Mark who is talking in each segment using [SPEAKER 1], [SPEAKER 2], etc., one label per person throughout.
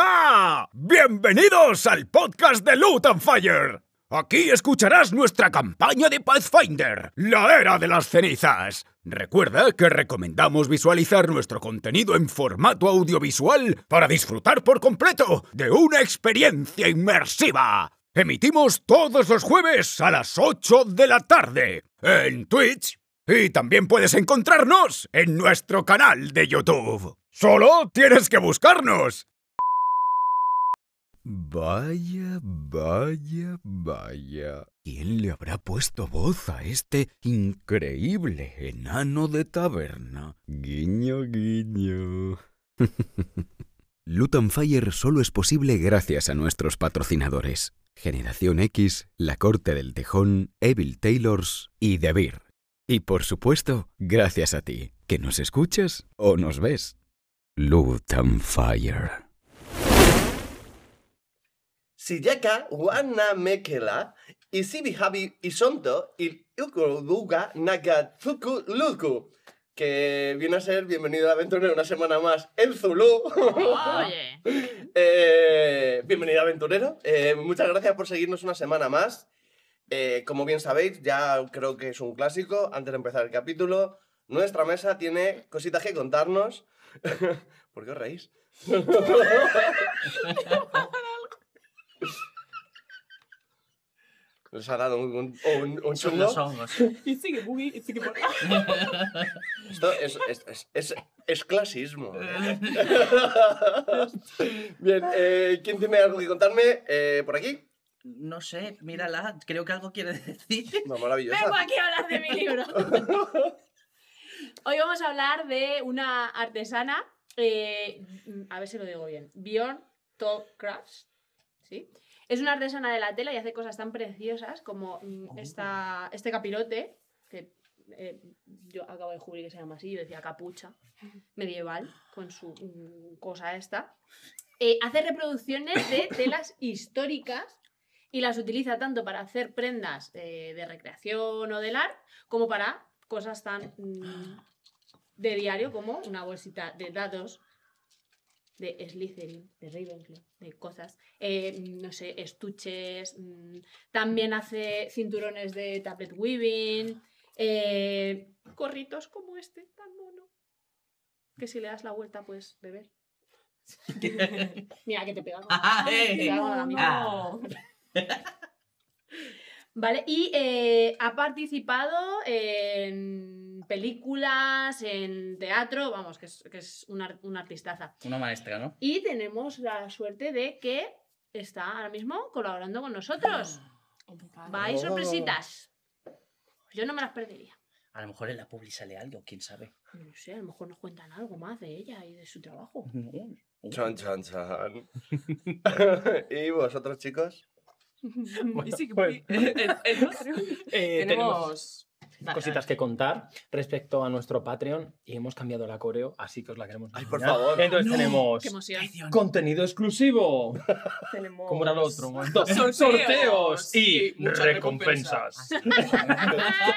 [SPEAKER 1] Hola, bienvenidos al podcast de Loot and Fire. Aquí escucharás nuestra campaña de Pathfinder, la era de las cenizas. Recuerda que recomendamos visualizar nuestro contenido en formato audiovisual para disfrutar por completo de una experiencia inmersiva. Emitimos todos los jueves a las 8 de la tarde en Twitch y también puedes encontrarnos en nuestro canal de YouTube. Solo tienes que buscarnos. Vaya, vaya, vaya. ¿Quién le habrá puesto voz a este increíble enano de taberna? Guiño, guiño. Luton Fire solo es posible gracias a nuestros patrocinadores. Generación X, La Corte del Tejón, Evil Taylors y The Beer. Y por supuesto, gracias a ti, que nos escuchas o nos ves. Luton Fire.
[SPEAKER 2] Siyaka, Wana Mekela, Isibi Habi Isonto, Il Ukuruga Nagatsuku Luku. Que viene a ser bienvenido a Aventurero una semana más en Zulu.
[SPEAKER 3] Oye,
[SPEAKER 2] Eh, bienvenido Aventurero. Eh, muchas gracias por seguirnos una semana más. Eh, como bien sabéis, ya creo que es un clásico. Antes de empezar el capítulo, nuestra mesa tiene cositas que contarnos. ¿Por qué os reís? Les ha dado un, un, un- un
[SPEAKER 3] son
[SPEAKER 2] chungo.
[SPEAKER 3] los hongos.
[SPEAKER 2] Esto es, es, es, es- es clasismo. Bien, eh, ¿quién tiene algo que contarme eh, por aquí?
[SPEAKER 3] No sé, mírala, creo que algo quiere decir.
[SPEAKER 2] No, maravillosa.
[SPEAKER 4] Vengo aquí a hablar de mi libro. Hoy vamos a hablar de una artesana, eh, a ver si lo digo bien, Bjorn Crafts, ¿sí? Es una artesana de la tela y hace cosas tan preciosas como mm, esta, este capirote, que eh, yo acabo de descubrir que se llama así, yo decía capucha medieval, con su mm, cosa esta. Eh, hace reproducciones de telas históricas y las utiliza tanto para hacer prendas eh, de recreación o del arte como para cosas tan mm, de diario como una bolsita de dados de Slytherin, de Ravenclaw, de cosas, eh, no sé, estuches, mm, también hace cinturones de tablet weaving, eh, corritos como este, tan mono, que si le das la vuelta puedes beber. Mira que te pega. con-
[SPEAKER 3] Ah, eh.
[SPEAKER 4] te pega con la misma.
[SPEAKER 3] Ah.
[SPEAKER 4] Vale, y eh, ha participado en películas, en teatro, vamos, que es, que es una, ar- una artistaza.
[SPEAKER 3] Una maestra, ¿no?
[SPEAKER 4] Y tenemos la suerte de que está ahora mismo colaborando con nosotros. Va, hay
[SPEAKER 2] Oh.
[SPEAKER 4] sorpresitas.
[SPEAKER 5] Oh.
[SPEAKER 4] Yo no me las perdería.
[SPEAKER 3] A lo mejor en la publi sale algo, quién sabe.
[SPEAKER 4] No sé, a lo mejor nos cuentan algo más de ella y de su trabajo.
[SPEAKER 3] No.
[SPEAKER 2] Chan, chan, chan. ¿Y vosotros, chicos? Uh,
[SPEAKER 6] Bueno, pues, eh, tenemos
[SPEAKER 7] tenemos Vale,
[SPEAKER 6] cositas que contar respecto a nuestro Patreon y hemos cambiado la coreo, así que os la queremos.
[SPEAKER 2] Ay, por
[SPEAKER 6] enseñar.
[SPEAKER 2] favor.
[SPEAKER 6] Entonces tenemos
[SPEAKER 4] ¡Qué emoción!
[SPEAKER 6] contenido exclusivo,
[SPEAKER 7] tenemos
[SPEAKER 6] como era lo otro, dos
[SPEAKER 7] Sorteos.
[SPEAKER 6] sorteos y
[SPEAKER 7] Y muchas
[SPEAKER 6] recompensas.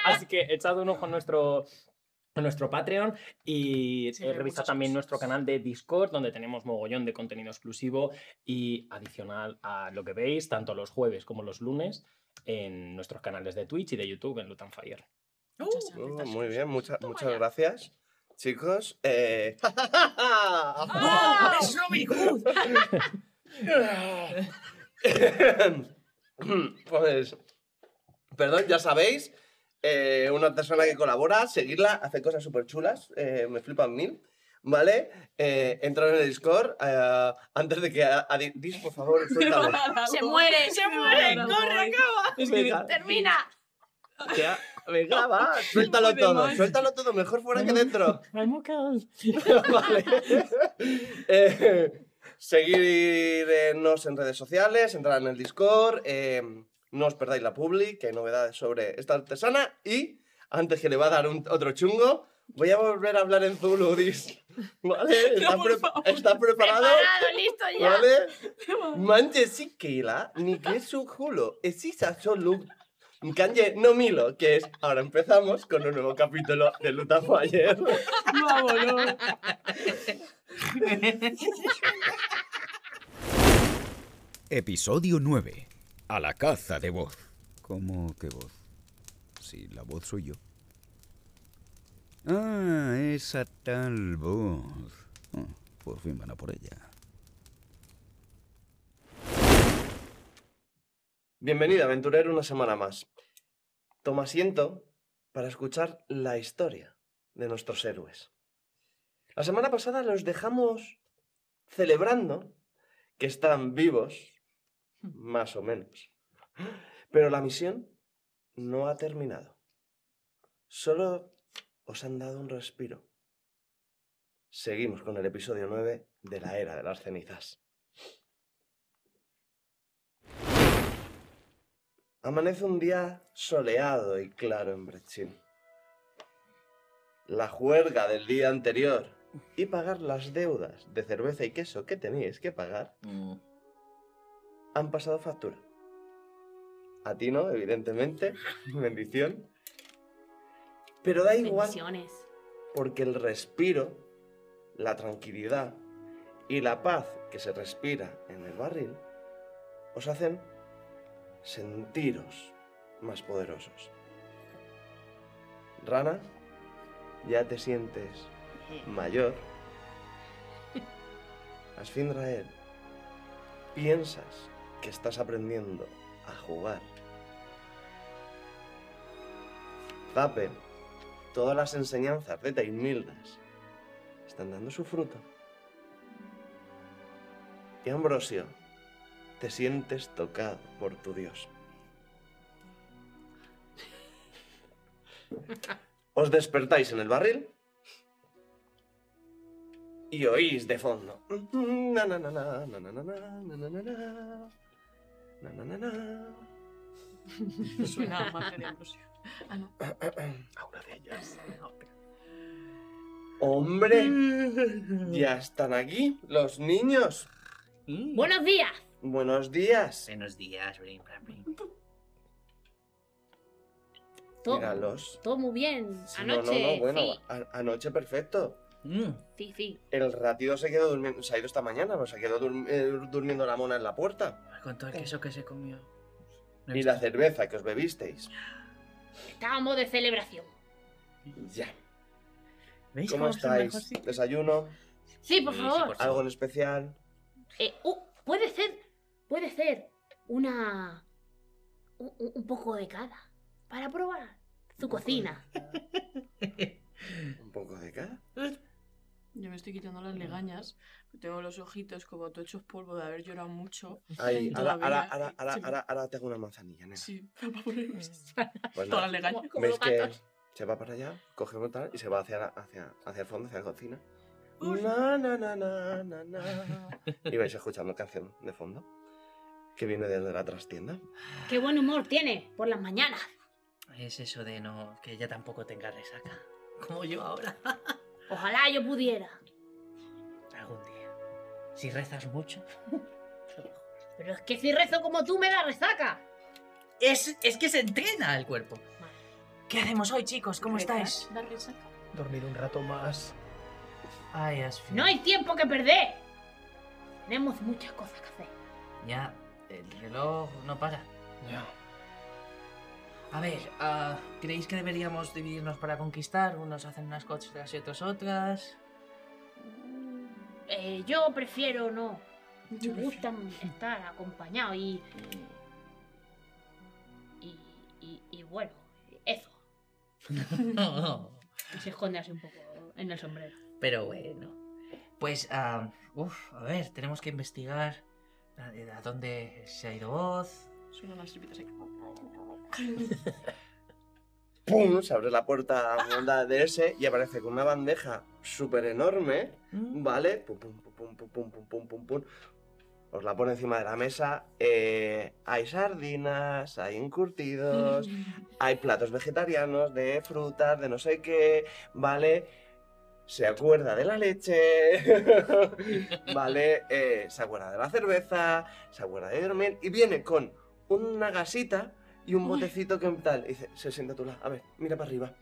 [SPEAKER 6] así que echad un ojo a nuestro a nuestro Patreon y
[SPEAKER 4] Sí,
[SPEAKER 6] eh, revisa
[SPEAKER 4] muchas
[SPEAKER 6] también
[SPEAKER 4] cosas.
[SPEAKER 6] nuestro canal de Discord donde tenemos mogollón de contenido exclusivo y adicional a lo que veis tanto los jueves como los lunes en nuestros canales de Twitch y de YouTube en Lutan Fire.
[SPEAKER 4] Muchas
[SPEAKER 2] Oh,
[SPEAKER 4] gracias.
[SPEAKER 2] muy bien, mucha-
[SPEAKER 4] Toma
[SPEAKER 2] muchas
[SPEAKER 4] ya.
[SPEAKER 2] gracias. Chicos, eh...
[SPEAKER 4] ¡Ah!
[SPEAKER 3] ¡Es Robin Hood!
[SPEAKER 2] pues, perdón, ya sabéis, eh, una persona que colabora, seguirla, hace cosas súper chulas, me flipan mil, ¿vale? Eh, entrar en el Discord eh, antes de que... a- Adi- Dis, por favor, suéltalo.
[SPEAKER 4] ¡Se muere! ¡Se muere! ¡Corre,
[SPEAKER 2] Venga,
[SPEAKER 4] ¡Termina!
[SPEAKER 2] ya, venga, va, suéltalo todo, suéltalo todo, mejor fuera que dentro. vale. Eh, seguirnos en redes sociales, entrar en el Discord, eh, no os perdáis la publi, que hay novedades sobre esta artesana y antes que le va a dar un- otro chungo, voy a volver a hablar en Zulu, Dis. ¿Vale? ¿Está, pre- está preparado?
[SPEAKER 4] ¡Preparado! ¡Listo ya!
[SPEAKER 2] ¿Vale? Manje sí que la, ni que su culo. Es esa solo. Kanye no milo, que es. Ahora empezamos con un nuevo capítulo de Luta Fire.
[SPEAKER 1] Episodio 9. A la caza de voz. ¿Cómo qué voz? Si la voz soy yo. Ah, esa tal voz. Ah, por fin van a por ella.
[SPEAKER 2] Bienvenido, aventurero, una semana más. Toma asiento para escuchar la historia de nuestros héroes. La semana pasada los dejamos celebrando que están vivos, más o menos. Pero la misión no ha terminado. Solo os han dado un respiro. Seguimos con el episodio 9 de la Era de las Cenizas. Amanece un día soleado y claro en Brechín. La juerga del día anterior y pagar las deudas de cerveza y queso que teníais que pagar
[SPEAKER 8] Mm.
[SPEAKER 2] han pasado factura. A ti no, evidentemente. Bendición. Pero da igual
[SPEAKER 5] Bendiciones.
[SPEAKER 2] porque el respiro, la tranquilidad y la paz que se respira en el barril os hacen sentiros más poderosos. Rana, ya te sientes mayor. Asfindrael, piensas que estás aprendiendo a jugar. Zape, todas las enseñanzas de Taimildas están dando su fruto. Y Ambrosio, te sientes tocado por tu Dios. Os despertáis en el barril y oís de fondo. Na, na, na, na, na, na, na, na, na, na, na. Na, na, na, na.
[SPEAKER 9] Suena a magia de Ambrosio. Ah, no.
[SPEAKER 2] A una de ellas. Hombre, ya están aquí los niños.
[SPEAKER 5] ¡Buenos días!
[SPEAKER 2] Buenos días.
[SPEAKER 10] Buenos días, brin, bran, brin.
[SPEAKER 5] Todo,
[SPEAKER 2] Míralos.
[SPEAKER 5] todo muy bien.
[SPEAKER 2] Sí, no, no,
[SPEAKER 5] Anoche.
[SPEAKER 2] no, bueno, a- anoche perfecto.
[SPEAKER 8] Mm.
[SPEAKER 5] Sí, sí, sí.
[SPEAKER 2] El ratito se quedó durmiendo, se ha ido esta mañana, pero se quedó dur- eh, durmiendo la mona en la puerta.
[SPEAKER 10] Con todo el queso que se comió. No
[SPEAKER 2] Y
[SPEAKER 10] está-
[SPEAKER 2] la cerveza que os bebisteis.
[SPEAKER 5] Estábamos de celebración.
[SPEAKER 2] Ya.
[SPEAKER 8] ¿Veis
[SPEAKER 2] ¿Cómo
[SPEAKER 8] cómo es el mejor
[SPEAKER 2] estáis?
[SPEAKER 8] sitio?
[SPEAKER 2] ¿Desayuno?
[SPEAKER 5] Sí, por
[SPEAKER 10] Sí, sí,
[SPEAKER 5] favor.
[SPEAKER 10] por favor.
[SPEAKER 2] ¿Algo en especial?
[SPEAKER 5] Eh, uh, puede ser. Puede ser una. Un, un- un poco de cada. Para probar su cocina.
[SPEAKER 2] ¿Un poco de cada?
[SPEAKER 9] Yo me estoy quitando las legañas. Tengo los ojitos como todos hechos polvo de haber llorado mucho.
[SPEAKER 2] Ahí, ahora,
[SPEAKER 9] Todavía.
[SPEAKER 2] ahora, ahora, ahora,
[SPEAKER 9] Sí.
[SPEAKER 2] ahora, ahora te hago una manzanilla, nena.
[SPEAKER 9] Sí, para ponerme todas
[SPEAKER 2] Pues nada.
[SPEAKER 9] las legañas.
[SPEAKER 5] Como
[SPEAKER 2] ¿Veis
[SPEAKER 5] los
[SPEAKER 2] que
[SPEAKER 5] gatos.
[SPEAKER 2] se va para allá, coge un tal y se va hacia, la- hacia, hacia el fondo, hacia la cocina? Na, na, na, na, na, na. Y vais escuchando canción de fondo que viene desde la trastienda.
[SPEAKER 5] Qué buen humor tiene por las mañanas.
[SPEAKER 10] Es eso de no, que ella tampoco tenga resaca. Como yo ahora.
[SPEAKER 5] Ojalá yo pudiera.
[SPEAKER 10] Algún día. Si rezas mucho.
[SPEAKER 5] Pero es que si rezo como tú me da resaca.
[SPEAKER 10] Es, es que se entrena el cuerpo.
[SPEAKER 5] Vale.
[SPEAKER 10] ¿Qué hacemos hoy, chicos? ¿Cómo estáis?
[SPEAKER 9] Da resaca.
[SPEAKER 8] Dormir un rato más.
[SPEAKER 10] Ay, Asfi.
[SPEAKER 5] No hay tiempo que perder. Tenemos muchas cosas que hacer.
[SPEAKER 10] Ya, el reloj no para. A ver, ah, ¿creéis que deberíamos dividirnos para conquistar? Unos hacen unas cosas y otros otras.
[SPEAKER 5] Eh, yo prefiero no.
[SPEAKER 9] Yo
[SPEAKER 5] Me gusta estar acompañado y, y, y- y bueno, eso. Y se esconde así un poco en el sombrero.
[SPEAKER 10] Pero bueno. Pues, ah, uf, a ver, tenemos que investigar a, a dónde se ha ido voz.
[SPEAKER 9] Suenan las tripitas ahí.
[SPEAKER 2] ¡Pum! Se abre la puerta a de ese y aparece con una bandeja súper enorme, ¿vale? Pum, pum, pum, pum, pum, pum, pum, pum, pum, pum. Os la pone encima de la mesa. eh, hay sardinas, hay encurtidos, hay platos vegetarianos, de frutas, de no sé qué, ¿vale? Se acuerda de la leche, ¿vale? Eh, se acuerda de la cerveza, se acuerda de dormir y viene con una gasita y un
[SPEAKER 9] Uy.
[SPEAKER 2] botecito que tal. Y dice, se sienta a tu lado, a ver, mira para arriba.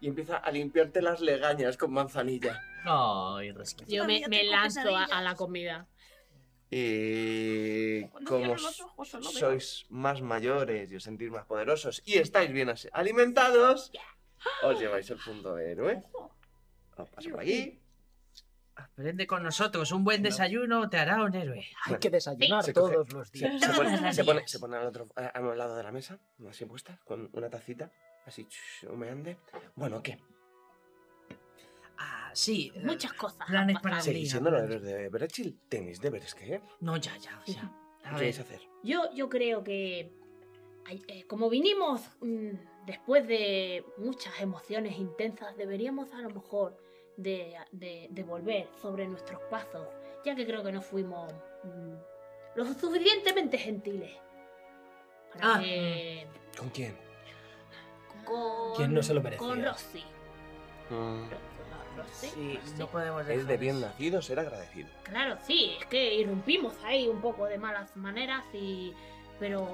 [SPEAKER 2] Y empieza a limpiarte las legañas con manzanilla.
[SPEAKER 8] Ay, respeto.
[SPEAKER 5] Yo me,
[SPEAKER 4] Todavía tengo
[SPEAKER 5] lanzo a,
[SPEAKER 4] pesadillas.
[SPEAKER 5] la comida.
[SPEAKER 2] Y
[SPEAKER 4] Cuando
[SPEAKER 2] como
[SPEAKER 4] cierro los ojos solo veo.
[SPEAKER 2] sois más mayores y os sentís más poderosos y estáis bien as- alimentados, os lleváis el punto de héroe.
[SPEAKER 4] Ojo.
[SPEAKER 2] Os paso por aquí.
[SPEAKER 10] Aprende con nosotros. Un buen desayuno te hará un héroe.
[SPEAKER 11] Hay que desayunar
[SPEAKER 2] Se coge-
[SPEAKER 11] todos los días.
[SPEAKER 2] Se pone,
[SPEAKER 10] Las
[SPEAKER 2] se pone-
[SPEAKER 10] niñas.
[SPEAKER 2] se pone al otro, eh, a, a un lado de la mesa, así puesta, con una tacita, así chush, humeante. Bueno, ¿qué?
[SPEAKER 10] Ah, sí. eh,
[SPEAKER 5] Muchas cosas. han
[SPEAKER 10] Planes para
[SPEAKER 5] pasado.
[SPEAKER 10] un
[SPEAKER 2] ¿Seguís
[SPEAKER 10] día.
[SPEAKER 2] siendo los héroes de Brechil? ¿Tenéis deberes que hacer?
[SPEAKER 10] No, ya, ya, ya.
[SPEAKER 2] ¿Qué
[SPEAKER 10] A
[SPEAKER 2] queréis
[SPEAKER 10] ver,
[SPEAKER 2] hacer?
[SPEAKER 5] Yo, yo creo que ay, eh, como vinimos mm, después de muchas emociones intensas, deberíamos a lo mejor de, de- de volver sobre nuestros pasos, ya que creo que no fuimos mm, lo suficientemente gentiles. Para
[SPEAKER 10] Ah,
[SPEAKER 5] que-
[SPEAKER 2] ¿Con quién?
[SPEAKER 5] con,
[SPEAKER 6] ¿Quién no se lo merecía?
[SPEAKER 5] con Rossi.
[SPEAKER 2] Mm,
[SPEAKER 5] Ro- Rossi,
[SPEAKER 10] sí,
[SPEAKER 5] Rossi.
[SPEAKER 10] no podemos dejar
[SPEAKER 2] Es de bien
[SPEAKER 10] eso.
[SPEAKER 2] nacido ser agradecido.
[SPEAKER 5] Claro, sí, es que irrumpimos ahí un poco de malas maneras y. Pero.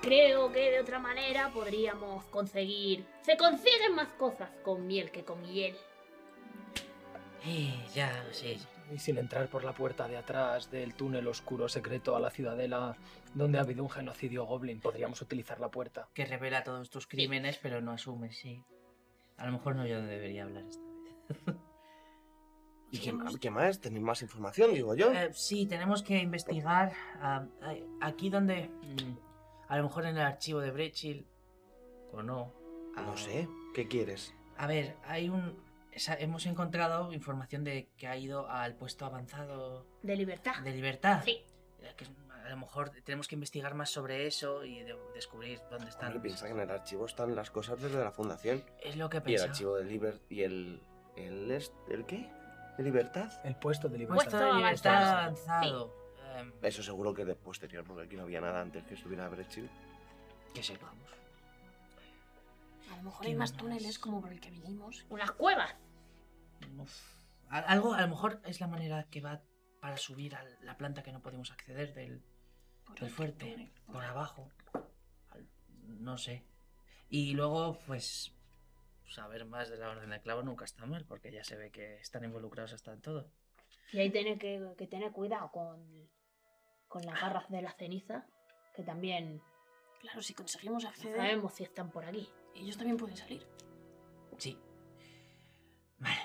[SPEAKER 5] Creo que de otra manera podríamos conseguir. Se consiguen más cosas con miel que con hiel.
[SPEAKER 10] Eh, ya, sí.
[SPEAKER 11] Y sin entrar por la puerta de atrás del túnel oscuro secreto a la ciudadela donde ha habido un genocidio goblin, podríamos utilizar la puerta.
[SPEAKER 10] Que revela todos tus crímenes, pero no asumes, sí. A lo mejor no yo debería hablar esta vez.
[SPEAKER 2] ¿Y qué, ma- qué más? ¿Tenéis más información, digo yo?
[SPEAKER 10] Eh, sí, tenemos que investigar ah, ay, aquí donde... mm, A lo mejor en el archivo de Brechil. O no.
[SPEAKER 2] No
[SPEAKER 10] Ah,
[SPEAKER 2] sé. ¿Qué quieres?
[SPEAKER 10] A ver, hay un... esa- hemos encontrado información de que ha ido al puesto avanzado
[SPEAKER 5] De libertad.
[SPEAKER 10] de libertad.
[SPEAKER 5] Sí.
[SPEAKER 10] Eh, que a lo mejor tenemos que investigar más sobre eso y de- descubrir dónde están.
[SPEAKER 2] Hombre, pues, piensa que en el archivo están las cosas desde la fundación.
[SPEAKER 10] Es lo que he
[SPEAKER 2] Y el
[SPEAKER 10] pensado.
[SPEAKER 2] archivo de Liber... ¿Y el... ¿El, est- ¿el qué? ¿De libertad?
[SPEAKER 11] El puesto de libertad.
[SPEAKER 10] Puesto
[SPEAKER 5] Puesto
[SPEAKER 10] de libertad
[SPEAKER 5] avanzado.
[SPEAKER 10] avanzado. Em,
[SPEAKER 2] Eso seguro que de posterior, porque aquí no había nada antes que estuviera Brechil.
[SPEAKER 10] que sepamos.
[SPEAKER 4] A lo mejor
[SPEAKER 10] ¿Qué
[SPEAKER 4] hay más
[SPEAKER 10] más?
[SPEAKER 4] túneles como por el que vinimos.
[SPEAKER 5] Unas cuevas.
[SPEAKER 10] Em, Uf. Al- Algo, a lo mejor es la manera que va para subir a la planta que no podemos acceder del,
[SPEAKER 4] Por
[SPEAKER 10] del
[SPEAKER 4] otro
[SPEAKER 10] fuerte,
[SPEAKER 4] túnel,
[SPEAKER 10] por abajo. Al- No sé. Y luego, pues, saber más de la Orden del Clavo nunca está mal, porque ya se ve que están involucrados hasta en todo.
[SPEAKER 5] Y ahí tiene que, que tener cuidado con, con las garras de la ceniza, que también
[SPEAKER 4] Claro, si conseguimos
[SPEAKER 5] no
[SPEAKER 4] acceder,
[SPEAKER 5] sabemos si están por aquí.
[SPEAKER 4] ellos también pueden salir.
[SPEAKER 10] Sí. Vale.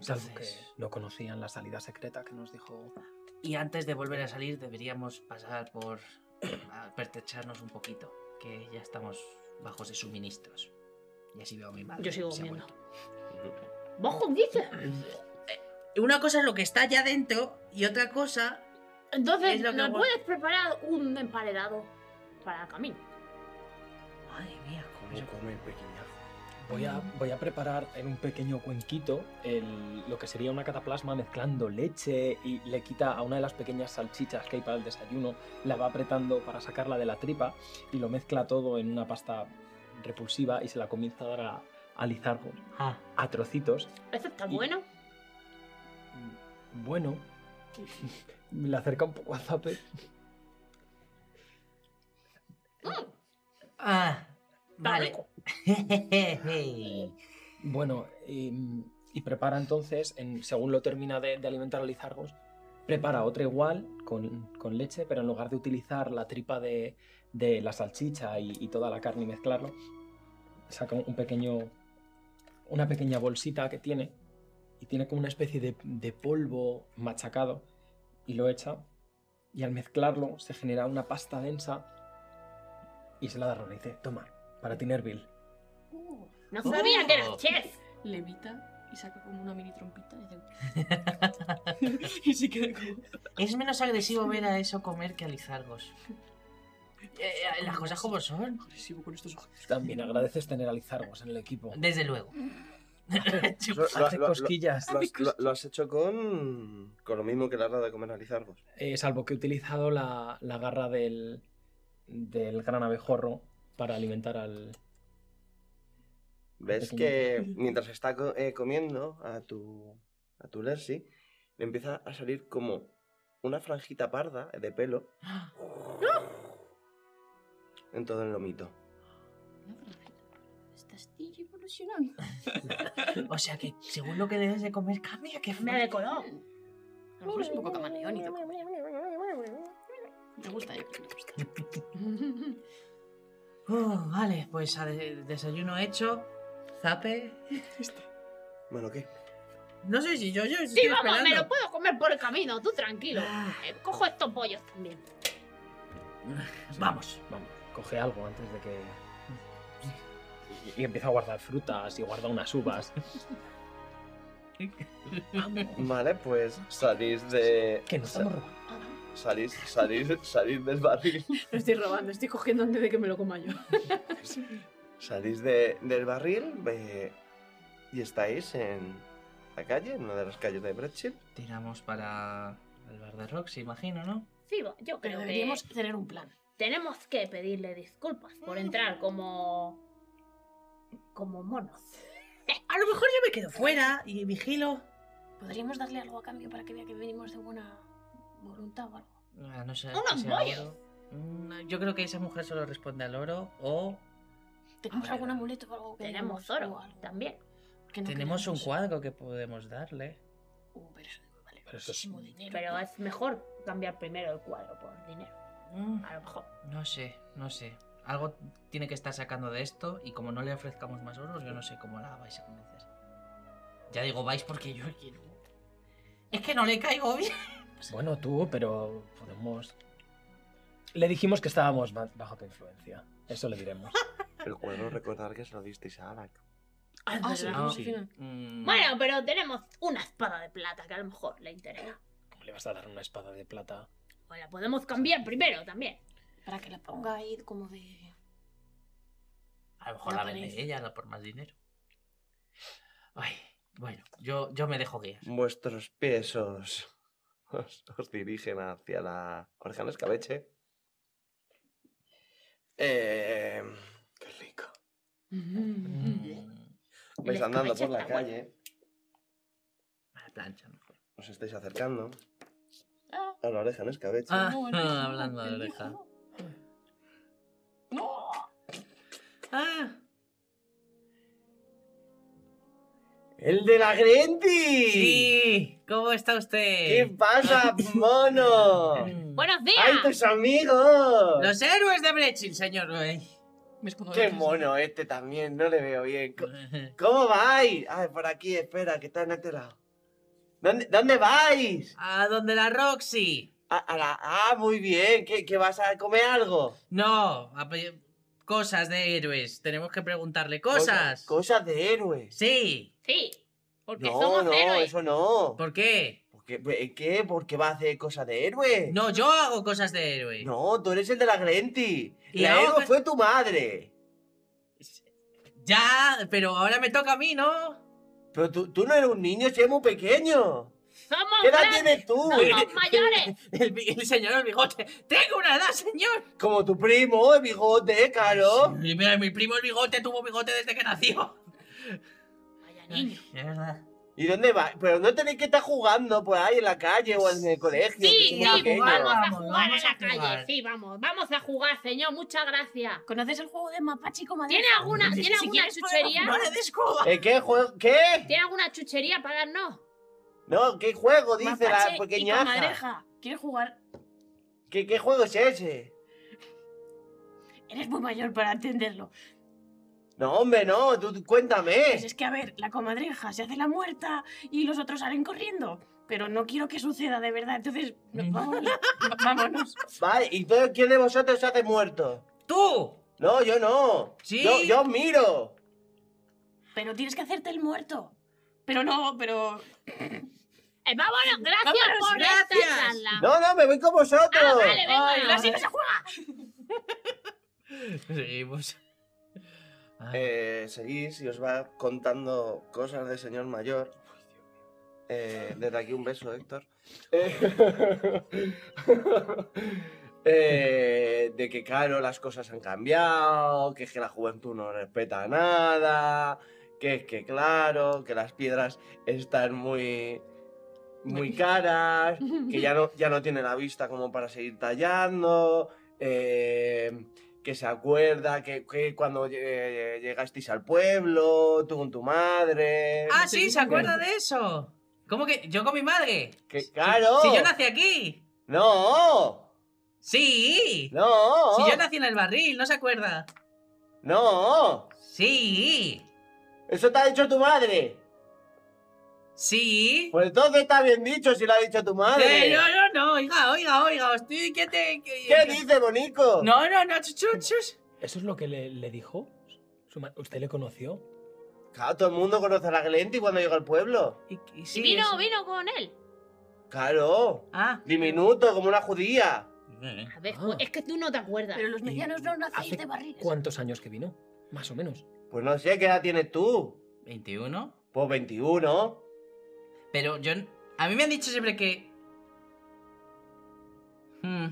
[SPEAKER 11] Salvo
[SPEAKER 10] Entonces...
[SPEAKER 11] que no conocían la salida secreta que nos dijo.
[SPEAKER 10] Y antes de volver a salir deberíamos pasar por eh, a pertrecharnos un poquito, que ya estamos bajos de suministros. Y así veo a mi madre.
[SPEAKER 5] Yo sigo
[SPEAKER 10] se ha
[SPEAKER 5] comiendo.
[SPEAKER 10] vuelto. Eh,
[SPEAKER 5] ¿Vos dices?
[SPEAKER 10] Una cosa es lo que está allá dentro y otra cosa... Es
[SPEAKER 5] Entonces,
[SPEAKER 10] lo que
[SPEAKER 5] ¿nos
[SPEAKER 10] voy-
[SPEAKER 5] puedes preparar un emparedado para el camino?
[SPEAKER 10] Madre mía, ¿cómo se-
[SPEAKER 2] ¿Cómo come el pequeñajo?
[SPEAKER 6] Voy a, voy a preparar en un pequeño cuenquito el- lo que sería una cataplasma mezclando leche y le quita a una de las pequeñas salchichas que hay para el desayuno, la va apretando para sacarla de la tripa y lo mezcla todo en una pasta repulsiva y se la comienza a dar a, a Lizargo
[SPEAKER 10] Ah,
[SPEAKER 6] a trocitos.
[SPEAKER 5] ¿Eso está
[SPEAKER 6] Y-
[SPEAKER 5] bueno?
[SPEAKER 6] Bueno, me la acerca un poco a Zape.
[SPEAKER 10] ah, vale.
[SPEAKER 5] rico.
[SPEAKER 6] Bueno, y, y prepara entonces, en- según lo termina de, de alimentar a Lizargos, prepara otra igual con, con leche, pero en lugar de utilizar la tripa de, de la salchicha y, y toda la carne y mezclarlo, saca un pequeño, una pequeña bolsita que tiene y tiene como una especie de, de polvo machacado y lo echa y al mezclarlo se genera una pasta densa y se la da a Ron y dice, toma, para ti Nerville.
[SPEAKER 4] Uh,
[SPEAKER 5] No
[SPEAKER 10] Oh.
[SPEAKER 5] sabía que eras chef.
[SPEAKER 4] levita y saca como una mini trompita y, hace- y se queda como...
[SPEAKER 10] es menos agresivo ver a eso comer que a Lizargos. Eh, eh, las cosas como son.
[SPEAKER 4] Agresivo con estos ojos.
[SPEAKER 6] También agradeces tener a Lizargos en el equipo.
[SPEAKER 10] Desde luego.
[SPEAKER 2] Lo, lo-
[SPEAKER 6] Hace
[SPEAKER 2] lo-
[SPEAKER 6] cosquillas.
[SPEAKER 2] lo has, lo- lo has hecho con... Con lo mismo que le has dado de comer a Lizargos.
[SPEAKER 6] Eh, salvo que he utilizado la, la garra del, del gran abejorro para alimentar al...
[SPEAKER 2] ¿Ves que mientras está co- eh, comiendo a tu... A tu Lersi, le empieza a salir como una franjita parda de pelo en todo el lomito.
[SPEAKER 4] Una franjita. Estás tío evolucionando.
[SPEAKER 10] O sea que según lo que debes de comer cambia, que
[SPEAKER 5] Me decoró.
[SPEAKER 4] A lo mejor es un poco camaleónico. Me gusta, yo creo que me gusta.
[SPEAKER 10] Oh, vale, pues a de- desayuno hecho, zape.
[SPEAKER 2] Bueno, ¿qué?
[SPEAKER 10] No sé si yo, yo estoy
[SPEAKER 5] Sí, vamos, me
[SPEAKER 10] esperando.
[SPEAKER 5] lo puedo comer por el camino, tú tranquilo.
[SPEAKER 10] Ah,
[SPEAKER 5] Eh, Cojo estos pollos también.
[SPEAKER 10] Vamos.
[SPEAKER 6] Vamos, coge algo antes de que. Y, y empieza a guardar frutas y guarda unas uvas.
[SPEAKER 2] Vale, pues salís de.
[SPEAKER 6] Que nos
[SPEAKER 2] sa-
[SPEAKER 6] estamos robando.
[SPEAKER 2] salís, salís, salís del barril.
[SPEAKER 4] Lo estoy robando, estoy cogiendo antes de que me lo coma yo.
[SPEAKER 2] Salís de- del barril eh, y estáis en la calle, en una de las calles de Bretchill.
[SPEAKER 10] Tiramos para el bar de Roxy, imagino, ¿no?
[SPEAKER 5] Sí, va- yo creo
[SPEAKER 4] Pero
[SPEAKER 5] que
[SPEAKER 4] deberíamos tener un plan. Mm.
[SPEAKER 5] tenemos que pedirle disculpas por entrar como. como monos.
[SPEAKER 10] A lo mejor yo me quedo fuera y vigilo.
[SPEAKER 4] Podríamos darle algo a cambio para que vea que venimos de buena voluntad o algo.
[SPEAKER 10] Ah, no sé.
[SPEAKER 5] ¡Unos
[SPEAKER 10] que sea
[SPEAKER 5] bollos!
[SPEAKER 10] oro. Mm, Yo creo que esa mujer solo responde al oro o
[SPEAKER 4] ¿Tenemos
[SPEAKER 10] Hombre,
[SPEAKER 4] algún
[SPEAKER 10] no.
[SPEAKER 4] amuleto o algo que
[SPEAKER 5] Tenemos
[SPEAKER 4] demos,
[SPEAKER 5] oro
[SPEAKER 4] o algo
[SPEAKER 5] también.
[SPEAKER 4] que no
[SPEAKER 10] tenemos un
[SPEAKER 4] queremos?
[SPEAKER 10] cuadro que podemos darle.
[SPEAKER 4] Uh, pero eso debe valer
[SPEAKER 6] Pero eso es-
[SPEAKER 4] muchísimo dinero.
[SPEAKER 5] Pero es mejor cambiar primero el cuadro por dinero.
[SPEAKER 10] Mm,
[SPEAKER 5] A lo mejor.
[SPEAKER 10] No sé, no sé. Algo tiene que estar sacando de esto y como no le ofrezcamos más oros, yo no sé cómo la vais a convencer. Ya digo vais porque yo quiero. Es que no le caigo bien.
[SPEAKER 6] Bueno, tú, pero podemos. Le dijimos que estábamos ba- bajo tu influencia. Eso le diremos.
[SPEAKER 2] El cuadro, recordar que se lo disteis a Alak.
[SPEAKER 4] Ah, sí,
[SPEAKER 10] No,
[SPEAKER 4] vamos al final.
[SPEAKER 10] mm,
[SPEAKER 5] Bueno, pero tenemos una espada de plata que a lo mejor le interesa.
[SPEAKER 6] ¿Cómo le vas a dar una espada de plata?
[SPEAKER 5] O Pues la podemos cambiar primero también.
[SPEAKER 4] Para que la ponga ahí como de.
[SPEAKER 10] A lo mejor
[SPEAKER 4] No
[SPEAKER 10] la vende
[SPEAKER 4] parece.
[SPEAKER 10] ella la- por más dinero. Ay, bueno, yo, yo me dejo guiar.
[SPEAKER 2] Vuestros pies os, os- os dirigen hacia la oreja en escabeche. Eh, qué rico.
[SPEAKER 10] Mm,
[SPEAKER 2] Vais
[SPEAKER 5] El
[SPEAKER 2] andando
[SPEAKER 5] escabeche
[SPEAKER 2] por la
[SPEAKER 5] está bueno.
[SPEAKER 2] calle,
[SPEAKER 10] a la plancha mejor.
[SPEAKER 2] os estáis acercando
[SPEAKER 4] Ah.
[SPEAKER 2] a la oreja en escabeche.
[SPEAKER 10] Ah,
[SPEAKER 4] No, el hijo,
[SPEAKER 10] hablando de
[SPEAKER 4] el
[SPEAKER 10] oreja.
[SPEAKER 4] hijo. No.
[SPEAKER 10] Ah,
[SPEAKER 2] ¡El de la Grenti!
[SPEAKER 10] sí. ¿Cómo está
[SPEAKER 2] ¿Qué
[SPEAKER 10] usted?
[SPEAKER 2] pasa, mono?
[SPEAKER 10] Mm.
[SPEAKER 5] ¡Buenos días!
[SPEAKER 2] ¡Ay, tus amigos!
[SPEAKER 10] Los héroes de Brechil, señor. Ay.
[SPEAKER 4] Me escondo
[SPEAKER 2] ¡Qué
[SPEAKER 4] detrás.
[SPEAKER 2] mono este también! No le veo bien. Co- ¿Cómo vais? Ay, por aquí, espera, que está en este lado. ¿Dónde, dónde vais?
[SPEAKER 10] ¿A dónde la Roxy?
[SPEAKER 2] A, a la... Ah, muy bien. ¿Qué, qué vas a comer algo?
[SPEAKER 10] No, a pe- cosas de héroes. Tenemos que preguntarle cosas.
[SPEAKER 2] Cosas de héroes.
[SPEAKER 10] Sí.
[SPEAKER 5] Sí, porque
[SPEAKER 2] No,
[SPEAKER 5] somos
[SPEAKER 2] no,
[SPEAKER 5] héroes.
[SPEAKER 2] eso no.
[SPEAKER 10] ¿Por qué?
[SPEAKER 2] ¿Por qué? ¿Por qué? ¿Por qué vas a hacer cosas de héroes?
[SPEAKER 10] No, yo hago cosas de héroes.
[SPEAKER 2] No, tú eres el de la Grenti.
[SPEAKER 10] Y
[SPEAKER 2] La
[SPEAKER 10] ahora-
[SPEAKER 2] héroe fue tu madre.
[SPEAKER 10] Ya, pero ahora me toca a mí, ¿no?
[SPEAKER 2] Pero tú, tú no eres un niño, si eres muy pequeño.
[SPEAKER 5] ¡Somos
[SPEAKER 2] ¿Qué edad
[SPEAKER 5] grandes!
[SPEAKER 2] tienes tú?
[SPEAKER 5] ¡Somos mayores!
[SPEAKER 10] El, bi- el señor del bigote. ¡Tengo una edad, señor!
[SPEAKER 2] Como tu primo, el bigote, claro.
[SPEAKER 10] Sí, mira, mi primo el bigote tuvo bigote desde que nació.
[SPEAKER 5] Vaya niño.
[SPEAKER 10] Es verdad.
[SPEAKER 2] ¿Y dónde vas? Pero no tenéis que estar jugando por ahí en la calle o en el colegio. que
[SPEAKER 5] Sí,
[SPEAKER 2] soy
[SPEAKER 5] sí,
[SPEAKER 2] muy
[SPEAKER 10] a
[SPEAKER 5] vamos,
[SPEAKER 2] pequeño.
[SPEAKER 10] jugar,
[SPEAKER 5] a
[SPEAKER 10] vamos,
[SPEAKER 5] jugar
[SPEAKER 10] vamos
[SPEAKER 5] a la
[SPEAKER 10] a jugar.
[SPEAKER 5] calle. Sí, vamos, vamos a jugar, señor. Muchas gracias.
[SPEAKER 4] ¿Conoces el juego de mapache y comadre?
[SPEAKER 5] ¿Tiene alguna, ¿tiene alguna chuchería?
[SPEAKER 10] ¡No le des coba!
[SPEAKER 2] ¿Eh, ¿Qué juego? ¿Qué?
[SPEAKER 5] ¿Tiene alguna chuchería para darnos?
[SPEAKER 2] No, ¿qué juego? Dice
[SPEAKER 4] Mapache
[SPEAKER 2] la
[SPEAKER 4] y
[SPEAKER 2] pequeñaja.
[SPEAKER 4] comadreja. ¿Quieres jugar?
[SPEAKER 2] ¿Qué, ¿Qué juego es ese?
[SPEAKER 4] Eres muy mayor para entenderlo.
[SPEAKER 2] No, hombre, no, tú tú
[SPEAKER 4] Pues
[SPEAKER 2] cuéntame.
[SPEAKER 4] es que, a ver, la comadreja se hace la muerta y los otros salen corriendo. Pero no quiero que suceda, de verdad. Entonces, no, vámonos. va- vámonos.
[SPEAKER 2] Vale, ¿y todo, quién de vosotros se hace muerto?
[SPEAKER 10] ¡Tú!
[SPEAKER 2] No, yo no.
[SPEAKER 10] Sí.
[SPEAKER 2] Yo, yo miro.
[SPEAKER 4] Pero tienes que hacerte el muerto. Pero no, pero...
[SPEAKER 5] Eh, vámonos, gracias
[SPEAKER 4] Vámonos,
[SPEAKER 5] por
[SPEAKER 10] gracias.
[SPEAKER 5] esta charla.
[SPEAKER 2] No, no, me voy con vosotros.
[SPEAKER 5] Ah, vale, venga.
[SPEAKER 4] Ay, así no se juega.
[SPEAKER 10] Seguimos. Ah,
[SPEAKER 2] Eh, seguís y os va contando cosas de señor mayor. Eh, desde aquí un beso, Héctor. Eh, eh, de que, claro, las cosas han cambiado, que es que la juventud no respeta nada, que es que, claro, que las piedras están muy, muy caras, que ya no, ya no tiene la vista como para seguir tallando. eh, que se acuerda que, que cuando eh, llegasteis al pueblo, tú con tu madre.
[SPEAKER 10] Ah, sí, ¿se acuerda de eso? ¿Cómo que? ¿Yo con mi madre?
[SPEAKER 2] ¡Que
[SPEAKER 10] Si-
[SPEAKER 2] claro!
[SPEAKER 10] Si, yo nací aquí.
[SPEAKER 2] ¡No!
[SPEAKER 10] Sí.
[SPEAKER 2] ¡No!
[SPEAKER 10] Si yo nací en el barril, ¿no se acuerda?
[SPEAKER 2] ¡No!
[SPEAKER 10] Sí.
[SPEAKER 2] ¡Eso te ha dicho tu madre!
[SPEAKER 10] Sí.
[SPEAKER 2] Pues entonces está bien dicho si lo ha dicho tu
[SPEAKER 10] Eh,
[SPEAKER 2] madre.
[SPEAKER 10] no, no, no, oiga, oiga, oiga, estoy que te... que-
[SPEAKER 2] ¿Qué dice, Bonico?
[SPEAKER 10] No, no, no, chuchuchus.
[SPEAKER 6] ¿Eso es lo que le, le dijo? Su ma- ¿Usted le conoció?
[SPEAKER 2] Claro, todo el mundo conoce a la Glenti cuando llega al pueblo.
[SPEAKER 10] Y, y
[SPEAKER 5] y
[SPEAKER 10] sí,
[SPEAKER 5] vino,
[SPEAKER 10] eso.
[SPEAKER 5] vino con él.
[SPEAKER 2] Claro.
[SPEAKER 10] Ah.
[SPEAKER 2] Diminuto, como una judía.
[SPEAKER 5] A ver,
[SPEAKER 6] Ah.
[SPEAKER 5] es que tú no te acuerdas.
[SPEAKER 9] Pero los medianos no nacéis
[SPEAKER 6] ¿Hace
[SPEAKER 9] de barriles.
[SPEAKER 6] cuántos años que vino? Más o menos.
[SPEAKER 2] Pues no sé, ¿qué edad tienes tú?
[SPEAKER 10] 21.
[SPEAKER 2] Pues 21.
[SPEAKER 10] Pero yo... A mí me han dicho siempre que... Hmm.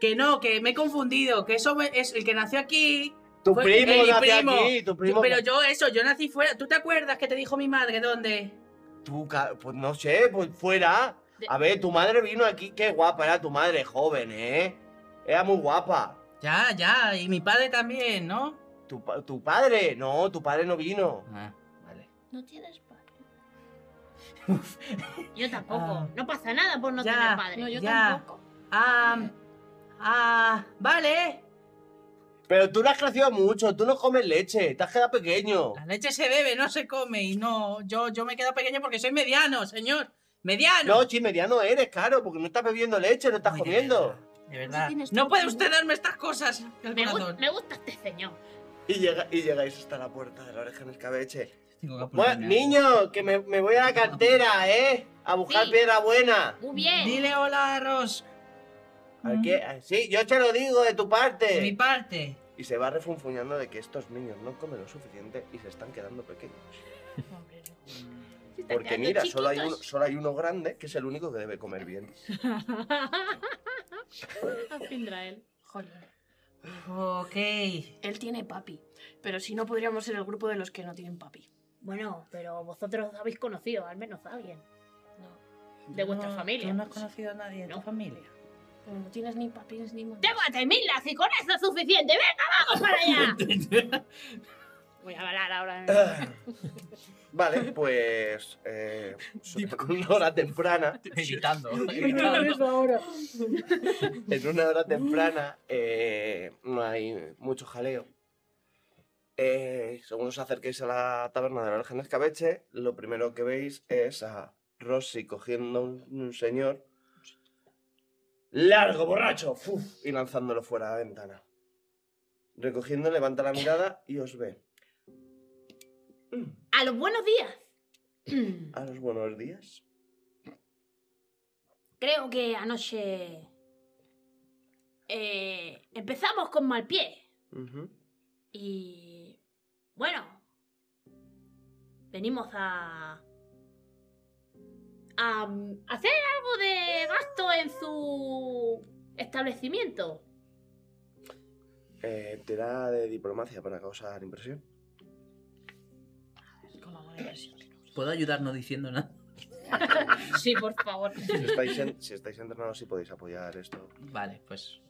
[SPEAKER 10] Que no, que me he confundido, que eso me- es el que nació aquí...
[SPEAKER 2] Tu
[SPEAKER 10] Fue- eh,
[SPEAKER 2] primo
[SPEAKER 10] mi
[SPEAKER 2] nació
[SPEAKER 10] primo.
[SPEAKER 2] aquí, tu primo.
[SPEAKER 10] Pero yo eso, yo nací fuera. ¿Tú te acuerdas que te dijo mi madre dónde?
[SPEAKER 2] Tú, ca- pues no sé, pues fuera.
[SPEAKER 5] De-
[SPEAKER 2] A ver, tu madre vino aquí, qué guapa era tu madre, joven, ¿eh? Era muy guapa.
[SPEAKER 10] Ya, ya, y mi padre también, ¿no?
[SPEAKER 2] Tu, pa- tu padre, no, tu padre no vino.
[SPEAKER 10] Ah, vale.
[SPEAKER 5] No tienes padre. yo tampoco.
[SPEAKER 10] Ah.
[SPEAKER 5] No pasa nada por no
[SPEAKER 10] Ya.
[SPEAKER 5] tener padre.
[SPEAKER 9] No, yo
[SPEAKER 10] Ya.
[SPEAKER 9] tampoco.
[SPEAKER 10] Ah, ah, vale.
[SPEAKER 2] Pero tú no has crecido mucho, tú no comes leche, te has quedado pequeño.
[SPEAKER 10] La leche se bebe, no se come. Y no, yo, yo me quedo pequeño porque soy mediano, señor. Mediano.
[SPEAKER 2] No, chi, mediano eres, claro, porque no estás bebiendo leche, no estás
[SPEAKER 10] Uy, de
[SPEAKER 2] comiendo.
[SPEAKER 10] verdad, De verdad.
[SPEAKER 9] tienes
[SPEAKER 10] Ah, No
[SPEAKER 9] tú,
[SPEAKER 10] puede
[SPEAKER 9] tú.
[SPEAKER 10] usted darme estas cosas. El
[SPEAKER 5] Me, gu-
[SPEAKER 10] corazón.
[SPEAKER 5] me gusta este señor.
[SPEAKER 2] Y, llega, y llegáis hasta la puerta de la oreja en el cabeche.
[SPEAKER 10] Tengo que apuntar
[SPEAKER 2] Bueno,
[SPEAKER 10] algo.
[SPEAKER 2] niño, que me, me voy a la cartera, ¿eh? A buscar
[SPEAKER 5] Sí.
[SPEAKER 2] piedra buena.
[SPEAKER 5] Muy bien.
[SPEAKER 10] Dile hola a Ros.
[SPEAKER 2] A ver, ¿qué? Ah, Sí, yo te lo digo de tu
[SPEAKER 10] De mi
[SPEAKER 2] parte.
[SPEAKER 10] parte.
[SPEAKER 2] Y se va refunfuñando de que estos niños no comen lo suficiente y se están quedando pequeños.
[SPEAKER 5] Hombre, no. Se están
[SPEAKER 2] Porque
[SPEAKER 5] quedando
[SPEAKER 2] mira, solo hay, uno,
[SPEAKER 5] chiquitos.
[SPEAKER 2] solo hay uno grande que es el único que debe comer bien.
[SPEAKER 4] Al fin trae él.
[SPEAKER 9] Joder.
[SPEAKER 10] Ok.
[SPEAKER 9] Él tiene papi. Pero si no, podríamos ser el grupo de los que no tienen papi.
[SPEAKER 5] Bueno, pero vosotros habéis conocido, al menos a alguien. De vuestra
[SPEAKER 10] No,
[SPEAKER 5] familia.
[SPEAKER 10] Tú no has conocido a nadie de
[SPEAKER 5] No.
[SPEAKER 10] tu familia.
[SPEAKER 9] Pero no tienes ni papis ni mamás.
[SPEAKER 5] ¡Débate, Milas! Y con eso es suficiente. ¡Venga, vamos para allá!
[SPEAKER 4] Voy a hablar ahora.
[SPEAKER 2] Vale, pues. Eh, en una hora temprana.
[SPEAKER 10] Evitando.
[SPEAKER 2] En una hora temprana. eh, no hay mucho jaleo. Eh, según os acerquéis a la taberna de la Virgen Escabeche, lo primero que veis es a Rossi cogiendo un, un señor. Largo, borracho, ¡fuf! y lanzándolo fuera de la ventana. Recogiendo, levanta la mirada y os ve. Mm.
[SPEAKER 5] ¡A los buenos días!
[SPEAKER 2] A los buenos días.
[SPEAKER 5] Creo que anoche. eh, empezamos con mal pie.
[SPEAKER 2] Ujú.
[SPEAKER 5] Y. Bueno. Venimos a. a hacer algo de gasto en su establecimiento.
[SPEAKER 2] Eh, te da de diplomacia para causar impresión.
[SPEAKER 10] ¿Puedo ayudar no diciendo nada?
[SPEAKER 5] Sí, por favor.
[SPEAKER 2] Si estáis, en- si estáis entrenados, sí podéis apoyar esto.
[SPEAKER 10] Vale, pues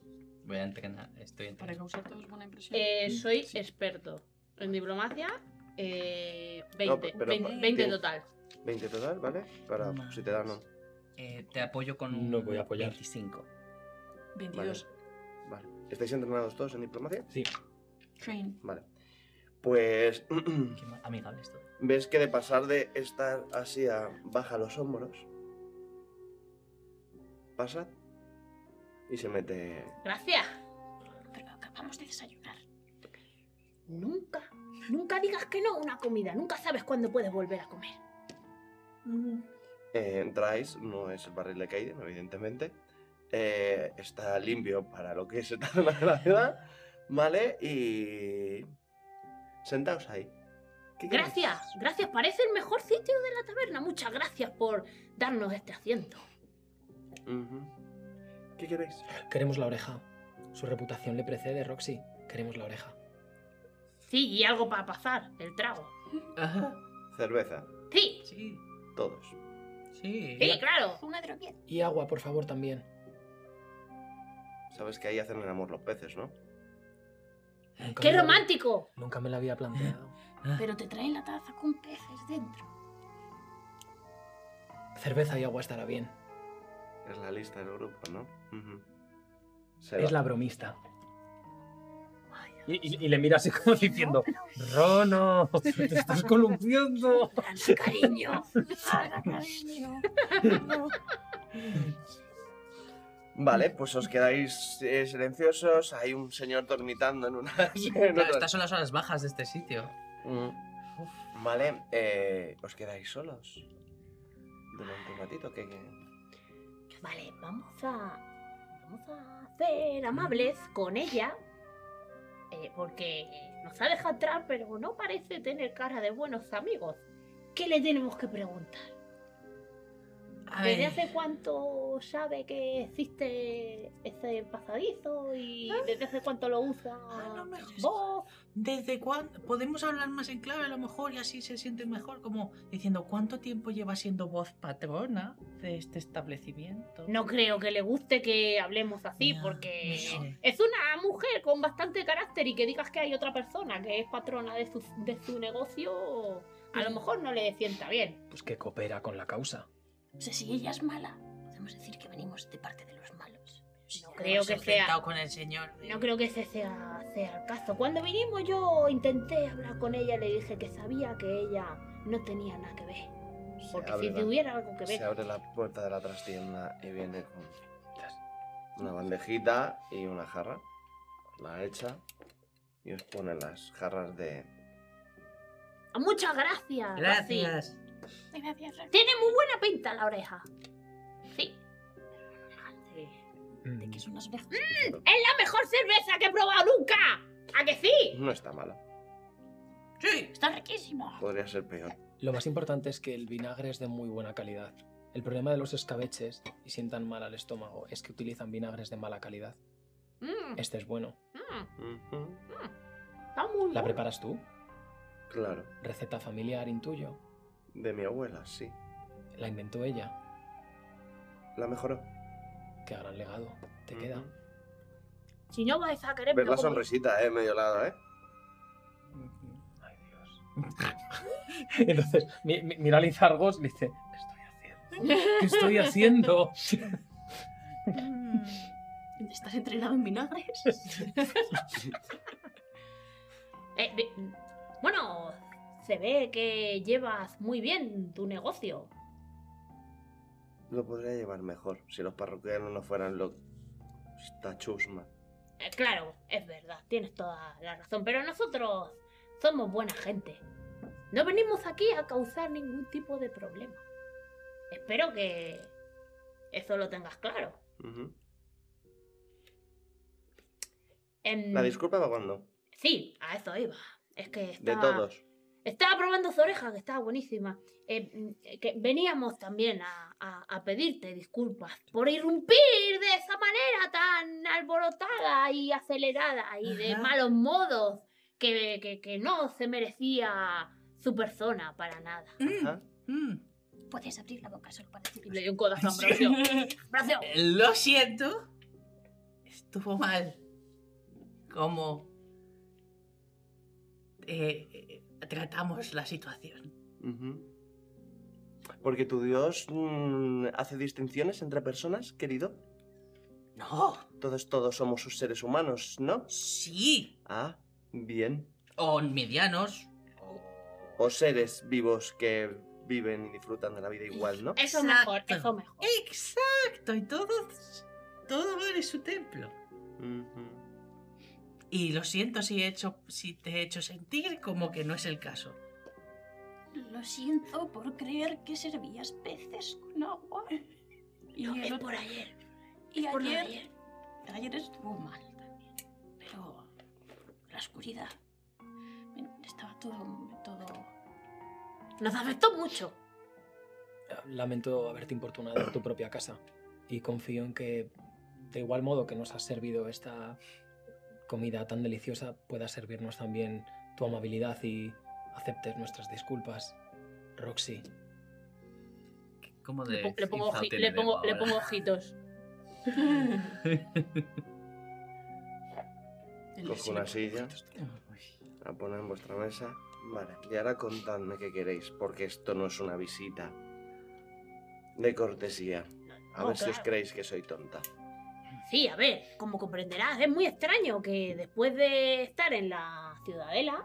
[SPEAKER 10] voy a entrenar. Estoy
[SPEAKER 9] Para
[SPEAKER 10] entrenando.
[SPEAKER 9] causar todos buena impresión.
[SPEAKER 4] Eh, soy experto en diplomacia. eh, 20,
[SPEAKER 2] pero-
[SPEAKER 4] 20, 20 total.
[SPEAKER 2] 20 total, ¿vale? Para
[SPEAKER 10] Más.
[SPEAKER 2] si te da no.
[SPEAKER 10] Eh, te apoyo con un
[SPEAKER 6] No voy a apoyar.
[SPEAKER 10] 25.
[SPEAKER 9] 22.
[SPEAKER 2] Vale. ¿Estáis entrenados todos en diplomacia?
[SPEAKER 6] Sí.
[SPEAKER 9] Train.
[SPEAKER 2] Vale. Pues
[SPEAKER 10] Qué ma- amigable esto.
[SPEAKER 2] ves que de pasar de estar así a baja los hombros, pasa y se mete.
[SPEAKER 5] Gracias.
[SPEAKER 9] Pero acabamos de desayunar.
[SPEAKER 5] Nunca, nunca digas que no a una comida. Nunca sabes cuándo puedes volver a comer.
[SPEAKER 2] Eh, entráis, no es el barril de Kaiden, evidentemente. Eh, está limpio para lo que es esta zona de la ciudad. ¿Vale? Y. Sentaos ahí. ¿Qué queréis?
[SPEAKER 5] Gracias, gracias. Parece el mejor sitio de la taberna. Muchas gracias por darnos este asiento.
[SPEAKER 2] Ujú. ¿Qué queréis?
[SPEAKER 6] Queremos la oreja. Su reputación le precede, Roxy. Queremos la oreja.
[SPEAKER 5] Sí, y algo para pasar, el trago.
[SPEAKER 10] Ajá.
[SPEAKER 2] Cerveza,
[SPEAKER 5] Sí,
[SPEAKER 10] Sí,
[SPEAKER 2] todos.
[SPEAKER 10] sí.
[SPEAKER 5] sí, claro.
[SPEAKER 9] Una drogueta.
[SPEAKER 6] Y agua, por favor, también.
[SPEAKER 2] Sabes que ahí hacen el amor los peces, ¿no?
[SPEAKER 6] Nunca
[SPEAKER 5] ¡Qué
[SPEAKER 6] me lo había-
[SPEAKER 5] romántico!
[SPEAKER 6] Nunca me la había planteado.
[SPEAKER 9] Pero te traen la taza con peces dentro.
[SPEAKER 6] Cerveza y agua estará bien.
[SPEAKER 2] Es la lista del grupo, ¿no? Ujú. Se
[SPEAKER 6] Es
[SPEAKER 2] va.
[SPEAKER 6] la bromista. Y, y- y le mira así como diciendo, Rono, te estás columpiando.
[SPEAKER 9] Salga, cariño. Salga, cariño. No.
[SPEAKER 2] Vale, pues os quedáis eh, silenciosos. Hay un señor dormitando en una. en
[SPEAKER 10] Claro,
[SPEAKER 2] otra-
[SPEAKER 10] estas son las horas bajas de este sitio.
[SPEAKER 2] Mm. Vale, eh, os quedáis solos. Durante un ratito, que. que-
[SPEAKER 5] Vale, vamos a. Vamos a ser amables con ella. eh, porque nos ha dejado entrar, pero no parece tener cara de buenos amigos. ¿Qué le tenemos que preguntar?
[SPEAKER 10] A
[SPEAKER 5] ¿Desde
[SPEAKER 10] ver,
[SPEAKER 5] hace cuánto sabe que existe ese pasadizo? ¿Y desde hace cuánto lo usa
[SPEAKER 10] Ah, no me jodas.
[SPEAKER 5] vos?
[SPEAKER 10] ¿desde cuándo? Podemos hablar más en clave a lo mejor y así se siente mejor, como diciendo cuánto tiempo lleva siendo voz patrona de este establecimiento.
[SPEAKER 5] No creo que le guste que hablemos así,
[SPEAKER 10] Ya,
[SPEAKER 5] porque
[SPEAKER 10] no sé.
[SPEAKER 5] es una mujer con bastante carácter y que digas que hay otra persona que es patrona de su, de su negocio, a lo mejor no le sienta bien.
[SPEAKER 6] Pues que coopera con la causa.
[SPEAKER 9] O sea, si ella es mala, podemos decir que venimos de parte de los malos.
[SPEAKER 5] No creo
[SPEAKER 10] Hemos
[SPEAKER 5] que
[SPEAKER 10] enfrentado
[SPEAKER 5] sea.
[SPEAKER 10] con el señor. de-
[SPEAKER 5] No creo que ese sea, sea el caso. Cuando vinimos yo intenté hablar con ella, le dije que sabía que ella no tenía nada que ver.
[SPEAKER 2] se
[SPEAKER 5] Porque
[SPEAKER 2] abre
[SPEAKER 5] si
[SPEAKER 2] la-
[SPEAKER 5] tuviera algo que ver,
[SPEAKER 2] Se abre la puerta de la trastienda y viene con una bandejita y una jarra. La echa y os pone las jarras de.
[SPEAKER 5] Ah, Muchas gracias. Rosy.
[SPEAKER 10] Gracias.
[SPEAKER 9] Gracias, Raquel.
[SPEAKER 5] Tiene muy buena pinta la oreja. Sí. Sí.
[SPEAKER 6] Mm.
[SPEAKER 9] ¿De qué son las orejas?
[SPEAKER 5] Mm, ¡Es la mejor cerveza que he probado nunca! ¿A que sí?
[SPEAKER 2] No está mala,
[SPEAKER 10] Sí.
[SPEAKER 9] Está riquísimo.
[SPEAKER 2] podría ser peor.
[SPEAKER 6] Lo más importante es que el vinagre es de muy buena calidad. El problema de los escabeches, y sientan mal al estómago, es que utilizan vinagres de mala calidad.
[SPEAKER 5] Mm,
[SPEAKER 6] Este es bueno.
[SPEAKER 5] mm,
[SPEAKER 2] Ujú,
[SPEAKER 5] está muy
[SPEAKER 6] ¿La
[SPEAKER 5] bueno.
[SPEAKER 6] preparas tú?
[SPEAKER 2] Claro,
[SPEAKER 6] Receta familiar, intuyo.
[SPEAKER 2] de mi abuela, sí.
[SPEAKER 6] La inventó ella.
[SPEAKER 2] La mejoró.
[SPEAKER 6] Qué gran legado. Te queda.
[SPEAKER 2] Ujú.
[SPEAKER 5] Si no vais a querer
[SPEAKER 2] Mm. Ver la sonrisita, eh, medio lado, eh.
[SPEAKER 6] Ay, Dios. Entonces, mi- mi- mira a Lizargos y le dice, ¿qué estoy haciendo? ¿Qué estoy haciendo?
[SPEAKER 9] ¿Estás entrenado en vinagres?
[SPEAKER 5] Eh, bueno, se ve que llevas muy bien tu negocio.
[SPEAKER 2] Lo podría llevar mejor si los parroquianos no fueran lo. Esta chusma.
[SPEAKER 5] Eh, claro, es verdad, tienes toda la razón, pero nosotros somos buena gente. No venimos aquí a causar ningún tipo de problema. Espero que eso lo tengas claro.
[SPEAKER 2] Ujú.
[SPEAKER 5] Em,
[SPEAKER 2] La disculpa va cuando.
[SPEAKER 5] Sí, a eso iba. Es que
[SPEAKER 2] De
[SPEAKER 5] estaba,
[SPEAKER 2] todos.
[SPEAKER 5] estaba probando su oreja, que estaba buenísima. Eh, mm, que veníamos también a, a- a pedirte disculpas por irrumpir de esa manera tan alborotada y acelerada y de
[SPEAKER 10] Ajá.
[SPEAKER 5] malos modos que, que- que no se merecía su persona para nada.
[SPEAKER 2] Ajá.
[SPEAKER 10] Mm.
[SPEAKER 9] Puedes abrir la boca solo para decir
[SPEAKER 5] Y le dio un codazo a Ambrosio. Ambrosio,
[SPEAKER 10] Eh, Lo siento. Estuvo mal. Como eh, eh, tratamos la situación.
[SPEAKER 2] Ujú. Porque tu Dios mm, hace distinciones entre personas, querido.
[SPEAKER 10] No.
[SPEAKER 2] Todos, todos somos sus seres humanos, ¿no?
[SPEAKER 10] Sí.
[SPEAKER 2] Ah, bien.
[SPEAKER 10] O medianos. o-
[SPEAKER 2] O seres vivos que viven y disfrutan de la vida igual, ¿no?
[SPEAKER 5] Eso mejor,
[SPEAKER 10] Exacto.
[SPEAKER 5] eso mejor.
[SPEAKER 10] Exacto. Y todos. Todo vale su templo.
[SPEAKER 2] Ujú.
[SPEAKER 10] Y lo siento si, he hecho, si te he hecho sentir como que no es el caso.
[SPEAKER 9] Lo siento por creer que servías peces con agua. Y,
[SPEAKER 5] No,
[SPEAKER 9] el
[SPEAKER 5] es
[SPEAKER 9] otro-
[SPEAKER 5] por ayer.
[SPEAKER 9] y
[SPEAKER 5] es por lo de
[SPEAKER 9] ayer,
[SPEAKER 5] ayer.
[SPEAKER 9] ayer estuvo mal también. Pero la oscuridad. me- Estaba todo, todo.
[SPEAKER 5] Nos afectó mucho.
[SPEAKER 6] Lamento haberte importunado en tu propia casa. Y confío en que, de igual modo que nos has servido esta comida tan deliciosa, pueda servirnos también tu amabilidad y aceptes nuestras disculpas. Roxy,
[SPEAKER 4] ¿Cómo
[SPEAKER 5] Le,
[SPEAKER 4] de
[SPEAKER 5] po- le pongo,
[SPEAKER 4] infantil
[SPEAKER 5] oji-
[SPEAKER 4] le
[SPEAKER 5] le
[SPEAKER 4] debo
[SPEAKER 5] pongo- le
[SPEAKER 4] ahora?
[SPEAKER 5] pongo ojitos.
[SPEAKER 2] Cojo una silla, la pone en vuestra mesa. Vale, y ahora contadme qué queréis, porque esto no es una visita. De cortesía. A
[SPEAKER 5] No,
[SPEAKER 2] ver si os
[SPEAKER 5] claro.
[SPEAKER 2] creéis que soy tonta.
[SPEAKER 5] Sí, a ver, como comprenderás, es muy extraño que después de estar en la ciudadela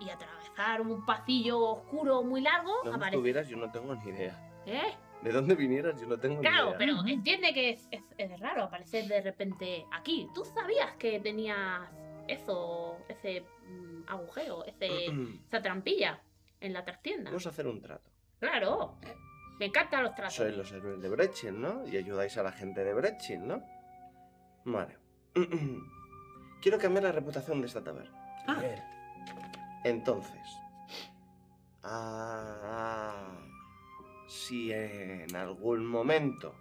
[SPEAKER 5] y atravesar un pasillo oscuro muy largo,
[SPEAKER 2] ¿Dónde
[SPEAKER 5] Oh, aparece.
[SPEAKER 2] estuvieras? Yo no tengo ni idea.
[SPEAKER 5] ¿Eh?
[SPEAKER 2] ¿De dónde vinieras? Yo no tengo
[SPEAKER 5] Claro,
[SPEAKER 2] ni idea.
[SPEAKER 5] pero entiende que es, es- es raro aparecer de repente aquí. ¿Tú sabías que tenías eso, ese mm, agujero, ese, esa trampilla en la trastienda?
[SPEAKER 2] Vamos a hacer un trato.
[SPEAKER 5] Claro, me encantan los tratos.
[SPEAKER 2] Sois los héroes de Brechin, ¿no? Y ayudáis a la gente de Brechin, ¿no? Vale. Quiero cambiar la reputación de esta taberna.
[SPEAKER 6] A ver,
[SPEAKER 2] Entonces. ah, si en algún momento,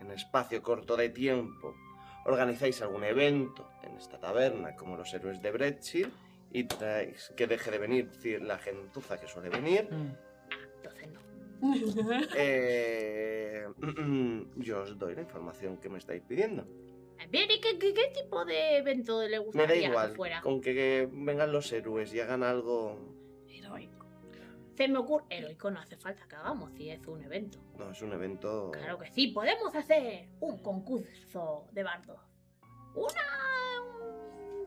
[SPEAKER 2] en espacio corto de tiempo, organizáis algún evento en esta taberna, como los héroes de Brechin, y traéis que deje de venir la gentuza que suele venir,
[SPEAKER 5] Mm. Entonces no.
[SPEAKER 2] Eh, yo os doy la información que me estáis pidiendo.
[SPEAKER 5] Bien, ¿y qué, qué- qué tipo de evento le
[SPEAKER 2] Me da
[SPEAKER 5] gustaría que
[SPEAKER 2] igual,
[SPEAKER 5] fuera?
[SPEAKER 2] con que vengan los héroes y hagan algo...
[SPEAKER 12] Heroico.
[SPEAKER 5] Se me ocurre. Heroico no hace falta que hagamos si es un evento.
[SPEAKER 2] No, es un evento...
[SPEAKER 5] Claro que sí, podemos hacer un concurso de bardos. Una.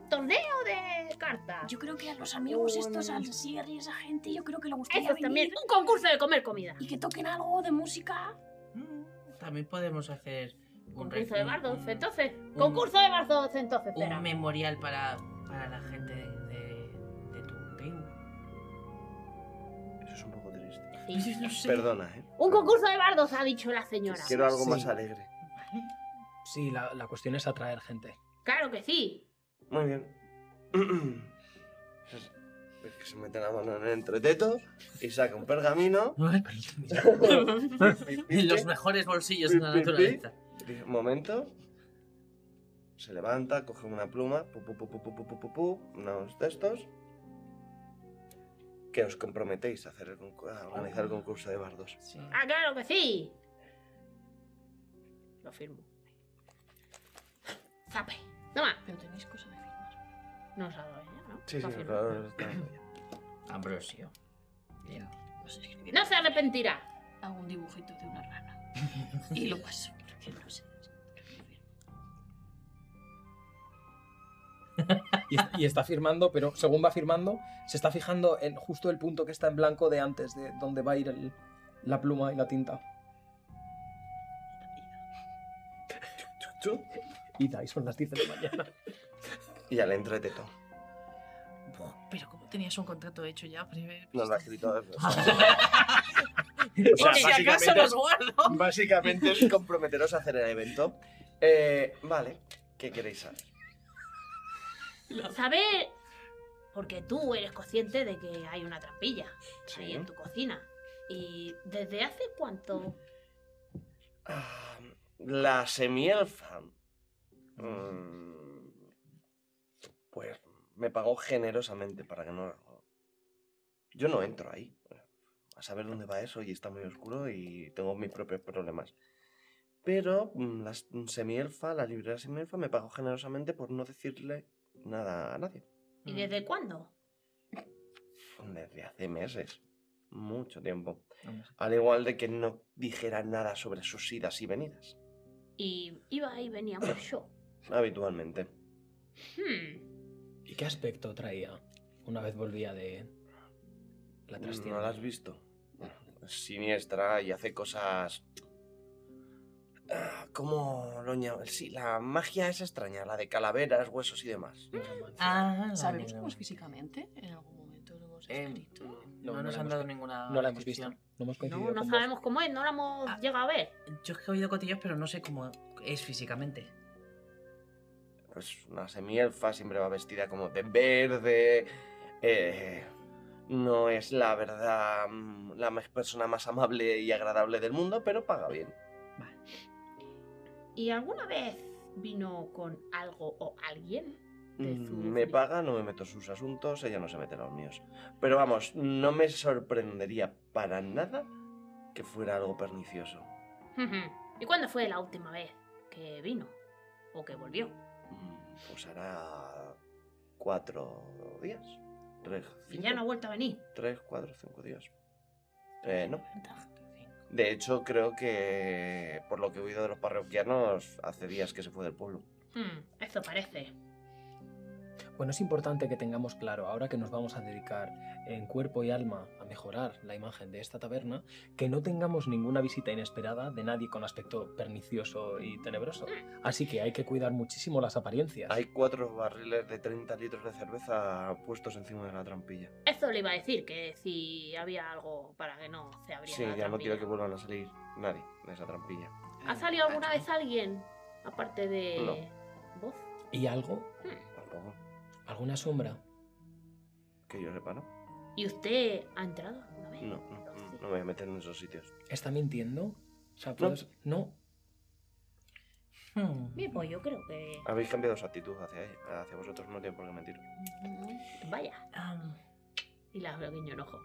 [SPEAKER 5] un torneo de cartas.
[SPEAKER 12] Yo creo que a los amigos estos,
[SPEAKER 5] Un-
[SPEAKER 12] al Sierra y esa gente, yo creo que le gustaría
[SPEAKER 5] Eso
[SPEAKER 12] venir
[SPEAKER 5] también. Un concurso de comer comida.
[SPEAKER 12] y que toquen algo de música.
[SPEAKER 3] Mm, También podemos hacer un
[SPEAKER 5] Concurso
[SPEAKER 3] re-
[SPEAKER 5] de
[SPEAKER 3] un-
[SPEAKER 5] bardos,
[SPEAKER 3] un-
[SPEAKER 5] entonces. Concurso de bardos, entonces, espera.
[SPEAKER 3] Un memorial para, para la gente de, de tu team.
[SPEAKER 2] Eso es un poco triste.
[SPEAKER 5] Sí.
[SPEAKER 2] Perdona, ¿eh?
[SPEAKER 5] Un concurso de bardos, ha dicho la señora.
[SPEAKER 2] Quiero algo
[SPEAKER 6] Sí.
[SPEAKER 2] más alegre.
[SPEAKER 6] sí, la, la cuestión es atraer gente.
[SPEAKER 5] Claro que sí.
[SPEAKER 2] Muy bien. Es Pues que se mete la mano en el entreteto y saca un pergamino.
[SPEAKER 3] En los mejores bolsillos de la
[SPEAKER 2] Pi, pi, pi.
[SPEAKER 3] naturaleza.
[SPEAKER 2] Dice, Un momento. Se levanta, coge una pluma, pu, pu, pu, pu, pu, pu, pu, pu, pu, unos textos. Que os comprometéis a, hacer el concu- a organizar el concurso de bardos.
[SPEAKER 3] Sí.
[SPEAKER 5] Ah, claro que sí. Lo firmo. Zape. Toma.
[SPEAKER 12] Pero tenéis cosa de firmar.
[SPEAKER 5] No os ha dado ella, ¿no?
[SPEAKER 2] Sí, sí,
[SPEAKER 5] Lo
[SPEAKER 2] claro,
[SPEAKER 5] firmo.
[SPEAKER 2] claro, está bien.
[SPEAKER 3] Ambrosio. Bien.
[SPEAKER 12] No sé escribir.
[SPEAKER 5] No se arrepentirá.
[SPEAKER 12] Hago un dibujito de una rana. y lo paso, porque no sé. escribir.
[SPEAKER 6] Y, y está firmando, pero según va firmando, se está fijando en justo el punto que está en blanco de antes, de donde va a ir el- la pluma y la tinta.
[SPEAKER 2] Chu,
[SPEAKER 6] Y dais son las 10 de la mañana.
[SPEAKER 2] Y al entreteto.
[SPEAKER 10] Pero como tenías un contrato hecho ya, pues, eh, primer-
[SPEAKER 2] Nos lo ha escrito.
[SPEAKER 10] Por si acaso los guardo.
[SPEAKER 2] Básicamente es comprometeros a hacer el evento. Eh, vale, ¿qué queréis saber?
[SPEAKER 5] Saber. Porque tú eres consciente de que hay una trampilla ahí
[SPEAKER 2] Sí.
[SPEAKER 5] en tu cocina. ¿Y desde hace cuánto?
[SPEAKER 2] Mm. Ah, La semielfa. mm, Pues me pagó generosamente para que no. Yo no entro ahí. A saber dónde va eso y está muy oscuro y tengo mis propios problemas. Pero mm, la s- semielfa, la librera semielfa, me pagó generosamente por no decirle nada a nadie.
[SPEAKER 5] ¿Y desde cuándo?
[SPEAKER 2] Desde hace meses. Mucho tiempo. Al igual de que no dijera nada sobre sus idas y venidas.
[SPEAKER 5] Y iba y venía mucho.
[SPEAKER 2] Habitualmente.
[SPEAKER 5] Hmm.
[SPEAKER 6] ¿Y qué aspecto traía una vez volvía de la
[SPEAKER 2] No la
[SPEAKER 6] trastienda?
[SPEAKER 2] has visto. Es siniestra y hace cosas. Ah, ¿Cómo lo llama? Sí, la magia es extraña, la de calaveras, huesos y demás.
[SPEAKER 3] Ah, la
[SPEAKER 10] Sabemos
[SPEAKER 3] negra.
[SPEAKER 10] cómo es físicamente. En algún momento lo hemos
[SPEAKER 2] Em,
[SPEAKER 3] Eh,
[SPEAKER 10] escrito.
[SPEAKER 3] no,
[SPEAKER 6] no, no
[SPEAKER 3] nos
[SPEAKER 6] la
[SPEAKER 3] han
[SPEAKER 6] hemos
[SPEAKER 3] dado
[SPEAKER 6] vi-
[SPEAKER 3] ninguna.
[SPEAKER 6] No la hemos visto.
[SPEAKER 3] descripción.
[SPEAKER 6] No hemos coincidido
[SPEAKER 5] No, no
[SPEAKER 6] con vos.
[SPEAKER 5] sabemos cómo es, no la hemos
[SPEAKER 3] Ah.
[SPEAKER 5] llegado a ver.
[SPEAKER 3] Yo es que he oído cotillos, pero no sé cómo es físicamente.
[SPEAKER 2] Pues una semielfa siempre va vestida como de verde. eh, no es la verdad mm, la me- persona más amable y agradable del mundo, pero paga bien.
[SPEAKER 5] ¿Y alguna vez vino con algo o alguien? de
[SPEAKER 2] Mm,
[SPEAKER 5] su
[SPEAKER 2] Me
[SPEAKER 5] fri-
[SPEAKER 2] paga, no me meto en sus asuntos, ella no se mete en los míos. Pero vamos, no me sorprendería para nada que fuera algo pernicioso.
[SPEAKER 5] Ujú. Hmm. ¿Y cuándo fue la última vez que vino? ¿O que volvió?
[SPEAKER 2] Mm, Pues hará cuatro días. Tres,
[SPEAKER 5] Y ya no ha
[SPEAKER 2] cinco,
[SPEAKER 5] vuelto a venir.
[SPEAKER 2] tres, cuatro, cinco días. Eh, no.
[SPEAKER 12] Ventaja.
[SPEAKER 2] De hecho, creo que por lo que he oído de los parroquianos, hace días que se fue del pueblo.
[SPEAKER 5] Hmm, eso parece.
[SPEAKER 6] Bueno, es importante que tengamos claro, ahora que nos vamos a dedicar en cuerpo y alma a mejorar la imagen de esta taberna, que no tengamos ninguna visita inesperada de nadie con aspecto pernicioso y tenebroso. Así que hay que cuidar muchísimo las apariencias.
[SPEAKER 2] Hay cuatro barriles de 30 litros de cerveza puestos encima de la trampilla.
[SPEAKER 5] Eso le iba a decir, que si había algo para que no se abriera.
[SPEAKER 2] Sí,
[SPEAKER 5] la
[SPEAKER 2] ya no quiero que
[SPEAKER 5] trampilla.
[SPEAKER 2] vuelvan a salir nadie de esa trampilla.
[SPEAKER 5] ¿Ha salido alguna vez alguien? Aparte de. ¿Vos?
[SPEAKER 6] ¿Y algo?
[SPEAKER 2] Tampoco,
[SPEAKER 6] ¿Alguna sombra?
[SPEAKER 2] que yo sepa, ¿no?
[SPEAKER 5] ¿Y usted ha entrado alguna vez?
[SPEAKER 2] No, no, no, no me voy a meter en esos sitios.
[SPEAKER 6] ¿Está mintiendo? O sea, ¿puedes- No.
[SPEAKER 5] Bien, pues yo creo que.
[SPEAKER 2] Habéis cambiado su actitud hacia ella, hacia vosotros, no tiene por qué mentir.
[SPEAKER 5] Vaya.
[SPEAKER 10] Am,
[SPEAKER 5] Y la veo guiño en ojo.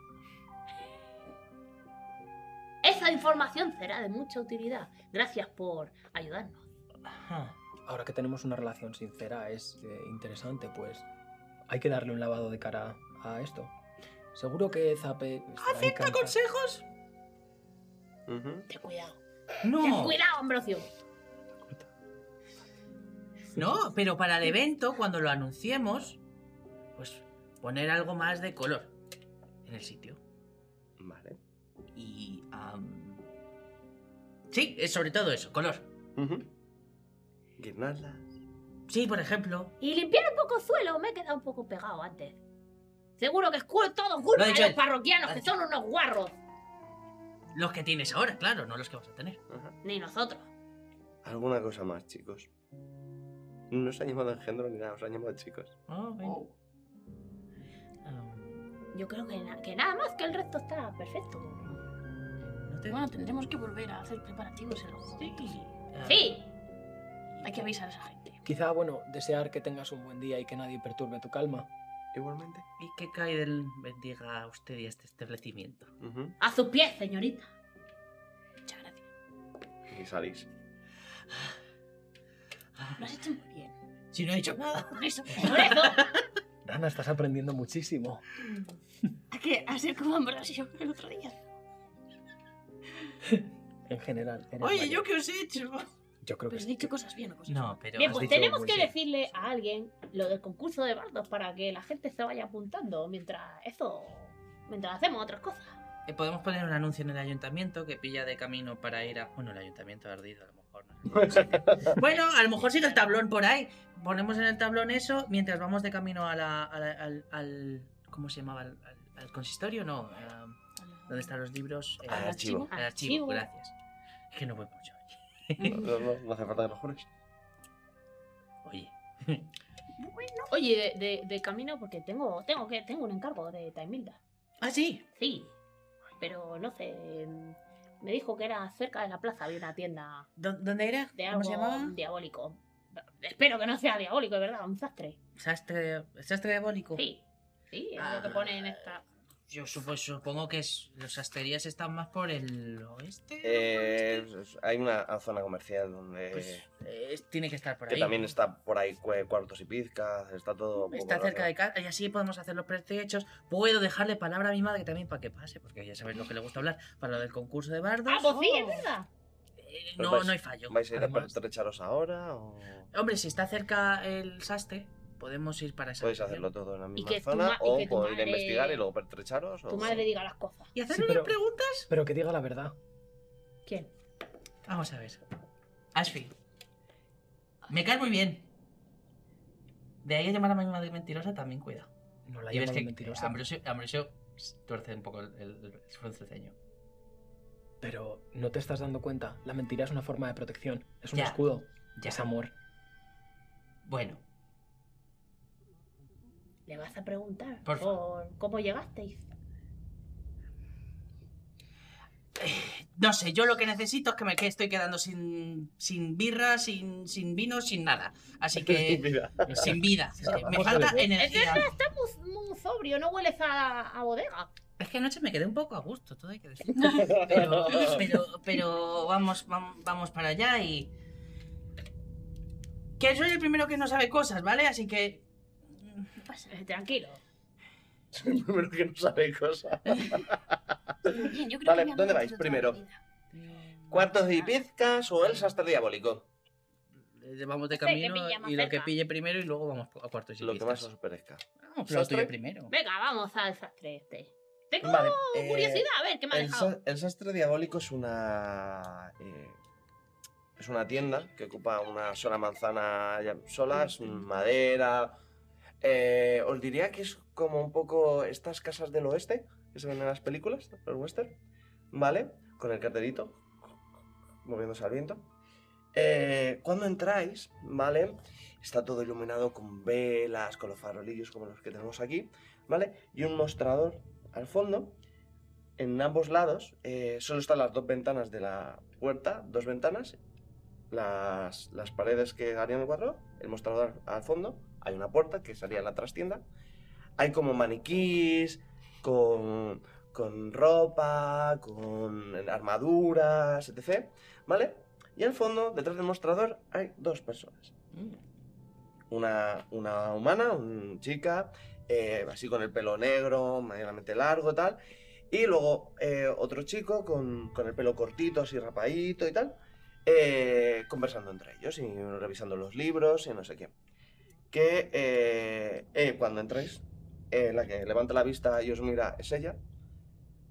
[SPEAKER 5] Esa información será de mucha utilidad. Gracias por ayudarnos.
[SPEAKER 10] ajá.
[SPEAKER 6] Ahora que tenemos una relación sincera es eh, interesante, pues hay que darle un lavado de cara a esto. Seguro que Zape...
[SPEAKER 10] ¿Acepta
[SPEAKER 6] encanta-
[SPEAKER 10] consejos?
[SPEAKER 2] Ujú.
[SPEAKER 5] Ten cuidado. Ten
[SPEAKER 10] No.
[SPEAKER 5] cuidado, Ambrosio.
[SPEAKER 10] No, pero para el evento, cuando lo anunciemos, pues poner algo más de color en el sitio.
[SPEAKER 2] Vale.
[SPEAKER 10] Y. am, Sí, es sobre todo eso, color.
[SPEAKER 2] Ujú. Guirnaldas.
[SPEAKER 10] Sí, por ejemplo.
[SPEAKER 5] Y limpiar un poco el suelo. Me he quedado un poco pegado antes. Seguro que es cu- todo culpa
[SPEAKER 10] Lo ha
[SPEAKER 5] de
[SPEAKER 10] dicho
[SPEAKER 5] los
[SPEAKER 10] él.
[SPEAKER 5] parroquianos,
[SPEAKER 10] Lo ha
[SPEAKER 5] que
[SPEAKER 10] dicho.
[SPEAKER 5] son unos guarros.
[SPEAKER 10] Los que tienes ahora, claro, no los que vas a tener.
[SPEAKER 2] Ajá.
[SPEAKER 5] Ni nosotros.
[SPEAKER 2] Alguna cosa más, chicos. No os han llamado engendro ni nada, os han llamado chicos.
[SPEAKER 10] Oh, ven.
[SPEAKER 2] Oh.
[SPEAKER 10] Am,
[SPEAKER 5] Yo creo que, na- que nada más que el resto está perfecto.
[SPEAKER 10] no te-
[SPEAKER 12] Bueno, tendremos que volver a hacer preparativos en algún momento.
[SPEAKER 10] am,
[SPEAKER 5] Sí.
[SPEAKER 12] Hay que avisar a esa gente.
[SPEAKER 6] Quizá, bueno, desear que tengas un buen día y que nadie perturbe tu calma.
[SPEAKER 2] Igualmente.
[SPEAKER 10] Y que Kaiden bendiga a usted y a este establecimiento.
[SPEAKER 2] Ujú.
[SPEAKER 5] A sus pies, señorita.
[SPEAKER 12] Muchas gracias.
[SPEAKER 2] Y salís.
[SPEAKER 10] Ah,
[SPEAKER 12] Lo has hecho muy bien.
[SPEAKER 10] Si no he dicho nada.
[SPEAKER 12] Por eso.
[SPEAKER 5] Por eso.
[SPEAKER 6] Rana, estás aprendiendo muchísimo.
[SPEAKER 12] Hay que hacer como Ambrosio el otro día.
[SPEAKER 6] En general. eres
[SPEAKER 10] Oye,
[SPEAKER 6] mayor.
[SPEAKER 10] yo qué os he hecho.
[SPEAKER 6] Yo
[SPEAKER 12] Pero
[SPEAKER 6] creo que
[SPEAKER 12] he
[SPEAKER 6] sí.
[SPEAKER 12] dicho cosas bien o cosas
[SPEAKER 10] No, pero.
[SPEAKER 5] Pues Bien,
[SPEAKER 10] has
[SPEAKER 5] pues
[SPEAKER 10] dicho
[SPEAKER 5] tenemos
[SPEAKER 10] muy
[SPEAKER 5] que
[SPEAKER 10] bien.
[SPEAKER 5] decirle a alguien lo del concurso de bardos para que la gente se vaya apuntando mientras eso. mientras hacemos otras cosas.
[SPEAKER 10] Eh, podemos poner un anuncio en el ayuntamiento que pilla de camino para ir a. Bueno, el ayuntamiento ardido, a lo mejor. No es el mismo
[SPEAKER 2] Ah.
[SPEAKER 10] sitio. bueno, a lo mejor sigue el tablón por ahí. Ponemos en el tablón eso mientras vamos de camino a la, a la- al, al- ¿Cómo se llamaba? Al, al- al consistorio, no. a- ¿Dónde están los libros? Eh,
[SPEAKER 2] Al archivo.
[SPEAKER 10] Al archivo,
[SPEAKER 5] Archivo.
[SPEAKER 10] gracias. Es que no voy mucho.
[SPEAKER 2] No, no, no, no hace falta que lo jures.
[SPEAKER 10] Oye.
[SPEAKER 5] Oye, de, de- de camino, porque tengo, tengo que, tengo un encargo de Taimilda.
[SPEAKER 10] Ah, sí.
[SPEAKER 5] Sí. Pero no sé. Me dijo que era cerca de la plaza, había una tienda
[SPEAKER 10] ¿Dó- ¿Dónde era?
[SPEAKER 5] de
[SPEAKER 10] ¿Cómo
[SPEAKER 5] algo
[SPEAKER 10] se llamaba?
[SPEAKER 5] diabólico. Espero que no sea diabólico, de verdad, un sastre.
[SPEAKER 10] Sastre, sastre diabólico.
[SPEAKER 5] Sí. Sí, es lo que
[SPEAKER 10] Ah.
[SPEAKER 5] pone en esta.
[SPEAKER 10] Yo supo- supongo que es- los asterías están más por el oeste. ¿no?
[SPEAKER 2] Eh, es- hay una zona comercial donde.
[SPEAKER 10] Pues eh, tiene que estar por
[SPEAKER 2] que
[SPEAKER 10] ahí.
[SPEAKER 2] también está por ahí cue- cuartos y pizcas, está todo. un
[SPEAKER 10] Está
[SPEAKER 2] poco
[SPEAKER 10] cerca de casa y así podemos hacer los prestechos. Puedo dejarle palabra a mi madre también para que pase, porque ya sabéis lo que le gusta hablar para lo del concurso de bardos.
[SPEAKER 5] ¡Ah, pues sí, es verdad!
[SPEAKER 10] Eh,
[SPEAKER 2] Pues
[SPEAKER 10] no,
[SPEAKER 2] vais-
[SPEAKER 10] no hay fallo.
[SPEAKER 2] ¿Vais a ir a
[SPEAKER 6] Además-
[SPEAKER 2] estrecharos ahora o
[SPEAKER 10] Hombre, si está cerca el sastre, podemos ir para esa
[SPEAKER 2] podéis
[SPEAKER 10] dirección.
[SPEAKER 2] hacerlo todo en la
[SPEAKER 5] que
[SPEAKER 2] misma
[SPEAKER 5] tu
[SPEAKER 2] zona
[SPEAKER 5] ma- y
[SPEAKER 2] o
[SPEAKER 5] que tu
[SPEAKER 2] podéis ir a
[SPEAKER 5] madre-
[SPEAKER 2] investigar y luego pertrecharos?
[SPEAKER 5] Tu
[SPEAKER 2] O...
[SPEAKER 5] madre diga las cosas.
[SPEAKER 10] ¿Y hacerle
[SPEAKER 6] Sí,
[SPEAKER 10] una
[SPEAKER 6] pero-
[SPEAKER 10] pregunta?
[SPEAKER 6] Pero que diga la verdad.
[SPEAKER 5] ¿Quién?
[SPEAKER 10] Vamos a ver. Ashfi. Me cae muy bien. De ahí a llamar a mi madre mentirosa también cuidado.
[SPEAKER 6] No la
[SPEAKER 10] Y ves
[SPEAKER 6] llamas
[SPEAKER 10] que
[SPEAKER 6] mentirosa.
[SPEAKER 10] Ambrosio, Ambrosio tuerce un poco el, el, el- frunce el ceño.
[SPEAKER 6] Pero no te estás dando cuenta. La mentira es una forma de protección. Es un
[SPEAKER 10] Ya.
[SPEAKER 6] escudo.
[SPEAKER 10] Ya.
[SPEAKER 6] Es amor.
[SPEAKER 10] Bueno,
[SPEAKER 5] Le vas a preguntar por,
[SPEAKER 10] Por favor.
[SPEAKER 5] cómo llegasteis.
[SPEAKER 10] no sé, yo lo que necesito es que me que estoy quedando sin, sin birra, sin, sin vino, sin nada. Así que.
[SPEAKER 2] Mira,
[SPEAKER 10] sin vida. Es que me falta energía.
[SPEAKER 5] Estamos muy sobrio, no hueles a, a bodega.
[SPEAKER 10] Es que anoche me quedé un poco a gusto, todo hay que decir. Pero, pero, pero vamos, vam- vamos para allá y. Que soy el primero que no sabe cosas, ¿vale? Así que.
[SPEAKER 5] No pasa nada, Pues, eh, Tranquilo.
[SPEAKER 2] primero que no sabe cosas.
[SPEAKER 12] Bien, yo creo
[SPEAKER 2] Vale,
[SPEAKER 12] que me han dado
[SPEAKER 2] ¿dónde vais
[SPEAKER 12] toda la
[SPEAKER 2] primero?
[SPEAKER 12] vida.
[SPEAKER 2] Cuartos de pizcas o Elsa hasta el diabólico.
[SPEAKER 10] Llevamos eh, de
[SPEAKER 5] Sí, que
[SPEAKER 10] camino
[SPEAKER 5] pilla más
[SPEAKER 10] y lo
[SPEAKER 5] cerca.
[SPEAKER 10] que pille primero y luego vamos a cuartos y
[SPEAKER 2] Lo que más
[SPEAKER 10] pistas.
[SPEAKER 2] os parezca.
[SPEAKER 10] Vamos, lo tuyo
[SPEAKER 2] ¿Sastre?
[SPEAKER 10] primero.
[SPEAKER 5] Venga, vamos al sastre este. Tengo
[SPEAKER 2] Vale, eh,
[SPEAKER 5] curiosidad, a ver, ¿qué me ha
[SPEAKER 2] El,
[SPEAKER 5] dejado?
[SPEAKER 2] sa- el sastre diabólico es una. eh, es una tienda que ocupa una sola manzana ya sola, es madera. Eh, os diría que es como un poco estas casas del oeste que se ven en las películas, los western, ¿vale? Con el carterito, moviéndose al viento. Eh, cuando entráis, ¿vale? Está todo iluminado con velas, con los farolillos como los que tenemos aquí, ¿vale? Y un mostrador al fondo en ambos lados eh, solo están las dos ventanas de la puerta, dos ventanas, las, las paredes que harían el cuadro, el mostrador al fondo, hay una puerta que salía a la trastienda, hay como maniquís con, con ropa, con armaduras, etc. ¿Vale? Y al fondo, detrás del mostrador, hay dos personas. Una, una humana, una chica, eh, así con el pelo negro, medianamente largo, tal. Y luego eh, otro chico con, con el pelo cortito, así rapadito y tal, eh, conversando entre ellos y revisando los libros y no sé qué. Que eh, eh, cuando entráis, eh, la que levanta la vista y os mira es ella.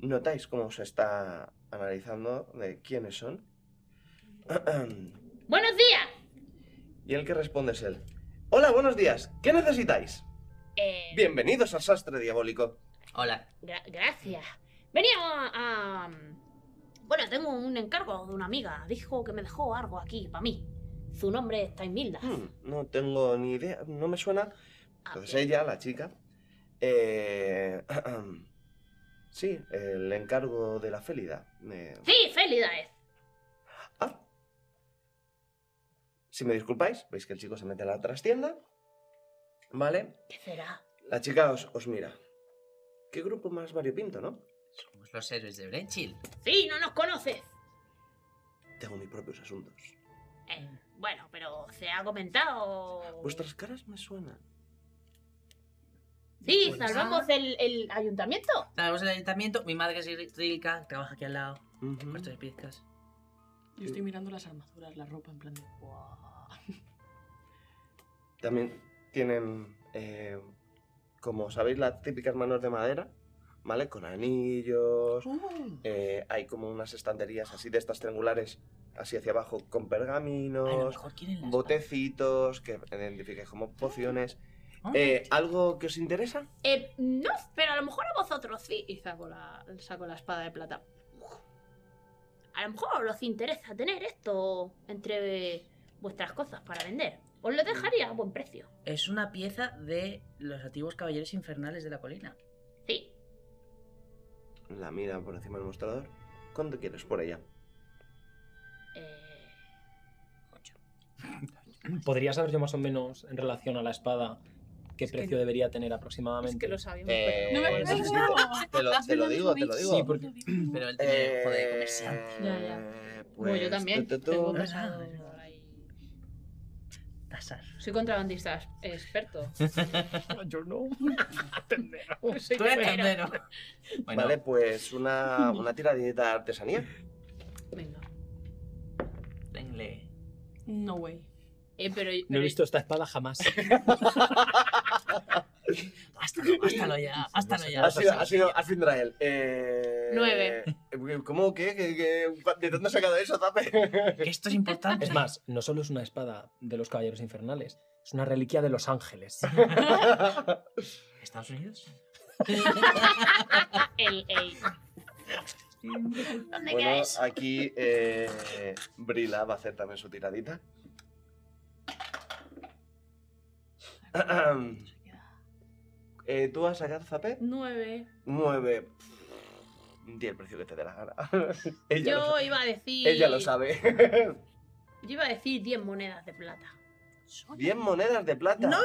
[SPEAKER 2] Notáis cómo se está analizando de quiénes son.
[SPEAKER 5] ¡Buenos días!
[SPEAKER 2] Y el que responde es él. Hola, buenos días. ¿Qué necesitáis?
[SPEAKER 5] Eh,
[SPEAKER 2] Bienvenidos al sastre diabólico.
[SPEAKER 10] Hola.
[SPEAKER 5] gra- gracias. Venía a, a- Bueno, tengo un encargo de una amiga. Dijo que me dejó algo aquí para mí. Su nombre es Taimilda.
[SPEAKER 2] Hmm, no tengo ni idea, no me suena.
[SPEAKER 5] Ah,
[SPEAKER 2] Entonces ella, la chica, eh, sí, el encargo de la Félida. eh,
[SPEAKER 5] Sí, Félida es.
[SPEAKER 2] ah. Si me disculpáis, veis que el chico se mete a la trastienda, ¿vale?
[SPEAKER 5] ¿Qué será?
[SPEAKER 2] La chica os, os mira. ¿Qué grupo más variopinto, no?
[SPEAKER 10] Somos los héroes de Brenchill.
[SPEAKER 5] Sí, no nos conoces.
[SPEAKER 2] Tengo mis propios asuntos.
[SPEAKER 5] Eh, bueno, pero se ha comentado.
[SPEAKER 2] Vuestras caras me suenan.
[SPEAKER 5] Sí,
[SPEAKER 10] Pues-
[SPEAKER 5] salvamos el, el ayuntamiento.
[SPEAKER 10] Estábamos en el ayuntamiento. Mi madre que es rica, trabaja aquí al lado.
[SPEAKER 2] Ujú.
[SPEAKER 10] Cuartos de pizcas.
[SPEAKER 12] Yo estoy mirando las armaduras, la ropa, en plan de. "Guau".
[SPEAKER 2] También tienen, eh, como sabéis, las típicas manos de madera, ¿vale? Con anillos.
[SPEAKER 10] Oh.
[SPEAKER 2] eh, hay como unas estanterías así de estas triangulares, así hacia abajo, con
[SPEAKER 10] A lo
[SPEAKER 2] pergaminos,
[SPEAKER 10] mejor quieren las
[SPEAKER 2] botecitos que identifiquéis como pociones.
[SPEAKER 10] Ah.
[SPEAKER 2] Eh, ¿Algo que os interesa?
[SPEAKER 4] Eh, no, pero a lo mejor a vosotros sí. Y saco la, saco la espada de plata.
[SPEAKER 5] A lo mejor os interesa tener esto entre vuestras cosas para vender. Os lo dejaría a buen precio.
[SPEAKER 10] Es una pieza de los antiguos caballeros infernales de la colina.
[SPEAKER 5] Sí.
[SPEAKER 2] La mira por encima del mostrador. ¿Cuánto quieres por ella?
[SPEAKER 5] Eh, ocho.
[SPEAKER 6] ¿Podría saber yo más o menos en relación a la espada qué
[SPEAKER 4] Es que
[SPEAKER 6] precio
[SPEAKER 4] no.
[SPEAKER 6] debería tener aproximadamente?
[SPEAKER 4] Es que lo sabíamos.
[SPEAKER 2] Eh,
[SPEAKER 12] No
[SPEAKER 4] pero-
[SPEAKER 12] me
[SPEAKER 2] sí, sí,
[SPEAKER 12] acuerdo.
[SPEAKER 2] sí, te lo, te lo digo, te lo digo.
[SPEAKER 6] Sí, porque-
[SPEAKER 10] Pero él tiene joder de
[SPEAKER 2] Eh,
[SPEAKER 10] comerciante.
[SPEAKER 4] Ya, ya.
[SPEAKER 2] pues,
[SPEAKER 4] Bueno, yo también.
[SPEAKER 2] tu, tu, tu.
[SPEAKER 4] Tengo un
[SPEAKER 10] Ah.
[SPEAKER 4] pasado por ahí.
[SPEAKER 10] Tasar.
[SPEAKER 4] Soy contrabandista experto.
[SPEAKER 6] Ah, Yo no.
[SPEAKER 4] Soy
[SPEAKER 10] Tú eres
[SPEAKER 4] tendero.
[SPEAKER 10] tendero. Bueno,
[SPEAKER 2] Vale, pues una, una tiradita de artesanía.
[SPEAKER 4] Venga.
[SPEAKER 10] tenle.
[SPEAKER 12] No way.
[SPEAKER 4] Eh, pero,
[SPEAKER 6] No he
[SPEAKER 4] pero-
[SPEAKER 6] visto esta espada jamás.
[SPEAKER 10] Hástalo, hástalo ya, hástalo ya.
[SPEAKER 2] Ha sido, ha sido Afindrael. Eh,
[SPEAKER 4] Nueve.
[SPEAKER 2] eh, ¿Cómo? ¿Qué? ¿Qué, qué? ¿De dónde has sacado eso, Tape?
[SPEAKER 10] Que esto es importante.
[SPEAKER 6] Es más, no solo es una espada de los caballeros infernales, es una reliquia de los ángeles.
[SPEAKER 10] ¿Estados Unidos?
[SPEAKER 5] El, el- ¿Dónde
[SPEAKER 2] bueno,
[SPEAKER 5] quedáis?
[SPEAKER 2] aquí eh, Brila va a hacer también su tiradita. Eh, ¿Tú has sacado Zape?
[SPEAKER 4] Nueve.
[SPEAKER 2] Nueve. Di el precio que te dé la gana. ella, lo,
[SPEAKER 4] Yo
[SPEAKER 2] sa-
[SPEAKER 4] iba a decir.
[SPEAKER 2] ella lo sabe.
[SPEAKER 4] Yo iba a decir 10 monedas de plata.
[SPEAKER 2] Diez monedas de plata. No,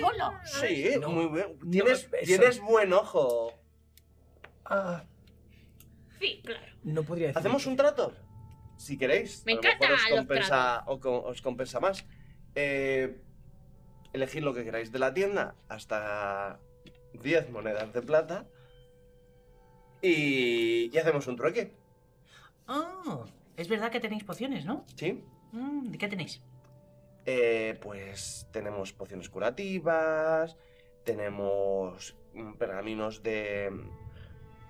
[SPEAKER 12] Solo.
[SPEAKER 2] sí,
[SPEAKER 6] No.
[SPEAKER 2] muy bien.
[SPEAKER 6] No,
[SPEAKER 2] Tienes,
[SPEAKER 6] eso-
[SPEAKER 2] tienes buen ojo.
[SPEAKER 6] Ah,
[SPEAKER 5] Sí, claro.
[SPEAKER 6] no podría decir.
[SPEAKER 2] ¿Hacemos un trato? Si queréis.
[SPEAKER 5] Me
[SPEAKER 2] a lo mejor
[SPEAKER 5] encantan
[SPEAKER 2] os
[SPEAKER 5] los
[SPEAKER 2] compensa, o co- os compensa más. Eh, elegid lo que queráis de la tienda hasta 10 monedas de plata. Y, y hacemos un trueque.
[SPEAKER 10] Oh, es verdad que tenéis pociones, ¿no?
[SPEAKER 2] ¿Sí?
[SPEAKER 10] Mm, ¿De qué tenéis?
[SPEAKER 2] Eh, pues tenemos pociones curativas, tenemos mm, pergaminos de.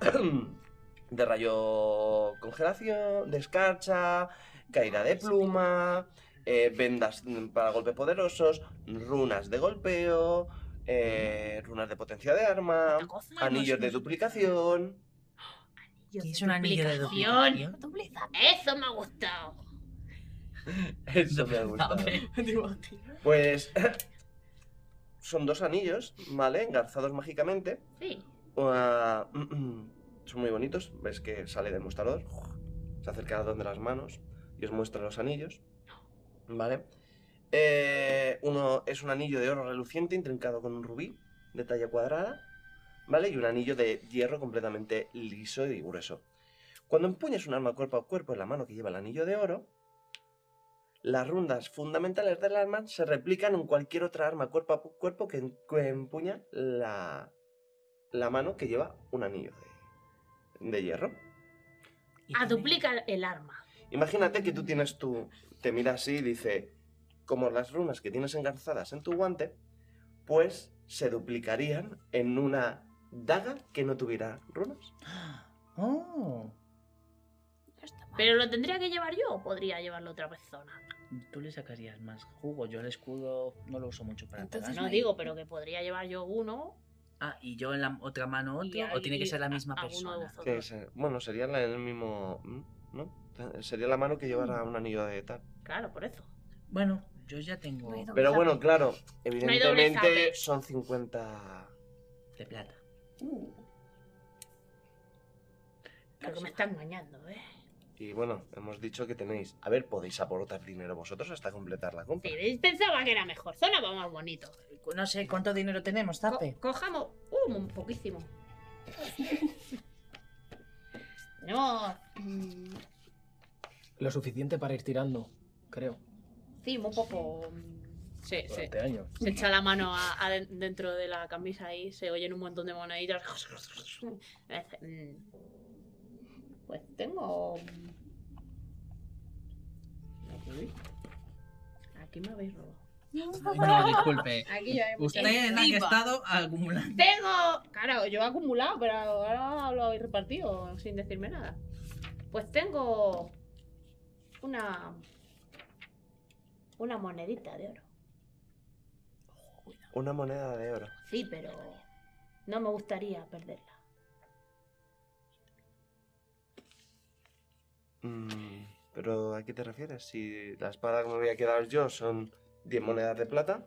[SPEAKER 2] de rayo congelación, de escarcha, caída de pluma, eh, vendas mm, para golpes poderosos, runas de golpeo, eh, runas de potencia de arma, anillos de duplicación.
[SPEAKER 5] Yo
[SPEAKER 10] ¿Qué es un anillo de
[SPEAKER 5] duplicación.
[SPEAKER 10] duplicación?
[SPEAKER 5] Eso me ha gustado.
[SPEAKER 2] Eso me ha gustado. Pues son dos anillos, ¿vale? Engarzados mágicamente.
[SPEAKER 5] Sí.
[SPEAKER 2] Ah, son muy bonitos. Ves que sale del mostrador. Se acerca a donde las manos y os muestra los anillos. ¿Vale? Eh, uno es un anillo de oro reluciente intrincado con un rubí de talla cuadrada. ¿Vale? Y un anillo de hierro completamente liso y grueso. Cuando empuñas un arma cuerpo a cuerpo en la mano que lleva el anillo de oro, las rondas fundamentales del arma se replican en cualquier otra arma cuerpo a pu- cuerpo que, en- que empuña la, la mano que lleva un anillo de, de hierro.
[SPEAKER 10] ¿Y
[SPEAKER 5] A
[SPEAKER 10] dónde?
[SPEAKER 5] Ah, duplica el arma.
[SPEAKER 2] Imagínate que tú tienes tu... Te mira así y dice, como las runas que tienes engarzadas en tu guante, pues se duplicarían en una daga que no tuviera runas.
[SPEAKER 10] Oh,
[SPEAKER 5] Pero lo tendría que llevar yo o podría llevarlo otra persona.
[SPEAKER 10] tú le sacarías más jugo. Yo el escudo no lo uso mucho para
[SPEAKER 12] Entonces
[SPEAKER 10] pegar.
[SPEAKER 5] No digo, pero que podría llevar yo uno.
[SPEAKER 10] Ah, y yo en la otra mano
[SPEAKER 5] y
[SPEAKER 10] otro, o tiene que
[SPEAKER 5] ahí
[SPEAKER 10] ser la misma
[SPEAKER 5] a- alguno de
[SPEAKER 10] persona.
[SPEAKER 5] vosotros.
[SPEAKER 2] Que se- bueno, sería la- el mismo... ¿No? Sería la mano que
[SPEAKER 10] Mm.
[SPEAKER 2] llevara un anillo de tal.
[SPEAKER 5] Claro, por eso.
[SPEAKER 10] Bueno, yo ya tengo
[SPEAKER 2] Pero bueno, claro,
[SPEAKER 5] doble
[SPEAKER 2] evidentemente
[SPEAKER 5] zape.
[SPEAKER 2] son 50...
[SPEAKER 10] de plata.
[SPEAKER 5] Creo que me está engañando, ¿eh?
[SPEAKER 2] Y bueno, hemos dicho que tenéis... A ver, podéis aportar dinero vosotros hasta completar la compra.
[SPEAKER 5] Sí, ¿veis? pensaba que era mejor. Sonaba más bonito.
[SPEAKER 10] No sé cuánto dinero tenemos,
[SPEAKER 5] Co-
[SPEAKER 10] Tape.
[SPEAKER 5] cojamos. Uh, un poquísimo. Tenemos. mm,
[SPEAKER 6] Lo suficiente para ir tirando, creo,
[SPEAKER 4] Sí, un poco. mm, Sí, sí.
[SPEAKER 6] durante años.
[SPEAKER 4] Se echa la mano a- a de- dentro de la camisa y se oyen un montón de moneditas. Pues, Mm. Pues tengo. Aquí. Aquí me habéis robado.
[SPEAKER 10] No, disculpe.
[SPEAKER 4] Aquí ya hemos-
[SPEAKER 10] Usted es la que ha
[SPEAKER 12] Encima.
[SPEAKER 10] estado acumulando.
[SPEAKER 4] Tengo. Claro, yo he acumulado, pero ahora lo habéis repartido sin decirme nada.
[SPEAKER 5] Pues tengo. Una. Una monedita de oro.
[SPEAKER 2] Una moneda de oro.
[SPEAKER 5] Sí, pero. No me gustaría perderla.
[SPEAKER 2] Mm, Pero ¿a qué te refieres? Si la espada que me voy a quedar yo son 10 monedas de plata,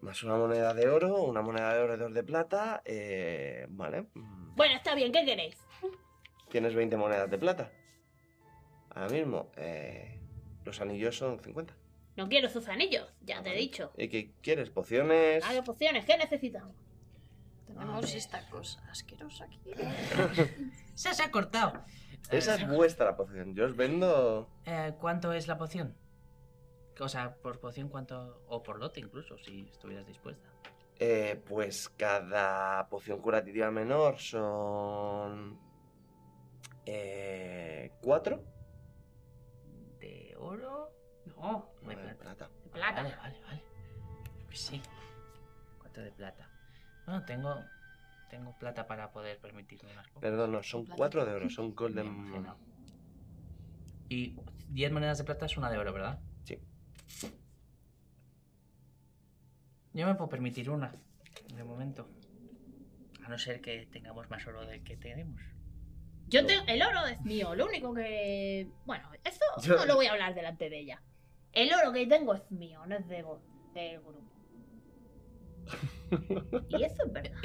[SPEAKER 2] más una moneda de oro, una moneda de oro y dos de plata, eh, vale. mm,
[SPEAKER 5] Bueno, está bien, ¿qué queréis?
[SPEAKER 2] Tienes 20 monedas de plata. Ahora mismo, eh, los anillos son 50.
[SPEAKER 5] No quiero sus anillos, ya
[SPEAKER 2] Ah,
[SPEAKER 5] te he
[SPEAKER 2] vale.
[SPEAKER 5] dicho.
[SPEAKER 2] ¿Y qué quieres? ¿Pociones?
[SPEAKER 5] Haga pociones, ¿qué necesitamos?
[SPEAKER 12] Pues Tenemos esta cosa asquerosa aquí.
[SPEAKER 10] Se, se ha cortado.
[SPEAKER 2] Esa
[SPEAKER 10] Eh,
[SPEAKER 2] es vuestra poción. Yo os vendo...
[SPEAKER 10] eh, ¿Cuánto es la poción? O sea, por poción cuánto... O por lote incluso, si estuvieras dispuesta.
[SPEAKER 2] eh, pues cada poción curativa menor son... Eh, ¿Cuatro?
[SPEAKER 10] ¿De oro?
[SPEAKER 5] No,
[SPEAKER 10] De
[SPEAKER 2] Moneda de
[SPEAKER 10] plata.
[SPEAKER 5] de
[SPEAKER 2] plata.
[SPEAKER 5] plata.
[SPEAKER 10] Vale, vale, vale. Pues sí. ¿Cuánto de plata? Bueno, tengo... Tengo plata para poder permitirme más cosas.
[SPEAKER 2] Perdón, no, son
[SPEAKER 12] Plata.
[SPEAKER 2] cuatro de oro, son
[SPEAKER 10] Me
[SPEAKER 2] golden.
[SPEAKER 10] imagino. Y 10 monedas de plata es una de oro, ¿verdad?
[SPEAKER 2] Sí.
[SPEAKER 10] Yo me puedo permitir una, de momento. A no ser que tengamos más oro del que tenemos.
[SPEAKER 5] Yo te- el oro es mío, lo único que. Bueno, eso
[SPEAKER 2] Yo-
[SPEAKER 5] no lo voy a hablar delante de ella. El oro que tengo es mío, no es de go- del grupo. y eso es verdad.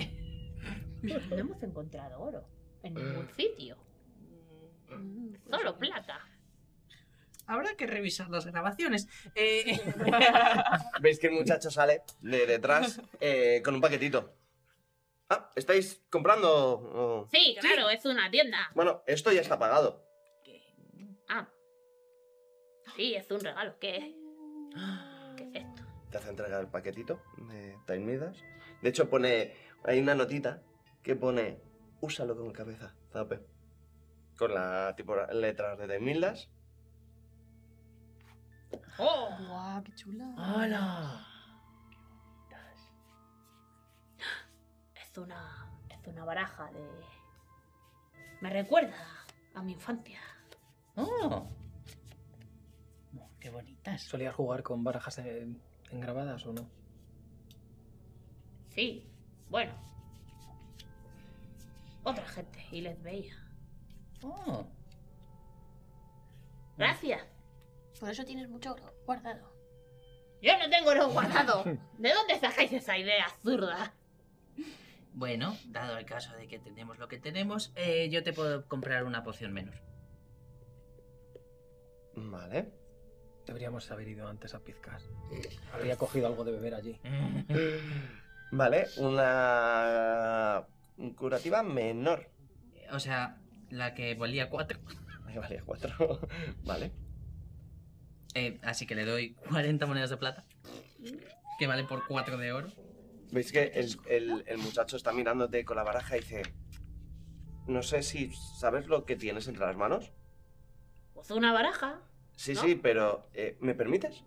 [SPEAKER 5] No hemos encontrado oro en ningún sitio,
[SPEAKER 4] Mm.
[SPEAKER 5] solo plata.
[SPEAKER 10] Habrá que revisar las grabaciones. Eh,
[SPEAKER 2] Veis que el muchacho sale de detrás eh, con un paquetito. Ah, ¿estáis comprando? Oh.
[SPEAKER 5] Sí, claro, es una tienda.
[SPEAKER 2] Bueno, esto ya está pagado.
[SPEAKER 5] Ah. Sí, es un regalo. ¿Qué es? ¿Qué es esto?
[SPEAKER 2] Te hace entregar el paquetito de Time Midas. De hecho, pone. Hay una notita que pone. Úsalo con cabeza, Zape. con las tipo letras de Temildas.
[SPEAKER 3] ¡Oh!
[SPEAKER 9] ¡Guau, qué chula!
[SPEAKER 5] ¡Ah!
[SPEAKER 10] ¡Hala!
[SPEAKER 5] Es una, es una baraja de... Me recuerda a mi infancia.
[SPEAKER 10] ¡Oh! Oh, ¡Qué bonitas!
[SPEAKER 6] ¿Solías jugar con barajas eh, engrabadas o no?
[SPEAKER 5] Sí, bueno. Otra gente, y les veía.
[SPEAKER 2] Ah.
[SPEAKER 10] ¡Oh!
[SPEAKER 5] Gracias.
[SPEAKER 9] Mm. Por eso tienes mucho oro guardado.
[SPEAKER 5] Yo no tengo oro guardado. ¿De dónde sacáis esa idea zurda?
[SPEAKER 10] Bueno, dado el caso de que tenemos lo que tenemos, eh, yo te puedo comprar una poción menor.
[SPEAKER 2] Vale.
[SPEAKER 6] Deberíamos haber ido antes a Pizcas. Habría cogido algo de beber allí.
[SPEAKER 2] Vale, una curativa menor.
[SPEAKER 10] O sea, la que valía 4.
[SPEAKER 2] Ahí valía cuatro. Vale.
[SPEAKER 10] Eh, así que le doy 40 monedas de plata. Que valen por 4 de oro.
[SPEAKER 2] Veis que el, el- el muchacho está mirándote con la baraja y dice: No sé si sabes lo que tienes entre las manos.
[SPEAKER 5] Pues una baraja.
[SPEAKER 2] Sí,
[SPEAKER 5] ¿No?
[SPEAKER 2] sí, pero eh, ¿me permites?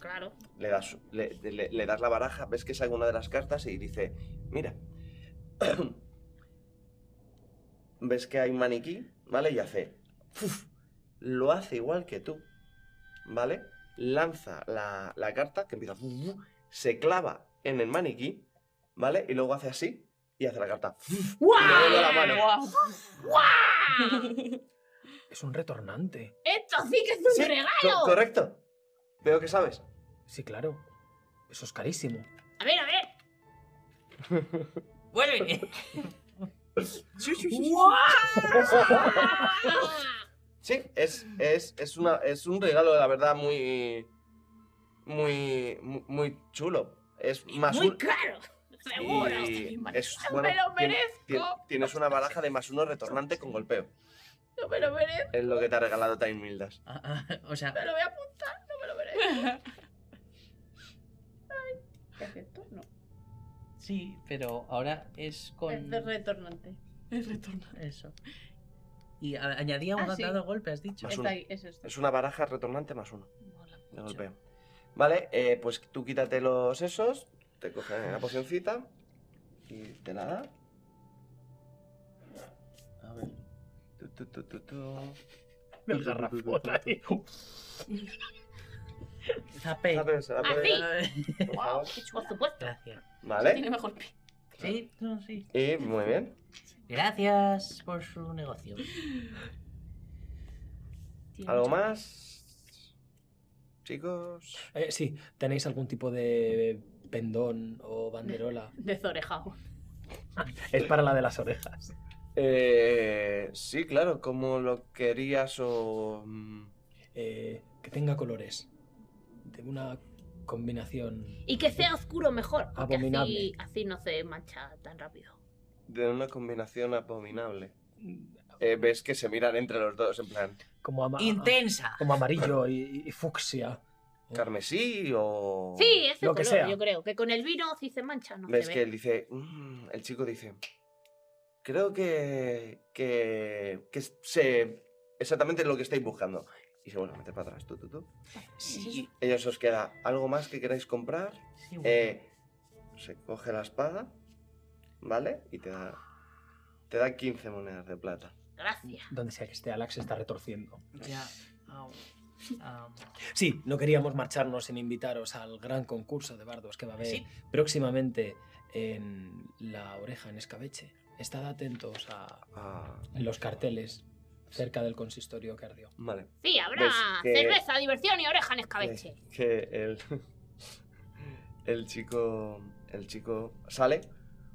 [SPEAKER 5] Claro.
[SPEAKER 2] Le das, le, le- le das la baraja, ves que sale una de las cartas y dice, mira, ves que hay un maniquí, ¿vale? Y hace, ¡fuf! lo hace igual que tú, ¿vale? Lanza la, la carta, que empieza, ¡fuf! ¡fuf! se clava en el maniquí, ¿vale? Y luego hace así y hace la carta, ¡fuf! y le vuelve la mano.
[SPEAKER 9] ¡Guau!
[SPEAKER 6] Es un retornante.
[SPEAKER 5] ¡Esto sí que es un
[SPEAKER 2] Sí, co-
[SPEAKER 5] regalo!
[SPEAKER 2] correcto. Veo que sabes.
[SPEAKER 6] Sí, claro. Eso es carísimo.
[SPEAKER 5] A ver, a ver.
[SPEAKER 10] ¡Vuelve!
[SPEAKER 2] Sí, es, es, es, una, es un regalo, la verdad, muy. Muy. Muy, muy chulo. Es más
[SPEAKER 5] Muy
[SPEAKER 2] un-
[SPEAKER 5] caro. Seguro.
[SPEAKER 2] y es,
[SPEAKER 9] ¡Me
[SPEAKER 2] bueno,
[SPEAKER 9] lo
[SPEAKER 2] tien-
[SPEAKER 9] merezco!
[SPEAKER 2] tien- tienes una baraja de más uno retornante con golpeo.
[SPEAKER 9] ¡No me lo merezco!
[SPEAKER 2] Es lo que te ha regalado Time Mildas.
[SPEAKER 10] Ah, ah, o sea,
[SPEAKER 9] ¡Me lo voy a apuntar! ¡No me lo merezco!
[SPEAKER 4] ¿Qué acepto? No.
[SPEAKER 10] sí, pero ahora es
[SPEAKER 4] Es
[SPEAKER 10] con
[SPEAKER 4] de retornante.
[SPEAKER 9] Es retornado.
[SPEAKER 10] eso. Y a- añadía un
[SPEAKER 4] Ah, sí.
[SPEAKER 10] dado golpe, has dicho.
[SPEAKER 2] Más
[SPEAKER 4] Está
[SPEAKER 2] uno.
[SPEAKER 4] ahí, es esto.
[SPEAKER 2] Es una baraja retornante más uno de golpeo. Vale, eh, pues tú quítate los esos, te coges la pocioncita y te la da. A ver. Tu, tu, tu, tu, tu.
[SPEAKER 6] El garrafón ahí.
[SPEAKER 10] Zape.
[SPEAKER 2] A ver, se
[SPEAKER 9] Ah,
[SPEAKER 2] la puede- por favor.
[SPEAKER 5] Por supuesto.
[SPEAKER 10] Gracias.
[SPEAKER 2] Vale.
[SPEAKER 9] Tiene mejor pie.
[SPEAKER 10] Sí, no, sí.
[SPEAKER 2] Y muy bien.
[SPEAKER 10] Gracias por su negocio.
[SPEAKER 2] ¿Algo más? Chicos.
[SPEAKER 6] Eh, sí, ¿tenéis algún tipo de pendón o banderola?
[SPEAKER 5] Desorejado.
[SPEAKER 6] Es para la de las orejas.
[SPEAKER 2] Eh, sí, claro, como lo querías o... mm,
[SPEAKER 6] Eh, que tenga colores. De una combinación.
[SPEAKER 5] Y que sea oscuro mejor. porque así,
[SPEAKER 6] Abominable.
[SPEAKER 5] así no se mancha tan rápido.
[SPEAKER 2] De una combinación abominable.
[SPEAKER 5] Mm,
[SPEAKER 2] Eh, ves que se miran entre los dos, en plan,
[SPEAKER 6] Como, ama-
[SPEAKER 10] Intensa.
[SPEAKER 6] como amarillo y, y fucsia.
[SPEAKER 2] ¿carmesí o...?
[SPEAKER 5] Oh. Sí, ese
[SPEAKER 6] Lo que
[SPEAKER 5] color,
[SPEAKER 6] sea.
[SPEAKER 5] yo creo. Que con el vino, si se mancha, no
[SPEAKER 2] Ves
[SPEAKER 5] se
[SPEAKER 2] que
[SPEAKER 5] ve.
[SPEAKER 2] él dice... "Mm", el chico dice... Creo que... que... que sé exactamente lo que estáis buscando. Y se vuelve a meter para atrás. Tú, tú, tú.
[SPEAKER 10] Sí.
[SPEAKER 2] Ellos os queda algo más que queráis comprar.
[SPEAKER 10] sí bueno.
[SPEAKER 2] Eh, se coge la espada, ¿vale? Y te da, te da 15 monedas de plata.
[SPEAKER 5] Gracias.
[SPEAKER 6] Donde sea que esté, Alex se está retorciendo.
[SPEAKER 10] Ya. Au. Am.
[SPEAKER 6] Sí, no queríamos marcharnos sin invitaros al gran concurso de bardos que va a haber
[SPEAKER 10] Sí.
[SPEAKER 6] próximamente en La Oreja en Escabeche. Estad atentos a
[SPEAKER 2] Ah,
[SPEAKER 6] los carteles cerca del consistorio que ardió.
[SPEAKER 2] vale.
[SPEAKER 5] Sí, habrá
[SPEAKER 2] Ves que-
[SPEAKER 5] cerveza, diversión y oreja en escabeche.
[SPEAKER 2] Eh, que el, el chico el chico sale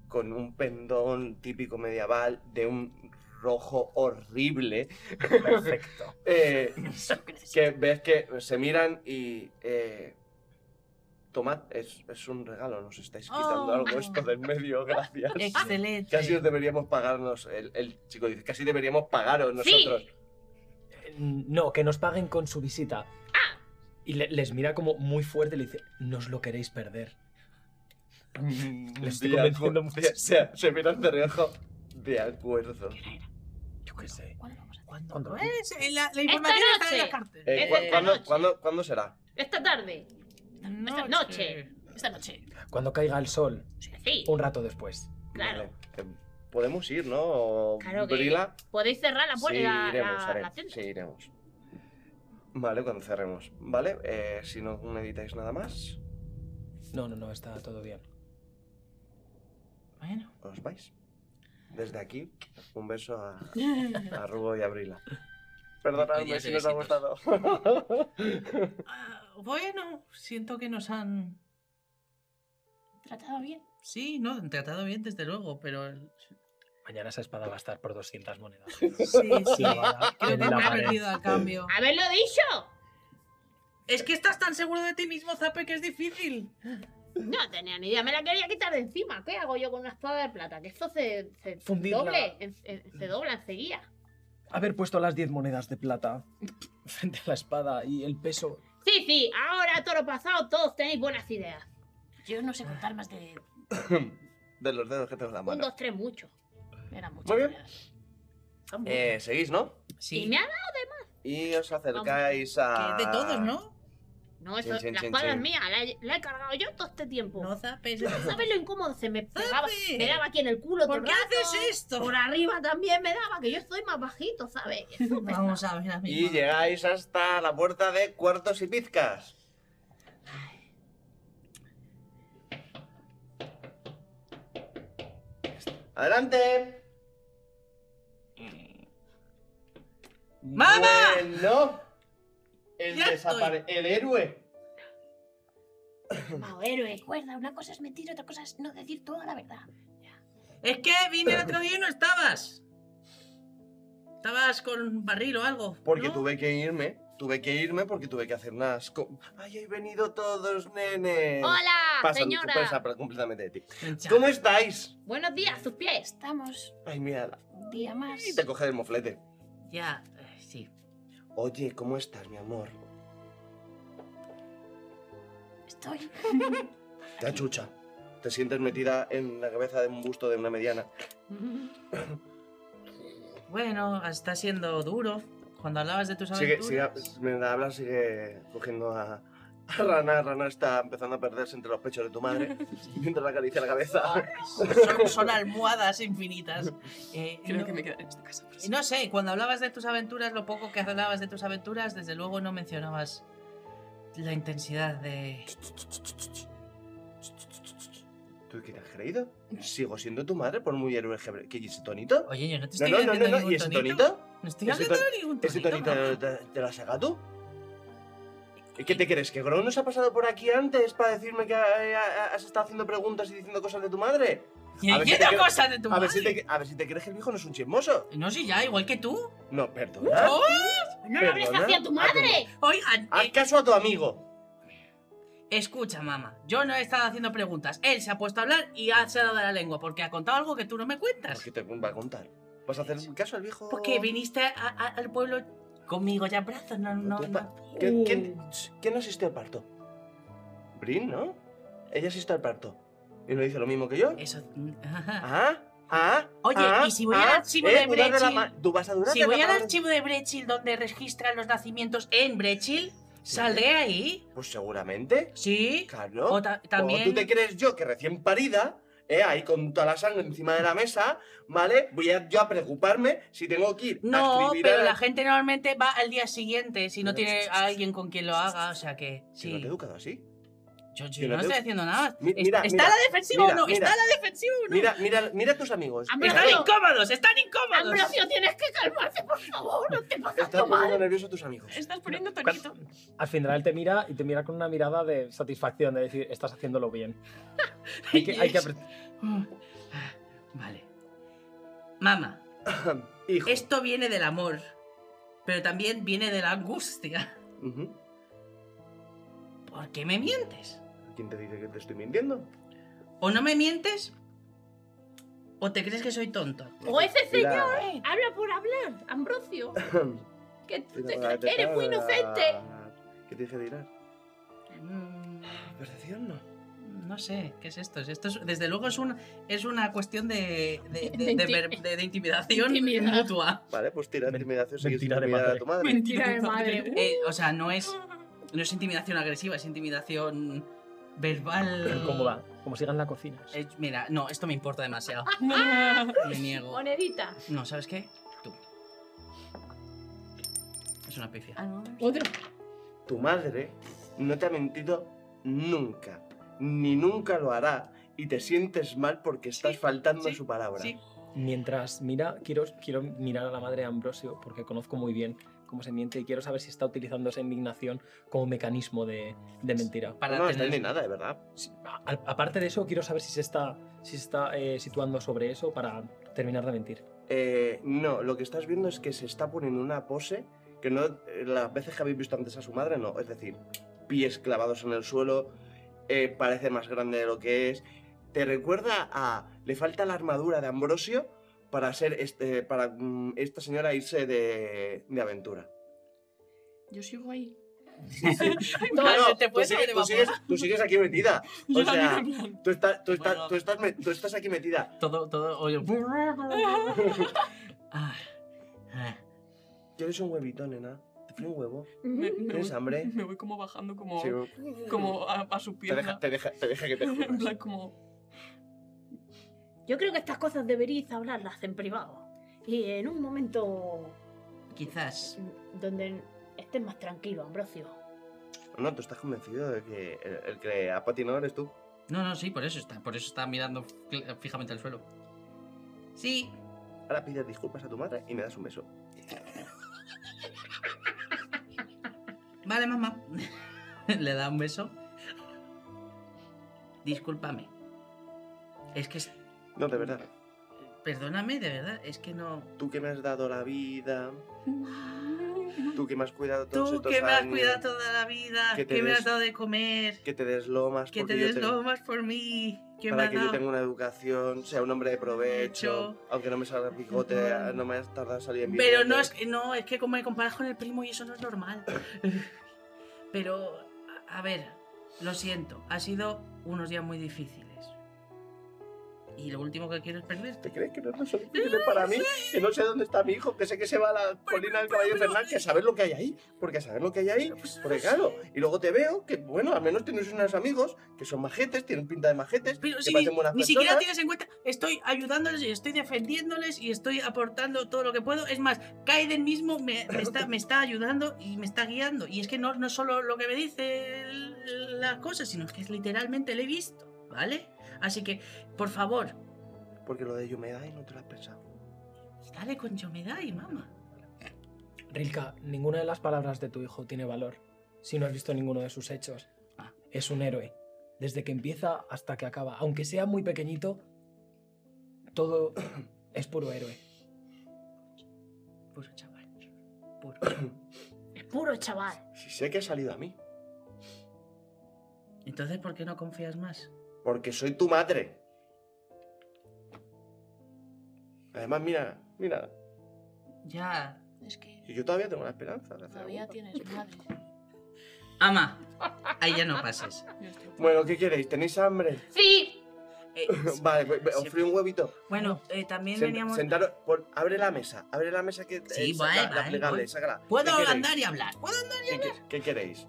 [SPEAKER 2] con un pendón típico medieval de un rojo horrible.
[SPEAKER 6] Perfecto.
[SPEAKER 2] eh,
[SPEAKER 9] Eso que necesito.
[SPEAKER 2] que ves que se miran y... eh, tomad, es, es un regalo, nos estáis quitando
[SPEAKER 10] Oh.
[SPEAKER 2] algo esto del medio, gracias.
[SPEAKER 10] Excelente.
[SPEAKER 2] Casi os deberíamos pagarnos, el, el chico dice, casi deberíamos pagaros nosotros.
[SPEAKER 6] No, que nos paguen con su visita. Y le- les mira como muy fuerte y le dice, no os lo queréis perder.
[SPEAKER 2] Mm,
[SPEAKER 6] Le estoy
[SPEAKER 2] de Mm,
[SPEAKER 6] convenciendo
[SPEAKER 2] acu-
[SPEAKER 6] mucho.
[SPEAKER 2] de- Se, se miran de reojo. De acuerdo.
[SPEAKER 6] Yo qué sé.
[SPEAKER 12] ¿Cuándo vamos a hacer?
[SPEAKER 10] ¿Cuándo?
[SPEAKER 6] ¿Cuándo?
[SPEAKER 10] ¿Ves? Eh, La, la
[SPEAKER 5] Esta
[SPEAKER 10] información está en
[SPEAKER 5] noche.
[SPEAKER 10] las cartas.
[SPEAKER 2] Eh,
[SPEAKER 5] Es
[SPEAKER 2] ¿cu-
[SPEAKER 5] esta
[SPEAKER 2] cuándo-
[SPEAKER 5] noche.
[SPEAKER 2] cuándo- cuándo será?
[SPEAKER 5] Esta tarde.
[SPEAKER 10] Noche.
[SPEAKER 5] noche.
[SPEAKER 12] Esta noche.
[SPEAKER 6] Cuando caiga el sol,
[SPEAKER 5] Sí,
[SPEAKER 6] un rato después.
[SPEAKER 5] claro.
[SPEAKER 2] Vale. Eh, Podemos ir, ¿no? O-
[SPEAKER 5] Claro que-
[SPEAKER 2] Brila.
[SPEAKER 5] Podéis cerrar la puerta.
[SPEAKER 2] Sí,
[SPEAKER 5] la-
[SPEAKER 2] iremos,
[SPEAKER 5] la,
[SPEAKER 2] haremos.
[SPEAKER 5] la tienda.
[SPEAKER 2] Sí, iremos. Vale, cuando cerremos. Vale, eh, si no necesitáis nada más,
[SPEAKER 6] No, no, no, está todo bien.
[SPEAKER 10] Bueno,
[SPEAKER 2] os vais. Desde aquí, un beso a, a Rubo y a Brila. Perdonadme
[SPEAKER 10] Días de
[SPEAKER 2] si nos ha
[SPEAKER 10] besitos.
[SPEAKER 2] gustado.
[SPEAKER 10] ah, bueno, siento que nos han.
[SPEAKER 12] ¿Tratado bien?
[SPEAKER 10] Sí, no, han tratado bien, desde luego, pero.
[SPEAKER 6] Mañana esa espada va a estar por 200 monedas.
[SPEAKER 10] Sí, sí.
[SPEAKER 6] va,
[SPEAKER 10] Creo
[SPEAKER 6] en
[SPEAKER 10] que
[SPEAKER 6] la
[SPEAKER 10] me ha
[SPEAKER 6] pared.
[SPEAKER 10] perdido al cambio.
[SPEAKER 5] ¡Haberlo dicho!
[SPEAKER 10] Es que estás tan seguro de ti mismo, Zape, que es difícil.
[SPEAKER 5] No tenía ni idea, me la quería quitar de encima. ¿Qué hago yo con una espada de plata? Que esto se, se
[SPEAKER 6] Fundirla.
[SPEAKER 5] doble, en- en-
[SPEAKER 10] Mm.
[SPEAKER 5] se dobla enseguida.
[SPEAKER 6] Haber puesto las 10 monedas de plata frente a la espada y el peso.
[SPEAKER 5] Sí, sí, ahora toro pasado todos tenéis buenas ideas.
[SPEAKER 12] Yo no sé contar más de.
[SPEAKER 2] De los dedos que tengo en la
[SPEAKER 5] Un,
[SPEAKER 2] mano.
[SPEAKER 5] dos, tres, mucho.
[SPEAKER 12] Era mucho.
[SPEAKER 2] Ah, Muy bien. Eh, seguís, ¿no?
[SPEAKER 5] ¿Y me ha dado?
[SPEAKER 2] Y os acercáis a.
[SPEAKER 10] Que es de todos, ¿no?
[SPEAKER 5] No, eso,
[SPEAKER 2] Chin, chin,
[SPEAKER 5] la
[SPEAKER 2] chin,
[SPEAKER 5] espada es
[SPEAKER 2] chin.
[SPEAKER 5] mía, la, he- la he cargado yo todo este tiempo.
[SPEAKER 10] No, Zape, es
[SPEAKER 5] ¿Sabes lo incómodo? Se me pegaba,
[SPEAKER 10] ¡Zape!
[SPEAKER 5] me daba aquí en el culo todo
[SPEAKER 10] ¿Por
[SPEAKER 5] el
[SPEAKER 10] qué
[SPEAKER 5] rato.
[SPEAKER 10] haces esto?
[SPEAKER 5] Por arriba también me daba, que yo estoy más bajito, ¿sabes?
[SPEAKER 10] Vamos a ver, amigo.
[SPEAKER 2] Y llegáis hasta la puerta de cuartos y pizcas. ¡Adelante!
[SPEAKER 10] ¡Mamá!
[SPEAKER 2] Bueno, el,
[SPEAKER 10] Ya estoy.
[SPEAKER 2] desapare- el héroe.
[SPEAKER 12] Mao héroe. Recuerda, una cosa es mentir, otra cosa es no decir toda la verdad.
[SPEAKER 10] Es que vine el otro día y no estabas. Estabas con un barril o algo.
[SPEAKER 2] Porque
[SPEAKER 10] ¿no?
[SPEAKER 2] tuve que irme. Tuve que irme porque tuve que hacer unas. co- ¡Ay, he venido todos, nene!
[SPEAKER 5] ¡Hola,
[SPEAKER 2] Pasa-
[SPEAKER 5] señora!
[SPEAKER 2] pasa completamente de ti.
[SPEAKER 10] Ya.
[SPEAKER 2] ¿Cómo estáis?
[SPEAKER 5] Buenos días, sus pies.
[SPEAKER 12] Estamos
[SPEAKER 2] Ay, mírala.
[SPEAKER 12] un día más.
[SPEAKER 2] Y te coge el moflete.
[SPEAKER 10] Ya, eh, sí.
[SPEAKER 2] Oye, ¿cómo estás, mi amor?
[SPEAKER 12] Estoy.
[SPEAKER 2] Ya chucha. Te sientes metida en la cabeza de un busto de una mediana.
[SPEAKER 10] Bueno, está siendo duro. Cuando hablabas de tus
[SPEAKER 2] Sigue,
[SPEAKER 10] aventuras.
[SPEAKER 2] sigue, mientras hablas, sigue cogiendo a, a Rana. Rana está empezando a perderse entre los pechos de tu madre. mientras le acaricia la cabeza.
[SPEAKER 10] Son, son almohadas infinitas. Eh,
[SPEAKER 9] Creo
[SPEAKER 10] no,
[SPEAKER 9] que me quedaré en esta casa. por
[SPEAKER 10] y no sé, cuando hablabas de tus aventuras, lo poco que hablabas de tus aventuras, desde luego no mencionabas la intensidad de.
[SPEAKER 2] ¿Tú qué te has creído? Sigo siendo tu madre por muy héroe que... ¿Qué, ¿Y ese tonito?
[SPEAKER 10] Oye, yo no te
[SPEAKER 2] No,
[SPEAKER 10] estoy
[SPEAKER 2] no, no,
[SPEAKER 10] haciendo
[SPEAKER 2] no, no.
[SPEAKER 10] ningún
[SPEAKER 2] ¿Y ese
[SPEAKER 10] tonito.
[SPEAKER 2] tonito?
[SPEAKER 10] No estoy
[SPEAKER 2] Ese
[SPEAKER 10] hablando
[SPEAKER 2] ton-
[SPEAKER 10] de ningún
[SPEAKER 2] ¿Ese
[SPEAKER 10] tonito.
[SPEAKER 2] tonito
[SPEAKER 10] mamá.
[SPEAKER 2] te, te lo has sacado tú? ¿Y ¿Qué te crees? ¿Que Gron nos ha pasado por aquí antes para decirme que eh, has estado haciendo preguntas y diciendo cosas de tu madre?
[SPEAKER 10] Y
[SPEAKER 2] A ver si te
[SPEAKER 10] diciendo
[SPEAKER 2] creo-
[SPEAKER 10] cosas de tu
[SPEAKER 2] A ver, si
[SPEAKER 10] madre.
[SPEAKER 2] te, a ver si te crees que el viejo no es un chismoso.
[SPEAKER 10] No, sí, ya, igual que tú.
[SPEAKER 2] No, perdona.
[SPEAKER 10] ¡Oh!
[SPEAKER 5] ¡No lo hables
[SPEAKER 2] Perdona,
[SPEAKER 5] así a tu
[SPEAKER 2] hazme-
[SPEAKER 5] madre!
[SPEAKER 10] Oigan,
[SPEAKER 2] Haz
[SPEAKER 10] eh,
[SPEAKER 2] caso a tu amigo.
[SPEAKER 10] escucha, mamá. Yo no he estado haciendo preguntas. Él se ha puesto a hablar y ha- se ha dado la lengua porque ha contado algo que tú no me cuentas.
[SPEAKER 2] Porque te va a contar. ¿Vas a hacer caso al viejo?
[SPEAKER 10] Porque viniste a- a- al pueblo conmigo ya en brazos. No, no,
[SPEAKER 2] Tú
[SPEAKER 10] no.
[SPEAKER 2] pa- ¿Qui- ¿Quién, quién asistió al parto? Brin, ¿no? Ella asistió al parto. ¿Y no dice lo mismo que yo?
[SPEAKER 10] Eso. ajá.
[SPEAKER 2] Ah, ah.
[SPEAKER 10] Oye,
[SPEAKER 2] ah,
[SPEAKER 10] ¿y si voy al
[SPEAKER 2] ah,
[SPEAKER 10] archivo
[SPEAKER 2] eh,
[SPEAKER 10] de
[SPEAKER 2] dudar la
[SPEAKER 10] Brechil?
[SPEAKER 2] ma- Tú vas a durar
[SPEAKER 10] Si
[SPEAKER 2] de la
[SPEAKER 10] voy al
[SPEAKER 2] palabra-
[SPEAKER 10] archivo de Brechil donde registran los nacimientos en Brechil,
[SPEAKER 2] Sí.
[SPEAKER 10] ¿saldré ahí?
[SPEAKER 2] Pues seguramente.
[SPEAKER 10] Sí.
[SPEAKER 2] Claro.
[SPEAKER 10] O ta- también.
[SPEAKER 2] O tú te crees yo que recién parida, eh, ahí con toda la sangre encima de la mesa, ¿vale? Voy a, yo a preocuparme si tengo que ir a
[SPEAKER 10] No,
[SPEAKER 2] escribir
[SPEAKER 10] pero
[SPEAKER 2] a-
[SPEAKER 10] la gente normalmente va al día siguiente si no
[SPEAKER 2] Pero-
[SPEAKER 10] tiene a alguien con quien lo haga, o sea que
[SPEAKER 2] Si no
[SPEAKER 10] sí.
[SPEAKER 2] te he educado así.
[SPEAKER 10] Yo, yo
[SPEAKER 2] si no
[SPEAKER 10] no
[SPEAKER 2] te-
[SPEAKER 10] estoy haciendo nada.
[SPEAKER 2] Mi-
[SPEAKER 10] Es-
[SPEAKER 2] mira,
[SPEAKER 10] ¿Está
[SPEAKER 2] mira,
[SPEAKER 10] la defensiva
[SPEAKER 2] mira,
[SPEAKER 10] o no?
[SPEAKER 2] mira.
[SPEAKER 10] ¿Está la defensiva o no?
[SPEAKER 2] Mira, mira, mira a tus amigos.
[SPEAKER 5] Ambro-
[SPEAKER 10] ¡Están
[SPEAKER 5] Claro.
[SPEAKER 10] incómodos! ¡Están incómodos!
[SPEAKER 5] Ambrosio, tienes que calmarte, por favor, no te
[SPEAKER 2] Están
[SPEAKER 5] pasas
[SPEAKER 2] están
[SPEAKER 5] tu
[SPEAKER 2] poniendo
[SPEAKER 5] madre.
[SPEAKER 2] nerviosos a tus amigos.
[SPEAKER 9] Estás poniendo tonito.
[SPEAKER 6] Al final él te mira y te mira con una mirada de satisfacción, de decir, estás haciéndolo bien. Hay que, hay que apre-
[SPEAKER 10] Vale. Mamá,
[SPEAKER 2] Hijo.
[SPEAKER 10] esto viene del amor, pero también viene de la angustia.
[SPEAKER 2] Ujú.
[SPEAKER 10] ¿Por qué me mientes?
[SPEAKER 2] ¿Quién te dice que te estoy mintiendo?
[SPEAKER 10] ¿O no me mientes? ¿O te crees que soy tonto?
[SPEAKER 5] O ese señor
[SPEAKER 2] Mira.
[SPEAKER 5] habla por hablar, Ambrosio. Que tú te
[SPEAKER 2] Mira,
[SPEAKER 5] crees
[SPEAKER 2] te
[SPEAKER 5] que eres muy
[SPEAKER 2] cagas.
[SPEAKER 5] inocente.
[SPEAKER 2] ¿Qué te dije de Irán?
[SPEAKER 10] Mm,
[SPEAKER 2] Percepción no.
[SPEAKER 10] No sé, ¿qué es esto? Esto es- desde luego es, un, es una cuestión de, de, de-
[SPEAKER 2] De
[SPEAKER 10] de
[SPEAKER 2] inti-
[SPEAKER 10] ver- de- de intimidación
[SPEAKER 2] Intimidad.
[SPEAKER 10] mutua.
[SPEAKER 2] Vale, pues tira intimidación si quieres
[SPEAKER 6] mentira de
[SPEAKER 2] intimidar a
[SPEAKER 6] madre.
[SPEAKER 2] tu madre.
[SPEAKER 4] Mentira de madre.
[SPEAKER 10] Eh, o sea, no es, no es intimidación agresiva, es intimidación verbal.
[SPEAKER 6] Cómoda, como sigan pues la cocina.
[SPEAKER 10] Eh, mira, no, esto me importa demasiado. Me niego.
[SPEAKER 4] Monedita.
[SPEAKER 10] No, ¿sabes qué? Tú. Es una
[SPEAKER 9] Ah,
[SPEAKER 10] pifia.
[SPEAKER 4] Otro.
[SPEAKER 2] Tu madre no te ha mentido nunca, ni nunca lo hará, y te sientes mal porque estás faltando a su palabra.
[SPEAKER 6] Mientras mira, quiero, quiero mirar a la madre de Ambrosio porque conozco muy bien cómo se miente y quiero saber si está utilizando esa indignación como mecanismo de, de mentira.
[SPEAKER 2] no, no está ni nada, eh. de verdad.
[SPEAKER 6] Al- aparte de eso, quiero saber si se está, si se está eh, situando sobre eso para terminar de mentir.
[SPEAKER 2] Eh, no, lo que estás viendo es que se está poniendo una pose que no. eh, las veces que habéis visto antes a su madre, no. Es decir, pies clavados en el suelo, eh, parece más grande de lo que es. Te recuerda a. Le falta la armadura de Ambrosio para ser este. para mm, esta señora irse de, de aventura.
[SPEAKER 9] Yo sigo ahí.
[SPEAKER 2] No, no,
[SPEAKER 9] te
[SPEAKER 2] tú
[SPEAKER 9] puedes
[SPEAKER 2] sigues- tú,
[SPEAKER 9] evaporar.
[SPEAKER 2] sigues, tú sigues aquí metida.
[SPEAKER 9] Yo
[SPEAKER 2] O
[SPEAKER 9] la
[SPEAKER 2] sea,
[SPEAKER 9] miro en plan-
[SPEAKER 2] tú, estás, tú, estás, tú, estás, me- tú estás aquí metida.
[SPEAKER 10] Todo, todo, oye. Ah,
[SPEAKER 2] Quieres un huevito, nena. Te frío un huevo.
[SPEAKER 9] Me, me
[SPEAKER 2] ¿Tienes
[SPEAKER 9] voy,
[SPEAKER 2] hambre?
[SPEAKER 9] Me voy como bajando como,
[SPEAKER 2] Sí.
[SPEAKER 9] como a, a su
[SPEAKER 2] Te
[SPEAKER 9] pierna.
[SPEAKER 2] deja, te deja, te deja que te jures.
[SPEAKER 9] En plan como...
[SPEAKER 5] Yo creo que estas cosas deberíais hablarlas en privado. Y en un momento
[SPEAKER 10] Quizás.
[SPEAKER 5] donde estés más tranquilo, Ambrosio.
[SPEAKER 2] No, tú estás convencido de que el, el que ha patinado eres tú.
[SPEAKER 10] No, no, sí, por eso está. Por eso está mirando cl- fijamente al suelo. Sí.
[SPEAKER 2] Ahora pides disculpas a tu madre y me das un beso.
[SPEAKER 10] Vale, mamá. Le da un beso. Discúlpame. Es que. es-
[SPEAKER 2] No, de verdad.
[SPEAKER 10] Perdóname, de verdad. Es que no.
[SPEAKER 2] Tú que me has dado la vida. Tú que me has cuidado todos
[SPEAKER 10] Tú
[SPEAKER 2] estos
[SPEAKER 10] que me has
[SPEAKER 2] años,
[SPEAKER 10] cuidado toda la vida,
[SPEAKER 2] que
[SPEAKER 10] que,
[SPEAKER 2] te
[SPEAKER 10] me
[SPEAKER 2] des-
[SPEAKER 10] has dado de comer,
[SPEAKER 2] Que te deslomas.
[SPEAKER 10] que te
[SPEAKER 2] porque yo
[SPEAKER 10] deslomas por mí, que me
[SPEAKER 2] para
[SPEAKER 10] has
[SPEAKER 2] que yo
[SPEAKER 10] dado.
[SPEAKER 2] tenga una educación, sea un hombre de provecho. Aunque no me salga el bigote, ah, no me has tardado en salir en
[SPEAKER 10] Pero
[SPEAKER 2] bigote.
[SPEAKER 10] no es, que- no, es que como me comparas con el primo y eso no es normal. Pero, a, a ver, lo siento, ha sido unos días muy difíciles. Y lo último que quiero es perderte.
[SPEAKER 2] ¿Te crees que no es lo suficiente para mí? Que no sé dónde está mi hijo, que sé que se va a la colina del caballo Fernández, que a saber lo que hay ahí. Porque a saber lo que hay ahí,
[SPEAKER 10] pues,
[SPEAKER 2] porque claro. Y luego te veo que, bueno, al menos tienes unos amigos que son majetes, tienen pinta de majetes,
[SPEAKER 10] Pero
[SPEAKER 2] que
[SPEAKER 10] si
[SPEAKER 2] parecen buenas
[SPEAKER 10] ni siquiera
[SPEAKER 2] personas.
[SPEAKER 10] tienes en cuenta, estoy ayudándoles y estoy defendiéndoles y estoy aportando todo lo que puedo. Es más, Kaiden mismo me, me está, me está ayudando y me está guiando. Y es que no, no es solo lo que me dice el- las cosas, sino que es literalmente le he visto, ¿vale? Así que, por favor,
[SPEAKER 2] Porque lo de yo me da y no te lo has pensado.
[SPEAKER 10] dale con Yomedai, mamá.
[SPEAKER 6] Rilka, ninguna de las palabras de tu hijo tiene valor si no has visto ninguno de sus hechos.
[SPEAKER 10] Ah.
[SPEAKER 6] Es un héroe. Desde que empieza hasta que acaba. Aunque sea muy pequeñito, todo es puro héroe.
[SPEAKER 10] Puro chaval. Puro.
[SPEAKER 5] Es puro chaval.
[SPEAKER 2] Si sé que ha salido a mí,
[SPEAKER 10] Entonces, ¿por qué no confías más?
[SPEAKER 2] porque soy tu madre. Además, mira, mira,
[SPEAKER 10] Ya.
[SPEAKER 9] Es que
[SPEAKER 2] yo todavía tengo la esperanza. de hacer
[SPEAKER 9] todavía
[SPEAKER 2] algo.
[SPEAKER 9] tienes madre.
[SPEAKER 10] Ama, ahí ya no pases.
[SPEAKER 2] Bueno, ¿qué queréis? ¿Tenéis hambre?
[SPEAKER 4] Sí.
[SPEAKER 10] Eh,
[SPEAKER 2] vale, pues, os frío un huevito.
[SPEAKER 10] bueno, eh, también
[SPEAKER 2] Sen-
[SPEAKER 10] veníamos...
[SPEAKER 2] sentaros- pon- abre la mesa, abre la mesa que
[SPEAKER 10] Sí,
[SPEAKER 2] saca-
[SPEAKER 10] vale,
[SPEAKER 2] la
[SPEAKER 10] vale,
[SPEAKER 2] plegable,
[SPEAKER 10] voy.
[SPEAKER 2] sácala.
[SPEAKER 10] Puedo
[SPEAKER 2] ¿Qué queréis?
[SPEAKER 10] andar y hablar. Puedo andar y
[SPEAKER 2] ¿Qué, que- qué queréis?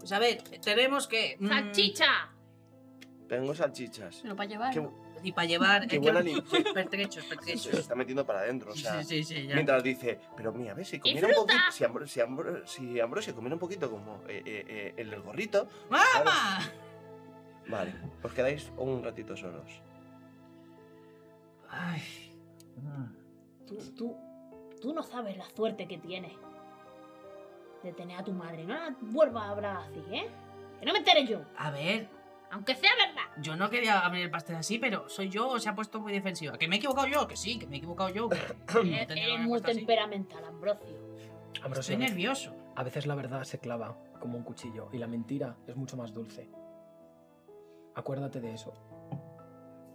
[SPEAKER 10] Pues a ver, tenemos que. mm,
[SPEAKER 4] Salchicha.
[SPEAKER 2] Tengo salchichas.
[SPEAKER 9] Pero para llevar.
[SPEAKER 2] Qué,
[SPEAKER 9] ¿no?
[SPEAKER 10] Y para llevar.
[SPEAKER 2] qué
[SPEAKER 10] eh,
[SPEAKER 2] buena
[SPEAKER 10] que-
[SPEAKER 2] ni- qué-
[SPEAKER 10] Pertrechos,
[SPEAKER 2] se se
[SPEAKER 10] pertrechos.
[SPEAKER 2] está metiendo para adentro, o sea,
[SPEAKER 10] Sí, sí, sí, ya.
[SPEAKER 2] mientras dice, pero mira, ves, si comiera un poquito, si, Ambro- si, Ambro- si Ambrosio comiera un poquito como eh, eh, eh, el del gorrito,
[SPEAKER 10] ¡Mamá!
[SPEAKER 2] vale, os quedáis un ratito solos.
[SPEAKER 10] Ay. Ah.
[SPEAKER 5] Tú, tú, tú no sabes la suerte que tienes de tener a tu madre. No la vuelvas a hablar así, ¿eh? Que no me entere yo.
[SPEAKER 10] A ver,
[SPEAKER 5] Aunque sea verdad.
[SPEAKER 10] yo no quería abrir el pastel así, pero soy yo o se ha puesto muy defensiva. Que me he equivocado yo, que sí, que me he equivocado yo. que no tenía
[SPEAKER 5] Eres,
[SPEAKER 10] que
[SPEAKER 5] eres
[SPEAKER 10] haberme
[SPEAKER 5] muy
[SPEAKER 10] puesto así.
[SPEAKER 5] temperamental, Ambrosio.
[SPEAKER 6] Ambrosio,
[SPEAKER 10] Estoy nervioso.
[SPEAKER 6] a veces la verdad se clava como un cuchillo y la mentira es mucho más dulce. Acuérdate de eso.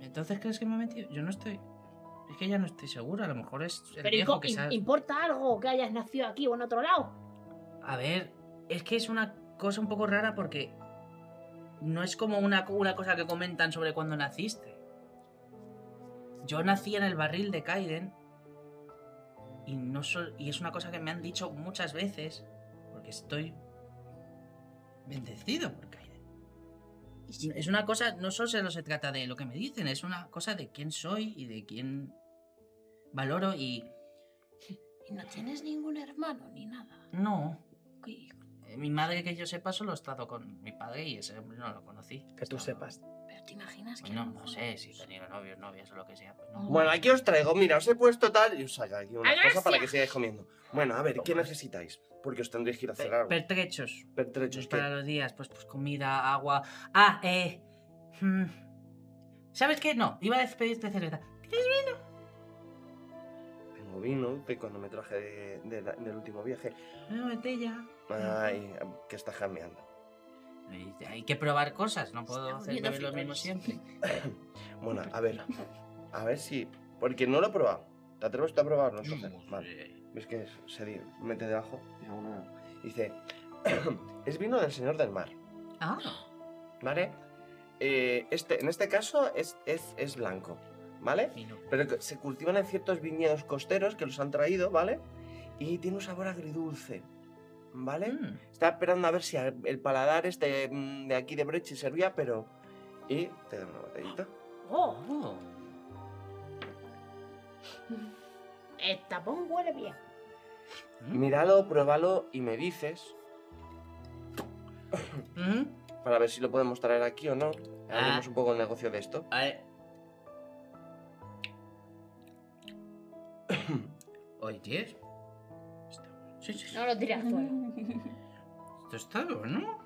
[SPEAKER 10] Entonces, ¿crees que me he metido? Yo no estoy. Es que ya no estoy seguro. A lo mejor es el
[SPEAKER 5] Pero
[SPEAKER 10] viejo
[SPEAKER 5] impo-
[SPEAKER 10] que
[SPEAKER 5] im-
[SPEAKER 10] se ha-
[SPEAKER 5] importa algo que hayas nacido aquí o en otro lado.
[SPEAKER 10] A ver, es que es una cosa un poco rara porque no es como una, una cosa que comentan sobre cuando naciste. Yo nací en el barril de Kaiden y, no sol- y es una cosa que me han dicho muchas veces porque estoy bendecido por Kaiden. Es una cosa, no solo se, no se trata de lo que me dicen, es una cosa de quién soy y de quién valoro y
[SPEAKER 5] Y no tienes ningún hermano ni nada.
[SPEAKER 10] no.
[SPEAKER 5] Uy,
[SPEAKER 10] Eh, Mi madre, que yo sepa, solo ha estado con mi padre y ese hombre no lo conocí.
[SPEAKER 6] Que tú
[SPEAKER 10] Estaba-
[SPEAKER 6] sepas.
[SPEAKER 5] Pero te imaginas que. Oh
[SPEAKER 10] Bueno,
[SPEAKER 5] a lo
[SPEAKER 10] no
[SPEAKER 5] mejor-
[SPEAKER 10] sé si he tenido novios, novias o lo que sea. Pues no.
[SPEAKER 2] Bueno, aquí os traigo, mira, os he puesto tal y os saca aquí una
[SPEAKER 5] ¡Gracias!
[SPEAKER 2] cosa para que sigáis comiendo. Bueno, a ver, ¿qué necesitáis? Porque os tendréis que ir a hacer algo.
[SPEAKER 10] Pertrechos.
[SPEAKER 2] Pertrechos,
[SPEAKER 10] para
[SPEAKER 2] ¿qué?
[SPEAKER 10] los días, pues, pues comida, agua. Ah, eh. mm, ¿Sabes qué? No, iba a despedirte cerveza. ¿Tienes vino?
[SPEAKER 2] Tengo vino que cuando me traje de- de la- del último viaje.
[SPEAKER 10] Una botella.
[SPEAKER 2] Ay, que está jameando.
[SPEAKER 10] Hay- Hay que probar cosas, no puedo
[SPEAKER 5] Estamos
[SPEAKER 10] hacer
[SPEAKER 5] viendo
[SPEAKER 10] beber lo mismo
[SPEAKER 5] frijoles.
[SPEAKER 10] siempre.
[SPEAKER 2] Bueno, a ver. A ver si. Porque no lo he probado. ¿Te atreves tú a probarlo? Entonces, vale. ¿Ves que es- se di- mete debajo? y hago una- Dice: Es vino del señor del mar.
[SPEAKER 10] Ah,
[SPEAKER 2] ¿Vale? Eh, este, en este caso es, es, es blanco, ¿vale?
[SPEAKER 10] vino.
[SPEAKER 2] Pero que se cultivan en ciertos viñedos costeros que los han traído, ¿vale? Y tiene un sabor agridulce, ¿vale?
[SPEAKER 10] Mm,
[SPEAKER 2] Estaba esperando a ver si al- el paladar este mm, de aquí de Breche servía, pero... Y te doy una botellita.
[SPEAKER 5] Oh,
[SPEAKER 10] oh.
[SPEAKER 5] el tapón huele bien.
[SPEAKER 10] Mm,
[SPEAKER 2] Míralo, pruébalo y me dices
[SPEAKER 10] mm.
[SPEAKER 2] para ver si lo podemos traer aquí o no.
[SPEAKER 10] Ah.
[SPEAKER 2] Hablemos un poco el negocio de esto.
[SPEAKER 10] A ver. Oye, está- sí, sí, sí.
[SPEAKER 5] No lo tiras fuera.
[SPEAKER 10] esto está bueno.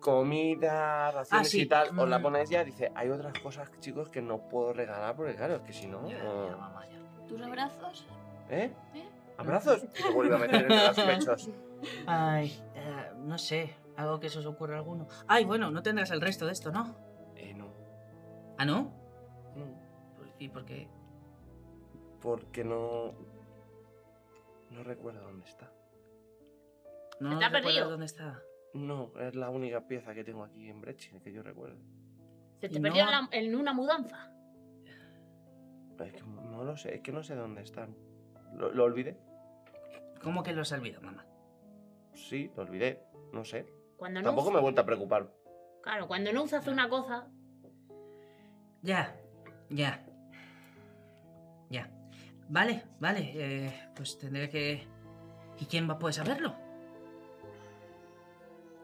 [SPEAKER 2] Comida, raciones
[SPEAKER 10] sí,
[SPEAKER 2] y tal, os la
[SPEAKER 10] mm.
[SPEAKER 2] ponéis ya. Dice, hay otras cosas, chicos, que no puedo regalar porque claro, es que si no...
[SPEAKER 10] Ya,
[SPEAKER 2] eh,
[SPEAKER 10] ya, mamá, ya.
[SPEAKER 12] ¿Tus abrazos?
[SPEAKER 2] ¿Eh?
[SPEAKER 12] ¿Eh?
[SPEAKER 2] ¿Abrazos? Y te vuelve a meter en los pechos.
[SPEAKER 10] Ay, eh, no sé, algo que se os ocurra a alguno. Ay, bueno, no tendrás el resto de esto, ¿no?
[SPEAKER 2] Eh, no.
[SPEAKER 10] ¿Ah, no?
[SPEAKER 2] No.
[SPEAKER 10] ¿Y por qué?
[SPEAKER 2] Porque no. No recuerdo dónde está.
[SPEAKER 10] No
[SPEAKER 5] Está
[SPEAKER 10] recuerdo
[SPEAKER 5] perdido.
[SPEAKER 10] dónde está.
[SPEAKER 2] No, es la única pieza que tengo aquí en Brecht que yo recuerdo.
[SPEAKER 5] Se te
[SPEAKER 10] Y
[SPEAKER 5] perdió
[SPEAKER 10] no-
[SPEAKER 5] en, la- en una mudanza.
[SPEAKER 2] Es que no lo sé, es que no sé dónde están. ¿Lo, lo olvidé?
[SPEAKER 10] ¿Cómo que lo has olvidado, mamá?
[SPEAKER 2] Sí, lo olvidé. No sé.
[SPEAKER 5] Cuando no,
[SPEAKER 2] Tampoco me he vuelto a preocupar.
[SPEAKER 5] Claro, cuando no usas una cosa.
[SPEAKER 10] Ya, ya. Ya. Vale, vale, eh, pues tendré que... ¿Y quién va puede saberlo?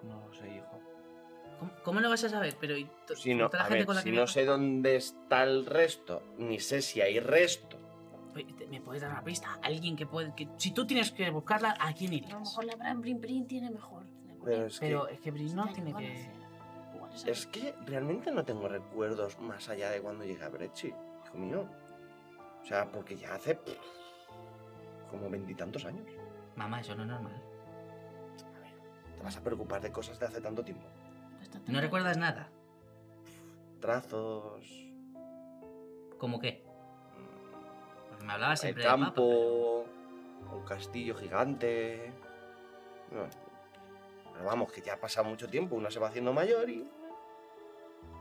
[SPEAKER 2] No lo sé, hijo.
[SPEAKER 10] ¿Cómo, cómo lo vas a saber? Pero ¿y to-
[SPEAKER 2] Si no,
[SPEAKER 10] toda la
[SPEAKER 2] a
[SPEAKER 10] gente
[SPEAKER 2] ver,
[SPEAKER 10] con la
[SPEAKER 2] si
[SPEAKER 10] que
[SPEAKER 2] no
[SPEAKER 10] viajas?
[SPEAKER 2] sé dónde está el resto, ni sé si hay resto.
[SPEAKER 10] Oye, te- ¿Me puedes dar una pista? Alguien que puede... que- si tú tienes que buscarla, ¿a quién
[SPEAKER 12] A lo
[SPEAKER 10] irías?
[SPEAKER 12] mejor la Bran Brin Brin tiene mejor.
[SPEAKER 2] Pero es que.
[SPEAKER 10] Pero es que Brin no tiene que...
[SPEAKER 2] Es que realmente no tengo recuerdos más allá de cuando llegué a Brechi, hijo mío. O sea, porque ya hace pff, como veintitantos años.
[SPEAKER 10] Mamá, eso no es normal.
[SPEAKER 2] Te vas a preocupar de cosas de hace tanto tiempo.
[SPEAKER 10] ¿No recuerdas nada?
[SPEAKER 2] Trazos,
[SPEAKER 10] ¿Cómo qué?
[SPEAKER 2] mm,
[SPEAKER 10] Porque me hablabas
[SPEAKER 2] el
[SPEAKER 10] siempre del mapa, pero-
[SPEAKER 2] campo, un castillo gigante. Bueno, pero vamos, que ya ha pasado mucho tiempo. Uno se va haciendo mayor y,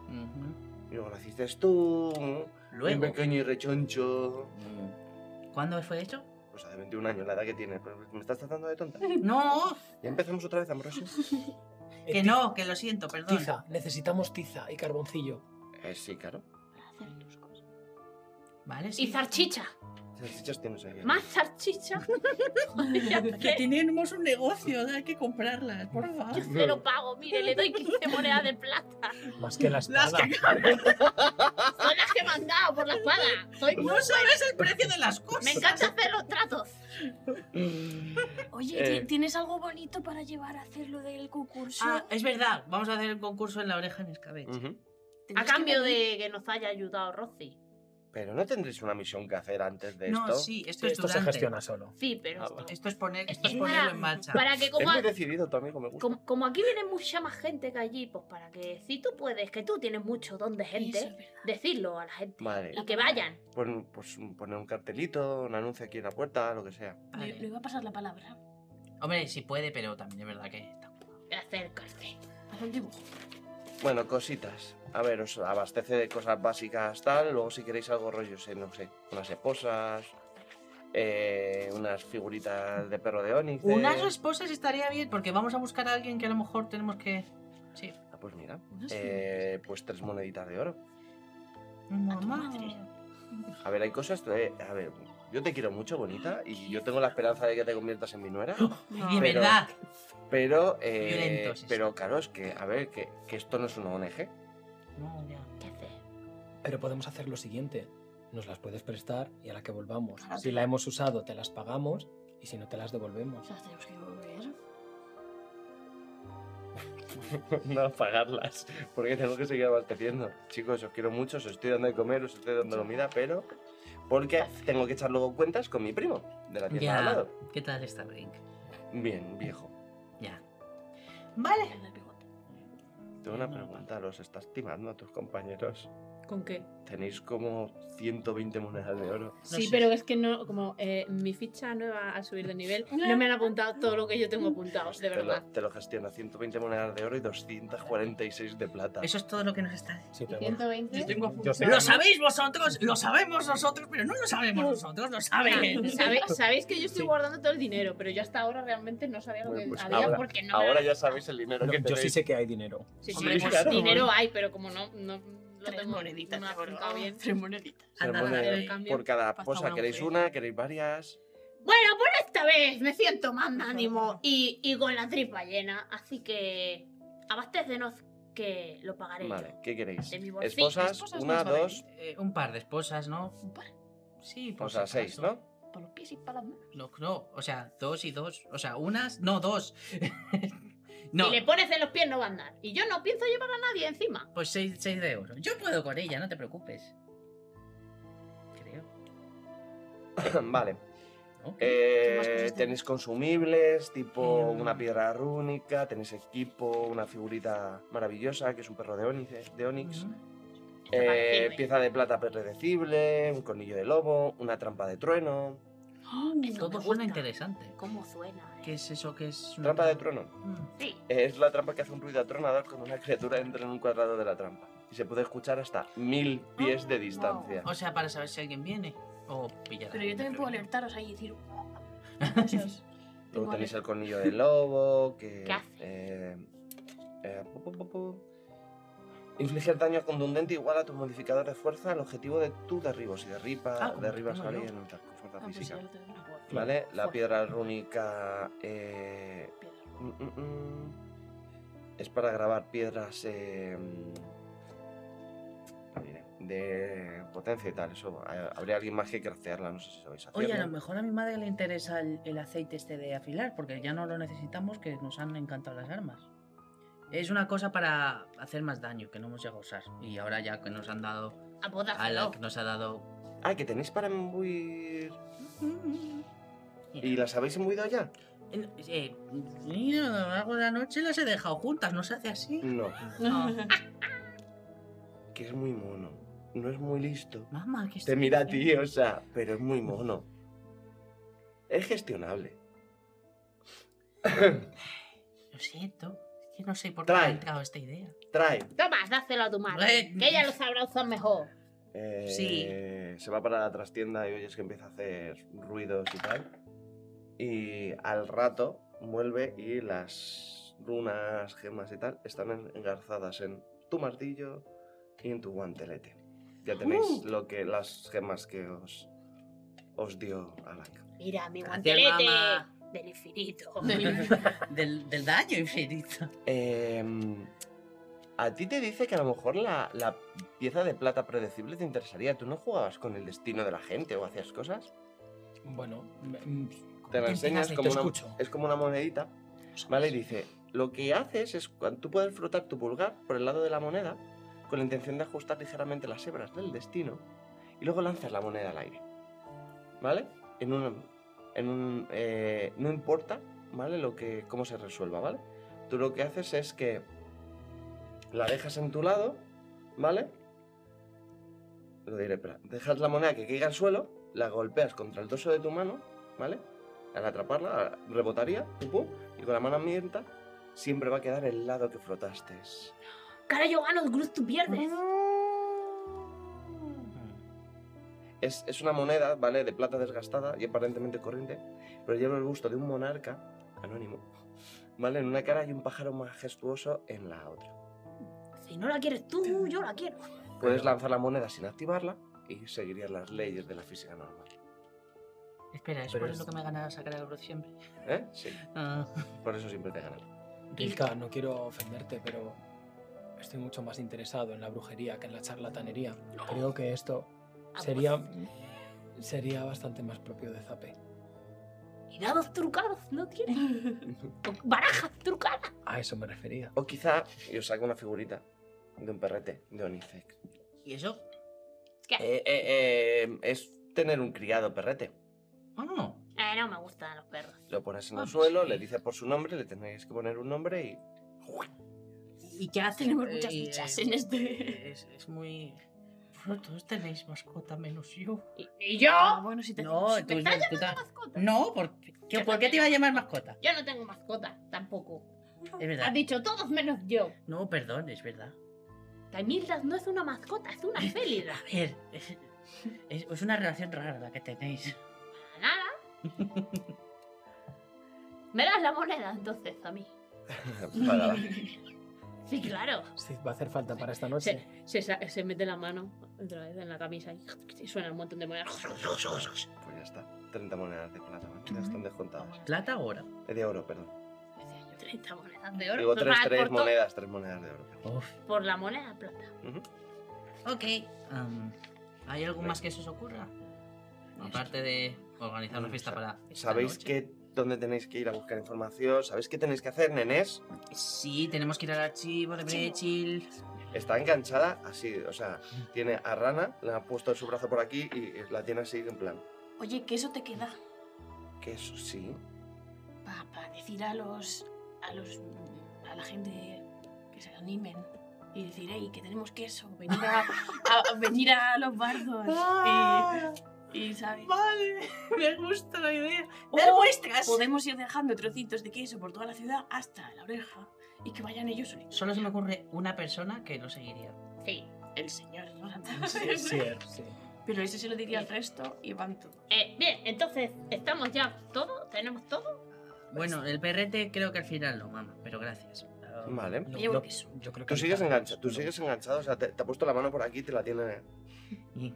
[SPEAKER 10] Ujú.
[SPEAKER 2] y luego naciste tú, un
[SPEAKER 10] Luego...
[SPEAKER 2] pequeño y rechoncho.
[SPEAKER 10] Mm. ¿Cuándo fue hecho?
[SPEAKER 2] Pues hace 21 años la edad que tienes. pero ¿Me estás tratando de tonta?
[SPEAKER 10] No,
[SPEAKER 2] Ya empezamos otra vez, Ambrosio.
[SPEAKER 6] Eh,
[SPEAKER 10] que no, que lo siento, perdón.
[SPEAKER 7] Tiza, necesitamos tiza y carboncillo.
[SPEAKER 2] Eh, sí, claro.
[SPEAKER 10] Vale,
[SPEAKER 5] Y zarchicha.
[SPEAKER 2] Esas fichas tienes ahí.
[SPEAKER 5] Más zarchicha.
[SPEAKER 10] Que tenemos un negocio, hay que comprarlas, por favor.
[SPEAKER 5] Yo se lo pago, mire, le doy 15 monedas de plata.
[SPEAKER 6] Más que la espada.
[SPEAKER 10] Las que
[SPEAKER 5] Son las que me han dado por la espada. Soy-
[SPEAKER 10] No sabes el precio de las cosas.
[SPEAKER 5] Me encanta hacer los tratos.
[SPEAKER 12] Oye,
[SPEAKER 2] Eh.
[SPEAKER 12] ¿ti- ¿tienes algo bonito para llevar a hacer lo del concurso?
[SPEAKER 10] Ah,
[SPEAKER 5] eh,
[SPEAKER 10] es verdad, vamos a hacer el concurso en la oreja en escabeche.
[SPEAKER 2] Ujú.
[SPEAKER 5] A
[SPEAKER 12] Tenemos que
[SPEAKER 5] cambio
[SPEAKER 12] venir.
[SPEAKER 5] de que nos haya ayudado Rossi.
[SPEAKER 2] Pero no tendréis una misión que hacer antes de
[SPEAKER 10] No,
[SPEAKER 2] esto.
[SPEAKER 10] sí, esto
[SPEAKER 7] Sí,
[SPEAKER 10] es
[SPEAKER 7] esto se
[SPEAKER 10] durante.
[SPEAKER 7] gestiona solo.
[SPEAKER 5] Sí, pero
[SPEAKER 2] Ah, va.
[SPEAKER 10] Esto es, poner, esto es
[SPEAKER 5] Es
[SPEAKER 10] ponerlo
[SPEAKER 5] para-
[SPEAKER 10] en marcha.
[SPEAKER 5] para que
[SPEAKER 2] Es
[SPEAKER 5] como,
[SPEAKER 2] muy decidido tu amigo, me gusta.
[SPEAKER 5] como, como aquí viene mucha más gente que allí, pues para que si tú puedes, que tú tienes mucho don de
[SPEAKER 12] Eso es
[SPEAKER 5] gente,
[SPEAKER 12] verdad.
[SPEAKER 5] decirlo a la gente.
[SPEAKER 2] Vale,
[SPEAKER 5] Y que vayan.
[SPEAKER 2] pon- pues poner un cartelito, un anuncio aquí en la puerta, lo que sea.
[SPEAKER 12] Le, le
[SPEAKER 10] Vale.
[SPEAKER 12] iba a pasar la palabra.
[SPEAKER 10] Hombre, sí puede, pero también es verdad que.
[SPEAKER 5] Acercarse.
[SPEAKER 12] Haz el dibujo.
[SPEAKER 2] Bueno, cositas. A ver, os abastece de cosas básicas tal. Luego si queréis algo rollo, sé, no sé, unas esposas, eh, unas figuritas de perro de Onix. de-
[SPEAKER 10] Unas esposas estaría bien, porque vamos a buscar a alguien que a lo mejor tenemos que. Sí.
[SPEAKER 2] Ah, pues mira.
[SPEAKER 10] Unas
[SPEAKER 2] Eh, pues tres moneditas de oro.
[SPEAKER 10] Mamá.
[SPEAKER 2] A ver, hay cosas... eh, a ver, yo te quiero mucho, bonita, y yo tengo la esperanza de que te conviertas en mi nuera.
[SPEAKER 10] Y de
[SPEAKER 2] Pero-
[SPEAKER 10] ¡Oh! verdad.
[SPEAKER 2] Pero, eh,
[SPEAKER 10] Violentos, eso.
[SPEAKER 2] pero claro, es que, a ver, que, que esto no es una ONG.
[SPEAKER 10] No, ya.
[SPEAKER 5] ¿Qué haces?
[SPEAKER 6] Pero podemos hacer lo siguiente. Nos las puedes prestar y a la que volvamos.
[SPEAKER 12] Claro.
[SPEAKER 6] Si la hemos usado, te las pagamos y si no, te las devolvemos.
[SPEAKER 12] Las tenemos que devolver.
[SPEAKER 2] no pagarlas, porque tengo que seguir abasteciendo. Chicos, os quiero mucho, os estoy dando de comer, os estoy dando comida, pero porque tengo que echar luego cuentas con mi primo de la tienda de al
[SPEAKER 10] Ya.
[SPEAKER 2] lado.
[SPEAKER 10] ¿Qué tal está Brink?
[SPEAKER 2] Bien, viejo.
[SPEAKER 10] Ya. Vale.
[SPEAKER 2] Tengo una pregunta, ¿los estás timando a tus compañeros?
[SPEAKER 4] ¿Con qué?
[SPEAKER 2] Tenéis como 120 monedas de oro.
[SPEAKER 4] sí, pero es que no, como eh, mi ficha nueva al subir de nivel, no me han apuntado todo lo que yo tengo apuntados, de
[SPEAKER 2] Te lo,
[SPEAKER 4] verdad.
[SPEAKER 2] te lo gestiona, 120 monedas de oro y 246 de plata.
[SPEAKER 10] Eso es todo lo que nos está diciendo.
[SPEAKER 6] Sí, pero bueno.
[SPEAKER 4] 120.
[SPEAKER 9] Yo tengo
[SPEAKER 6] Yo sé-
[SPEAKER 10] Lo sabéis vosotros, lo sabemos nosotros, pero no lo sabemos nosotros, lo saben.
[SPEAKER 4] Ah, Sabe- Sabéis que yo estoy guardando todo el dinero, pero yo hasta ahora realmente no sabía lo
[SPEAKER 2] Bueno,
[SPEAKER 4] que
[SPEAKER 2] pues
[SPEAKER 4] había
[SPEAKER 2] ahora-
[SPEAKER 4] porque no. me
[SPEAKER 2] Ahora
[SPEAKER 4] lo-
[SPEAKER 2] ya sabéis el dinero
[SPEAKER 6] No,
[SPEAKER 2] que
[SPEAKER 6] yo
[SPEAKER 2] tenéis.
[SPEAKER 6] sí sé que hay dinero.
[SPEAKER 4] Sí, sí,
[SPEAKER 9] Hombre,
[SPEAKER 4] pues
[SPEAKER 9] claro.
[SPEAKER 4] dinero hay, pero como no, no lo
[SPEAKER 9] Tres
[SPEAKER 4] tengo
[SPEAKER 9] moneditas
[SPEAKER 4] no me
[SPEAKER 9] de
[SPEAKER 4] ha
[SPEAKER 9] oro.
[SPEAKER 4] apuntado bien.
[SPEAKER 9] Tres moneditas.
[SPEAKER 2] Tres
[SPEAKER 10] Anda,
[SPEAKER 2] monedas
[SPEAKER 10] dale,
[SPEAKER 4] el cambio.
[SPEAKER 2] por cada
[SPEAKER 9] Pasta
[SPEAKER 2] cosa,
[SPEAKER 9] buena
[SPEAKER 2] queréis
[SPEAKER 9] mujer.
[SPEAKER 2] una, queréis varias.
[SPEAKER 5] Bueno, por esta vez me siento magnánimo y, y con la tripa llena, así que abastécenos que lo pagaré
[SPEAKER 2] Vale,
[SPEAKER 5] yo.
[SPEAKER 2] ¿qué queréis?
[SPEAKER 5] De mi bolsillo.
[SPEAKER 2] Esposas,
[SPEAKER 9] Esposas no
[SPEAKER 2] una,
[SPEAKER 9] sabéis.
[SPEAKER 2] dos,
[SPEAKER 10] Eh, un par de esposas, ¿no?
[SPEAKER 9] Un par.
[SPEAKER 10] Sí, por
[SPEAKER 2] o sea,
[SPEAKER 10] si
[SPEAKER 2] seis,
[SPEAKER 10] acaso.
[SPEAKER 2] ¿no?
[SPEAKER 5] Por los pies y para las manos.
[SPEAKER 10] No, no, o sea, dos y dos. O sea, unas, no, dos. no,
[SPEAKER 5] Si le pones en los pies no va a andar. Y yo no pienso llevar a nadie encima.
[SPEAKER 10] pues seis, seis de euros. Yo puedo con ella, no te preocupes. Creo.
[SPEAKER 2] Vale.
[SPEAKER 10] ¿no?
[SPEAKER 2] Eh,
[SPEAKER 12] más cosas
[SPEAKER 2] tenéis
[SPEAKER 12] tenéis?
[SPEAKER 2] consumibles, tipo
[SPEAKER 10] Mm.
[SPEAKER 2] una piedra rúnica, tenéis equipo, una figurita maravillosa que es un perro de Onix, de Onix
[SPEAKER 10] Ujú.
[SPEAKER 2] eh,
[SPEAKER 5] Vale,
[SPEAKER 2] pieza de plata predecible, un cornillo de lobo, una trampa de trueno.
[SPEAKER 12] Oh,
[SPEAKER 5] Eso me
[SPEAKER 10] Todo suena
[SPEAKER 5] gusta.
[SPEAKER 10] interesante.
[SPEAKER 5] ¿Cómo suena? eh?
[SPEAKER 10] ¿Qué es eso que es? una-
[SPEAKER 2] Trampa de trueno.
[SPEAKER 10] Mm.
[SPEAKER 5] Sí.
[SPEAKER 2] Es la trampa que hace un ruido atronador cuando una criatura entra en un cuadrado de la trampa. Y se puede escuchar hasta mil pies
[SPEAKER 10] Ah,
[SPEAKER 2] de distancia.
[SPEAKER 10] O sea, para saber si alguien viene o pillar. a
[SPEAKER 12] Pero yo también
[SPEAKER 10] alguien de
[SPEAKER 12] puedo
[SPEAKER 10] primero.
[SPEAKER 12] alertaros ahí y decir. cosas.
[SPEAKER 2] Luego
[SPEAKER 12] Tengo
[SPEAKER 2] tenéis
[SPEAKER 12] alerta.
[SPEAKER 2] el cornillo de lobo, que...
[SPEAKER 5] ¿Qué hace?
[SPEAKER 2] eh, eh, pu, pu, pu, pu. Infligir daño contundente igual a tu modificador de fuerza al objetivo de tu derribo. Si derriba,
[SPEAKER 10] Ah, como
[SPEAKER 2] derribas a
[SPEAKER 10] tengo yo.
[SPEAKER 2] alguien tal, con fuerza
[SPEAKER 12] Ah, pues
[SPEAKER 2] física.
[SPEAKER 12] ya lo tengo. Ah, bueno.
[SPEAKER 2] ¿Vale? La
[SPEAKER 12] Fuerza.
[SPEAKER 2] piedra rúnica... eh,
[SPEAKER 12] Piedra.
[SPEAKER 2] mm, mm, mm, es para grabar piedras... eh, mm, no diré, de potencia y tal. Eso, eh, habría alguien más que craftearla, no sé si sabéis hacerlo.
[SPEAKER 10] Oye, a lo mejor a mi madre le interesa el, el aceite este de afilar, porque ya no lo necesitamos, que nos han encantado las armas. Es una cosa para hacer más daño, que no hemos llegado a usar. Y ahora ya que nos han dado... A la
[SPEAKER 5] Abódaselo.
[SPEAKER 10] que nos ha dado...
[SPEAKER 2] Ah, que tenéis para embuir...
[SPEAKER 10] Mira.
[SPEAKER 2] ¿Y las habéis embuido ya?
[SPEAKER 10] Eh, eh, mira, a lo largo de la noche las he dejado juntas, ¿no se hace así? Ah,
[SPEAKER 2] No,
[SPEAKER 10] No.
[SPEAKER 2] que es muy mono. No es muy listo.
[SPEAKER 10] Mamá, que
[SPEAKER 2] Te mira a ti, o sea, pero es muy mono. Es gestionable.
[SPEAKER 10] Lo siento, es que no sé por qué
[SPEAKER 2] Trae.
[SPEAKER 10] me ha entrado esta idea.
[SPEAKER 2] Trae.
[SPEAKER 5] Toma, dáselo a tu madre.
[SPEAKER 10] Ven.
[SPEAKER 5] Que ella lo sabrá usar mejor.
[SPEAKER 2] Eh,
[SPEAKER 10] Sí.
[SPEAKER 2] Se va para la trastienda y oyes que empieza a hacer ruidos y tal. Y al rato vuelve y las runas, gemas y tal están en- engarzadas en tu martillo y en tu guantelete. Ya tenéis
[SPEAKER 10] Uh.
[SPEAKER 2] lo que las gemas que os, os dio Alak.
[SPEAKER 5] Mira, mi
[SPEAKER 10] Gracias,
[SPEAKER 5] guantelete
[SPEAKER 10] mamá.
[SPEAKER 5] del infinito.
[SPEAKER 10] del, del daño infinito.
[SPEAKER 2] Em, a ti te dice que a lo mejor la, la pieza de plata predecible te interesaría. ¿Tú no jugabas con el destino de la gente o hacías cosas?
[SPEAKER 6] Bueno, me- mm,
[SPEAKER 2] Te la
[SPEAKER 6] te
[SPEAKER 2] enseñas
[SPEAKER 6] enteras y
[SPEAKER 2] como
[SPEAKER 6] te
[SPEAKER 2] una,
[SPEAKER 6] escucho.
[SPEAKER 2] es como una monedita, ¿vale? Y dice, lo que haces es, cuan- tú puedes frotar tu pulgar por el lado de la moneda con la intención de ajustar ligeramente las hebras del destino y luego lanzas la moneda al aire, ¿vale? En un, en un, eh, no importa, ¿vale? Lo que, cómo se resuelva, ¿vale? Tú lo que haces es que la dejas en tu lado, ¿vale? Lo diré, espera. Dejas la moneda que caiga al suelo, la golpeas contra el dorso de tu mano, ¿vale? Al atraparla, rebotaría, pum, pum, y con la mano abierta siempre va a quedar el lado que frotaste.
[SPEAKER 5] que ahora yo gano, Gruz, tú pierdes. Ah.
[SPEAKER 2] Es, es una moneda, ¿vale? De plata desgastada y aparentemente corriente, pero lleva el busto de un monarca anónimo, ¿vale? En una cara y un pájaro majestuoso en la otra.
[SPEAKER 5] Si no la quieres tú, yo la quiero.
[SPEAKER 2] Puedes lanzar la moneda sin activarla y seguirías las leyes de la física normal.
[SPEAKER 10] Espera, ¿es
[SPEAKER 6] Pero
[SPEAKER 10] por
[SPEAKER 6] es-
[SPEAKER 10] eso que me he ganado sacar el Gruz siempre?
[SPEAKER 2] ¿Eh? Sí,
[SPEAKER 10] Ah.
[SPEAKER 2] por eso siempre te ganan.
[SPEAKER 6] Rilka, no quiero ofenderte, pero estoy mucho más interesado en la brujería que en la charlatanería. Creo que esto sería, sería bastante más propio de Zape.
[SPEAKER 5] Y dados trucados no tienes. O Barajas trucadas.
[SPEAKER 6] A eso me refería.
[SPEAKER 2] O quizá yo saco una figurita de un perrete de Onisex.
[SPEAKER 10] ¿Y eso?
[SPEAKER 2] Eh, eh, eh, es tener un criado perrete.
[SPEAKER 10] Ah, no.
[SPEAKER 5] Eh, no me gustan los perros.
[SPEAKER 2] Lo pones en el
[SPEAKER 10] Ah,
[SPEAKER 2] suelo,
[SPEAKER 10] sí.
[SPEAKER 2] le dices por su nombre, le tenéis que poner un nombre y.
[SPEAKER 10] ¿Y qué hace?
[SPEAKER 12] Tenemos muchas
[SPEAKER 10] Eh,
[SPEAKER 12] fichas en este.
[SPEAKER 10] Es, es muy... Bueno, todos tenéis mascota menos yo.
[SPEAKER 5] ¿Y, y yo?
[SPEAKER 12] Ah, bueno, si te
[SPEAKER 10] No,
[SPEAKER 12] si te
[SPEAKER 10] tú-
[SPEAKER 12] estás
[SPEAKER 10] tú ta-
[SPEAKER 5] mascota?
[SPEAKER 10] No, ¿por qué, por qué te iba a llamar mascota?
[SPEAKER 5] Yo no tengo mascota, tampoco.
[SPEAKER 10] Es verdad.
[SPEAKER 5] Has dicho todos menos yo.
[SPEAKER 10] No, perdón, es verdad.
[SPEAKER 5] Tamilda no es una mascota, es una célida.
[SPEAKER 10] A ver, es, es- es una relación rara la que tenéis.
[SPEAKER 5] Para nada. Me das la moneda entonces a mí.
[SPEAKER 2] Para-
[SPEAKER 5] Sí, claro.
[SPEAKER 6] Sí, va a hacer falta para esta
[SPEAKER 4] Se,
[SPEAKER 6] noche.
[SPEAKER 4] se sa- se mete la mano otra vez en la camisa y suena un montón de monedas.
[SPEAKER 2] Pues ya está. 30 monedas de plata, ¿vale? ya están descontadas.
[SPEAKER 10] ¿Plata ahora?
[SPEAKER 2] Eh, De oro, perdón.
[SPEAKER 5] 30 monedas de oro.
[SPEAKER 2] Digo tres,
[SPEAKER 5] Total,
[SPEAKER 2] tres
[SPEAKER 5] por, to-
[SPEAKER 2] monedas, tres monedas de oro. perdón.
[SPEAKER 10] Uf.
[SPEAKER 5] por la moneda de plata.
[SPEAKER 2] Ujú.
[SPEAKER 10] Ok. am, ¿Hay algo más que se os ocurra? Aparte de organizar una fiesta para. esta
[SPEAKER 2] ¿Sabéis
[SPEAKER 10] noche.
[SPEAKER 2] que, dónde tenéis que ir a buscar información? ¿Sabéis qué tenéis que hacer, nenés?
[SPEAKER 10] Sí, tenemos que ir al archivo de Brechil.
[SPEAKER 2] Está enganchada así, o sea, tiene a Rana, la ha puesto su brazo por aquí y la tiene así en plan.
[SPEAKER 12] Oye, que eso te queda
[SPEAKER 2] Que eso sí.
[SPEAKER 12] para decir a los. a los. a la gente que se animen. Y decir, hey, que tenemos queso, venir a, a- a- venir a los bardos. Y, y, ¿sabes?
[SPEAKER 10] Ah, Vale, me gusta la idea.
[SPEAKER 12] O
[SPEAKER 10] ¡Dar muestras!
[SPEAKER 12] Podemos ir dejando trocitos de queso por toda la ciudad hasta la oreja y que vayan ellos solitos.
[SPEAKER 10] Solo se me ocurre una persona que lo seguiría.
[SPEAKER 5] Sí.
[SPEAKER 12] El señor ¿no?
[SPEAKER 6] Sí, sí, sí.
[SPEAKER 12] Pero eso se lo diría al resto y van todos.
[SPEAKER 5] Eh, bien, entonces, ¿estamos ya todo? ¿Tenemos todo?
[SPEAKER 10] Bueno, el perrete creo que al final lo mama, pero gracias. Ah,
[SPEAKER 2] Vale.
[SPEAKER 6] Yo,
[SPEAKER 12] Llevo
[SPEAKER 6] creo-
[SPEAKER 12] queso.
[SPEAKER 6] yo creo que
[SPEAKER 2] Tú sigues
[SPEAKER 6] Rilka-
[SPEAKER 2] enganchado, tú sigues enganchado, o sea, te, te ha puesto la mano por aquí y te la tiene.
[SPEAKER 10] y-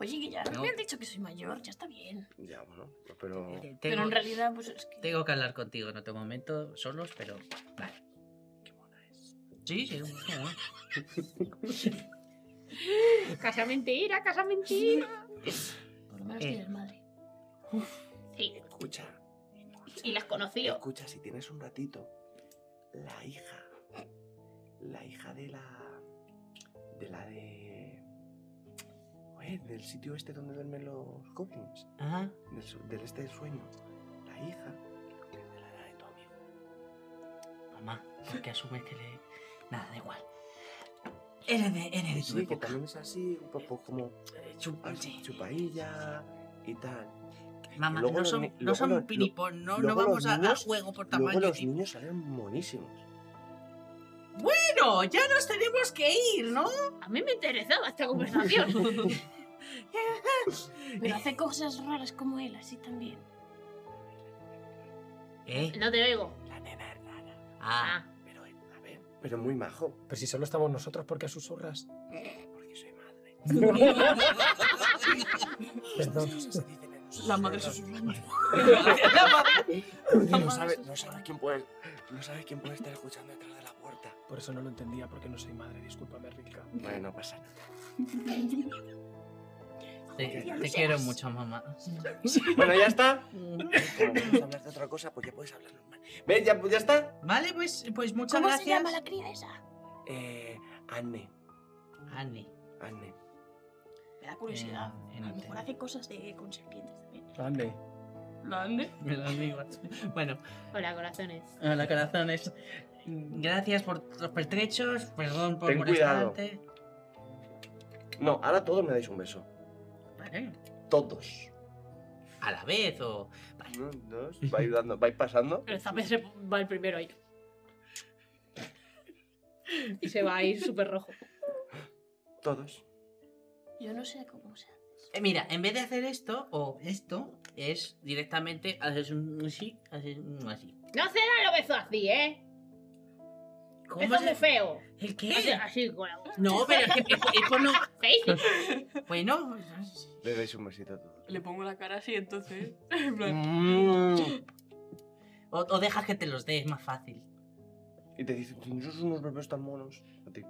[SPEAKER 12] Oye, que ya
[SPEAKER 10] No.
[SPEAKER 12] me han dicho que soy mayor, ya está bien.
[SPEAKER 2] Ya, bueno, pero.
[SPEAKER 10] Eh, te-
[SPEAKER 12] Pero
[SPEAKER 10] tengo,
[SPEAKER 12] en realidad, pues es que.
[SPEAKER 10] tengo que hablar contigo en otro momento, solos, pero. Vale. Qué mona es. Sí, sí, es muy mona.
[SPEAKER 4] Casa mentira, casa mentira.
[SPEAKER 12] Por lo menos
[SPEAKER 10] Eh.
[SPEAKER 12] tienes madre.
[SPEAKER 5] Sí.
[SPEAKER 2] Escucha,
[SPEAKER 5] Y las conocí.
[SPEAKER 12] Eh.
[SPEAKER 2] escucha, si tienes un ratito, la hija. La hija de la. De la de. Oye, del sitio este donde duermen los goblins.
[SPEAKER 10] Ah,
[SPEAKER 2] Del, su- del este del sueño. La hija. De la edad de tu amigo.
[SPEAKER 10] mamá, porque asumes que le. Nada, da igual. Eres de, eres de tu
[SPEAKER 2] Sí, que
[SPEAKER 10] época.
[SPEAKER 2] también es así, un poco como
[SPEAKER 10] Eh, chup-
[SPEAKER 2] ah,
[SPEAKER 10] sí.
[SPEAKER 2] chupailla y tal.
[SPEAKER 10] Mamá,
[SPEAKER 2] Luego
[SPEAKER 10] no
[SPEAKER 2] los
[SPEAKER 10] son,
[SPEAKER 2] ni-
[SPEAKER 10] no
[SPEAKER 2] luego
[SPEAKER 10] son
[SPEAKER 2] los-
[SPEAKER 10] pinipón, no, no
[SPEAKER 2] luego los
[SPEAKER 10] vamos a, a
[SPEAKER 2] niños-
[SPEAKER 10] juego por
[SPEAKER 2] Luego
[SPEAKER 10] tamaño.
[SPEAKER 2] los
[SPEAKER 10] y-
[SPEAKER 2] niños salen monísimos.
[SPEAKER 10] Bueno, ya nos tenemos que ir, ¿no?
[SPEAKER 5] A mí me interesaba esta conversación.
[SPEAKER 12] Pero hace cosas raras como él, así también.
[SPEAKER 10] ¿Eh?
[SPEAKER 5] No te oigo.
[SPEAKER 2] La nena es rara.
[SPEAKER 5] Ah,
[SPEAKER 10] Ah,
[SPEAKER 2] Pero, eh, a ver, pero muy majo.
[SPEAKER 6] Pero si solo estamos nosotros, ¿por qué susurras?
[SPEAKER 2] Porque soy madre.
[SPEAKER 6] Perdón.
[SPEAKER 9] La madre susurrando.
[SPEAKER 2] No sabes no sabe quién puede, no sabe quién puede estar escuchando detrás de la puerta.
[SPEAKER 6] Por eso no lo entendía, porque no soy madre. Discúlpame, Rilka.
[SPEAKER 2] Bueno, no pasa nada.
[SPEAKER 10] te, te quiero mucho, mamá.
[SPEAKER 2] Bueno, ya está. Como vamos a hablar de otra cosa, pues ya puedes hablar normal. ¿Ves? ¿Ya, ya está?
[SPEAKER 10] Vale, pues, pues muchas
[SPEAKER 12] ¿Cómo
[SPEAKER 10] gracias.
[SPEAKER 12] se llama la cría esa?
[SPEAKER 2] Eh, Anne.
[SPEAKER 10] Annie.
[SPEAKER 2] Anne.
[SPEAKER 12] Me da curiosidad.
[SPEAKER 10] Eh, en
[SPEAKER 12] a lo
[SPEAKER 10] hotel.
[SPEAKER 12] mejor hace cosas de, con serpientes también.
[SPEAKER 6] Ande.
[SPEAKER 9] ¿La ande?
[SPEAKER 10] Me lo digo. Bueno,
[SPEAKER 4] Hola, corazones.
[SPEAKER 10] hola corazones. Gracias por los pertrechos, perdón por
[SPEAKER 2] Ten cuidado.
[SPEAKER 10] molestarte.
[SPEAKER 2] No, ahora todos me dais un beso.
[SPEAKER 10] Vale.
[SPEAKER 2] Todos.
[SPEAKER 10] A la vez o.
[SPEAKER 2] Uno, dos. Vais, dando, vais pasando.
[SPEAKER 4] El Zape se va el primero ahí. Y se va a ir súper rojo.
[SPEAKER 2] Todos.
[SPEAKER 12] Yo no sé cómo se hace.
[SPEAKER 10] Eh, mira, en vez de hacer esto o esto, es directamente haces un así, haces un así.
[SPEAKER 5] No se da lo beso así, ¿eh? Eso es
[SPEAKER 10] se-
[SPEAKER 5] muy feo.
[SPEAKER 10] ¿El
[SPEAKER 5] Así,
[SPEAKER 10] qué?
[SPEAKER 5] así con la boca.
[SPEAKER 10] No, pero es que es, es por no.
[SPEAKER 5] Feísimo.
[SPEAKER 10] Bueno,
[SPEAKER 2] Le dais un besito a todos.
[SPEAKER 9] Le pongo la cara así, entonces. En plan.
[SPEAKER 2] Mm.
[SPEAKER 10] o, o dejas que te los dé, es más fácil.
[SPEAKER 2] Y te dicen, esos son unos bebés tan monos. A ti.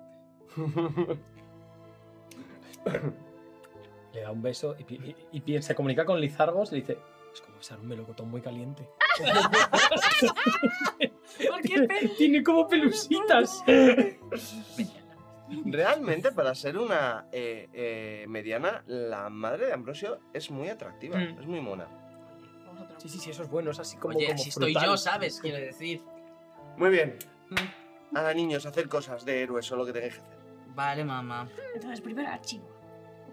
[SPEAKER 6] Le da un beso y, pi- y- y pi- se comunica con Lizargos y le dice: Es como besar un melocotón muy caliente.
[SPEAKER 9] ¿Por qué
[SPEAKER 6] Tiene-
[SPEAKER 9] pe-
[SPEAKER 6] Tiene como pelusitas.
[SPEAKER 2] Realmente, para ser una eh, eh, mediana, la madre de Ambrosio es muy atractiva,
[SPEAKER 6] Mm.
[SPEAKER 2] es muy mona.
[SPEAKER 9] Vamos a otra.
[SPEAKER 6] Sí, sí, sí, eso es bueno. Es así como.
[SPEAKER 10] Oye,
[SPEAKER 6] como
[SPEAKER 10] así estoy
[SPEAKER 6] frutal.
[SPEAKER 10] yo, ¿sabes? Quiero decir.
[SPEAKER 2] Muy bien. Ahora, Mm. niños, hacer cosas de héroes o lo que tengáis que hacer.
[SPEAKER 10] Vale, mamá.
[SPEAKER 12] Entonces, primero archivo.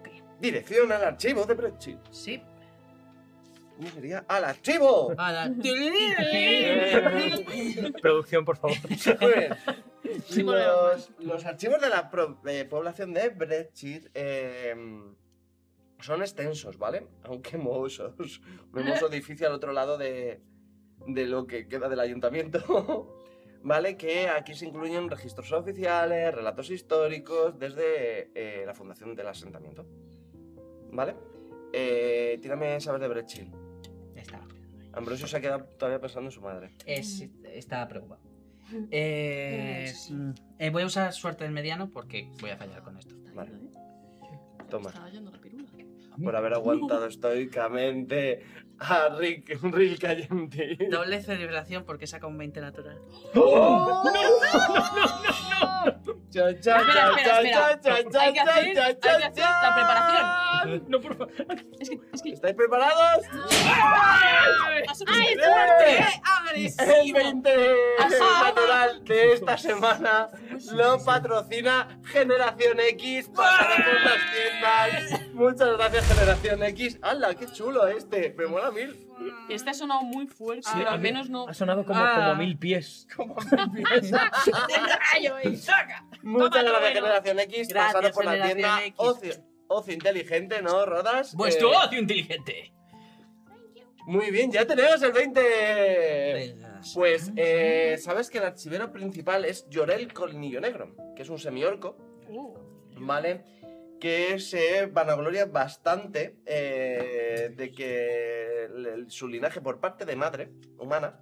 [SPEAKER 12] Ok.
[SPEAKER 2] Dirección al archivo de Brexit.
[SPEAKER 10] Sí.
[SPEAKER 2] ¿Cómo sería? ¡Al archivo!
[SPEAKER 10] Ahora.
[SPEAKER 6] Producción, por favor.
[SPEAKER 2] Muy bien.
[SPEAKER 4] bueno.
[SPEAKER 2] los, los archivos de la pro- de población de Brexit eh, son extensos, ¿vale? Aunque mohosos. Un hermoso edificio al otro lado de, de lo que queda del ayuntamiento. ¿Vale? Que aquí se incluyen registros oficiales, relatos históricos, desde eh, la fundación del asentamiento. ¿Vale? Eh, tírame saber de Brexit.
[SPEAKER 10] Ya está.
[SPEAKER 2] Ambrosio se ha quedado todavía pensando en su madre.
[SPEAKER 10] Es, está preocupado. Eh, es- eh, voy a usar suerte del mediano porque voy a fallar con esto.
[SPEAKER 2] Vale.
[SPEAKER 9] Está yendo, ¿eh?
[SPEAKER 2] Toma.
[SPEAKER 9] Estaba yendo la pirula.
[SPEAKER 2] por haber aguantado estoicamente a Rick, Rick Cayenti.
[SPEAKER 10] Doble celebración porque saca un 20 natural.
[SPEAKER 2] ¡Oh! Cha, cha,
[SPEAKER 9] Espera,
[SPEAKER 2] cha,
[SPEAKER 9] espera,
[SPEAKER 2] cha,
[SPEAKER 9] espera.
[SPEAKER 2] cha, cha,
[SPEAKER 9] Hay que
[SPEAKER 2] cha,
[SPEAKER 9] hacer-
[SPEAKER 2] cha,
[SPEAKER 9] hay que
[SPEAKER 2] cha,
[SPEAKER 9] hacer
[SPEAKER 2] cha.
[SPEAKER 9] la preparación.
[SPEAKER 6] No, por favor.
[SPEAKER 9] Es que, es que.
[SPEAKER 2] ¿Estáis preparados?
[SPEAKER 9] ¡Ay,
[SPEAKER 2] ¡Eh! El
[SPEAKER 9] agresivo!
[SPEAKER 2] 20 natural de esta semana lo patrocina Generación X. Pasad por las tiendas. Muchas gracias, Generación X. ¡Hala, qué chulo este! Me mola mil.
[SPEAKER 9] Este ha sonado muy fuerte,
[SPEAKER 6] Sí,
[SPEAKER 9] pero
[SPEAKER 6] a
[SPEAKER 9] al
[SPEAKER 6] mí-
[SPEAKER 9] menos no.
[SPEAKER 6] Ha sonado como,
[SPEAKER 9] Ah.
[SPEAKER 6] como mil pies.
[SPEAKER 2] Muchas
[SPEAKER 9] Toma,
[SPEAKER 2] gracias,
[SPEAKER 9] Rubén.
[SPEAKER 2] Generación X.
[SPEAKER 10] Gracias,
[SPEAKER 2] Pasad por la
[SPEAKER 10] Generación
[SPEAKER 2] tienda.
[SPEAKER 10] X.
[SPEAKER 2] Ocio, ocio inteligente, ¿no, Rodas?
[SPEAKER 6] Pues
[SPEAKER 10] Vuestro
[SPEAKER 2] Eh,
[SPEAKER 10] ocio inteligente.
[SPEAKER 2] Muy bien, ya tenemos el 20.
[SPEAKER 10] Venga.
[SPEAKER 2] Pues, eh, sabes que el archivero principal es Llorel Colmillo Negro, que es un semiorco,
[SPEAKER 9] Uh.
[SPEAKER 2] ¿vale? Que se vanagloria bastante eh, de que le- su linaje por parte de madre humana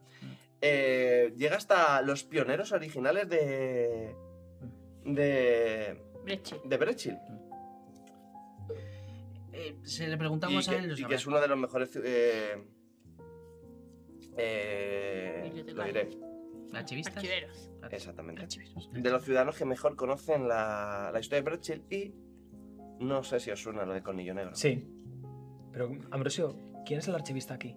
[SPEAKER 2] eh, llega hasta los pioneros originales de. de.
[SPEAKER 4] Breche.
[SPEAKER 2] de Brechil.
[SPEAKER 10] Eh, se le
[SPEAKER 2] Y
[SPEAKER 10] preguntamos a
[SPEAKER 2] que,
[SPEAKER 10] él. lo
[SPEAKER 2] y que
[SPEAKER 10] sabrá.
[SPEAKER 2] es uno de los mejores. Eh, eh, lo diré,
[SPEAKER 10] Archivistas.
[SPEAKER 4] Archiveros.
[SPEAKER 2] exactamente.
[SPEAKER 9] Archiveros.
[SPEAKER 2] De los ciudadanos que mejor conocen la, la historia de Brechil y. No sé si os suena lo de Colmillo Negro.
[SPEAKER 6] Sí. Pero, Ambrosio, ¿quién es el archivista aquí?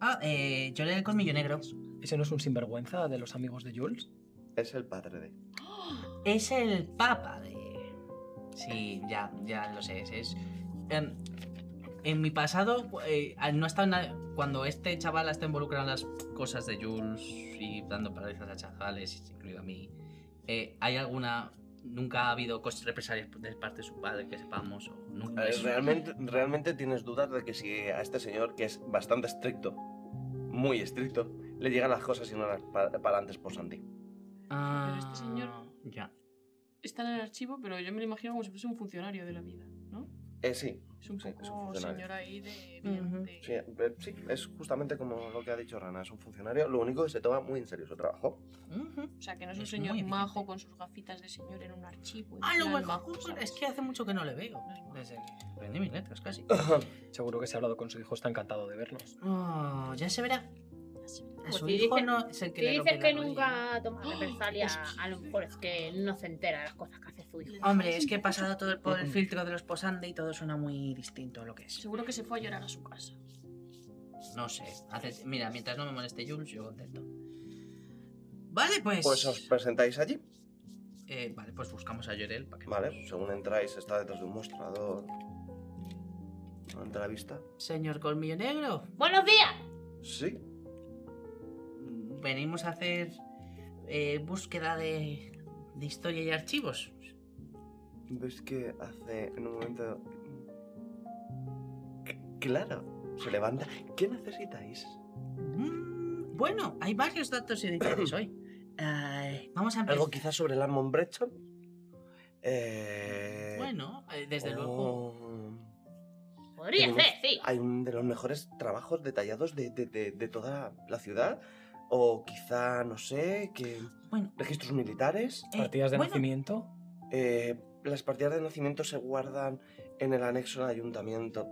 [SPEAKER 10] Ah, eh, yo el colmillo negro.
[SPEAKER 6] ¿Ese no es un sinvergüenza de los amigos de Jules?
[SPEAKER 2] Es el padre de.
[SPEAKER 10] Es el papa de. Sí, ya, ya lo sé. es- Es. em, en mi pasado, eh, no ha estado na- Cuando este chaval ha estado involucrado en las cosas de Jules y dando paralizas a chavales, incluido a mí, eh, ¿hay alguna. Nunca ha habido cosas represalias de parte de su padre que sepamos? O nunca.
[SPEAKER 2] Eh, Realmente, realmente tienes dudas de que si a este señor, que es bastante estricto, muy estricto, le llegan las cosas y no las pa- para antes por Santi.
[SPEAKER 10] Ah,
[SPEAKER 9] Pero este señor-
[SPEAKER 10] Ya.
[SPEAKER 9] Está en el archivo, pero yo me lo imagino como si fuese un funcionario de la vida, ¿no?
[SPEAKER 2] Eh, sí,
[SPEAKER 9] Es un
[SPEAKER 2] Sí, es un
[SPEAKER 9] poco
[SPEAKER 2] funcionario.
[SPEAKER 9] señor ahí de.
[SPEAKER 10] Ujú.
[SPEAKER 9] de-
[SPEAKER 2] sí, eh, sí, es justamente como lo que ha dicho Rana, es un funcionario, lo único que se toma muy en serio su trabajo.
[SPEAKER 10] Ujú.
[SPEAKER 9] O sea, que no es un
[SPEAKER 10] Es muy
[SPEAKER 9] señor
[SPEAKER 10] evidente.
[SPEAKER 9] majo con sus gafitas de señor en un archivo. en
[SPEAKER 10] Ah, lo
[SPEAKER 9] plan
[SPEAKER 10] mejor
[SPEAKER 9] ¿sabes?
[SPEAKER 10] es que hace mucho que no le veo.
[SPEAKER 9] No es majo.
[SPEAKER 10] Desde que aprendí mis letras casi.
[SPEAKER 6] Seguro que se ha hablado con su hijo, está encantado de vernos.
[SPEAKER 10] Oh, ya se verá. A
[SPEAKER 5] Pues
[SPEAKER 10] su
[SPEAKER 5] si
[SPEAKER 10] hijo
[SPEAKER 5] dices-
[SPEAKER 10] no es el que
[SPEAKER 5] Si
[SPEAKER 10] le rompe
[SPEAKER 5] dices
[SPEAKER 10] la
[SPEAKER 5] que
[SPEAKER 10] rodilla.
[SPEAKER 5] nunca ha tomado
[SPEAKER 9] ¡Ay!
[SPEAKER 5] represalia,
[SPEAKER 9] Es que-
[SPEAKER 5] a lo mejor es que no se entera de las cosas que hace su hijo.
[SPEAKER 10] Hombre, es que he pasado todo el- por el filtro de los posande y todo suena muy distinto a lo que es.
[SPEAKER 9] Seguro que se fue a llorar a su casa.
[SPEAKER 10] No sé. hace- Mira, mientras no me moleste Jules, yo contento. Vale, pues.
[SPEAKER 2] Pues os presentáis allí,
[SPEAKER 10] Eh, vale, pues buscamos a Llorel para que
[SPEAKER 2] ¿vale? Según entráis, está detrás de un mostrador. ¿No entra la vista?
[SPEAKER 10] Señor Colmillo Negro,
[SPEAKER 5] ¡Buenos días!
[SPEAKER 2] Sí.
[SPEAKER 10] venimos a hacer eh, búsqueda de de historia y archivos.
[SPEAKER 2] ¿Ves Pues que hace en un momento... C- Claro, se levanta. ¿Qué necesitáis?
[SPEAKER 10] Mm, bueno, hay varios datos editados hoy. Eh, vamos a
[SPEAKER 2] ¿Algo
[SPEAKER 10] empezar.
[SPEAKER 2] quizás sobre el Armon Brechon? Eh...
[SPEAKER 10] Bueno, eh, desde
[SPEAKER 2] oh,
[SPEAKER 10] luego.
[SPEAKER 5] Podría
[SPEAKER 2] tenemos-
[SPEAKER 5] ser, sí.
[SPEAKER 2] Hay un de los mejores trabajos detallados de, de- de- de toda la ciudad. O quizá, no sé, que
[SPEAKER 10] Bueno,
[SPEAKER 2] registros militares.
[SPEAKER 10] eh,
[SPEAKER 6] Partidas de
[SPEAKER 10] bueno,
[SPEAKER 6] nacimiento.
[SPEAKER 2] Eh, las partidas de nacimiento se guardan en el anexo del ayuntamiento.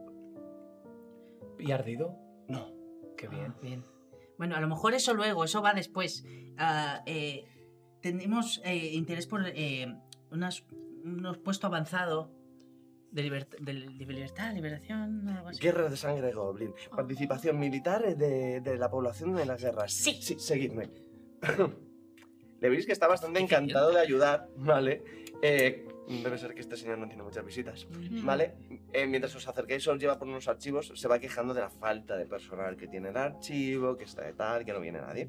[SPEAKER 6] Y ardido.
[SPEAKER 2] No.
[SPEAKER 6] Qué
[SPEAKER 10] Ah,
[SPEAKER 6] bien.
[SPEAKER 10] bien. Bueno, a lo mejor eso luego, eso va después. Ah, eh, tenemos eh, interés por eh, unas, unos puesto avanzado de, libert- de li- de libertad, liberación, algo así.
[SPEAKER 2] Guerra de sangre goblin. Participación militar de, de la población en las guerras.
[SPEAKER 10] Sí.
[SPEAKER 2] Sí, seguidme. Le veis que está bastante encantado de ayudar, ¿vale? Eh, debe ser que este señor no tiene muchas visitas. ¿Vale? Eh, mientras os acerquéis, os lleva por unos archivos, se va quejando de la falta de personal que tiene el archivo, que está de tal, que no viene nadie.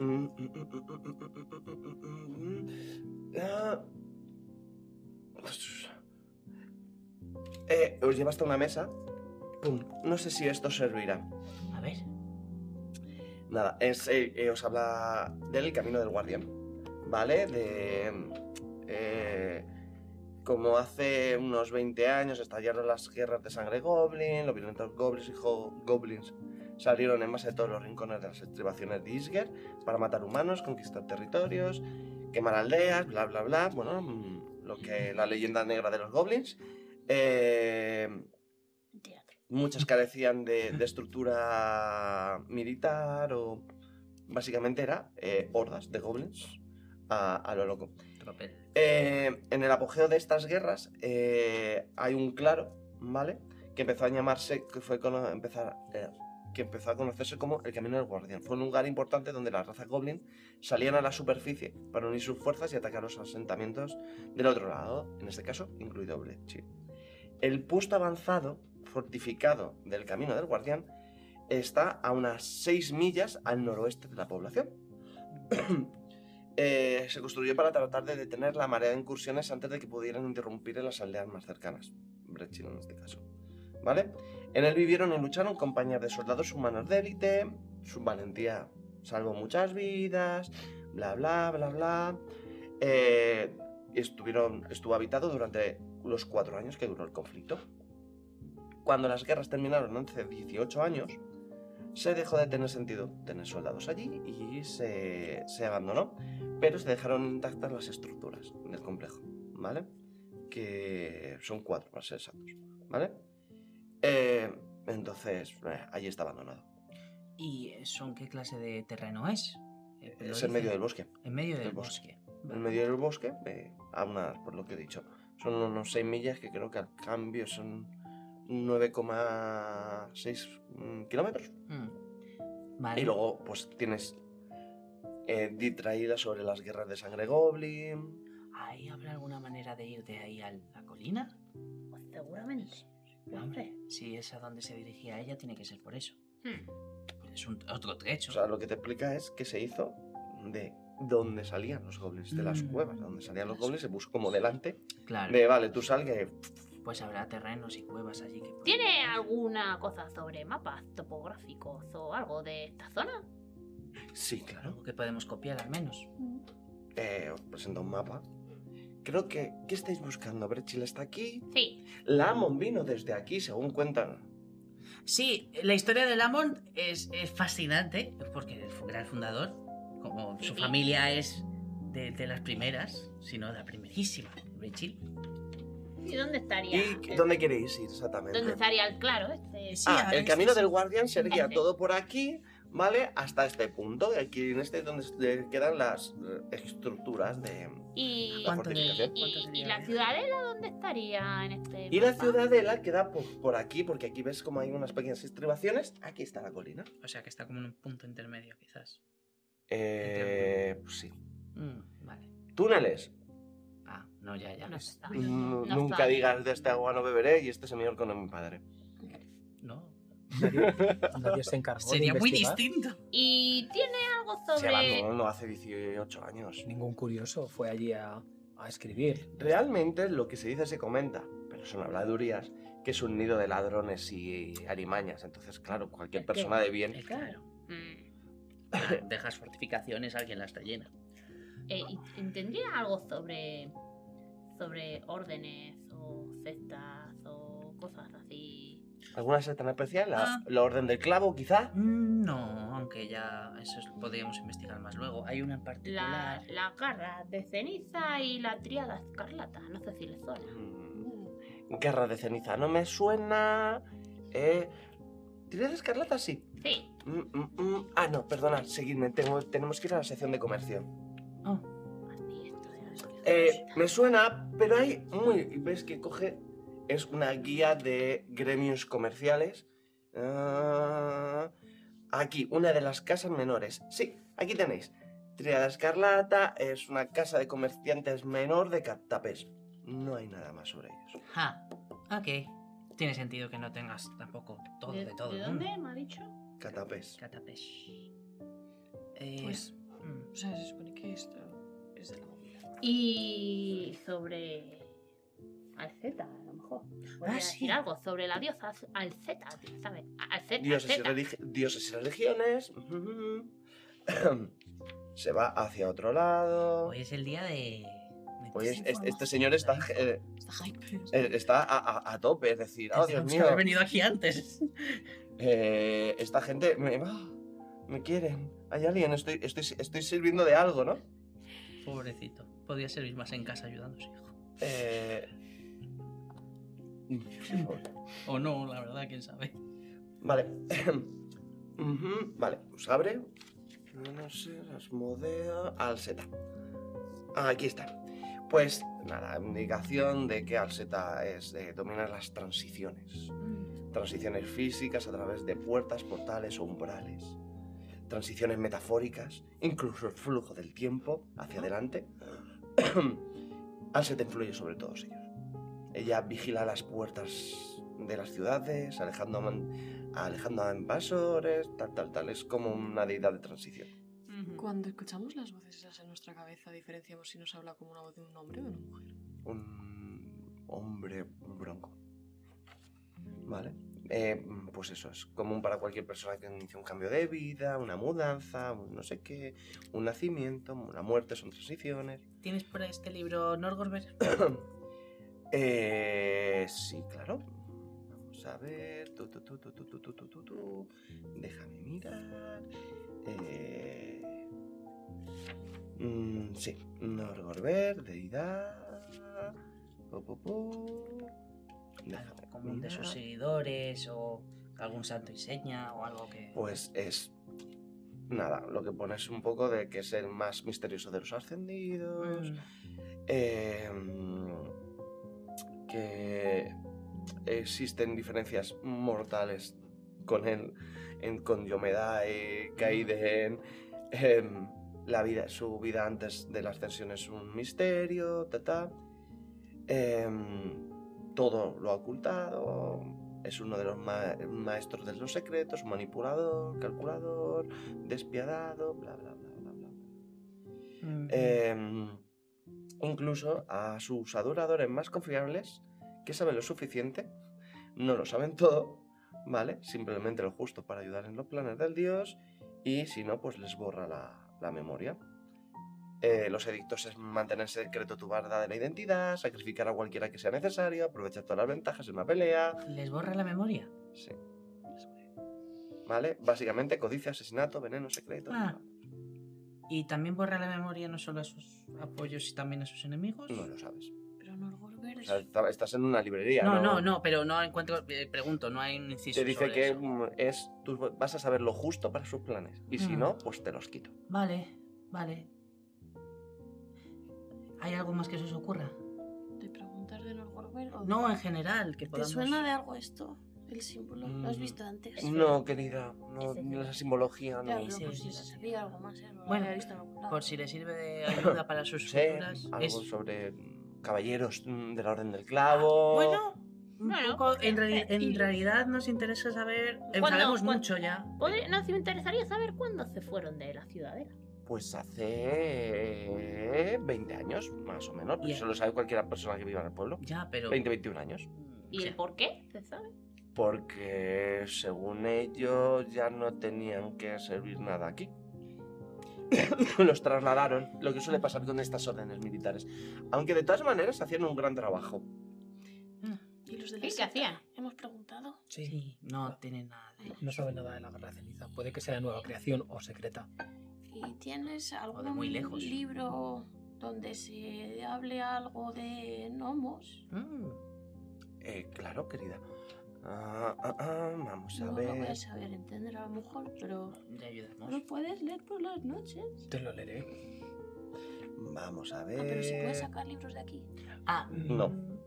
[SPEAKER 2] Mm, mm, mm, mm, mm, mm, mm, mm, mm. Ah. Eh, os lleva hasta una mesa. Pum. No sé si esto servirá.
[SPEAKER 10] A ver.
[SPEAKER 2] Nada, es, eh, eh, os habla del camino del guardián, ¿vale? De. eh, como hace unos 20 años estallaron las guerras de sangre goblin, los violentos goblins y ho- goblins salieron en base de todos los rincones de las estribaciones de Isger para matar humanos, conquistar territorios, quemar aldeas, bla bla bla. Bueno, mm, lo que la leyenda negra de los goblins. Eh,
[SPEAKER 5] Teatro.
[SPEAKER 2] muchas carecían de, de estructura militar o básicamente era eh, hordas de goblins a, a lo loco.
[SPEAKER 10] Tropel.
[SPEAKER 2] Eh, en el apogeo de estas guerras eh, hay un claro, ¿vale? Que empezó a llamarse, que fue con, empezar, eh, que empezó a conocerse como el Camino del Guardián. Fue un lugar importante donde las razas goblin salían a la superficie para unir sus fuerzas y atacar los asentamientos del otro lado, en este caso incluido Bletchy. El puesto avanzado, fortificado del Camino del Guardián, está a unas 6 millas al noroeste de la población. Eh, se construyó para tratar de detener la marea de incursiones antes de que pudieran interrumpir en las aldeas más cercanas, Brechil en este caso. ¿Vale? En él vivieron y lucharon compañías de soldados humanos de élite, su valentía salvó muchas vidas, bla bla bla bla. Eh, y estuvieron, estuvo habitado durante los cuatro años que duró el conflicto. Cuando las guerras terminaron hace 18 años, se dejó de tener sentido tener soldados allí y se, se abandonó pero se dejaron intactas las estructuras del complejo, ¿vale? Que son cuatro, para ser exactos, ¿vale? Eh, entonces, eh, allí está abandonado.
[SPEAKER 10] ¿Y son qué clase de terreno es? Eh, lo
[SPEAKER 2] Es en medio
[SPEAKER 10] dicen.
[SPEAKER 2] del bosque.
[SPEAKER 10] En medio del
[SPEAKER 2] del
[SPEAKER 10] bosque.
[SPEAKER 2] En medio del bosque, eh, a unas, por lo que he dicho, son unos 6 millas que creo que al cambio son 9,6 mm, kilómetros.
[SPEAKER 10] Mm. Vale.
[SPEAKER 2] Y luego, pues tienes eh, distraída sobre las guerras de sangre goblin,
[SPEAKER 10] ¿Ahí habrá alguna manera de ir de ahí a la colina?
[SPEAKER 5] Pues seguramente.
[SPEAKER 10] Hombre, si es a donde se dirigía ella, tiene que ser por eso. Pues es un, otro trecho.
[SPEAKER 2] O sea, lo que te explica es que se hizo de dónde salían los goblins, de las
[SPEAKER 10] Mm.
[SPEAKER 2] cuevas, de donde salían los
[SPEAKER 10] Las-
[SPEAKER 2] goblins, se puso como delante.
[SPEAKER 10] claro.
[SPEAKER 2] De vale, tú sal que.
[SPEAKER 10] Pues habrá terrenos y cuevas allí que...
[SPEAKER 5] ¿Tiene alguna cosa sobre mapas topográficos o algo de esta zona?
[SPEAKER 2] Sí, claro.
[SPEAKER 10] Algo que podemos copiar al menos.
[SPEAKER 2] Eh, os presento un mapa. Creo que. ¿Qué estáis buscando? Brechil está aquí.
[SPEAKER 5] Sí.
[SPEAKER 2] Lamon vino desde aquí, según cuentan.
[SPEAKER 10] Sí, la historia de Lamont es, es fascinante, porque él fue- era el fundador, como su familia es de, de las primeras, si no de la primerísima, Rachel.
[SPEAKER 5] ¿Y dónde estaría?
[SPEAKER 2] ¿Y qué-
[SPEAKER 5] el-
[SPEAKER 2] dónde queréis ir exactamente?
[SPEAKER 5] ¿Dónde estaría el claro este?
[SPEAKER 10] Sí,
[SPEAKER 2] Ah,
[SPEAKER 10] a ver,
[SPEAKER 2] el camino
[SPEAKER 10] este-
[SPEAKER 2] del guardián sería
[SPEAKER 5] Este.
[SPEAKER 2] todo por aquí, ¿vale? Hasta este punto. de Aquí en este es donde se quedan las eh, estructuras de.
[SPEAKER 5] ¿Y,
[SPEAKER 2] La
[SPEAKER 10] ¿Cuánto de-
[SPEAKER 2] fortificación.
[SPEAKER 5] y-
[SPEAKER 10] cuánto
[SPEAKER 5] y
[SPEAKER 10] sería?
[SPEAKER 5] la ciudadela dónde estaría en este
[SPEAKER 2] Y la
[SPEAKER 5] mapa?
[SPEAKER 2] ciudadela queda por, por aquí, porque aquí ves como hay unas pequeñas estribaciones. Aquí está la colina.
[SPEAKER 10] O sea que está como en un punto intermedio, quizás.
[SPEAKER 2] Eh, pues sí.
[SPEAKER 10] Mm, vale.
[SPEAKER 2] Túneles.
[SPEAKER 10] Ah, no, ya, ya.
[SPEAKER 5] No está.
[SPEAKER 2] Mm,
[SPEAKER 5] No
[SPEAKER 2] Nunca
[SPEAKER 5] está.
[SPEAKER 2] digas de este agua no beberé y este señor con mi padre.
[SPEAKER 10] No.
[SPEAKER 6] Nadie, nadie se encargó. de
[SPEAKER 10] Ah. Sería muy
[SPEAKER 6] investigar.
[SPEAKER 10] distinto.
[SPEAKER 5] Y tiene algo
[SPEAKER 2] Se
[SPEAKER 5] sobre.
[SPEAKER 2] abandonó hace 18 años.
[SPEAKER 6] Ningún curioso fue allí a, a escribir.
[SPEAKER 2] Realmente lo que se dice se comenta, pero son habladurías, que es un nido de ladrones y alimañas. Entonces, claro, cualquier persona de bien.
[SPEAKER 10] Claro.
[SPEAKER 5] Mm.
[SPEAKER 10] Dejas fortificaciones, alguien las rellena.
[SPEAKER 5] eh, y- y ¿Tendría algo sobre. sobre órdenes o sectas o cosas así?
[SPEAKER 2] ¿Alguna secta en especial? ¿La,
[SPEAKER 10] Ah.
[SPEAKER 2] la orden del clavo, quizá?
[SPEAKER 10] Mm, No, aunque ya eso es- podríamos investigar más luego. Hay una en particular.
[SPEAKER 5] La, la garra de ceniza y la triada escarlata, no sé si le suena.
[SPEAKER 2] Mm, Guerra de ceniza, no me suena. Eh, ¿Tienes escarlata? Sí.
[SPEAKER 5] Sí,
[SPEAKER 2] Mm, mm, mm. Ah, no, perdona, seguidme. tengo- tenemos que ir a la sección de comercio.
[SPEAKER 5] así esto de las
[SPEAKER 2] Eh, me suena, pero hay muy. ¿Ves que coge? Es una guía de gremios comerciales. Ah, aquí, una de las casas menores. Sí, aquí tenéis. Triada Escarlata es una casa de comerciantes menor de Captapés. No hay nada más sobre ellos.
[SPEAKER 10] Ja, Ah, ok. Tiene sentido que no tengas tampoco todo de,
[SPEAKER 5] ¿De,
[SPEAKER 10] todo.
[SPEAKER 5] ¿de
[SPEAKER 10] Mm,
[SPEAKER 5] dónde me ha dicho?
[SPEAKER 2] Catapés.
[SPEAKER 10] Catapesh. Eh,
[SPEAKER 9] Pues-
[SPEAKER 10] mm,
[SPEAKER 9] O sea, se supone que esto es de la movida.
[SPEAKER 5] Y sobre. Alceta, a lo mejor. Podría decir
[SPEAKER 10] sí.
[SPEAKER 5] algo sobre la diosa Al- Alceta, tío, ¿sabes? A- Alceta.
[SPEAKER 2] Dioses y,
[SPEAKER 5] Alceta.
[SPEAKER 2] religi- dioses y religiones. Se va hacia otro lado.
[SPEAKER 10] Hoy es el día de.
[SPEAKER 2] Oye, es- es- este señor está, eh,
[SPEAKER 12] Está hype.
[SPEAKER 2] eh, está a, a- a tope, es decir, oh Dios
[SPEAKER 10] Tendríamos que
[SPEAKER 2] mío,
[SPEAKER 10] haber venido aquí antes.
[SPEAKER 2] Eh, esta gente me, ah, me quieren. Hay alguien, estoy, estoy, estoy sirviendo de algo, ¿no?
[SPEAKER 10] Pobrecito. Podría servir más en casa ayudándose, hijo.
[SPEAKER 2] Eh,
[SPEAKER 10] O no, la verdad, quién sabe.
[SPEAKER 2] vale. Ujú, vale, pues abre. No, no sé, Asmodea. Alseta. Aquí está. Pues nada, indicación de que Alseta es de dominar las transiciones. Transiciones físicas a través de puertas, portales o umbrales. Transiciones metafóricas, incluso el flujo del tiempo hacia adelante. Alseta influye sobre todos ellos. Ella vigila las puertas de las ciudades, alejando a, man- alejando a invasores, tal, tal, tal. Es como una deidad de transición.
[SPEAKER 9] Cuando escuchamos las voces esas en nuestra cabeza, diferenciamos si nos habla como una voz de un hombre o de una mujer.
[SPEAKER 2] Un hombre bronco. Vale. Eh, pues eso, es común para cualquier persona que inicie un cambio de vida, una mudanza, un no sé qué, un nacimiento, una muerte, son transiciones.
[SPEAKER 10] ¿Tienes por ahí este libro Norgorber?
[SPEAKER 2] Eh, sí, claro. Vamos a ver. Tu, tu, tu, tu, tu, tu, tu, tu, tu, tu. Déjame mirar. Eh... mm, sí, Norgorber, deidad. Po, po, po. Déjame
[SPEAKER 10] Algo común de sus
[SPEAKER 2] mirar.
[SPEAKER 10] seguidores o algún santo y seña o algo que.
[SPEAKER 2] Pues es. Nada, lo que pone es un poco de que es el más misterioso de los ascendidos.
[SPEAKER 10] Mm,
[SPEAKER 2] Eh, que existen diferencias mortales con él, en, con Yomedae, Kaiden. em, la vida, su vida antes de la ascensión es un misterio, ta, ta. Em, todo lo ha ocultado. Es uno de los ma- maestros de los secretos, manipulador, calculador, despiadado, bla, bla, bla, bla, bla. bla.
[SPEAKER 10] mm.
[SPEAKER 2] Eh, incluso a sus adoradores más confiables, que saben lo suficiente, no lo saben todo, ¿vale? Simplemente lo justo para ayudar en los planes del dios y si no, pues les borra la, la memoria. Eh, los edictos es mantener en secreto tu verdadera de la identidad, sacrificar a cualquiera que sea necesario, aprovechar todas las ventajas en una pelea.
[SPEAKER 10] ¿Les borra la memoria?
[SPEAKER 2] Sí. ¿Vale? Básicamente codicia, asesinato, veneno, secreto.
[SPEAKER 10] Ah. ¿Y también borra la memoria no solo a sus apoyos y también a sus enemigos?
[SPEAKER 2] No lo sabes.
[SPEAKER 12] Pero Norgorber
[SPEAKER 2] O
[SPEAKER 12] es
[SPEAKER 2] sea, esta- estás en una librería.
[SPEAKER 10] no, no, no, pero no encuentro. eh, pregunto, no hay un inciso.
[SPEAKER 2] te dice
[SPEAKER 10] sobre
[SPEAKER 2] que
[SPEAKER 10] eso.
[SPEAKER 2] mm, es tú vas a saber lo justo para sus planes y si
[SPEAKER 10] Mm.
[SPEAKER 2] no pues te los quito
[SPEAKER 10] Vale, vale. ¿Hay algo más que se os ocurra?
[SPEAKER 12] de preguntar de Norgorber o de-
[SPEAKER 10] No, en general, que
[SPEAKER 12] ¿Te
[SPEAKER 10] podamos.
[SPEAKER 12] suena de algo esto? El símbolo. ¿Lo has
[SPEAKER 2] Mm.
[SPEAKER 12] visto antes?
[SPEAKER 2] no querida no
[SPEAKER 5] Ese sí.
[SPEAKER 2] esa simbología
[SPEAKER 12] Ya,
[SPEAKER 2] no
[SPEAKER 12] pero
[SPEAKER 10] sí,
[SPEAKER 12] por
[SPEAKER 4] pues
[SPEAKER 10] sí,
[SPEAKER 12] si
[SPEAKER 10] sí,
[SPEAKER 12] se
[SPEAKER 10] sí.
[SPEAKER 12] sabía algo más, ¿eh? Lo
[SPEAKER 10] Bueno,
[SPEAKER 12] había visto en algún lado.
[SPEAKER 10] Por si le sirve de ayuda para sus
[SPEAKER 2] sé
[SPEAKER 10] futuras.
[SPEAKER 2] algo
[SPEAKER 10] es-
[SPEAKER 2] sobre mm, caballeros mm, de la orden del clavo
[SPEAKER 10] Bueno, un
[SPEAKER 5] Bueno,
[SPEAKER 10] poco- en, reali- Eh, en
[SPEAKER 5] y-
[SPEAKER 10] realidad nos interesa saber. eh,
[SPEAKER 5] ¿Cuándo?
[SPEAKER 10] sabemos
[SPEAKER 5] ¿Cuándo?
[SPEAKER 10] mucho ya.
[SPEAKER 5] Podría- nos interesaría saber cuándo se fueron de la ciudadela.
[SPEAKER 2] Pues hace eh, 20 años, más o menos.
[SPEAKER 10] Ya.
[SPEAKER 2] Eso lo sabe cualquier persona que viva en el pueblo.
[SPEAKER 10] Ya, pero.
[SPEAKER 2] 20, 21 años.
[SPEAKER 5] ¿Y el
[SPEAKER 10] Ya.
[SPEAKER 5] por qué? ¿Se sabe?
[SPEAKER 2] Porque según ellos ya no tenían que servir nada aquí. Los trasladaron, lo que suele pasar con estas órdenes militares. Aunque de todas maneras hacían un gran trabajo.
[SPEAKER 12] ¿Y los de la
[SPEAKER 5] ¿Qué, qué
[SPEAKER 12] secta?
[SPEAKER 5] hacían?
[SPEAKER 12] Hemos preguntado.
[SPEAKER 6] Sí,
[SPEAKER 10] Sí, no tienen nada. de-
[SPEAKER 6] no sabe nada de la guerra ceniza. Puede que sea nueva creación o secreta.
[SPEAKER 12] ¿Y tienes algún
[SPEAKER 10] muy lejos.
[SPEAKER 12] libro donde se hable algo de gnomos?
[SPEAKER 10] Mm.
[SPEAKER 2] Eh, claro, querida. Ah, ah, ah, vamos a
[SPEAKER 12] no lo voy
[SPEAKER 2] ver.
[SPEAKER 12] a saber entender a lo mejor, pero
[SPEAKER 10] Le ayudamos.
[SPEAKER 12] lo puedes leer por las noches.
[SPEAKER 6] Te lo leeré.
[SPEAKER 2] Vamos a ver.
[SPEAKER 12] Ah, pero se puede sacar libros de aquí.
[SPEAKER 10] Ah,
[SPEAKER 2] No.
[SPEAKER 10] mm,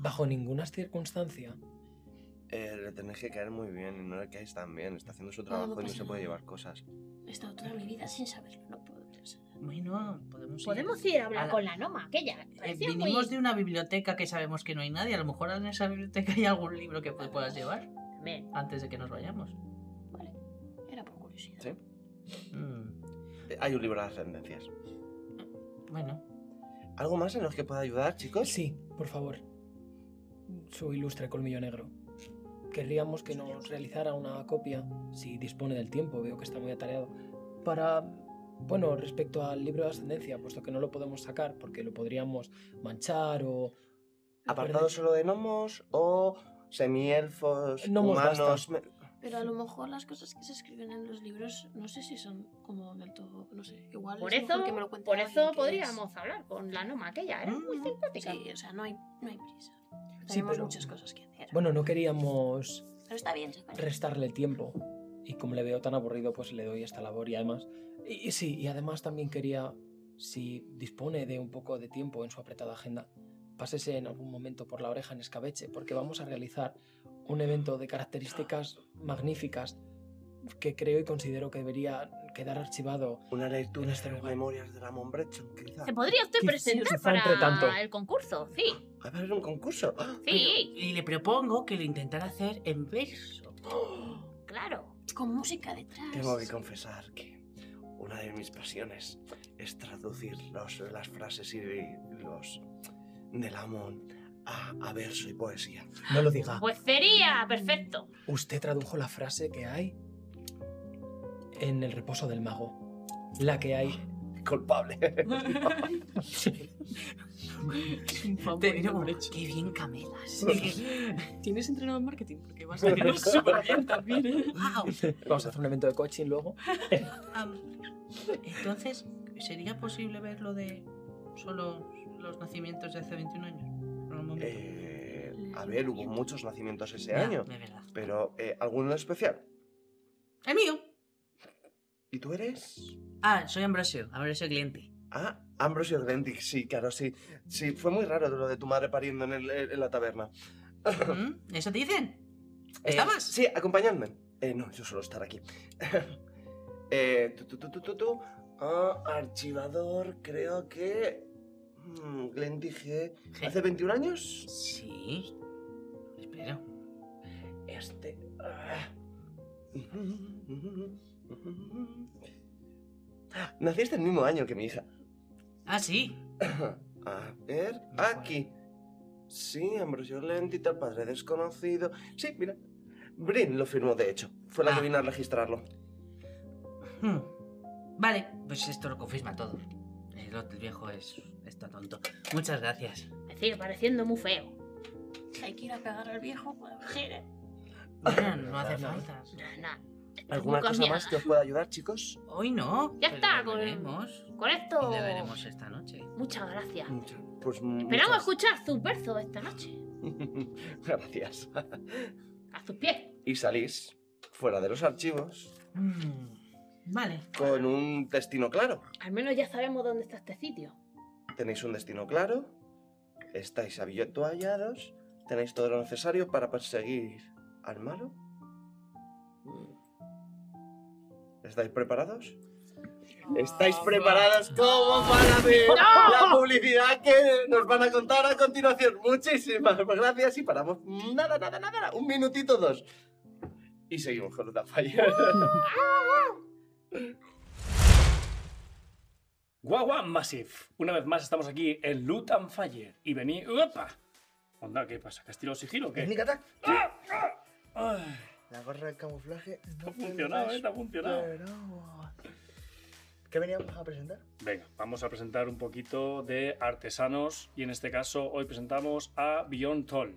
[SPEAKER 6] Bajo ninguna circunstancia.
[SPEAKER 2] Eh, le tenéis que caer muy bien y no le caéis tan bien. Está haciendo su
[SPEAKER 12] no
[SPEAKER 2] trabajo y no
[SPEAKER 12] pasa
[SPEAKER 2] se puede
[SPEAKER 12] nada.
[SPEAKER 2] llevar cosas.
[SPEAKER 12] He estado toda mi vida sin saberlo, no puedo pensar.
[SPEAKER 10] Bueno, podemos ir.
[SPEAKER 5] Podemos ir a
[SPEAKER 10] A
[SPEAKER 5] hablar
[SPEAKER 10] la-
[SPEAKER 5] con la Noma, aquella.
[SPEAKER 10] Eh,
[SPEAKER 5] Parecía muy...
[SPEAKER 10] vinimos de una biblioteca que sabemos que no hay nadie. A lo mejor en esa biblioteca hay algún libro que pu- puedas llevar
[SPEAKER 5] También.
[SPEAKER 10] antes de que nos vayamos.
[SPEAKER 12] Vale, era por curiosidad.
[SPEAKER 2] Sí.
[SPEAKER 10] Mm,
[SPEAKER 2] Eh, Hay un libro de ascendencias.
[SPEAKER 10] Bueno,
[SPEAKER 2] ¿Algo más en los que pueda ayudar, chicos?
[SPEAKER 6] Sí, por favor. Su ilustre colmillo negro. Querríamos que nos realizara una copia, si dispone del tiempo, veo que está muy atareado, para, bueno, respecto al libro de ascendencia, puesto que no lo podemos sacar porque lo podríamos manchar o...
[SPEAKER 2] ¿Apartado solo de gnomos o semielfos,
[SPEAKER 6] Gnomos
[SPEAKER 2] humanos?
[SPEAKER 6] basta.
[SPEAKER 2] me-
[SPEAKER 12] Pero a lo mejor las cosas que se escriben en los libros, no sé si son como del todo, no sé, igual
[SPEAKER 5] Por
[SPEAKER 12] es mejor
[SPEAKER 5] eso,
[SPEAKER 12] que me lo cuente
[SPEAKER 5] por
[SPEAKER 12] alguien
[SPEAKER 5] eso
[SPEAKER 12] que
[SPEAKER 5] podríamos hablar con la Noma, aquella. Era muy
[SPEAKER 10] Mm,
[SPEAKER 12] es-
[SPEAKER 5] simpática.
[SPEAKER 12] Sí, o sea, no hay, no hay prisa. Tenemos
[SPEAKER 6] pero-
[SPEAKER 12] muchas cosas que hacer.
[SPEAKER 6] Bueno, no queríamos
[SPEAKER 12] pero está bien, se parece.
[SPEAKER 6] restarle tiempo. Y como le veo tan aburrido, pues le doy esta labor y además... Y, y sí, y además también quería, si dispone de un poco de tiempo en su apretada agenda, pásese en algún momento por la oreja en escabeche, porque vamos a realizar un evento de características magníficas que creo y considero que debería quedar archivado.
[SPEAKER 2] Una
[SPEAKER 6] En
[SPEAKER 2] lectura
[SPEAKER 6] este
[SPEAKER 2] de las
[SPEAKER 6] lugar.
[SPEAKER 2] memorias de la Montbrechon, quizá.
[SPEAKER 5] ¿Se podría usted
[SPEAKER 6] Quizá-
[SPEAKER 5] presentar
[SPEAKER 6] quizá entre
[SPEAKER 5] para
[SPEAKER 6] tanto.
[SPEAKER 5] el concurso? Sí,
[SPEAKER 2] A ver, un concurso.
[SPEAKER 5] sí,
[SPEAKER 10] y le propongo que lo intentara hacer en verso.
[SPEAKER 5] claro.
[SPEAKER 12] Con música detrás.
[SPEAKER 2] Tengo que confesar que una de mis pasiones es traducir los, las frases y los del Amon a, a verso y poesía.
[SPEAKER 6] No lo diga.
[SPEAKER 5] Pues sería perfecto.
[SPEAKER 6] Usted tradujo la frase que hay en el reposo del mago. La que hay
[SPEAKER 2] Culpable.
[SPEAKER 10] Te digo, qué bien camelas.
[SPEAKER 9] Tienes entrenado en marketing porque vas a querer súper bien también, ¿eh?
[SPEAKER 10] Guau.
[SPEAKER 6] Vamos a hacer un evento de coaching luego.
[SPEAKER 10] Am, entonces, ¿sería posible ver lo de solo los nacimientos de hace 21 años? Por un momento.
[SPEAKER 2] Eh, a ver, hubo muchos nacimientos ese
[SPEAKER 10] Ya,
[SPEAKER 2] año,
[SPEAKER 10] De verdad.
[SPEAKER 2] pero eh, ¿alguno en especial?
[SPEAKER 10] ¡El mío!
[SPEAKER 2] ¿Y tú eres?
[SPEAKER 10] Ah, soy Ambrosio, Ambrosio cliente.
[SPEAKER 2] Ah, Ambrosio Glendick, sí, claro, sí. Sí, fue muy raro lo de tu madre pariendo en, el- en la taberna.
[SPEAKER 10] Mm, ¿Eso te dicen?
[SPEAKER 2] Eh,
[SPEAKER 10] ¿Estabas?
[SPEAKER 2] sí, acompañadme. Eh, no, yo suelo estar aquí. eh, tu, tu, tu, tu, tu, tu. Ah, archivador, creo que... mm, Glendick G.
[SPEAKER 10] Je-
[SPEAKER 2] ¿Hace 21 años?
[SPEAKER 10] Sí. Espero.
[SPEAKER 2] Este... ah. Naciste el mismo año que mi hija.
[SPEAKER 10] Ah, sí.
[SPEAKER 2] A ver, aquí. Sí, Ambrosio Lentita, padre desconocido. Sí, mira. Brin lo firmó, de hecho. Fue la
[SPEAKER 10] Ah.
[SPEAKER 2] que vino a registrarlo.
[SPEAKER 10] Hmm. Vale, pues esto lo confirma todo. El, otro- el viejo es está tonto. Muchas gracias.
[SPEAKER 5] Me sigue pareciendo muy feo.
[SPEAKER 12] Hay que ir a pegar al viejo para ver.
[SPEAKER 10] Bueno, no hace falta.
[SPEAKER 5] Nah, nah. Estoy
[SPEAKER 2] ¿Alguna
[SPEAKER 5] muy
[SPEAKER 2] cosa
[SPEAKER 5] cambiada.
[SPEAKER 2] más que os pueda ayudar, chicos?
[SPEAKER 10] Hoy no.
[SPEAKER 5] Ya
[SPEAKER 10] pero
[SPEAKER 5] está,
[SPEAKER 10] lo
[SPEAKER 5] con-
[SPEAKER 10] veremos.
[SPEAKER 5] Con esto.
[SPEAKER 10] Y le veremos esta noche.
[SPEAKER 5] Muchas gracias.
[SPEAKER 2] Mucho- Pues mu-
[SPEAKER 5] Esperamos
[SPEAKER 2] muchas-
[SPEAKER 5] escuchar sus versos esta noche.
[SPEAKER 2] Gracias.
[SPEAKER 5] A sus pies.
[SPEAKER 2] Y salís fuera de los archivos
[SPEAKER 10] Mm, Vale.
[SPEAKER 2] con un destino claro.
[SPEAKER 5] Al menos ya sabemos dónde está este sitio.
[SPEAKER 2] Tenéis un destino claro, estáis hallados, tenéis todo lo necesario para perseguir al malo. ¿Estáis preparados? ¿Estáis preparadas como para ver la publicidad que nos van a contar a continuación? Muchísimas gracias y paramos nada, nada, nada, nada, un minutito, dos. Y seguimos con otra falla.
[SPEAKER 13] Guagua Massive. Una vez más estamos aquí en Loot and Fire. Y vení. ¡Opa! Onda, ¿qué pasa? ¿Castilo sigilo o qué? Ah,
[SPEAKER 2] Técnica ataque.
[SPEAKER 13] Ay,
[SPEAKER 2] La gorra del camuflaje.
[SPEAKER 13] ha funcionado, ¿eh? Ha funcionado.
[SPEAKER 2] ¿Qué veníamos a presentar?
[SPEAKER 13] Venga, vamos a presentar un poquito de artesanos. Y en este caso, hoy presentamos a Beyond Toll.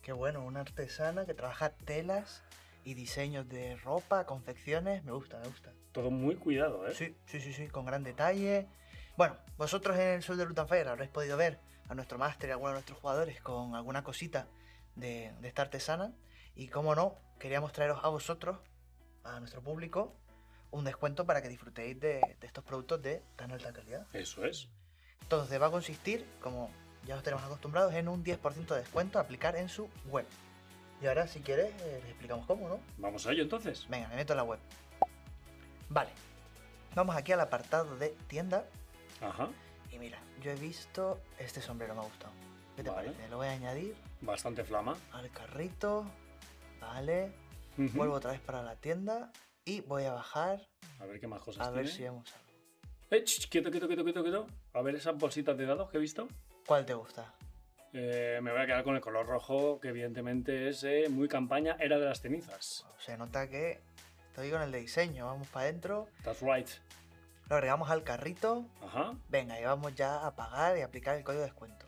[SPEAKER 14] Qué bueno, una artesana que trabaja telas y diseños de ropa, confecciones. Me gusta, me gusta.
[SPEAKER 13] Todo muy cuidado, ¿eh?
[SPEAKER 14] Sí, sí, sí, sí, con gran detalle. Bueno, vosotros en el sur de Lutanfair habréis podido ver a nuestro máster y a alguno de nuestros jugadores con alguna cosita de, de esta artesana. Y como no, queríamos traeros a vosotros, a nuestro público, un descuento para que disfrutéis de, de estos productos de tan alta calidad.
[SPEAKER 13] Eso es.
[SPEAKER 14] Entonces va a consistir, como ya os tenemos acostumbrados, en un 10% de descuento a aplicar en su web. Y ahora, si quieres, eh, les explicamos cómo, ¿no?
[SPEAKER 13] Vamos a ello entonces.
[SPEAKER 14] Venga, me meto en la web. Vale. Vamos aquí al apartado de tienda.
[SPEAKER 13] Ajá.
[SPEAKER 14] Y mira, yo he visto este sombrero, me ha gustado. ¿Qué te
[SPEAKER 13] Vale.
[SPEAKER 14] parece? Lo voy a añadir
[SPEAKER 13] Bastante flama.
[SPEAKER 14] al carrito. Vale.
[SPEAKER 13] Ujú.
[SPEAKER 14] Vuelvo otra vez para la tienda. Y voy a bajar
[SPEAKER 13] A ver qué más cosas
[SPEAKER 14] a ver si
[SPEAKER 13] tiene.
[SPEAKER 14] vemos algo.
[SPEAKER 13] Eh, ch, ch, quieto, quieto, quieto, quieto, quieto. A ver esas bolsitas de dados que he visto.
[SPEAKER 14] ¿Cuál te gusta?
[SPEAKER 13] Eh, me voy a quedar con el color rojo, que evidentemente es eh, muy campaña, era de las cenizas.
[SPEAKER 14] Se nota que estoy con el de diseño. Vamos para adentro.
[SPEAKER 13] That's right.
[SPEAKER 14] Lo agregamos al carrito.
[SPEAKER 13] Ajá.
[SPEAKER 14] Venga, y vamos ya a pagar y aplicar el código de descuento.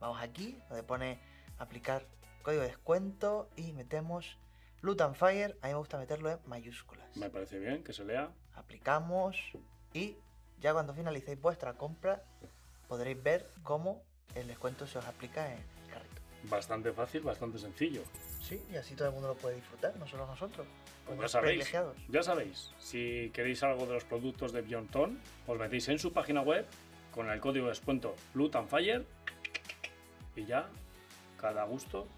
[SPEAKER 14] Vamos aquí, donde pone aplicar código de descuento y metemos Loot and Fire. A mí me gusta meterlo en mayúsculas.
[SPEAKER 13] Me parece bien que se lea.
[SPEAKER 14] Aplicamos y ya cuando finalicéis vuestra compra podréis ver cómo el descuento se os aplica en el carrito.
[SPEAKER 13] Bastante fácil, bastante sencillo.
[SPEAKER 14] Sí, y así todo el mundo lo puede disfrutar, no solo nosotros.
[SPEAKER 13] Pues ya
[SPEAKER 14] los
[SPEAKER 13] sabéis.
[SPEAKER 14] privilegiados.
[SPEAKER 13] Ya sabéis. Si queréis algo de los productos de Beyond Tone, os metéis en su página web con el código de descuento Loot and Fire y ya cada gusto,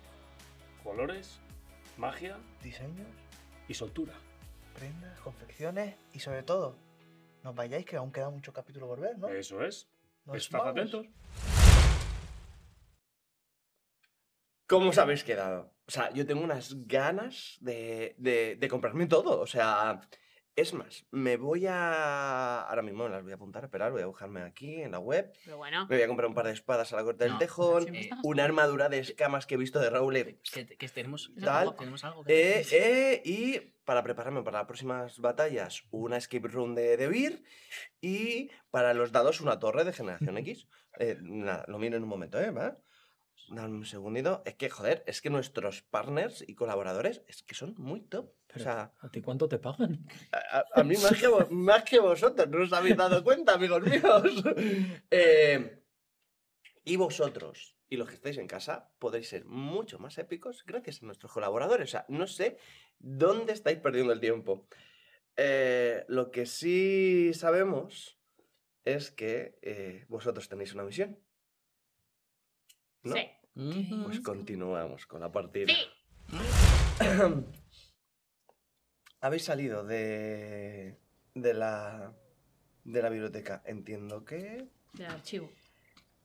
[SPEAKER 13] colores, magia
[SPEAKER 14] Diseños,
[SPEAKER 13] y soltura.
[SPEAKER 14] prendas, confecciones y sobre todo, no os vayáis que aún queda mucho capítulo por ver, ¿no?
[SPEAKER 13] Eso es.
[SPEAKER 14] Nos
[SPEAKER 13] Eh, Estad
[SPEAKER 14] vamos.
[SPEAKER 13] atentos.
[SPEAKER 2] ¿Cómo os habéis quedado? O sea, yo tengo unas ganas de, de- de comprarme todo. O sea, es más, me voy a. Ahora mismo me las voy a apuntar, esperar, voy a buscarme aquí en la web.
[SPEAKER 4] Pero bueno.
[SPEAKER 2] Me voy a comprar un par de espadas a la corte
[SPEAKER 3] Ah.
[SPEAKER 2] del
[SPEAKER 3] No,
[SPEAKER 2] tejón,
[SPEAKER 3] eh,
[SPEAKER 2] una armadura de escamas que he visto de Rowlet.
[SPEAKER 3] Que, que tenemos,
[SPEAKER 2] Tal.
[SPEAKER 3] tenemos algo que
[SPEAKER 2] Eh, eh, y para prepararme para las próximas batallas, una escape room de Debir y para los dados una torre de generación X. Eh, nada, lo miro en un momento, ¿eh? ¿Va? Dame un segundito. Es que, joder, es que nuestros partners y colaboradores es que son muy top. O
[SPEAKER 6] Pero,
[SPEAKER 2] sea,
[SPEAKER 6] ¿A ti cuánto te pagan?
[SPEAKER 2] a, a- a mí más que, vo- más que vosotros, no os habéis dado cuenta, amigos míos. Eh, y vosotros, y los que estáis en casa, podréis ser mucho más épicos gracias a nuestros colaboradores. O sea, no sé dónde estáis perdiendo el tiempo. Eh, lo que sí sabemos es que eh, vosotros tenéis una misión. ¿No?
[SPEAKER 4] Sí.
[SPEAKER 2] Pues continuamos con la partida.
[SPEAKER 4] Sí.
[SPEAKER 2] Habéis salido de. de la. de la biblioteca. Entiendo que.
[SPEAKER 4] Del archivo.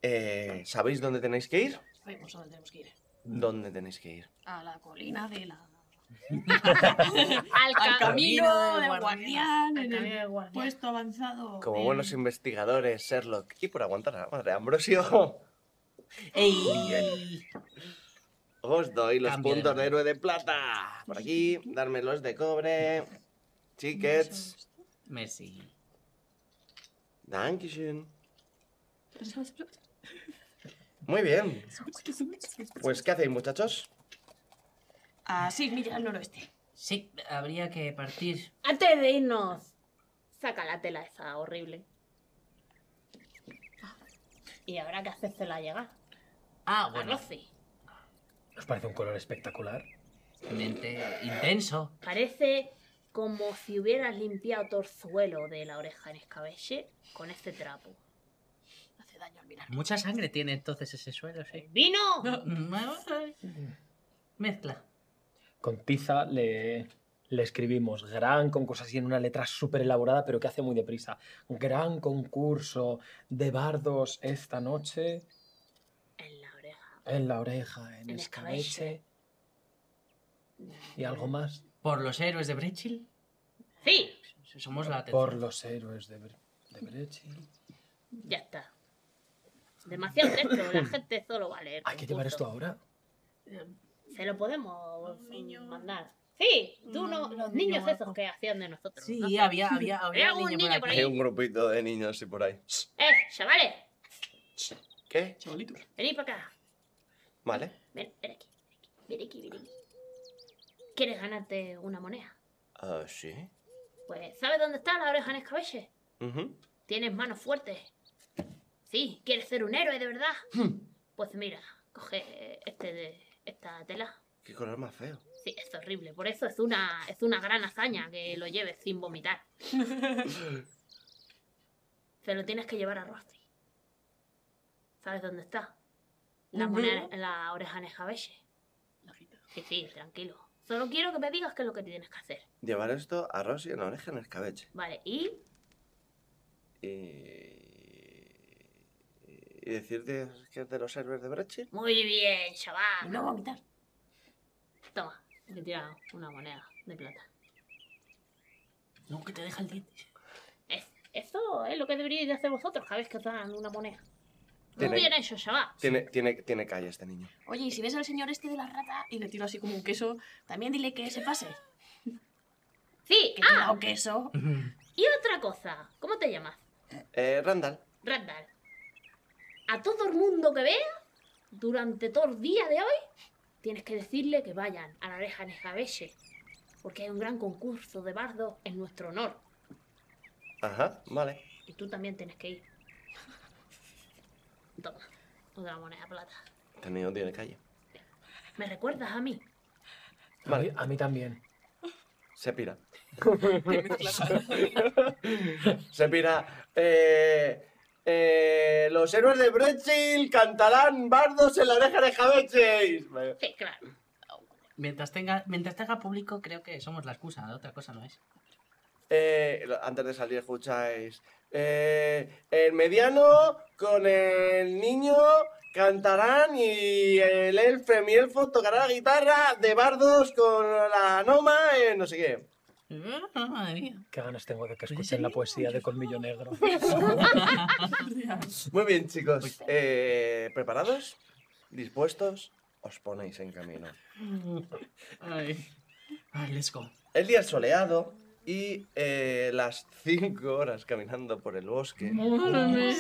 [SPEAKER 2] eh, ¿Sabéis dónde tenéis que ir?
[SPEAKER 12] Sabemos a dónde pues tenemos que ir.
[SPEAKER 2] ¿Dónde tenéis que ir?
[SPEAKER 12] A la colina de la...
[SPEAKER 4] Al
[SPEAKER 12] Al camino
[SPEAKER 3] camino
[SPEAKER 12] del
[SPEAKER 3] del
[SPEAKER 12] guardián, en
[SPEAKER 5] Academia
[SPEAKER 12] el
[SPEAKER 5] de guardián.
[SPEAKER 12] puesto avanzado.
[SPEAKER 2] Como
[SPEAKER 12] del-
[SPEAKER 2] buenos investigadores, Sherlock. Y por aguantar a la madre, Ambrosio.
[SPEAKER 3] ¡Ey!
[SPEAKER 2] Os doy los
[SPEAKER 3] Cambio de
[SPEAKER 2] puntos de
[SPEAKER 3] mano.
[SPEAKER 2] héroe de plata. Por aquí, darme los de cobre. Tickets.
[SPEAKER 3] Merci.
[SPEAKER 2] Dankeschön. Muy bien. Pues, ¿qué hacéis, muchachos?
[SPEAKER 12] A seis millas al noroeste.
[SPEAKER 3] Sí, habría que partir.
[SPEAKER 5] Antes de irnos, saca la tela esa horrible. Y habrá que hacérsela llegar.
[SPEAKER 3] Ah,
[SPEAKER 5] A
[SPEAKER 3] bueno,
[SPEAKER 5] Rosy.
[SPEAKER 6] ¿Nos parece un color espectacular?
[SPEAKER 3] inte- intenso.
[SPEAKER 5] Parece como si hubieras limpiado todo el suelo de la oreja en escabeche con este trapo.
[SPEAKER 12] Hace daño al mirar.
[SPEAKER 3] Mucha sangre tiene entonces ese suelo, sí.
[SPEAKER 5] ¡Vino!
[SPEAKER 3] No, no, Mezcla.
[SPEAKER 6] Con tiza le, le escribimos gran concurso, así en una letra súper elaborada, pero que hace muy deprisa. Gran concurso de bardos esta noche. En la oreja. En la oreja, en,
[SPEAKER 5] En
[SPEAKER 6] escabeche. ¿Y algo más?
[SPEAKER 10] Por los héroes de Brechil.
[SPEAKER 5] Sí,
[SPEAKER 10] Somos la atención.
[SPEAKER 6] Por los héroes de, Bre- de Brechil.
[SPEAKER 5] ya está. Demasiado texto, la gente solo va a leer.
[SPEAKER 6] Hay que llevar esto
[SPEAKER 5] concurso.
[SPEAKER 6] ahora.
[SPEAKER 5] Se lo podemos mandar. Sí, tú Mm, no, los niños esos que hacían de nosotros.
[SPEAKER 10] Sí,
[SPEAKER 5] ¿no?
[SPEAKER 10] había- había- había
[SPEAKER 5] algún
[SPEAKER 10] niño
[SPEAKER 5] niño,
[SPEAKER 10] por
[SPEAKER 5] por
[SPEAKER 2] Hay
[SPEAKER 5] ahí.
[SPEAKER 2] un grupito de niños así por ahí.
[SPEAKER 5] ¡Eh, chavales!
[SPEAKER 2] ¿Qué?
[SPEAKER 5] Venid para acá.
[SPEAKER 2] Vale.
[SPEAKER 5] Ven, ven aquí, ven aquí, ven aquí, ven aquí. ¿Quieres ganarte una moneda?
[SPEAKER 2] Ah, sí.
[SPEAKER 5] Pues, ¿sabes dónde está la oreja en escabeche?
[SPEAKER 2] Ujú.
[SPEAKER 5] Tienes manos fuertes. Sí, ¿quieres ser un héroe de verdad? Pues mira, coge este de, esta tela.
[SPEAKER 2] Qué color más feo.
[SPEAKER 5] Sí, es horrible. Por eso es una, es una gran hazaña que lo lleves sin vomitar. Se lo tienes que llevar a Rossi. ¿Sabes dónde está? La
[SPEAKER 12] Ujú.
[SPEAKER 5] moneda en la oreja en escabeche. Sí, sí, tranquilo. Solo quiero que me digas qué es lo que tienes que hacer.
[SPEAKER 2] Llevar esto a Rosy en la oreja en el escabeche.
[SPEAKER 5] Vale, y
[SPEAKER 2] Y... y decirte que es de los servers de Brechil.
[SPEAKER 5] muy bien, chaval. No vomitar. Toma, te tira una moneda de plata.
[SPEAKER 10] No, que te deja el diente.
[SPEAKER 5] Es, eso es lo que deberíais de hacer vosotros cada vez que os dan una moneda.
[SPEAKER 2] Tiene-
[SPEAKER 5] Muy bien hecho, chaval.
[SPEAKER 2] Tiene, tiene, tiene calle este niño.
[SPEAKER 12] Oye, y si ves al señor este de la rata y le tiro así como un queso, también dile que se pase.
[SPEAKER 5] Sí, ah.
[SPEAKER 12] que te he dado queso.
[SPEAKER 5] Y otra cosa, ¿cómo te llamas?
[SPEAKER 2] Eh, Randall.
[SPEAKER 5] Randall. A todo el mundo que vea, durante todo el día de hoy, tienes que decirle que vayan a la oreja en escabeche, porque hay un gran concurso de bardos en nuestro honor,
[SPEAKER 2] Ajá, vale.
[SPEAKER 5] y tú también tienes que ir. Toma, otra moneda de plata.
[SPEAKER 2] Este niño tiene calle.
[SPEAKER 5] ¿Me recuerdas a mí?
[SPEAKER 2] Vale.
[SPEAKER 6] A mí también.
[SPEAKER 2] Se pira. Se pira. Eh, eh, los héroes de Brechil cantarán bardos en la oreja de Javeches.
[SPEAKER 5] Sí, claro.
[SPEAKER 10] Mientras tenga, mientras tenga público, creo que somos la excusa, la otra cosa no es.
[SPEAKER 2] Eh, lo- antes de salir escucháis. eh, el mediano con el niño cantarán y el elfo, mi elfo tocará la guitarra de bardos con la noma, eh, no sé qué.
[SPEAKER 10] Madre mía.
[SPEAKER 6] Qué ganas tengo de que escuchen la poesía de Colmillo Negro.
[SPEAKER 2] Muy bien, chicos. Eh, ¿Preparados? ¿Dispuestos? Os ponéis en camino.
[SPEAKER 10] Ay. Ay, let's go.
[SPEAKER 2] El día es soleado y eh, las 5 horas caminando por el bosque.
[SPEAKER 5] Madre mía.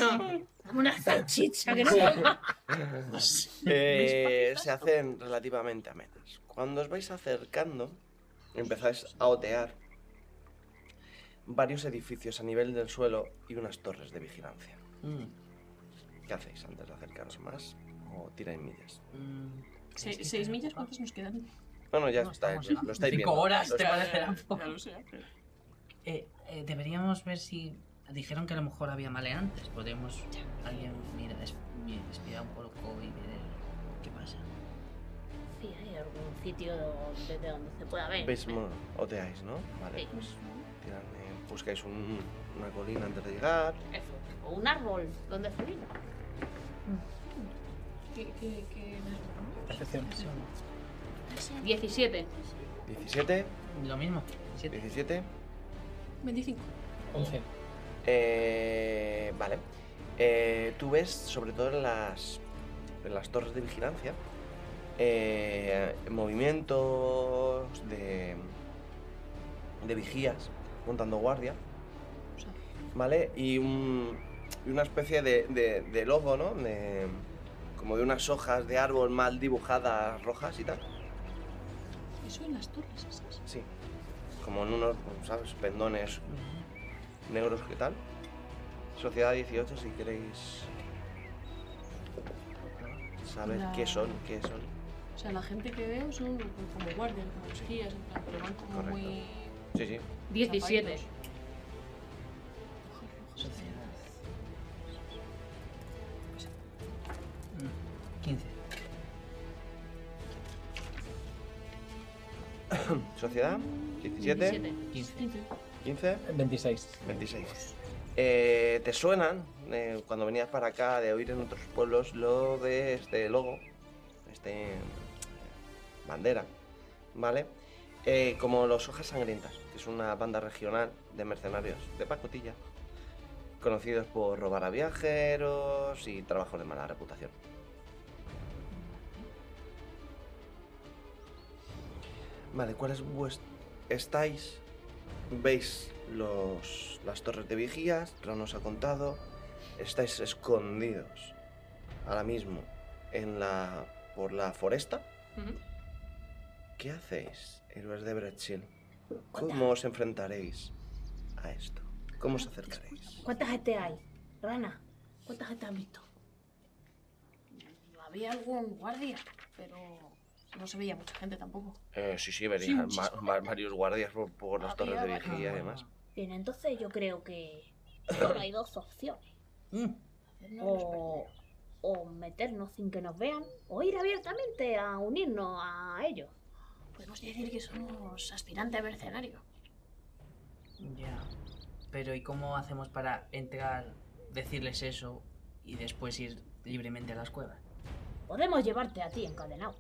[SPEAKER 5] Dame una salchicha que no
[SPEAKER 10] Pues,
[SPEAKER 2] Eh, se hacen relativamente amenas. Cuando os vais acercando, empezáis a otear varios edificios a nivel del suelo y unas torres de vigilancia. ¿Qué hacéis antes de acercaros más? ¿O tiráis millas?
[SPEAKER 10] Mm.
[SPEAKER 9] Se- ¿Seis millas cuántas nos quedan?
[SPEAKER 2] Bueno, ya estáis, Eh, lo estáis
[SPEAKER 10] Cinco
[SPEAKER 2] viendo.
[SPEAKER 10] horas,
[SPEAKER 2] Lo
[SPEAKER 10] te
[SPEAKER 2] estáis-
[SPEAKER 10] parecerá poco.
[SPEAKER 9] Ya lo sé. pero-
[SPEAKER 10] Eh, eh, deberíamos ver si. Dijeron que a lo mejor había maleantes. Podemos. Alguien. Mira, es- mira, espiar un poco y ver qué pasa.
[SPEAKER 5] Sí, hay algún sitio desde donde se pueda ver.
[SPEAKER 2] ¿Veis? mo- Oteáis, ¿no? Vale,
[SPEAKER 5] Sí.
[SPEAKER 2] pues tiradme, buscáis un- una colina antes de llegar.
[SPEAKER 5] Eso. O un árbol donde subir.
[SPEAKER 9] ¿Qué, qué, qué...
[SPEAKER 5] 17.
[SPEAKER 2] 17,
[SPEAKER 10] Lo mismo.
[SPEAKER 2] 17.
[SPEAKER 9] 25.
[SPEAKER 6] 11.
[SPEAKER 2] Eh, vale. Eh, tú ves, sobre todo en las, en las torres de vigilancia, eh, movimientos de, de vigías montando guardia, ¿vale? Y, un- y una especie de, de- de logo, ¿no? De- como de unas hojas de árbol mal dibujadas rojas y tal.
[SPEAKER 9] Eso en las torres esas.
[SPEAKER 2] Sí. Como en unos, ¿sabes? Pendones negros que tal. Sociedad 18, si queréis saber
[SPEAKER 9] La-
[SPEAKER 2] qué son, qué son.
[SPEAKER 9] O sea, la gente que veo son como como guardias, como vigías, en plan, pero van como
[SPEAKER 2] Correcto.
[SPEAKER 9] muy...
[SPEAKER 2] Sí, sí.
[SPEAKER 4] 17.
[SPEAKER 9] Sociedad.
[SPEAKER 10] 15.
[SPEAKER 2] Sociedad 17,
[SPEAKER 3] 15.
[SPEAKER 2] 15,
[SPEAKER 6] 26.
[SPEAKER 2] 26. Eh, ¿Te suenan, eh, cuando venías para acá, de oír en otros pueblos lo de este logo, este eh, bandera, ¿vale? Eh, como los Hojas Sangrientas, que es una banda regional de mercenarios de pacotilla, conocidos por robar a viajeros y trabajos de mala reputación. Vale, ¿cuál es vuestro...? Estáis, veis los, las torres de vigías, Ron nos ha contado, estáis escondidos ahora mismo en la, por la foresta.
[SPEAKER 4] Ujú.
[SPEAKER 2] ¿Qué hacéis, héroes de Brechil?
[SPEAKER 12] Pues
[SPEAKER 2] ¿Cómo os enfrentaréis a esto? ¿Cómo os acercaréis?
[SPEAKER 5] ¿Cuánta gente hay? Rana, ¿cuánta gente has visto?
[SPEAKER 12] Había algún guardia, pero no se veía mucha gente tampoco.
[SPEAKER 2] Eh, sí, sí,
[SPEAKER 12] Sí,
[SPEAKER 2] venían
[SPEAKER 12] muchísimo.
[SPEAKER 2] varios guardias por, por las torres de
[SPEAKER 12] Había
[SPEAKER 2] vigía y
[SPEAKER 12] varios.
[SPEAKER 2] demás.
[SPEAKER 5] Bien, entonces yo creo que solo hay dos opciones.
[SPEAKER 10] Mm.
[SPEAKER 5] O, o meternos sin que nos vean, o ir abiertamente a unirnos a ellos.
[SPEAKER 12] Podemos decir que somos aspirantes a mercenario.
[SPEAKER 10] Ya. Pero ¿y cómo hacemos para entrar, decirles eso y después ir libremente a las cuevas?
[SPEAKER 5] Podemos llevarte a ti encadenado.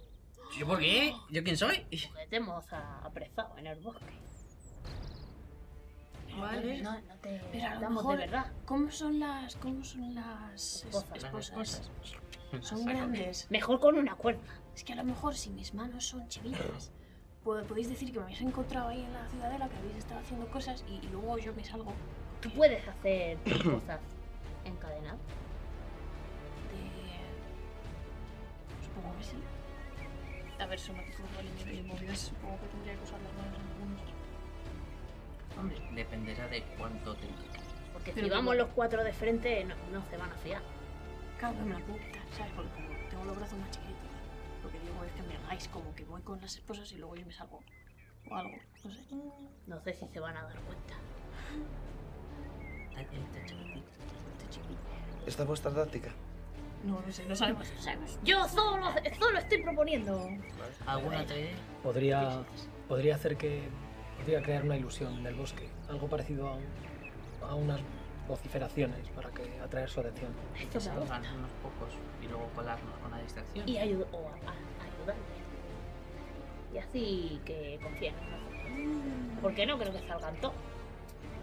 [SPEAKER 10] ¿Yo por qué? ¿Yo quién soy?
[SPEAKER 5] Porque te hemos ah, apresado en el bosque.
[SPEAKER 12] Vale.
[SPEAKER 5] No, no te
[SPEAKER 12] Pero a lo
[SPEAKER 5] damos
[SPEAKER 12] mejor,
[SPEAKER 5] de verdad.
[SPEAKER 12] ¿Cómo son las, cómo son las es-
[SPEAKER 5] Esposas.
[SPEAKER 12] esposas? Son grandes.
[SPEAKER 5] Mejor con una cuerda.
[SPEAKER 12] Es que a lo mejor si mis manos son chivitas, po- podéis decir que me habéis encontrado ahí en la ciudadela, que habéis estado haciendo cosas y, y luego yo me salgo
[SPEAKER 5] Tú puedes hacer cosas encadenado.
[SPEAKER 12] de... Supongo que sí. A ver, son aquí como le movidas, supongo que tendría que usar las manos en algunos.
[SPEAKER 10] Hombre, dependerá de cuánto tengas.
[SPEAKER 5] Porque
[SPEAKER 12] Pero
[SPEAKER 5] si vamos
[SPEAKER 12] como-
[SPEAKER 5] los cuatro de frente, no, no se van a fiar.
[SPEAKER 12] Claro que me la puedo quitar, ¿sabes? Porque como tengo los brazos más chiquitos, lo que digo es que me hagáis como que voy con las esposas y luego yo me salgo. O algo, no sé.
[SPEAKER 5] No sé si se van a dar cuenta.
[SPEAKER 10] Ay,
[SPEAKER 12] este
[SPEAKER 10] está chiquitito, está chiquito.
[SPEAKER 2] ¿Esta es vuestra táctica?
[SPEAKER 12] No, no sé, no sabemos, no sabemos.
[SPEAKER 5] Yo solo, solo estoy proponiendo.
[SPEAKER 10] ¿Alguna otra idea?
[SPEAKER 6] Podría, podría hacer que. Podría crear una ilusión en el bosque. Algo parecido a, un- a unas vociferaciones para que atraer su atención.
[SPEAKER 5] Esto
[SPEAKER 10] Que
[SPEAKER 5] me gusta.
[SPEAKER 10] salgan unos pocos y luego colarnos con la distracción.
[SPEAKER 5] Y ayud o a- a- ayudarles. Y así que confíen en
[SPEAKER 10] Mm.
[SPEAKER 5] nosotros. Porque no creo que salgan todos.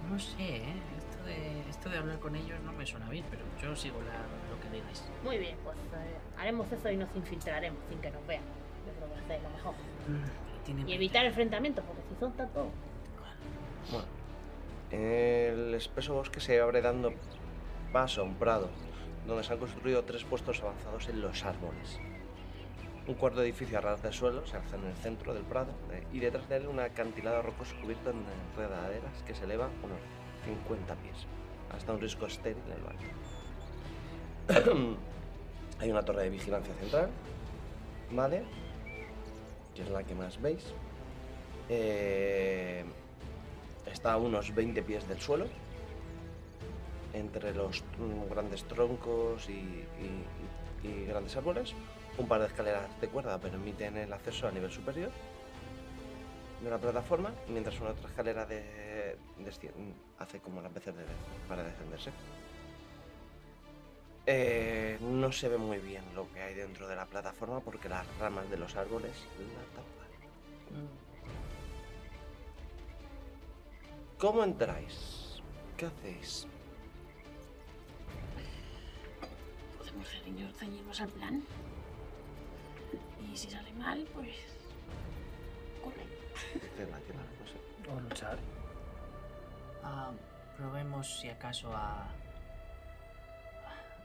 [SPEAKER 10] No sé, ¿eh? Esto de, esto de hablar con ellos no me suena bien, pero yo sigo la- lo que digáis.
[SPEAKER 5] Muy bien, pues eh, haremos eso y nos infiltraremos sin que nos vean. Yo creo que es lo mejor.
[SPEAKER 2] Mm.
[SPEAKER 10] Tienen
[SPEAKER 5] Y evitar enfrentamientos, porque si son tantos,
[SPEAKER 2] Bueno, el espeso bosque se abre dando paso a un prado, donde se han construido tres puestos avanzados en los árboles. Un cuarto edificio a ras de suelo se alza en el centro del prado eh, y detrás de él un acantilado rocoso cubierto en enredaderas que se eleva unos 50 pies, hasta un risco estéril en el alto. Hay una torre de vigilancia central, ¿vale? Que es la que más veis. Eh, está a unos 20 pies del suelo, entre los mm, grandes troncos y, y- y grandes árboles. Un par de escaleras de cuerda permiten el acceso al nivel superior de la plataforma, mientras una otra escalera de- desci- hace como las veces de- para descenderse. Eh, no se ve muy bien lo que hay dentro de la plataforma porque las ramas de los árboles la tapan. ¿Cómo entráis? ¿Qué hacéis?
[SPEAKER 12] Podemos ceñir- ceñirnos al plan. Y si sale mal, pues. Corre.
[SPEAKER 2] Tela, tela, no sé.
[SPEAKER 6] O luchar.
[SPEAKER 10] Ah, probemos si acaso a.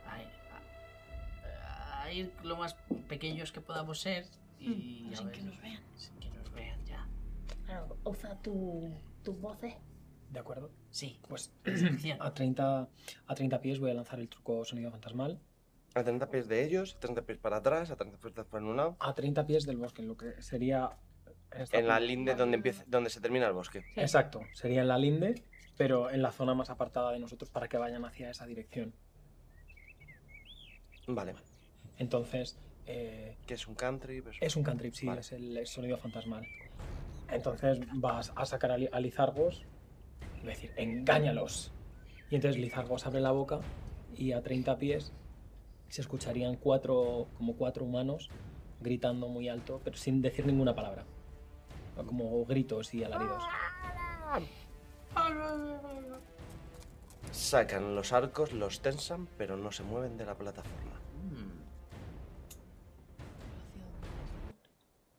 [SPEAKER 10] a, a- a ir lo más pequeños que podamos ser y.
[SPEAKER 12] Mm,
[SPEAKER 10] a
[SPEAKER 12] sin que nos
[SPEAKER 10] vean. Sin que nos vean, ya.
[SPEAKER 5] claro, usa tu, tus voces.
[SPEAKER 6] ¿De acuerdo?
[SPEAKER 10] Sí.
[SPEAKER 6] Pues
[SPEAKER 10] Distracción.
[SPEAKER 6] a 30, a 30 pies voy a lanzar el truco sonido fantasmal.
[SPEAKER 2] A 30 pies de ellos, a 30 pies para atrás, a 30 pies para un lado.
[SPEAKER 6] A 30 pies del bosque, lo que sería. esta
[SPEAKER 2] En la
[SPEAKER 6] zona.
[SPEAKER 2] linde donde, empieza, donde se termina el bosque.
[SPEAKER 6] Exacto, sería en la linde, pero en la zona más apartada de nosotros para que vayan hacia esa dirección.
[SPEAKER 2] Vale.
[SPEAKER 6] Entonces, eh,
[SPEAKER 2] Que es un country. pues-
[SPEAKER 6] es un cantrip, sí,
[SPEAKER 2] Vale.
[SPEAKER 6] es el sonido fantasmal. Entonces vas a sacar a, Li- a Lizargos y va a decir, engáñalos. Y entonces Lizargos abre la boca y a 30 pies se escucharían cuatro, como cuatro humanos gritando muy alto, pero sin decir ninguna palabra. Como gritos y alaridos.
[SPEAKER 2] Sacan los arcos, los tensan, pero no se mueven de la plataforma. Mm.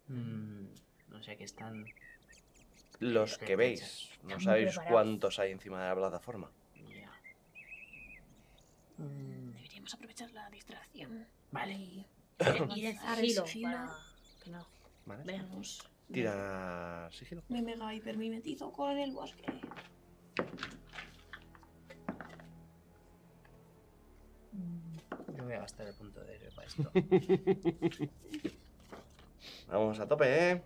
[SPEAKER 10] Mm, no sé qué están.
[SPEAKER 2] Los que veis, no sabéis
[SPEAKER 12] preparados.
[SPEAKER 2] cuántos hay encima de la plataforma.
[SPEAKER 12] Deberíamos aprovechar la distracción.
[SPEAKER 10] Vale.
[SPEAKER 12] Y,
[SPEAKER 5] Mm. Y de
[SPEAKER 12] avanzar en
[SPEAKER 5] sigilo
[SPEAKER 12] sigilo.
[SPEAKER 5] para que no
[SPEAKER 2] Vale.
[SPEAKER 5] veamos.
[SPEAKER 2] Tira sigilo.
[SPEAKER 12] Me mega hipermimetizo con el bosque.
[SPEAKER 2] Mm.
[SPEAKER 10] Yo voy a gastar el punto de héroe para esto.
[SPEAKER 2] Vamos a tope, ¿eh?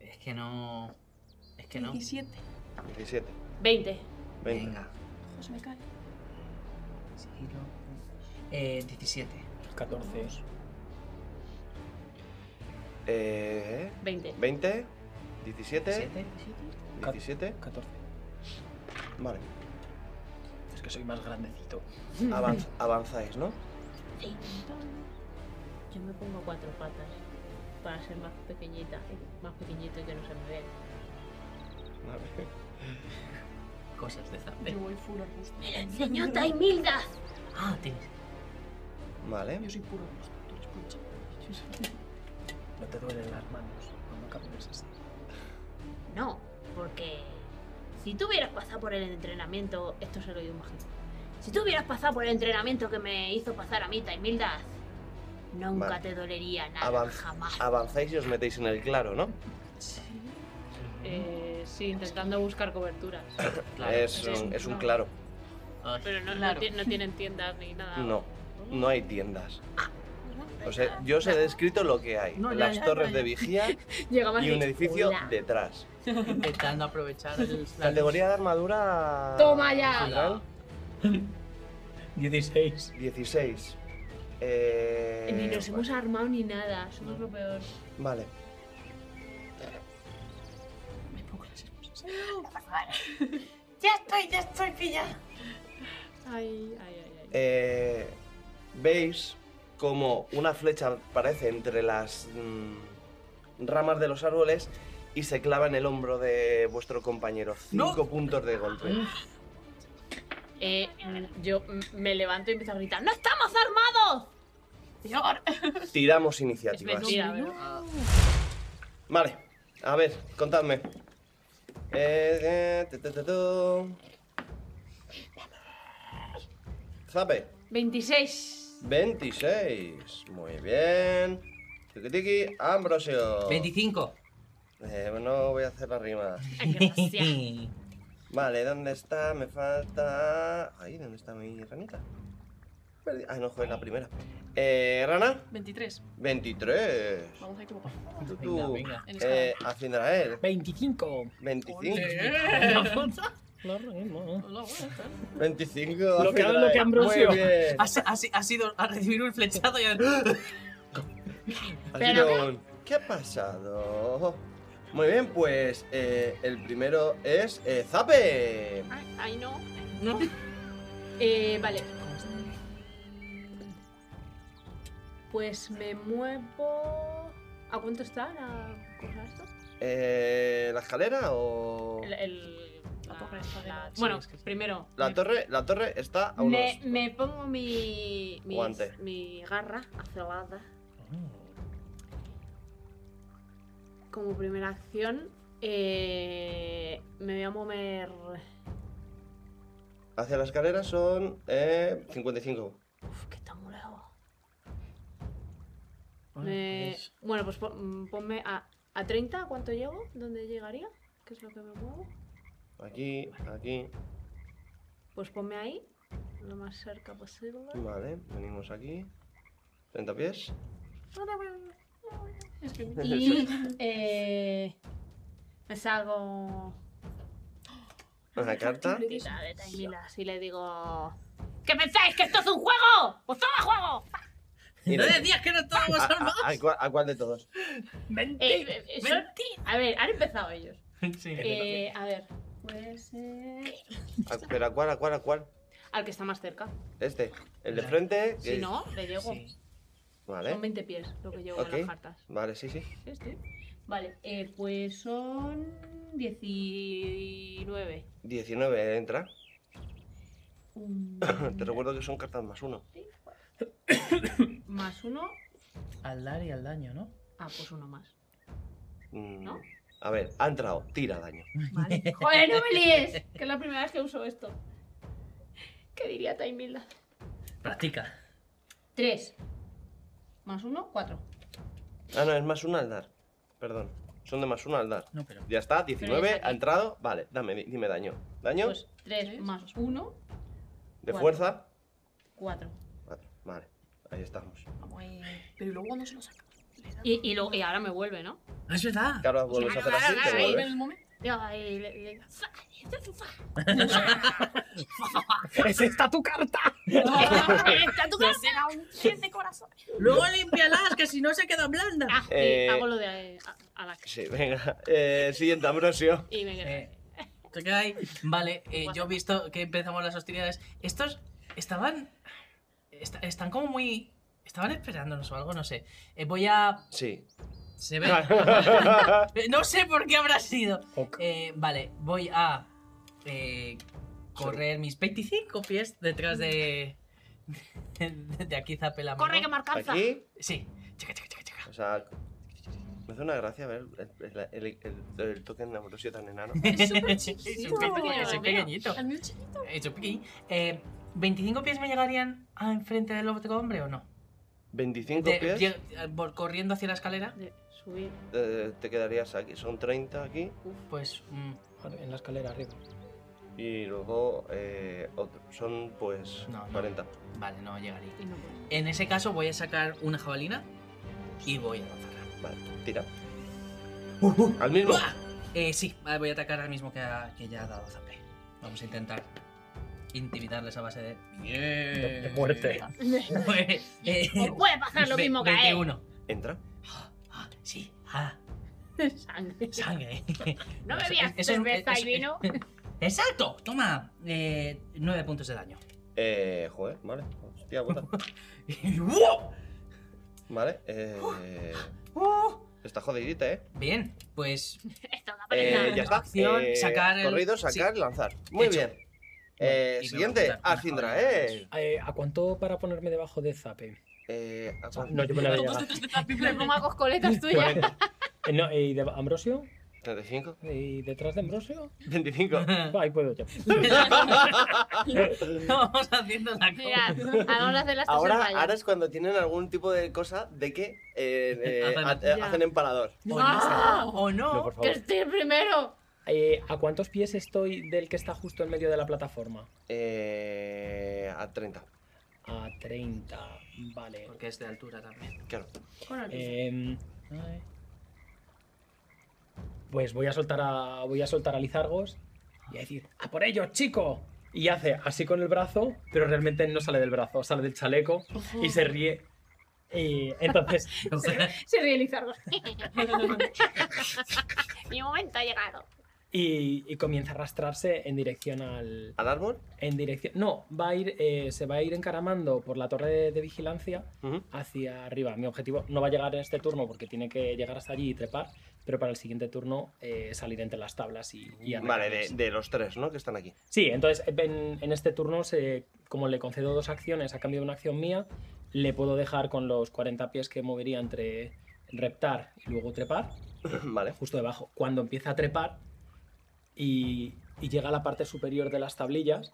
[SPEAKER 10] es que no. Es que no.
[SPEAKER 12] 17.
[SPEAKER 2] 17.
[SPEAKER 5] 20.
[SPEAKER 2] Venga.
[SPEAKER 12] Pues me cae.
[SPEAKER 10] Sigilo. Eh, 17.
[SPEAKER 6] 14.
[SPEAKER 2] Eh,
[SPEAKER 5] 20.
[SPEAKER 2] 20. 17.
[SPEAKER 10] 17.
[SPEAKER 2] 17.
[SPEAKER 6] 14.
[SPEAKER 2] Vale.
[SPEAKER 6] Es que soy más grandecito.
[SPEAKER 2] Avanz- avanzáis, ¿no?
[SPEAKER 5] Sí. Yo me pongo cuatro patas para ser más pequeñita, más pequeñito y que no se me vea.
[SPEAKER 10] Cosas de Zambe.
[SPEAKER 9] Yo voy full arbusto.
[SPEAKER 5] ¡Me la enseñó Taimilda!
[SPEAKER 10] Ah, tienes.
[SPEAKER 2] Vale.
[SPEAKER 9] Yo soy puro arbusto, tú eres puro chaparro. Yo soy-
[SPEAKER 6] No te duelen las manos cuando caminas así.
[SPEAKER 5] No, porque si tú hubieras pasado por el entrenamiento, esto se lo digo a un mágico. Si tú hubieras pasado por el entrenamiento que me hizo pasar a mí, Taimilda, nunca
[SPEAKER 2] Vale.
[SPEAKER 5] te dolería nada,
[SPEAKER 2] Avanz-
[SPEAKER 5] jamás.
[SPEAKER 2] avanzáis y os metéis en el claro, ¿no?
[SPEAKER 4] Eh, sí, intentando buscar coberturas.
[SPEAKER 2] es, un, es un claro.
[SPEAKER 4] Pero no, no
[SPEAKER 9] Claro.
[SPEAKER 4] ti- no tienen tiendas ni nada.
[SPEAKER 2] No, no hay tiendas. O sea, yo os he descrito lo que hay.
[SPEAKER 10] No, ya,
[SPEAKER 2] Las
[SPEAKER 10] ya,
[SPEAKER 2] torres
[SPEAKER 10] ya,
[SPEAKER 2] de
[SPEAKER 10] ya.
[SPEAKER 2] vigía y un edificio detrás.
[SPEAKER 10] Intentando aprovechar el.
[SPEAKER 2] Categoría de armadura...
[SPEAKER 5] Toma ya.
[SPEAKER 2] general,
[SPEAKER 6] 16.
[SPEAKER 2] 16. Eh,
[SPEAKER 5] Ni nos hemos armado ni nada, somos lo peor.
[SPEAKER 2] Vale.
[SPEAKER 9] Me pongo las esposas.
[SPEAKER 12] Ya estoy, ya estoy pillada.
[SPEAKER 4] Ay, ay, ay, ay.
[SPEAKER 2] Eh, Veis como una flecha aparece entre las mm, ramas de los árboles y se clava en el hombro de vuestro compañero.
[SPEAKER 10] No.
[SPEAKER 2] Cinco puntos de golpe.
[SPEAKER 4] Eh, mm, yo mm, me levanto y empiezo a gritar: ¡No estamos armados!
[SPEAKER 12] Peor.
[SPEAKER 2] Tiramos
[SPEAKER 4] Es
[SPEAKER 2] iniciativas.
[SPEAKER 4] mentira, ¿verdad?
[SPEAKER 2] Vale, a ver, contadme. Eh, eh, tu, tu, tu, tu. Zape,
[SPEAKER 4] 26.
[SPEAKER 2] 26. Muy bien. Tiki tiki, Ambrosio.
[SPEAKER 10] 25.
[SPEAKER 2] Eh, no voy a hacer la rima.
[SPEAKER 4] Ay, gracias.
[SPEAKER 2] Vale, ¿dónde está? Me falta. Ahí, ¿dónde está mi ranita? Perdí- Ah, no, joder, la primera. Eh, rana,
[SPEAKER 9] 23.
[SPEAKER 2] 23.
[SPEAKER 9] Vamos ahí como pa.
[SPEAKER 2] Tú,
[SPEAKER 10] Venga,
[SPEAKER 2] tú.
[SPEAKER 10] venga.
[SPEAKER 9] En
[SPEAKER 2] Eh,
[SPEAKER 9] escala.
[SPEAKER 2] Haciendrael,
[SPEAKER 6] 25.
[SPEAKER 2] 25.
[SPEAKER 6] La reina.
[SPEAKER 9] Hola, buenas tardes.
[SPEAKER 2] 25.
[SPEAKER 6] Lo que-
[SPEAKER 2] Haciendrael.
[SPEAKER 6] lo que Ambrosio.
[SPEAKER 2] Muy bien.
[SPEAKER 10] Ha, si- ha si- ha sido a recibir un flechazo y a...
[SPEAKER 2] Ha
[SPEAKER 5] Pero-
[SPEAKER 2] sido un, ¿Qué ha pasado? Muy bien, pues eh, el primero es eh, Zape.
[SPEAKER 4] Ay, ay, Ah, no. Oh.
[SPEAKER 10] No.
[SPEAKER 4] Eh, vale. Pues me muevo. ¿A cuánto está la cosa esta?
[SPEAKER 2] Eh, ¿La escalera o.?
[SPEAKER 4] El. el-
[SPEAKER 9] La
[SPEAKER 4] la-
[SPEAKER 9] torre está de
[SPEAKER 4] la-
[SPEAKER 9] la-
[SPEAKER 4] bueno,
[SPEAKER 9] sí, es que sí.
[SPEAKER 4] primero.
[SPEAKER 2] La
[SPEAKER 4] me-
[SPEAKER 2] torre, la torre está a unos.
[SPEAKER 4] Me, me pongo mi. mi-
[SPEAKER 2] Guante.
[SPEAKER 4] Mi garra acelada. Como primera acción. eh, me voy a mover.
[SPEAKER 2] Hacia la escalera son eh, 55.
[SPEAKER 4] Uf, que tan lejos. Me-
[SPEAKER 10] pues-
[SPEAKER 4] Bueno, pues pon- mm, ponme a, a 30, ¿cuánto llego? ¿Dónde llegaría? ¿Qué es lo que me muevo?
[SPEAKER 2] Aquí, aquí.
[SPEAKER 4] Pues ponme ahí, lo más cerca posible.
[SPEAKER 2] Vale, venimos aquí. 30 pies.
[SPEAKER 4] Y eh, me salgo
[SPEAKER 2] Una carta.
[SPEAKER 4] quita de Taimilas y le digo... ¿Qué pensáis? ¿Que esto es un juego? ¡Pues toma juego!
[SPEAKER 3] No decías que no
[SPEAKER 2] Ah,
[SPEAKER 3] estábamos armados.
[SPEAKER 2] ¿A, a, cuál- a cuál de todos?
[SPEAKER 4] Eh, eh, eh, son- a ver, han empezado ellos. Eh, a ver, puede ser.
[SPEAKER 2] A- ¿Pero a cuál, a cuál, a cuál?
[SPEAKER 4] Al que está más cerca.
[SPEAKER 2] Este. El de frente. que-
[SPEAKER 4] Si no, le llego. Son
[SPEAKER 2] Vale.
[SPEAKER 4] 20 pies lo que llevo
[SPEAKER 2] Ok.
[SPEAKER 4] en las cartas.
[SPEAKER 2] Vale, sí, sí.
[SPEAKER 4] Este. Vale, eh, pues son 19.
[SPEAKER 2] 19, eh, entra.
[SPEAKER 4] Un-
[SPEAKER 2] Te recuerdo que son cartas más uno.
[SPEAKER 4] más uno.
[SPEAKER 10] Al dar y al daño, ¿no?
[SPEAKER 4] Ah, pues uno más.
[SPEAKER 2] Mm, A ver, ha entrado. Tira daño.
[SPEAKER 4] Vale. Joder, no me líes, que es la primera vez que uso esto. ¿Qué diría Taimilda?
[SPEAKER 10] Practica.
[SPEAKER 4] 3. Más uno, 4.
[SPEAKER 2] Ah, no, es más uno al dar. Perdón. Son de más uno al dar.
[SPEAKER 10] No, pero.
[SPEAKER 2] Ya está,
[SPEAKER 4] Pero ya
[SPEAKER 2] 19,
[SPEAKER 4] está
[SPEAKER 2] ha entrado. Vale, dame, di- dime daño. ¿Daño?
[SPEAKER 4] 3 más 1,
[SPEAKER 2] ¿De
[SPEAKER 4] Pues, cuatro.
[SPEAKER 2] fuerza?
[SPEAKER 4] 4.
[SPEAKER 2] Cuatro. Vale, ahí estamos.
[SPEAKER 9] Pero luego no se lo saca.
[SPEAKER 4] Y, y, lo- y ahora me vuelve, ¿no?
[SPEAKER 10] Es verdad.
[SPEAKER 2] Claro, vuelves a hacer así, te vuelves.
[SPEAKER 7] ¡Es esta tu carta!
[SPEAKER 4] ¡Está tu casa!
[SPEAKER 12] Será un 10 de corazón.
[SPEAKER 10] Luego límpialas, que si no se queda blanda.
[SPEAKER 2] Eh,
[SPEAKER 4] Ah, Hago lo de a, a la
[SPEAKER 2] Sí, venga. Eh, siguiente, Ambrosio.
[SPEAKER 4] Y me quedo.
[SPEAKER 10] Eh, ¿Te queda ahí? Vale, eh, yo he visto que empezamos las hostilidades. Estos estaban. esta- están como muy. Estaban esperándonos o algo, no sé. Eh, voy a.
[SPEAKER 2] Sí.
[SPEAKER 10] Se ve. Eh, no sé por qué habrá sido. Eh, vale, voy a. eh, correr mis 25 pies detrás de. De, de aquí zapela.
[SPEAKER 4] Corre, que me alcanza.
[SPEAKER 2] ¿Aquí?
[SPEAKER 10] Sí.
[SPEAKER 2] O sea, me hace una gracia ver el, el, el- el- el token de Ambrosio tan enano.
[SPEAKER 10] Es un
[SPEAKER 4] pequeño,
[SPEAKER 10] pequeñito. Es un pequeñito.
[SPEAKER 12] Es muy chiquito.
[SPEAKER 10] Es un pequeñi- Eh, ¿25 pies me llegarían a enfrente del otro hombre o no?
[SPEAKER 2] 25
[SPEAKER 10] De-
[SPEAKER 2] pies.
[SPEAKER 10] lle- eh, vol- corriendo hacia la escalera,
[SPEAKER 4] De subir.
[SPEAKER 2] eh, te quedarías aquí. Son 30 aquí.
[SPEAKER 10] pues. mm,
[SPEAKER 6] En la escalera arriba.
[SPEAKER 2] Y luego eh, otro. son pues
[SPEAKER 10] No, no.
[SPEAKER 2] 40.
[SPEAKER 10] vale, no llegaría.
[SPEAKER 4] Y no puedo.
[SPEAKER 10] En ese caso, voy a sacar una jabalina y voy a lanzarla.
[SPEAKER 2] Vale, tira. Al mismo.
[SPEAKER 10] uh. ¡Buah! Eh, sí, vale, voy a atacar al mismo que, ha- que ya ha dado Zape. Vamos a intentar intimidarles a base de.
[SPEAKER 7] De- de muerte.
[SPEAKER 10] Eh,
[SPEAKER 4] O puedes bajar Pues lo
[SPEAKER 10] ve-
[SPEAKER 4] mismo que a él.
[SPEAKER 10] 21.
[SPEAKER 2] Entra.
[SPEAKER 10] Ah, sí, ah,
[SPEAKER 4] Sangre.
[SPEAKER 10] sangre.
[SPEAKER 4] No
[SPEAKER 10] Eso-
[SPEAKER 4] bebías
[SPEAKER 10] eso es-
[SPEAKER 4] cerveza
[SPEAKER 10] eso-
[SPEAKER 4] y vino.
[SPEAKER 10] Exacto, toma. Eh, 9 puntos de daño.
[SPEAKER 2] Eh, joder, vale. Hostia, puta.
[SPEAKER 10] ¡Wow!
[SPEAKER 2] Vale, eh.
[SPEAKER 10] ¡Uh!
[SPEAKER 2] Está jodidita, eh.
[SPEAKER 10] Bien, pues
[SPEAKER 4] Esto no
[SPEAKER 2] Eh,
[SPEAKER 4] parece nada.
[SPEAKER 2] ya está.
[SPEAKER 10] Acción,
[SPEAKER 2] Eh,
[SPEAKER 10] sacar el-
[SPEAKER 2] Corrido, sacar, lanzar. Muy
[SPEAKER 10] Hecho.
[SPEAKER 2] bien. Eh,
[SPEAKER 10] y luego
[SPEAKER 2] siguiente,
[SPEAKER 10] quitar una
[SPEAKER 2] Alcindra,
[SPEAKER 10] jabalina de
[SPEAKER 2] eh.
[SPEAKER 6] Eh, ¿A cuánto para ponerme debajo de Zape? Ah,
[SPEAKER 2] eh ¿a cuánto?
[SPEAKER 6] No, yo me la voy a
[SPEAKER 12] Todos
[SPEAKER 6] llegar.
[SPEAKER 12] detrás de Tapi.
[SPEAKER 4] Me pongo a coscoletas tuyas.
[SPEAKER 6] Eh, no, ¿Y de Ambrosio?
[SPEAKER 2] ¿35?
[SPEAKER 6] ¿Y detrás de Ambrosio?
[SPEAKER 2] 25.
[SPEAKER 6] Va, ahí puedo yo.
[SPEAKER 2] Ah.
[SPEAKER 10] vamos haciendo la
[SPEAKER 4] Mira,
[SPEAKER 10] cosa.
[SPEAKER 4] vamos a hacer las tres
[SPEAKER 2] Ahora,
[SPEAKER 4] en raya.
[SPEAKER 2] ahora es cuando tienen algún tipo de cosa de que eh, eh,
[SPEAKER 10] Hacen-
[SPEAKER 2] ha- eh,
[SPEAKER 4] Ya.
[SPEAKER 2] hacen empalador.
[SPEAKER 10] O
[SPEAKER 4] ¡Ah!
[SPEAKER 10] no, o no.
[SPEAKER 6] No, por
[SPEAKER 4] ¡Que
[SPEAKER 6] favor.
[SPEAKER 4] estoy primero!
[SPEAKER 6] Eh, ¿A cuántos pies estoy del que está justo en medio de la plataforma?
[SPEAKER 2] Eh, a 30.
[SPEAKER 6] A 30. Vale.
[SPEAKER 10] Porque es de altura también.
[SPEAKER 2] Claro.
[SPEAKER 6] Em, pues voy a soltar a. Voy a soltar a Lizargos y a decir, ¡A por ellos, chico! Y hace así con el brazo, pero realmente no sale del brazo, sale del chaleco y se ríe. Y entonces,
[SPEAKER 10] O sea,
[SPEAKER 4] Se ríe Lizardo. Mi momento ha llegado.
[SPEAKER 6] y, y comienza a arrastrarse en dirección al.
[SPEAKER 2] ¿Al árbol?
[SPEAKER 6] En dirección. No, va a ir. eh, se va a ir encaramando por la torre de- de vigilancia
[SPEAKER 2] Ujú.
[SPEAKER 6] hacia arriba. Mi objetivo no va a llegar en este turno porque tiene que llegar hasta allí y trepar, pero para el siguiente turno eh, salir entre las tablas y, y
[SPEAKER 2] Vale, de,
[SPEAKER 6] atacarles.
[SPEAKER 2] de los tres, ¿no? Que están aquí.
[SPEAKER 6] Sí, entonces en, en este turno, se, como le concedo dos acciones a cambio de una acción mía, le puedo dejar con los 40 pies que movería entre reptar y luego trepar,
[SPEAKER 2] vale.
[SPEAKER 6] justo debajo. Cuando empieza a trepar y, y llega a la parte superior de las tablillas,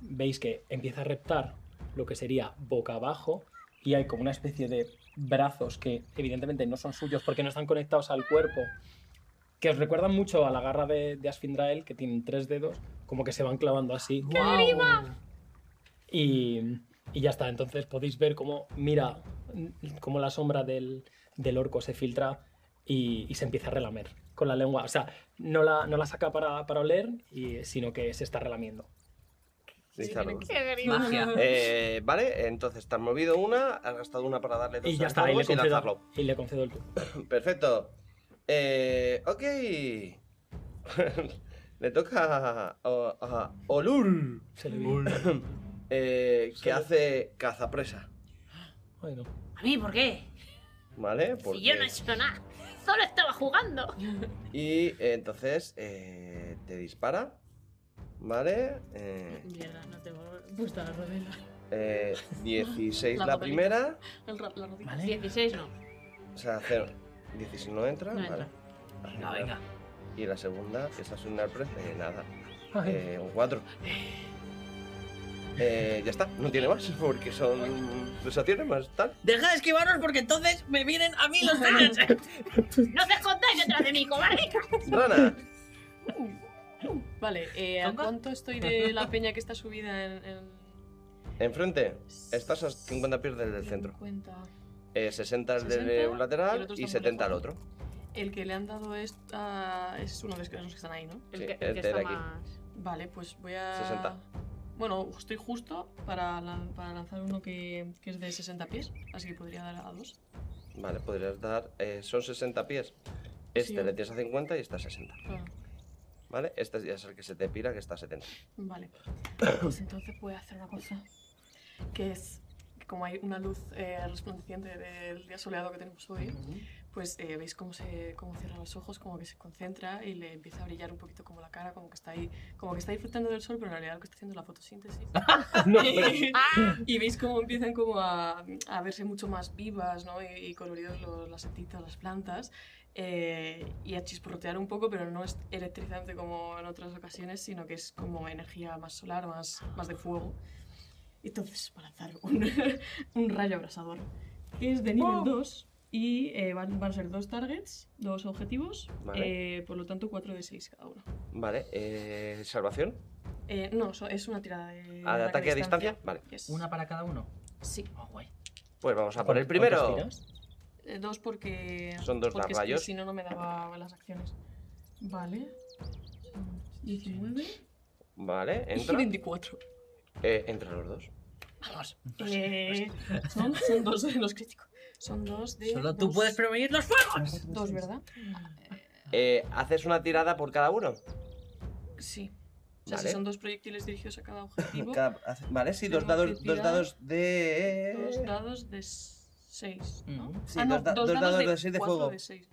[SPEAKER 6] veis que empieza a reptar lo que sería boca abajo y hay como una especie de brazos que evidentemente no son suyos porque no están conectados al cuerpo, que os recuerdan mucho a la garra de, de Asfindrael, que tienen tres dedos, como que se van clavando así. Y, y ya está, entonces podéis ver cómo mira, cómo la sombra del, del orco se filtra y, y se empieza a relamer con la lengua. O sea, no la, no la saca para, para oler, y, sino que se está relamiendo.
[SPEAKER 2] Lizardos.
[SPEAKER 10] Magia.
[SPEAKER 2] Eh, vale, entonces te has movido una, has gastado una para darle dos
[SPEAKER 6] Y ya
[SPEAKER 2] al
[SPEAKER 6] está, y le
[SPEAKER 2] Lizardos y lanzarlo.
[SPEAKER 6] concedo, y le concedo el turno.
[SPEAKER 2] Perfecto. Eh, ok. Le toca a, a Olul. Eh, que hace cazapresa.
[SPEAKER 6] Bueno.
[SPEAKER 5] ¿A mí por qué?
[SPEAKER 2] ¿Vale? Porque-
[SPEAKER 5] Si yo no he hecho nada. Solo estaba jugando.
[SPEAKER 2] Y eh, entonces eh, te dispara. ¿Vale? Eh,
[SPEAKER 12] Mierda, no te gusta la rodela.
[SPEAKER 2] eh, 16 la,
[SPEAKER 12] papelita.
[SPEAKER 2] primera.
[SPEAKER 12] El ra- la rodilla.
[SPEAKER 4] 16 no.
[SPEAKER 2] O sea, cero. 16 no entra.
[SPEAKER 4] No
[SPEAKER 2] vale.
[SPEAKER 4] entra.
[SPEAKER 2] Venga, venga. Y la segunda, que esa es una sorpresa, eh, nada.
[SPEAKER 6] Ay.
[SPEAKER 2] Eh, un 4. Eh, ya está, no tiene más, porque son dos acciones más tal.
[SPEAKER 10] Deja de esquivaros porque entonces me vienen a mí los daños.
[SPEAKER 5] No te escondáis detrás de mí, cobarde.
[SPEAKER 2] Rana,
[SPEAKER 9] Vale, eh, ¿a cuánto estoy de la peña que está subida en, en
[SPEAKER 2] enfrente. Estás a 50 pies del del centro.
[SPEAKER 9] cuenta?
[SPEAKER 2] Eh, 60 al de
[SPEAKER 9] 60,
[SPEAKER 2] un
[SPEAKER 9] y el
[SPEAKER 2] lateral
[SPEAKER 9] otro
[SPEAKER 2] y
[SPEAKER 9] está muy
[SPEAKER 2] 70 al otro.
[SPEAKER 9] El que le han dado esta es uno de los que están ahí, ¿no?
[SPEAKER 2] El Sí, que- el el que de está aquí.
[SPEAKER 9] Vale, pues voy a...
[SPEAKER 2] 60.
[SPEAKER 9] Bueno, estoy justo para, lan- para lanzar uno que, que es de 60 pies, así que podría dar a dos.
[SPEAKER 2] Vale, podrías dar. eh, son 60 pies. Este
[SPEAKER 9] Sí.
[SPEAKER 2] le tienes a 50 y está a 60.
[SPEAKER 9] Ah,
[SPEAKER 2] ¿Vale? Este ya es el que se te pira, que está a 70.
[SPEAKER 9] vale. Pues entonces voy a hacer una cosa, que es... que Como hay una luz eh, resplandeciente del día soleado que tenemos hoy, pues eh, veis cómo, se, cómo cierra los ojos, como que se concentra y le empieza a brillar un poquito como la cara, como que está ahí, como que está disfrutando del sol, pero en realidad lo que está haciendo es la fotosíntesis. y, veis cómo empiezan como a, a verse mucho más vivas, ¿no? Y, y coloridos los- las setitas, las plantas. eh, y a chisporrotear un poco, pero no es electrizante como en otras ocasiones, sino que es como energía más solar, más, más de fuego. Entonces, para lanzar un, un rayo abrasador, que es de nivel 2 y eh, van, van a ser dos targets, dos objetivos,
[SPEAKER 2] Vale.
[SPEAKER 9] eh, por lo tanto 4 de 6 cada uno.
[SPEAKER 2] Vale, eh, salvación.
[SPEAKER 9] Eh, no, so- es una tirada de.
[SPEAKER 2] ¿Ah, de ataque a distancia? Vale.
[SPEAKER 9] ¿Una
[SPEAKER 10] para cada uno?
[SPEAKER 9] Sí.
[SPEAKER 2] Pues vamos a por el
[SPEAKER 6] ¿Cuántos
[SPEAKER 2] primero.
[SPEAKER 6] tiras?
[SPEAKER 9] Eh, dos porque.
[SPEAKER 2] Son dos
[SPEAKER 9] porque es que
[SPEAKER 2] rayos.
[SPEAKER 9] Si no, no me daba las acciones. Vale. 19
[SPEAKER 2] Vale,
[SPEAKER 9] y
[SPEAKER 2] entra.
[SPEAKER 9] 24.
[SPEAKER 2] Eh, entre los dos.
[SPEAKER 9] Vamos. Eh, son, son dos de los críticos. Son dos de.
[SPEAKER 10] Solo tú
[SPEAKER 9] dos-
[SPEAKER 10] puedes prevenir los fuegos.
[SPEAKER 9] Dos, ¿verdad?
[SPEAKER 2] Eh, ¿Haces una tirada por cada uno?
[SPEAKER 9] Sí. O sea,
[SPEAKER 2] Vale.
[SPEAKER 9] si son dos proyectiles dirigidos a cada objetivo.
[SPEAKER 2] Cada- hace- vale, sí, dos
[SPEAKER 9] tengo que
[SPEAKER 2] dados, dos
[SPEAKER 9] tirar
[SPEAKER 2] dados de.
[SPEAKER 9] Dos dados de 6, ¿no?
[SPEAKER 10] Mm,
[SPEAKER 2] Sí, dos da- dos dados de seis de
[SPEAKER 9] cuatro
[SPEAKER 2] fuego.
[SPEAKER 9] de seis.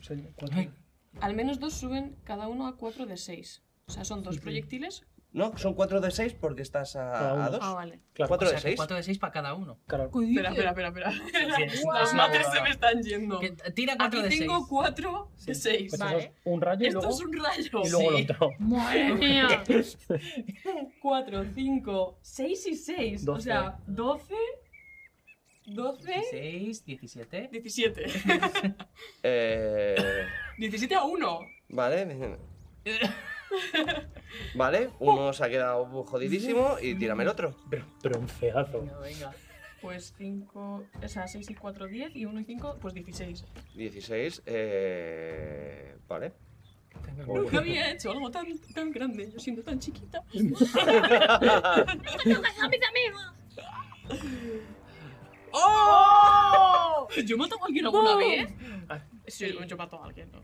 [SPEAKER 6] Soy cuatro.
[SPEAKER 9] Al menos dos suben cada uno a 4 de 6. O sea, son dos proyectiles.
[SPEAKER 2] No, son cuatro de seis porque estás
[SPEAKER 9] Cada
[SPEAKER 2] a,
[SPEAKER 9] uno.
[SPEAKER 2] a dos.
[SPEAKER 9] Ah, vale.
[SPEAKER 6] Claro.
[SPEAKER 2] ¿Cuatro
[SPEAKER 10] O sea
[SPEAKER 2] de
[SPEAKER 10] que
[SPEAKER 2] seis?
[SPEAKER 10] cuatro de seis para cada uno.
[SPEAKER 6] Claro.
[SPEAKER 9] Espera, espera, espera, espera.
[SPEAKER 10] es una
[SPEAKER 9] Las madres
[SPEAKER 10] burrada.
[SPEAKER 9] se me están yendo.
[SPEAKER 10] Que tira cuatro
[SPEAKER 9] Aquí
[SPEAKER 10] de
[SPEAKER 9] tengo
[SPEAKER 10] seis.
[SPEAKER 9] 4 de 6.
[SPEAKER 6] Pues eso es un rayo y
[SPEAKER 9] Esto
[SPEAKER 6] luego,
[SPEAKER 9] es un rayo.
[SPEAKER 6] y luego el otro.
[SPEAKER 9] 4, 5, 6 y 6. O
[SPEAKER 10] Doce.
[SPEAKER 9] sea, 12. 12.
[SPEAKER 10] 16, 17.
[SPEAKER 9] 17.
[SPEAKER 2] Eh,
[SPEAKER 9] 17 a 1.
[SPEAKER 2] vale. Vale, uno se ha quedado jodidísimo y tírame el otro.
[SPEAKER 6] Bronceado.
[SPEAKER 9] Venga. Pues 5, o sea, 6 y 4, 10 y 1 y 5, pues 16.
[SPEAKER 2] 16, eh. Vale.
[SPEAKER 9] Nunca había hecho algo tan, tan grande, yo siendo tan chiquita. ¡Oh! Yo mato a alguien alguna
[SPEAKER 12] ¡Bum!
[SPEAKER 9] vez. Sí, yo mato a alguien, ¿no?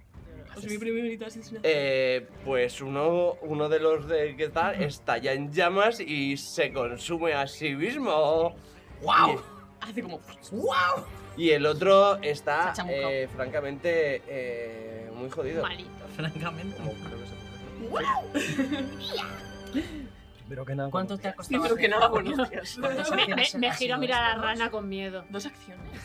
[SPEAKER 9] Es mi primer asesinato.
[SPEAKER 2] Eh, pues uno, uno de los de que tal estalla en llamas y se consume a sí mismo.
[SPEAKER 10] ¡Wow!
[SPEAKER 9] Hace como.
[SPEAKER 10] ¡Wow!
[SPEAKER 2] Y el otro está,
[SPEAKER 10] Se ha chamucao.
[SPEAKER 2] eh, francamente, eh, muy jodido.
[SPEAKER 10] Malito. Francamente.
[SPEAKER 6] Primero que nada.
[SPEAKER 10] ¿Cuánto te ha costado?
[SPEAKER 9] Primero que
[SPEAKER 10] hacer?
[SPEAKER 9] nada, buenos días.
[SPEAKER 10] ¿Cuántas
[SPEAKER 4] Me, me,
[SPEAKER 10] acciones
[SPEAKER 4] me
[SPEAKER 10] ha
[SPEAKER 4] giro a
[SPEAKER 10] sido
[SPEAKER 4] mirar a
[SPEAKER 10] esto?
[SPEAKER 4] la rana con miedo. Ah, pues
[SPEAKER 9] Dos acciones.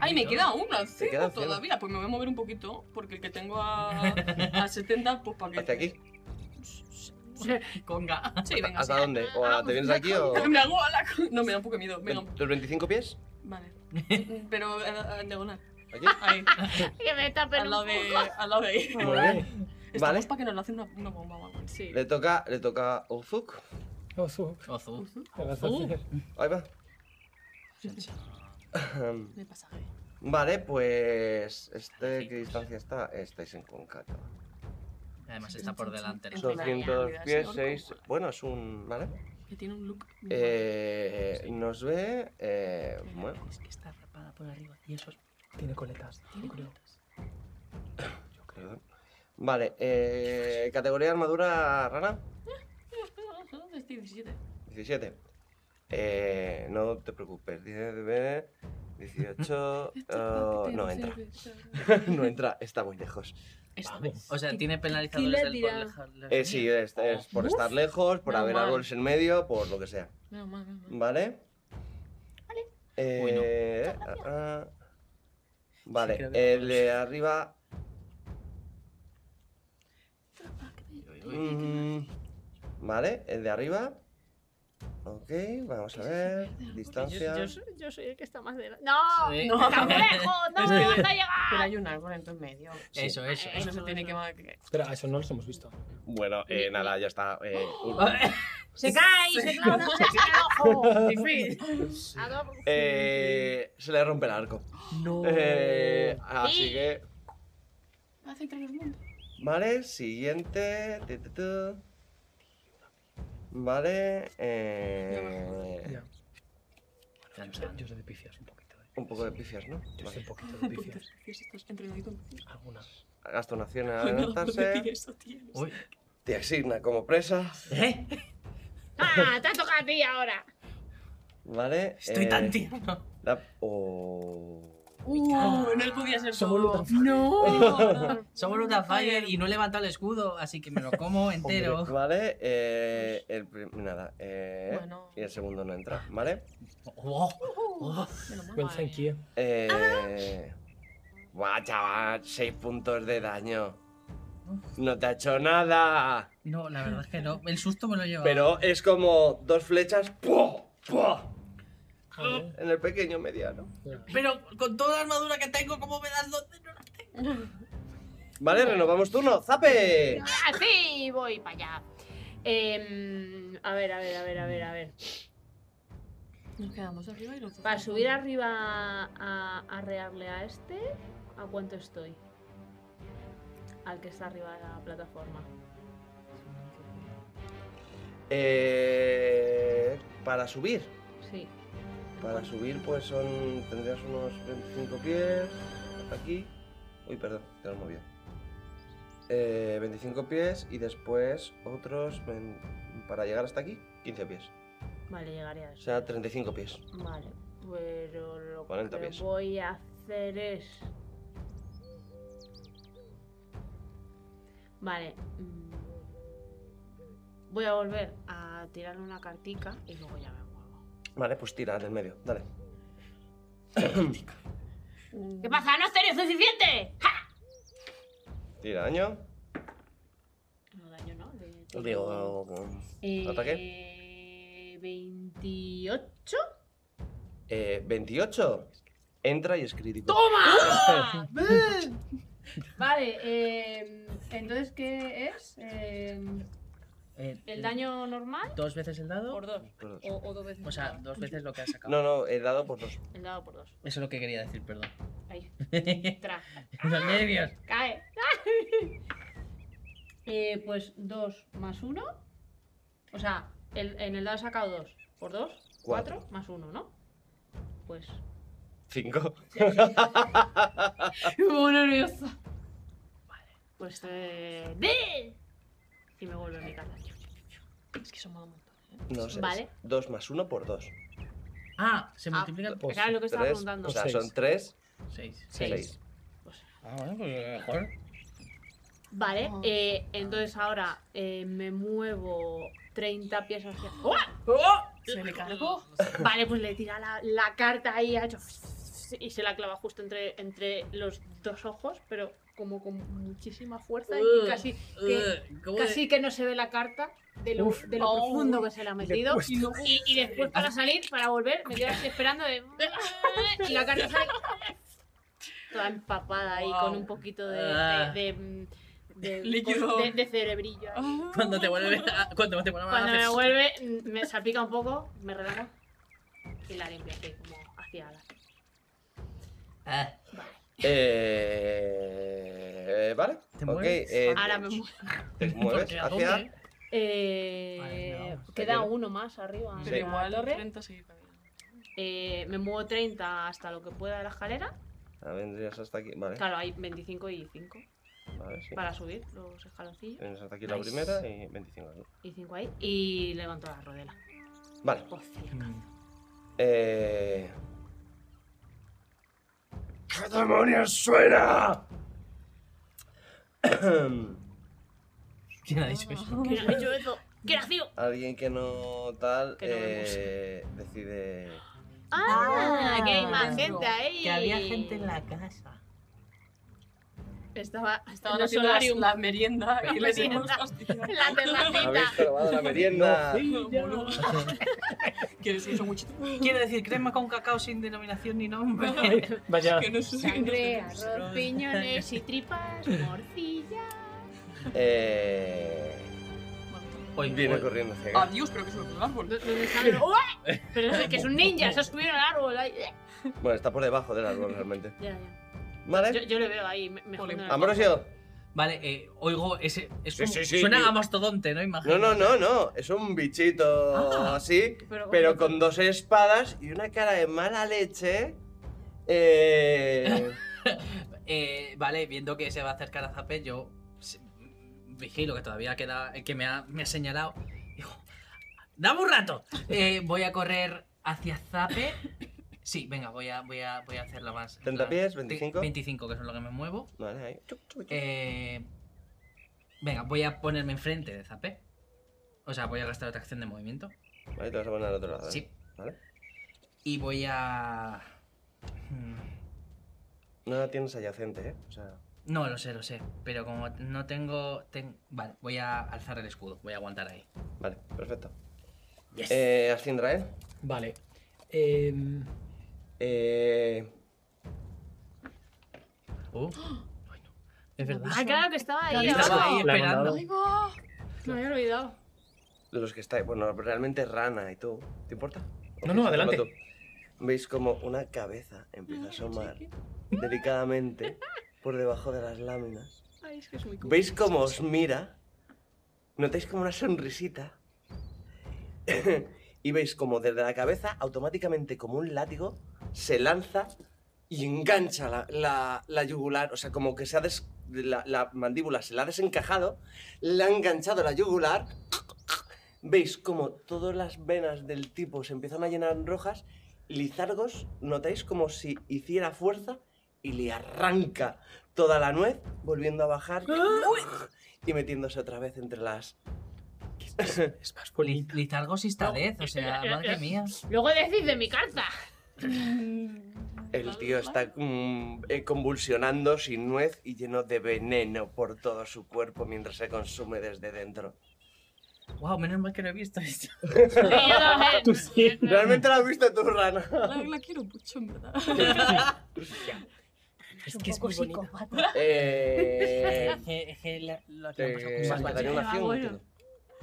[SPEAKER 9] Ay, me queda una
[SPEAKER 2] Te queda
[SPEAKER 9] encima
[SPEAKER 2] encima.
[SPEAKER 9] todavía. Pues me voy a mover un poquito, porque el que tengo a, a 70, pues para que.
[SPEAKER 2] ¿Hasta aquí?
[SPEAKER 10] Conga.
[SPEAKER 9] Sí, venga.
[SPEAKER 2] ¿Hasta dónde? ¿O a- ¿Te vienes aquí o...?
[SPEAKER 9] Me hago a la. No, me da un poco de miedo. Venga,
[SPEAKER 2] ¿Los 25 pies?
[SPEAKER 9] vale. Pero eh, eh, en diagonal.
[SPEAKER 2] ¿Aquí?
[SPEAKER 9] Ahí.
[SPEAKER 5] Que me tapen
[SPEAKER 9] Al
[SPEAKER 5] un
[SPEAKER 9] lado de,
[SPEAKER 5] poco.
[SPEAKER 9] al lado de ahí.
[SPEAKER 2] Muy bien.
[SPEAKER 9] Estamos
[SPEAKER 2] Vale,
[SPEAKER 9] para que nos lancen una, una bomba o algo. Sí.
[SPEAKER 2] le toca, le toca a Uzuk.
[SPEAKER 6] Ozu.
[SPEAKER 10] Ozu.
[SPEAKER 6] ¿Qué vas a hacer?
[SPEAKER 2] Ahí va.
[SPEAKER 9] Me pasa, Gaby.
[SPEAKER 2] Vale, pues... Este, ¿Qué distancia está? Estáis en concata.
[SPEAKER 10] Además está por delante.
[SPEAKER 2] Son 200 pies, 6... Bueno, es un... ¿Vale?
[SPEAKER 9] Que tiene un look.
[SPEAKER 2] Eh, nos ve. Eh, bueno.
[SPEAKER 10] Es que está rapada por arriba. Y eso es-
[SPEAKER 6] Tiene coletas.
[SPEAKER 9] Tiene
[SPEAKER 6] yo creo.
[SPEAKER 2] Perdón. Vale, eh, categoría de armadura rara,
[SPEAKER 9] Estoy 17.
[SPEAKER 2] 17. Eh, no te preocupes, 19, 18. oh, no entra. no entra, está muy lejos.
[SPEAKER 10] O sea, tiene
[SPEAKER 4] Sí,
[SPEAKER 10] penalizadores
[SPEAKER 4] le
[SPEAKER 10] del
[SPEAKER 4] tira.
[SPEAKER 10] por lejar- lejar-
[SPEAKER 2] Eh, sí, es, es por estar lejos, por
[SPEAKER 9] Menos
[SPEAKER 2] haber
[SPEAKER 9] mal.
[SPEAKER 2] árboles en medio, por lo que sea.
[SPEAKER 9] Menos mal, menos mal.
[SPEAKER 2] ¿Vale? Eh, ah, ah. Vale,
[SPEAKER 10] creo
[SPEAKER 2] el de arriba. Mm, vale, el de arriba. Ok, vamos a ver. Distancia.
[SPEAKER 4] Yo, soy- yo soy el que está más de... ¡No!
[SPEAKER 10] Sí.
[SPEAKER 4] ¡No! ¡Está lejos! ¡No! ¡No
[SPEAKER 9] Pero
[SPEAKER 4] llega!
[SPEAKER 9] hay un árbol en tu medio.
[SPEAKER 10] Eso, eso.
[SPEAKER 9] Eso,
[SPEAKER 10] eso.
[SPEAKER 9] se tiene que ma- que.
[SPEAKER 6] Espera, eso no los hemos visto.
[SPEAKER 2] Bueno, eh, nada, ya está. eh, un-
[SPEAKER 6] Ah,
[SPEAKER 4] ¡Se cae! ¡Se clava! ¡Se cae el ojo! A dos-
[SPEAKER 2] Eh, se le rompe el arco.
[SPEAKER 10] No.
[SPEAKER 2] Eh, así
[SPEAKER 4] Sí.
[SPEAKER 2] que.
[SPEAKER 9] Hace entre los mundos.
[SPEAKER 2] Vale, siguiente. tu, tu, tu. Vale. Eh,
[SPEAKER 6] Ya. eh. Yo sé, yo sé de pifias un poquito. eh.
[SPEAKER 2] un poco de pifias, ¿no?
[SPEAKER 6] Yo sé
[SPEAKER 2] Vale.
[SPEAKER 6] un poquito de pifias.
[SPEAKER 9] Puntos vicios estos, Entre los mundos.
[SPEAKER 6] Algunas.
[SPEAKER 2] Gasta una acción en
[SPEAKER 9] Ay, no, pues de ti
[SPEAKER 2] adelantarse.
[SPEAKER 9] eso tienes.
[SPEAKER 10] Uy.
[SPEAKER 2] Te asigna como presa.
[SPEAKER 10] ¿Eh?
[SPEAKER 4] ¡Ah! ¡Te ha tocado a ti ahora!
[SPEAKER 2] Vale.
[SPEAKER 10] Estoy
[SPEAKER 2] eh,
[SPEAKER 10] tan tierno.
[SPEAKER 2] la- oh.
[SPEAKER 9] Uh, no podía ser
[SPEAKER 6] Somos
[SPEAKER 9] todo.
[SPEAKER 10] ¡No! Somos Luta Fire y no he levantado el escudo, así que me lo como entero.
[SPEAKER 2] Vale, eh, el prim- nada, eh,
[SPEAKER 9] Bueno.
[SPEAKER 2] y el segundo no entra, ¿vale?
[SPEAKER 10] Oh, oh.
[SPEAKER 9] Menos mal.
[SPEAKER 6] Well, thank you.
[SPEAKER 2] Eh... Buah, chaval, 6 puntos de daño. No te ha hecho nada.
[SPEAKER 10] No, la verdad es que no. El susto me lo lleva.
[SPEAKER 2] Pero es como dos flechas. ¡pua! ¡pua! En el pequeño mediano.
[SPEAKER 10] Pero con toda la armadura que tengo, ¿cómo me das dos?
[SPEAKER 2] Vale, renovamos turno. ¡Zape!
[SPEAKER 4] Así voy para allá. Em, a ver, a ver, a ver, a ver, a ver.
[SPEAKER 9] Nos quedamos arriba y los dos.
[SPEAKER 4] Para subir arriba a, a rearle a este, ¿a cuánto estoy? Al que está arriba de la plataforma.
[SPEAKER 2] Eh, para subir.
[SPEAKER 4] Sí.
[SPEAKER 2] Para subir, pues son. Tendrías unos 25 pies. hasta Aquí. Uy, perdón, te lo he movido. Eh, 25 pies y después otros. ven- Para llegar hasta aquí, 15 pies.
[SPEAKER 4] Vale, llegaré a
[SPEAKER 2] O
[SPEAKER 4] eso.
[SPEAKER 2] sea, 35 pies.
[SPEAKER 4] Vale, pero lo
[SPEAKER 2] 40
[SPEAKER 4] que
[SPEAKER 2] pies.
[SPEAKER 4] voy a hacer es... Vale. mm, Voy a volver a tirarle una cartica y luego ya me muevo.
[SPEAKER 2] Vale, pues tira del medio, dale.
[SPEAKER 4] ¿Qué pasa? ¿No has tenido suficiente? ¡Ja!
[SPEAKER 2] Tira daño.
[SPEAKER 4] No, daño no. de-
[SPEAKER 2] Digo.
[SPEAKER 4] Eh,
[SPEAKER 2] ¿Ataque?
[SPEAKER 4] 28.
[SPEAKER 2] eh, 28. Entra y es crítico.
[SPEAKER 4] ¡Oh! ¡Toma! vale, eh, entonces, ¿qué es? Eh,
[SPEAKER 10] Eh,
[SPEAKER 4] ¿El daño normal?
[SPEAKER 10] ¿Dos veces el dado?
[SPEAKER 4] Por dos.
[SPEAKER 2] Por dos.
[SPEAKER 4] O, o dos veces.
[SPEAKER 10] O sea,
[SPEAKER 4] el
[SPEAKER 10] dos veces lo que has sacado.
[SPEAKER 2] No, no, he dado por dos.
[SPEAKER 4] dado. El dado por dos.
[SPEAKER 10] Eso es lo que quería decir, perdón.
[SPEAKER 4] Ahí.
[SPEAKER 10] Los
[SPEAKER 4] Tra.
[SPEAKER 10] nervios.
[SPEAKER 4] Cae. eh, pues dos más uno. O sea, el- en el dado he sacado dos. Por dos,
[SPEAKER 2] Cuatro.
[SPEAKER 4] cuatro, más uno, ¿no? Pues.
[SPEAKER 2] Cinco.
[SPEAKER 4] Me pongo nerviosa. Vale. Pues. Eh... ¡de! Y me vuelvo a mi casa.
[SPEAKER 9] Es que son un montón. ¿eh?
[SPEAKER 2] No sé.
[SPEAKER 4] Vale. Pues
[SPEAKER 2] Dos más uno por dos.
[SPEAKER 10] Ah, se multiplica por
[SPEAKER 2] Pues
[SPEAKER 4] claro, lo que estaba
[SPEAKER 2] tres,
[SPEAKER 4] preguntando.
[SPEAKER 2] O sea,
[SPEAKER 6] Seis.
[SPEAKER 2] son tres.
[SPEAKER 10] Pues seis.
[SPEAKER 4] Seis.
[SPEAKER 2] Seis.
[SPEAKER 10] Ah, bueno, pues mejor.
[SPEAKER 4] Vale,
[SPEAKER 9] Ah.
[SPEAKER 4] eh, entonces ahora eh, me muevo 30 pies hacia. ¡Oh!
[SPEAKER 9] Se le cargó.
[SPEAKER 4] Vale, pues le tira la, la carta ahí ha hecho y se la clava justo entre, entre los dos ojos, pero como con muchísima fuerza y casi, que,
[SPEAKER 10] Eh, ¿cómo
[SPEAKER 4] casi que no se ve la carta de lo, de lo profundo que se le ha metido. Y, y después para salir, para volver, me quedo así esperando de... Y la carta sale toda empapada ahí con un poquito de... de, de- de-
[SPEAKER 9] Líquido.
[SPEAKER 4] de- de cerebrillo. ahí.
[SPEAKER 10] de- Cuando te vuelve a... Cuando te vuelve a...
[SPEAKER 4] Ah. Cuando me
[SPEAKER 10] haces-
[SPEAKER 4] vuelve, mm, me salpica un poco, me relajo y la limpio así como hacia la...
[SPEAKER 10] Ah,
[SPEAKER 2] Eh, vale.
[SPEAKER 10] ¿Te
[SPEAKER 2] ok,
[SPEAKER 10] mueves?
[SPEAKER 2] eh,
[SPEAKER 4] Ahora me muevo.
[SPEAKER 2] te mueves Ah,
[SPEAKER 10] porque ¿a dónde?
[SPEAKER 2] hacia
[SPEAKER 4] Eh, queda uno más arriba.
[SPEAKER 9] Pero
[SPEAKER 4] en la
[SPEAKER 9] igual
[SPEAKER 4] torre.
[SPEAKER 9] intento seguir caminando.
[SPEAKER 4] Eh, me muevo 30 hasta lo que pueda de la escalera.
[SPEAKER 2] Ahora vendrías hasta aquí. Vale.
[SPEAKER 4] Claro, hay 25 y 5
[SPEAKER 2] Vale, sí.
[SPEAKER 4] para subir los escaloncillos.
[SPEAKER 2] Vienes hasta aquí la
[SPEAKER 4] Nice.
[SPEAKER 2] primera y 25 aquí.
[SPEAKER 4] Y 5 ahí. Y levanto la rodela.
[SPEAKER 2] Vale.
[SPEAKER 10] Mm.
[SPEAKER 2] Eh... ¿Qué demonios suena?
[SPEAKER 10] ¿Quién ha dicho eso?
[SPEAKER 4] ¿Quién ha hecho eso? ¿Quién ha sido?
[SPEAKER 2] Alguien que no tal
[SPEAKER 4] Que no
[SPEAKER 2] eh, decide...
[SPEAKER 4] Ah,
[SPEAKER 10] Ah,
[SPEAKER 4] que hay más
[SPEAKER 10] dentro.
[SPEAKER 4] gente ahí.
[SPEAKER 10] Que había gente en la casa.
[SPEAKER 4] Estaba, estaba
[SPEAKER 9] Estaban haciendo las- la merienda
[SPEAKER 4] La
[SPEAKER 9] y les hemos
[SPEAKER 4] merienda.
[SPEAKER 9] fastidiado.
[SPEAKER 4] La
[SPEAKER 2] Habéis
[SPEAKER 4] terracita.
[SPEAKER 2] robado la merienda.
[SPEAKER 9] Quiero decir, son muchos.
[SPEAKER 10] Quiero decir, crema con cacao sin denominación ni nombre.
[SPEAKER 6] Vaya.
[SPEAKER 9] Que no sé si-
[SPEAKER 4] Sangre,
[SPEAKER 9] no sé
[SPEAKER 4] arroz, piñones y tripas, morcilla.
[SPEAKER 2] Eh... Viene corriendo
[SPEAKER 6] ¿Eh?
[SPEAKER 2] hacia acá.
[SPEAKER 9] Adiós, pero que sube por el árbol.
[SPEAKER 4] ¿Dónde están? ¡Uah! Pero es que es un ninja, se ha subido al árbol. ahí.
[SPEAKER 2] Bueno, está por debajo del árbol realmente.
[SPEAKER 4] Ya, ya. Yo,
[SPEAKER 2] Vale.
[SPEAKER 4] yo le veo ahí, me- mejor. no le-
[SPEAKER 2] Ambrosio.
[SPEAKER 10] Vale, eh, oigo ese. es
[SPEAKER 2] Sí,
[SPEAKER 10] como-
[SPEAKER 2] sí, sí.
[SPEAKER 10] suena a mastodonte, ¿no? Imagino.
[SPEAKER 2] No, no, no, no. Es un bichito
[SPEAKER 10] Ah,
[SPEAKER 2] así,
[SPEAKER 4] pero
[SPEAKER 2] pero,
[SPEAKER 4] con-
[SPEAKER 2] con dos espadas y una cara de mala leche. Eh...
[SPEAKER 10] Eh, vale, viendo que se va a acercar a Zape, yo se- vigilo que todavía queda el que me ha, me ha señalado. Digo, dame un rato. Eh, voy a correr hacia Zape. Sí, venga, voy a, voy a, voy a hacerla más.
[SPEAKER 2] 30 pies, 25.
[SPEAKER 10] 25, que es lo que me muevo.
[SPEAKER 2] Vale, ahí.
[SPEAKER 10] Eh, venga, voy a ponerme enfrente de Zape. O sea, voy a gastar otra acción de movimiento.
[SPEAKER 2] Vale, te vas a poner al otro lado. ¿eh?
[SPEAKER 10] Sí.
[SPEAKER 2] Vale.
[SPEAKER 10] Y voy a... Hmm,
[SPEAKER 2] No la Mm. tienes adyacente, ¿eh? O sea,
[SPEAKER 10] No, lo sé, lo sé. Pero como no tengo... ten- Vale, voy a alzar el escudo. Voy a aguantar ahí.
[SPEAKER 2] vale, perfecto.
[SPEAKER 10] Yes.
[SPEAKER 2] Eh, Ascindra, ¿eh?
[SPEAKER 6] Vale. Em,
[SPEAKER 2] Eh,
[SPEAKER 10] Em, Uh, bueno, es verdad.
[SPEAKER 4] Ah, claro que estaba ahí.
[SPEAKER 10] Estaba
[SPEAKER 4] abajo.
[SPEAKER 10] ahí
[SPEAKER 6] La he mandado.
[SPEAKER 10] esperando.
[SPEAKER 4] Ay, va. Me había olvidado.
[SPEAKER 2] los que estáis, bueno, realmente Rana y tú, ¿te importa? ¿O
[SPEAKER 6] No, no,
[SPEAKER 2] quieres
[SPEAKER 6] adelante.
[SPEAKER 2] hacerlo tú? Veis como una cabeza empieza a asomar delicadamente por debajo de las láminas.
[SPEAKER 4] Ay, es que es muy cool.
[SPEAKER 2] ¿Veis cómo os mira? Notáis como una sonrisita. y veis como desde la cabeza, automáticamente como un látigo, se lanza y engancha la, la- la yugular. O sea, como que se ha des- la, la mandíbula se la ha desencajado, le ha enganchado la yugular. Veis como todas las venas del tipo se empiezan a llenar rojas. Lizargos, notáis como si hiciera fuerza y le arranca toda la nuez, volviendo a bajar
[SPEAKER 6] ¡Ah!
[SPEAKER 2] y metiéndose otra vez entre las.
[SPEAKER 6] es más
[SPEAKER 10] Li-
[SPEAKER 6] bonita.
[SPEAKER 10] Litargos y Stadez, o sea, madre mía.
[SPEAKER 4] Luego decís de mi carta.
[SPEAKER 2] El tío está mm, eh, convulsionando sin nuez y lleno de veneno por todo su cuerpo mientras se consume desde dentro.
[SPEAKER 10] Wow, menos mal que no he visto esto.
[SPEAKER 4] Y yo también.
[SPEAKER 6] Tú sí.
[SPEAKER 2] Realmente lo has visto tú, Rana.
[SPEAKER 9] La, la quiero mucho, en verdad.
[SPEAKER 10] Es que es muy bonito.
[SPEAKER 2] Eh, te- ¿daría una
[SPEAKER 9] Ah,
[SPEAKER 2] acción?
[SPEAKER 4] Ah, bueno.
[SPEAKER 2] entiendo?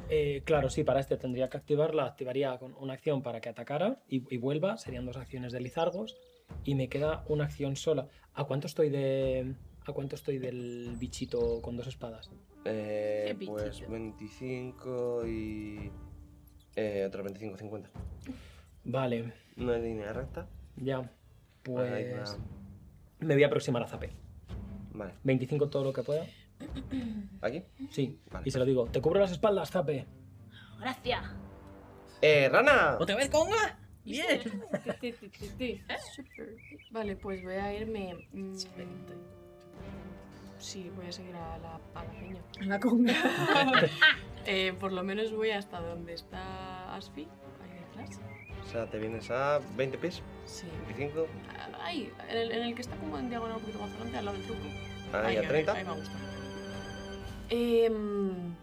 [SPEAKER 6] Eh, claro, sí, para este tendría que activarla. Activaría con una acción para que atacara y, y vuelva. Serían dos acciones de Lizargos. Y me queda una acción sola. ¿A cuánto estoy de. ¿A cuánto estoy del bichito con dos espadas?
[SPEAKER 2] Eh,
[SPEAKER 4] Qué
[SPEAKER 2] pues
[SPEAKER 4] bichito.
[SPEAKER 2] 25 y. Eh, otros 25, 50.
[SPEAKER 6] Vale,
[SPEAKER 2] No es línea recta.
[SPEAKER 6] ya.
[SPEAKER 2] Ahí va.
[SPEAKER 6] Pues. Me voy a aproximar a Zape.
[SPEAKER 2] Vale,
[SPEAKER 6] 25 todo lo que pueda.
[SPEAKER 2] aquí.
[SPEAKER 6] Sí.
[SPEAKER 2] Vale. pues.
[SPEAKER 6] Y se lo digo. Te cubro las espaldas, Zape.
[SPEAKER 4] Gracias.
[SPEAKER 2] Eh, Rana.
[SPEAKER 10] ¿Otra vez conga? Bien.
[SPEAKER 4] Ti, ti, ti, ti.
[SPEAKER 9] Vale, pues voy a irme. mm, sí, voy a seguir a la, a la peña.
[SPEAKER 5] La conga.
[SPEAKER 9] Eh, por lo menos voy hasta donde está Asfi, ahí detrás.
[SPEAKER 2] O sea, te vienes a 20 pies,
[SPEAKER 9] Sí.
[SPEAKER 2] 25,
[SPEAKER 9] Ah, Ahí, en el, en el que está como en diagonal un poquito más adelante, al lado del truco.
[SPEAKER 2] ahí a
[SPEAKER 9] me- Ahí
[SPEAKER 2] 30.
[SPEAKER 9] me gusta. Em,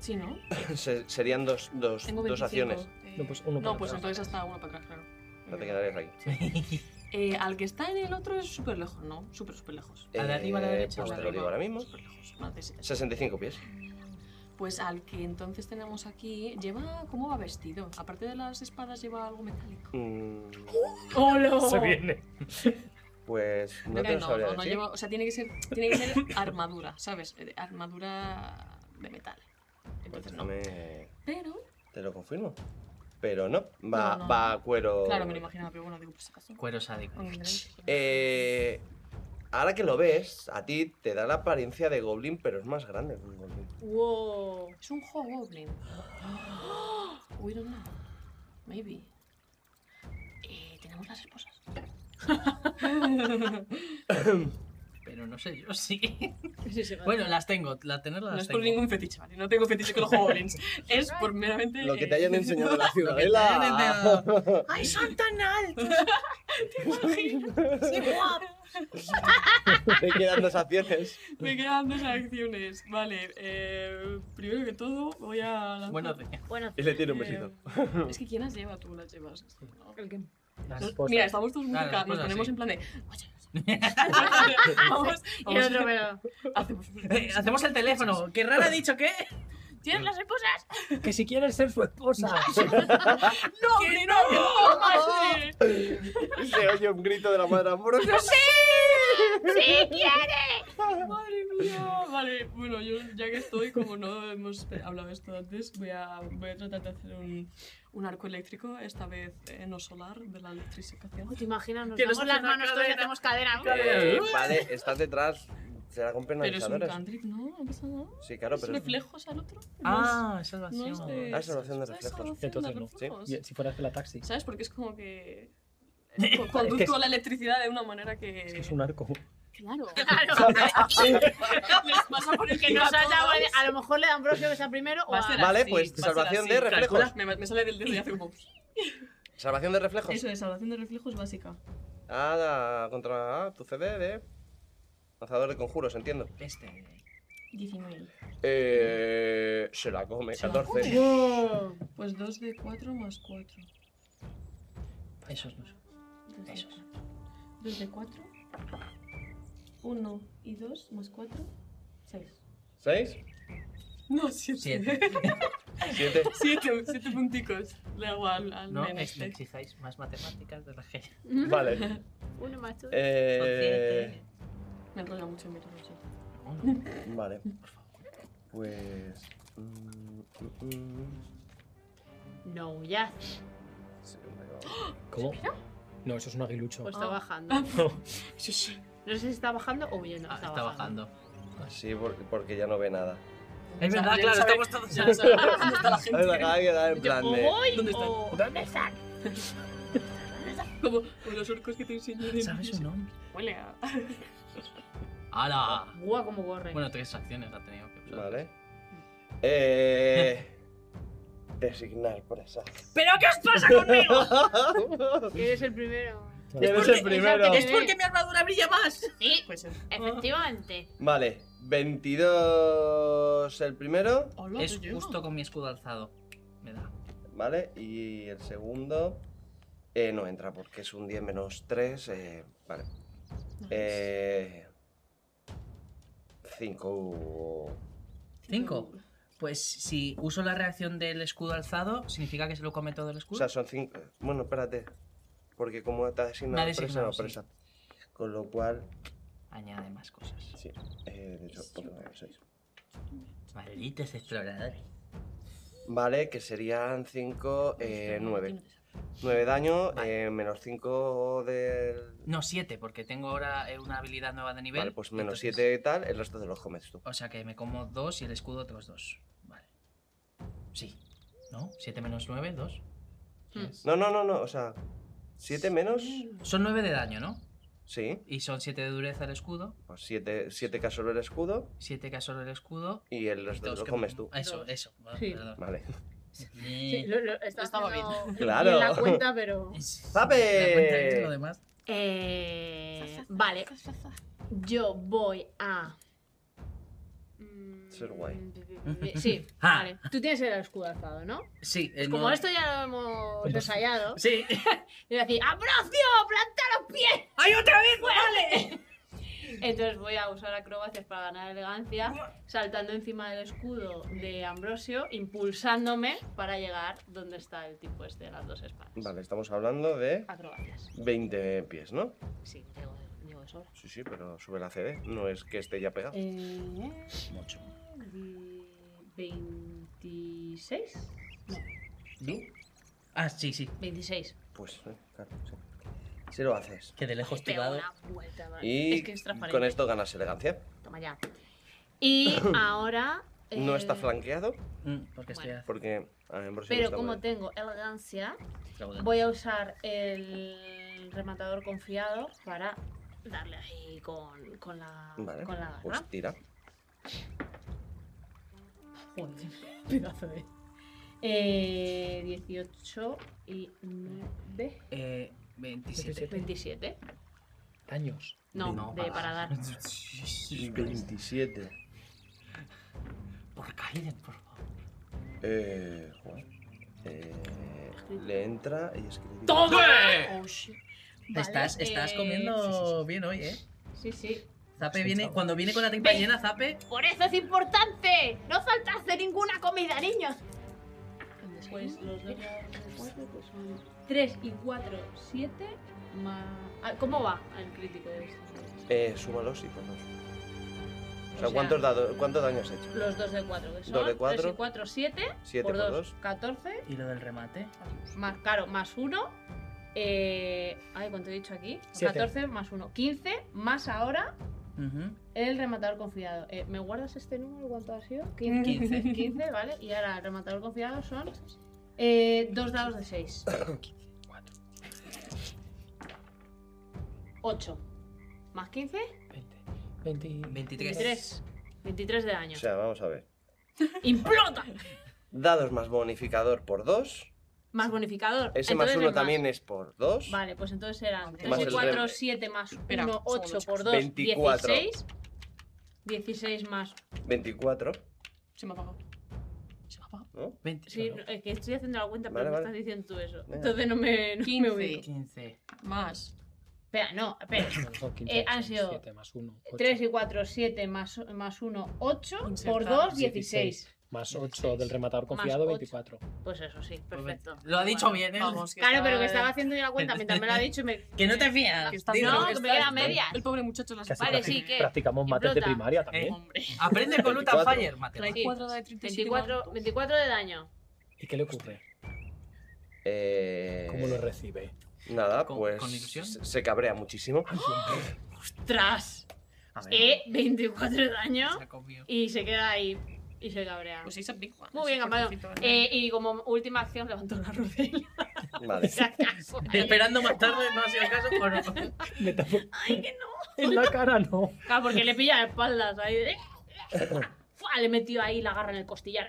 [SPEAKER 9] sí, ¿no?
[SPEAKER 2] Se- serían dos, dos,
[SPEAKER 9] Tengo 25.
[SPEAKER 2] dos acciones.
[SPEAKER 9] eh,
[SPEAKER 6] No, pues uno
[SPEAKER 9] no,
[SPEAKER 6] para
[SPEAKER 9] pues
[SPEAKER 6] atrás.
[SPEAKER 9] entonces hasta uno para atrás, claro.
[SPEAKER 2] No te quedarías aquí.
[SPEAKER 9] Eh, al que está en el otro es súper lejos, ¿no? Súper, súper lejos.
[SPEAKER 10] A la arriba, a la derecha,
[SPEAKER 2] Pues
[SPEAKER 9] Al
[SPEAKER 2] te
[SPEAKER 9] de
[SPEAKER 2] lo digo
[SPEAKER 9] arriba,
[SPEAKER 2] ahora mismo.
[SPEAKER 9] Súper lejos. no necesitas.
[SPEAKER 2] 65 pies.
[SPEAKER 9] Pues al que entonces tenemos aquí, lleva ¿cómo va vestido? Aparte de las espadas, lleva algo metálico.
[SPEAKER 2] Mm,
[SPEAKER 3] ¡Oh,
[SPEAKER 4] ¡Hola!
[SPEAKER 6] Se viene.
[SPEAKER 2] pues no
[SPEAKER 9] Creo
[SPEAKER 2] te
[SPEAKER 9] que
[SPEAKER 2] lo sabría
[SPEAKER 9] no
[SPEAKER 2] decir.
[SPEAKER 9] lleva- o sea, tiene que ser, tiene que ser armadura, ¿sabes? Eh, Armadura de metal.
[SPEAKER 3] Entonces no.
[SPEAKER 2] Déjame-
[SPEAKER 9] Pero
[SPEAKER 2] Pues Te lo confirmo. Pero no,
[SPEAKER 9] No,
[SPEAKER 2] va,
[SPEAKER 9] no,
[SPEAKER 2] va
[SPEAKER 9] no.
[SPEAKER 2] a cuero.
[SPEAKER 9] Claro, me lo imaginaba, pero bueno, digo por si acaso.
[SPEAKER 3] Cuero sádico.
[SPEAKER 9] Hombre.
[SPEAKER 2] Eh, ahora que lo ves, a ti te da la apariencia de goblin, pero es más grande que un goblin.
[SPEAKER 9] Wow. Es un hobgoblin. We don't know. Maybe.
[SPEAKER 12] Eh, tenemos las esposas.
[SPEAKER 10] Pero no sé yo, sí.
[SPEAKER 9] Sí, sí, vale.
[SPEAKER 10] bueno, las tengo, la tenerlas
[SPEAKER 9] No
[SPEAKER 10] las
[SPEAKER 9] es por
[SPEAKER 10] tengo.
[SPEAKER 9] ningún fetiche, ¿vale? No tengo fetiche con los hobgoblins. es por meramente.
[SPEAKER 2] Lo que te
[SPEAKER 9] eh,
[SPEAKER 2] hayan enseñado en la
[SPEAKER 9] lo que te
[SPEAKER 2] ciudadela.
[SPEAKER 9] hayan enseñado.
[SPEAKER 10] ¡Ay, son tan altos!
[SPEAKER 9] ¿Te imaginas?
[SPEAKER 10] ¡Qué guapo!
[SPEAKER 2] Te quedan dos acciones.
[SPEAKER 9] Me quedan dos acciones. Vale, eh, primero que todo voy a lanzar.
[SPEAKER 2] Buena hazaña. Y le tiro un besito.
[SPEAKER 9] Eh, es que ¿quién las lleva? Tú las llevas. El que-
[SPEAKER 2] Las
[SPEAKER 9] Nos-
[SPEAKER 2] esposas.
[SPEAKER 9] Mira, estamos todos muy
[SPEAKER 2] Claro,
[SPEAKER 9] cerca.
[SPEAKER 2] las
[SPEAKER 9] Nos
[SPEAKER 2] esposas,
[SPEAKER 9] ponemos
[SPEAKER 2] sí.
[SPEAKER 9] en plan de. Oye, vamos,
[SPEAKER 12] Y el
[SPEAKER 9] vamos.
[SPEAKER 12] otro, pero-
[SPEAKER 9] Hacemos,
[SPEAKER 10] Eh, hacemos el teléfono. ¿Qué rara ha dicho qué?
[SPEAKER 12] ¿Tienes las esposas?
[SPEAKER 6] Que si quieres ser su esposa.
[SPEAKER 12] ¡No, hombre, no!
[SPEAKER 2] ¡No! Se oye un grito de la madre amorosa.
[SPEAKER 12] ¡Sí
[SPEAKER 9] quiere! ¡Madre mía! Vale, bueno, yo ya que estoy, como no hemos pe- hablado de esto antes, voy a, voy a tratar de hacer un, un arco eléctrico, esta vez eh, no solar, de la electrificación.
[SPEAKER 4] ¿Te imaginas? Nos
[SPEAKER 9] Que nos
[SPEAKER 4] damos las
[SPEAKER 9] hacen
[SPEAKER 4] manos
[SPEAKER 9] una
[SPEAKER 4] todos y
[SPEAKER 9] cadena.
[SPEAKER 4] hacemos cadena.
[SPEAKER 2] Eh, vale, estás detrás. Será con
[SPEAKER 9] Pero es un
[SPEAKER 2] penalizadores.
[SPEAKER 9] cantrip, ¿no? No pasa nada.
[SPEAKER 2] Sí, claro, pero.
[SPEAKER 9] Es reflejos al otro.
[SPEAKER 10] Ah,
[SPEAKER 9] no es-
[SPEAKER 10] salvación.
[SPEAKER 9] no es de-
[SPEAKER 2] Ah, salvación de
[SPEAKER 9] es
[SPEAKER 2] reflejos.
[SPEAKER 9] salvación de
[SPEAKER 6] Entonces no.
[SPEAKER 9] reflejos.
[SPEAKER 6] Bien, Si fueras de la taxi.
[SPEAKER 9] ¿Sabes? Porque es como que.
[SPEAKER 6] Es
[SPEAKER 9] co-
[SPEAKER 6] que
[SPEAKER 9] Conduzco
[SPEAKER 6] es-
[SPEAKER 9] la electricidad de una manera que.
[SPEAKER 6] Es que es un arco.
[SPEAKER 9] Claro.
[SPEAKER 4] Claro.
[SPEAKER 9] Les vas a poner
[SPEAKER 4] que
[SPEAKER 9] que no
[SPEAKER 4] nos
[SPEAKER 9] a
[SPEAKER 4] haya
[SPEAKER 9] todos.
[SPEAKER 4] guardia- A lo mejor le dan brosio que sea primero o
[SPEAKER 9] Va a
[SPEAKER 4] a-
[SPEAKER 9] ser
[SPEAKER 2] Vale,
[SPEAKER 9] así,
[SPEAKER 2] pues,
[SPEAKER 9] va a ser
[SPEAKER 2] salvación de
[SPEAKER 9] así.
[SPEAKER 2] reflejos.
[SPEAKER 9] Calcula, Me, me sale del dedo y hace como.
[SPEAKER 2] Salvación de reflejos.
[SPEAKER 9] Eso es, salvación de reflejos básica.
[SPEAKER 2] Ah, da- contra ah, tu CD de. Lanzador de conjuros, entiendo.
[SPEAKER 10] Este.
[SPEAKER 9] 19.
[SPEAKER 2] Eh, se la come,
[SPEAKER 9] Se la
[SPEAKER 2] 14.
[SPEAKER 9] come. Pues 2 de 4 más 4.
[SPEAKER 10] Esos no.
[SPEAKER 9] Esos. 2 de 4. 1 y 2 más 4. 6.
[SPEAKER 2] ¿Seis?
[SPEAKER 9] No, 7.
[SPEAKER 10] Siete.
[SPEAKER 2] 7.
[SPEAKER 9] 7, 7 punticos. Le hago al, al
[SPEAKER 10] No,
[SPEAKER 9] nene
[SPEAKER 10] es-
[SPEAKER 9] este.
[SPEAKER 10] me exijáis más matemáticas de la que
[SPEAKER 2] Vale.
[SPEAKER 4] Uno más tú.
[SPEAKER 2] Eh,
[SPEAKER 9] Me enrolla mucho en mi relación.
[SPEAKER 2] vale. Pues. mm, mm, mm.
[SPEAKER 4] No, ya.
[SPEAKER 2] Sí, me va.
[SPEAKER 6] ¿Cómo? No, eso es un aguilucho. Ah.
[SPEAKER 4] Pues está bajando.
[SPEAKER 9] Sí, sí.
[SPEAKER 4] No sé si está bajando o huyendo.
[SPEAKER 10] Ah,
[SPEAKER 4] está,
[SPEAKER 10] está
[SPEAKER 4] bajando.
[SPEAKER 10] bajando.
[SPEAKER 2] Sí, por- porque ya no ve nada.
[SPEAKER 10] Es
[SPEAKER 9] Ya
[SPEAKER 10] verdad,
[SPEAKER 9] no
[SPEAKER 10] claro,
[SPEAKER 9] sabe-
[SPEAKER 10] estamos todos.
[SPEAKER 9] ya no sabe dónde está la gente.
[SPEAKER 2] Ahí me acaba de quedar en plan de.
[SPEAKER 4] ¿Dónde
[SPEAKER 9] están?
[SPEAKER 4] ¿Dónde están?
[SPEAKER 9] Como, como los orcos que te enseñé.
[SPEAKER 10] ¿Sabes su nombre?
[SPEAKER 9] Huele a.
[SPEAKER 10] ¡Hala!
[SPEAKER 4] Guau, como corre.
[SPEAKER 10] Bueno, tres acciones ha tenido que usar.
[SPEAKER 2] Vale. Eh. Designar presa.
[SPEAKER 10] ¿Pero qué os pasa
[SPEAKER 4] conmigo? Eres el primero.
[SPEAKER 2] Eres el primero.
[SPEAKER 10] Es porque mi armadura brilla más.
[SPEAKER 4] Sí,
[SPEAKER 9] Pues
[SPEAKER 4] efectivamente.
[SPEAKER 2] Vale, 22 el primero,
[SPEAKER 9] Hola,
[SPEAKER 10] Es
[SPEAKER 9] te llevo.
[SPEAKER 10] justo con mi escudo alzado. Me da.
[SPEAKER 2] ¿vale? Y el segundo eh, no entra porque es un 10 menos 3, vale. Eh, 5...
[SPEAKER 10] Cinco. Pues si uso la reacción del escudo alzado, ¿significa que se lo come todo el
[SPEAKER 2] O
[SPEAKER 10] escudo?
[SPEAKER 2] sea, son 5... Bueno, espérate, porque como está
[SPEAKER 10] Me ha
[SPEAKER 2] designado presa,
[SPEAKER 10] designado,
[SPEAKER 2] no presa. Con lo cual,
[SPEAKER 10] Añade más cosas.
[SPEAKER 2] sí, eh, de hecho, por lo menos seis.
[SPEAKER 10] Malditos exploradores.
[SPEAKER 2] Vale, que serían 5,
[SPEAKER 10] Pues
[SPEAKER 2] 9. 9 daño, eh, menos 5 del...
[SPEAKER 10] No, siete, porque tengo ahora eh, una habilidad nueva de nivel.
[SPEAKER 2] Vale, pues menos
[SPEAKER 10] entonces-
[SPEAKER 2] 7 tal, el resto de los comes tú.
[SPEAKER 10] O sea que me como dos y el escudo otros dos. Vale. Sí. ¿No? 7 menos 9, 2.
[SPEAKER 2] No, no, no, no, o sea, 7 menos,
[SPEAKER 10] Hmm. Son 9 de daño, ¿no?
[SPEAKER 2] sí,
[SPEAKER 10] Y son 7 de dureza el escudo,
[SPEAKER 2] pues 7 siete, que absorbe el escudo
[SPEAKER 10] 7 que absorbe el escudo.
[SPEAKER 2] y el resto
[SPEAKER 10] dos
[SPEAKER 2] te lo
[SPEAKER 10] que-
[SPEAKER 2] comes tú.
[SPEAKER 10] Eso, eso. va,
[SPEAKER 4] Sí.
[SPEAKER 10] perdón.
[SPEAKER 2] Vale.
[SPEAKER 4] Sí, lo, lo- está
[SPEAKER 9] Estaba
[SPEAKER 4] haciendo
[SPEAKER 2] Claro.
[SPEAKER 4] bien la cuenta, pero.
[SPEAKER 10] Pues, Me cuenta esto y lo
[SPEAKER 2] ¡Sabe!
[SPEAKER 10] demás.
[SPEAKER 4] Eh, vale, yo voy a. Mm,
[SPEAKER 2] Ser guay.
[SPEAKER 4] Eh, Sí,
[SPEAKER 10] Ah.
[SPEAKER 4] vale. Tú tienes el escudo alzado, ¿no?
[SPEAKER 10] Sí, el
[SPEAKER 4] Como
[SPEAKER 10] Eh, no- Pues,
[SPEAKER 4] esto ya lo hemos ensayado,
[SPEAKER 10] Sí.
[SPEAKER 4] yo voy a decir: ¡Abrocio! ¡Planta los pies!
[SPEAKER 10] ¡Ay, otra vez!
[SPEAKER 4] ¡Vale! Entonces voy a usar acrobacias para ganar elegancia, saltando encima del escudo de Ambrosio, impulsándome para llegar donde está el tipo este de las dos espadas.
[SPEAKER 2] Vale, estamos hablando de
[SPEAKER 4] Acrobacias.
[SPEAKER 2] 20 pies, ¿no?
[SPEAKER 4] Sí, digo, digo de sobra.
[SPEAKER 2] Sí, sí, pero sube la CD, no es que esté ya pegado.
[SPEAKER 4] Eh,
[SPEAKER 10] Mucho.
[SPEAKER 4] di- 20. ¿26? No.
[SPEAKER 2] ¿Sí?
[SPEAKER 10] Ah, sí, sí.
[SPEAKER 4] 26.
[SPEAKER 2] Pues, eh, claro, sí. Si lo haces.
[SPEAKER 10] Que de lejos
[SPEAKER 4] Pega una vuelta, ¿vale?
[SPEAKER 2] Y
[SPEAKER 4] es que es transparente.
[SPEAKER 2] con esto ganas elegancia.
[SPEAKER 4] Toma ya. Y ahora.
[SPEAKER 2] No
[SPEAKER 4] eh,
[SPEAKER 2] está flanqueado.
[SPEAKER 10] Mm, porque
[SPEAKER 4] estoy Bueno.
[SPEAKER 2] Porque a mí me parece que
[SPEAKER 4] Pero
[SPEAKER 2] está
[SPEAKER 4] como
[SPEAKER 2] muy bien.
[SPEAKER 4] tengo elegancia, voy a usar el rematador confiado para darle ahí con, con la.
[SPEAKER 2] Vale,
[SPEAKER 4] con la
[SPEAKER 2] pues tira.
[SPEAKER 4] Joder, pedazo de. Eh, 18 y 9.
[SPEAKER 10] Eh, 27.
[SPEAKER 4] 27.
[SPEAKER 6] Daños.
[SPEAKER 4] No, de para dar.
[SPEAKER 2] 27.
[SPEAKER 10] Por Kaiden, por favor.
[SPEAKER 2] Eh, joder. Eh, le entra y es que le digo-
[SPEAKER 10] ¡Toma!
[SPEAKER 4] Oh, shit.
[SPEAKER 10] Te
[SPEAKER 4] Vale,
[SPEAKER 10] estás, estás
[SPEAKER 4] eh,
[SPEAKER 10] comiendo
[SPEAKER 4] sí, sí, sí.
[SPEAKER 10] bien hoy, ¿eh?
[SPEAKER 4] Sí, sí.
[SPEAKER 10] Zape viene, cuando viene con la tripa
[SPEAKER 4] Ve.
[SPEAKER 10] llena, Zape.
[SPEAKER 5] Por eso es importante. No saltarse ninguna comida, niños.
[SPEAKER 10] ¿eh?
[SPEAKER 4] Pues los dos que pues son 3 y 4, 7 más... Ah, ¿Cómo va el crítico de estos?
[SPEAKER 2] Eh, súmalos y ponlos. O sea,
[SPEAKER 4] O sea,
[SPEAKER 2] ¿cuántos, dados, ¿cuántos daño has hecho?
[SPEAKER 4] Los 2 de 4, que son
[SPEAKER 2] Dos de
[SPEAKER 4] 3
[SPEAKER 2] cuatro.
[SPEAKER 4] y 4, 7,
[SPEAKER 2] Siete
[SPEAKER 4] por
[SPEAKER 2] por
[SPEAKER 4] 2,
[SPEAKER 2] dos.
[SPEAKER 4] 14,
[SPEAKER 10] Y lo del remate.
[SPEAKER 4] más, claro, más 1, eh... ay, ¿cuánto he dicho aquí?
[SPEAKER 10] Siete.
[SPEAKER 4] 14 más 1, 15, más ahora
[SPEAKER 10] Ujú.
[SPEAKER 4] el rematador confiado. Eh, ¿Me guardas este número? ¿Cuánto ha sido? 15,
[SPEAKER 10] 15.
[SPEAKER 4] 15, ¿vale? Y ahora el rematador confiado son 2 dados de 6. 8. ¿Más 15?
[SPEAKER 10] 23.
[SPEAKER 4] 23. 23 de daño.
[SPEAKER 2] O sea, vamos a ver.
[SPEAKER 4] ¡Implota!
[SPEAKER 2] Dados más bonificador por 2.
[SPEAKER 4] Más bonificador.
[SPEAKER 2] Ese
[SPEAKER 4] Entonces
[SPEAKER 2] más uno
[SPEAKER 4] es
[SPEAKER 2] también es por 2.
[SPEAKER 4] Vale, pues entonces eran
[SPEAKER 2] Más
[SPEAKER 4] 3,
[SPEAKER 2] el
[SPEAKER 4] 4,
[SPEAKER 2] rem.
[SPEAKER 4] 7 más
[SPEAKER 12] Espera,
[SPEAKER 4] 1, 8
[SPEAKER 12] segundo,
[SPEAKER 4] por 2,
[SPEAKER 2] 24.
[SPEAKER 4] 16. 16 más.
[SPEAKER 2] 24.
[SPEAKER 9] Se me ha apagado.
[SPEAKER 2] ¿no?
[SPEAKER 10] 20.
[SPEAKER 4] Sí, no, es que estoy haciendo la cuenta, pero
[SPEAKER 2] Vale,
[SPEAKER 4] me
[SPEAKER 2] vale.
[SPEAKER 4] estás diciendo tú eso.
[SPEAKER 2] Venga.
[SPEAKER 4] Entonces no me, no me
[SPEAKER 9] 15.
[SPEAKER 4] ubico.
[SPEAKER 10] 15.
[SPEAKER 9] Más.
[SPEAKER 4] Espera, no, espera.
[SPEAKER 6] Son 15,
[SPEAKER 4] Eh, han
[SPEAKER 6] son
[SPEAKER 4] sido
[SPEAKER 6] 7 más 1.
[SPEAKER 4] 3 y 4, 7 más, más 1, 8 por
[SPEAKER 9] Insertar.
[SPEAKER 4] 2, 16.
[SPEAKER 6] Más 8 del rematador
[SPEAKER 4] Más
[SPEAKER 6] confiado,
[SPEAKER 4] ocho.
[SPEAKER 6] 24.
[SPEAKER 4] Pues eso, sí, perfecto.
[SPEAKER 10] Lo ha dicho
[SPEAKER 4] Vale.
[SPEAKER 10] bien, ¿eh?
[SPEAKER 9] Vamos,
[SPEAKER 4] Claro, pero que
[SPEAKER 9] está-
[SPEAKER 4] estaba haciendo yo la cuenta mientras me lo ha dicho y me.
[SPEAKER 10] Que no te fías.
[SPEAKER 9] que está-
[SPEAKER 10] Dilo.
[SPEAKER 4] No,
[SPEAKER 9] que
[SPEAKER 4] que me
[SPEAKER 9] está-
[SPEAKER 4] queda media.
[SPEAKER 9] El pobre muchacho las
[SPEAKER 6] Casi
[SPEAKER 4] Vale,
[SPEAKER 6] practic-
[SPEAKER 4] sí, que- Eh,
[SPEAKER 6] practicamos mates de
[SPEAKER 4] explota.
[SPEAKER 6] primaria también.
[SPEAKER 9] Hombre.
[SPEAKER 10] Aprende con Lutan
[SPEAKER 2] 24.
[SPEAKER 10] Fire, mate.
[SPEAKER 4] Sí.
[SPEAKER 9] Cuadrada de 37
[SPEAKER 4] 24, 24 de daño.
[SPEAKER 6] ¿Y qué le ocurre?
[SPEAKER 2] Eh,
[SPEAKER 6] ¿Cómo lo recibe?
[SPEAKER 2] Nada,
[SPEAKER 10] ¿Con-
[SPEAKER 2] pues
[SPEAKER 10] con ilusión?
[SPEAKER 2] se se cabrea muchísimo.
[SPEAKER 4] ¡Tras! Eh, 24 de daño.
[SPEAKER 10] Se ha comido.
[SPEAKER 4] Y se queda ahí. Y se cabrea.
[SPEAKER 9] Pues sí, se pica.
[SPEAKER 4] Muy bien, campeón. Eh, y como última acción, levantó la rodilla.
[SPEAKER 2] Vale.
[SPEAKER 4] Si acaso.
[SPEAKER 10] Esperando más tarde, no ha sido el caso. o no.
[SPEAKER 6] Me tapo
[SPEAKER 4] Ay, que no.
[SPEAKER 6] en la cara, no.
[SPEAKER 4] Claro, porque le pilla de espaldas ahí. ¿eh? Fua, Le metió ahí la garra en el costillar.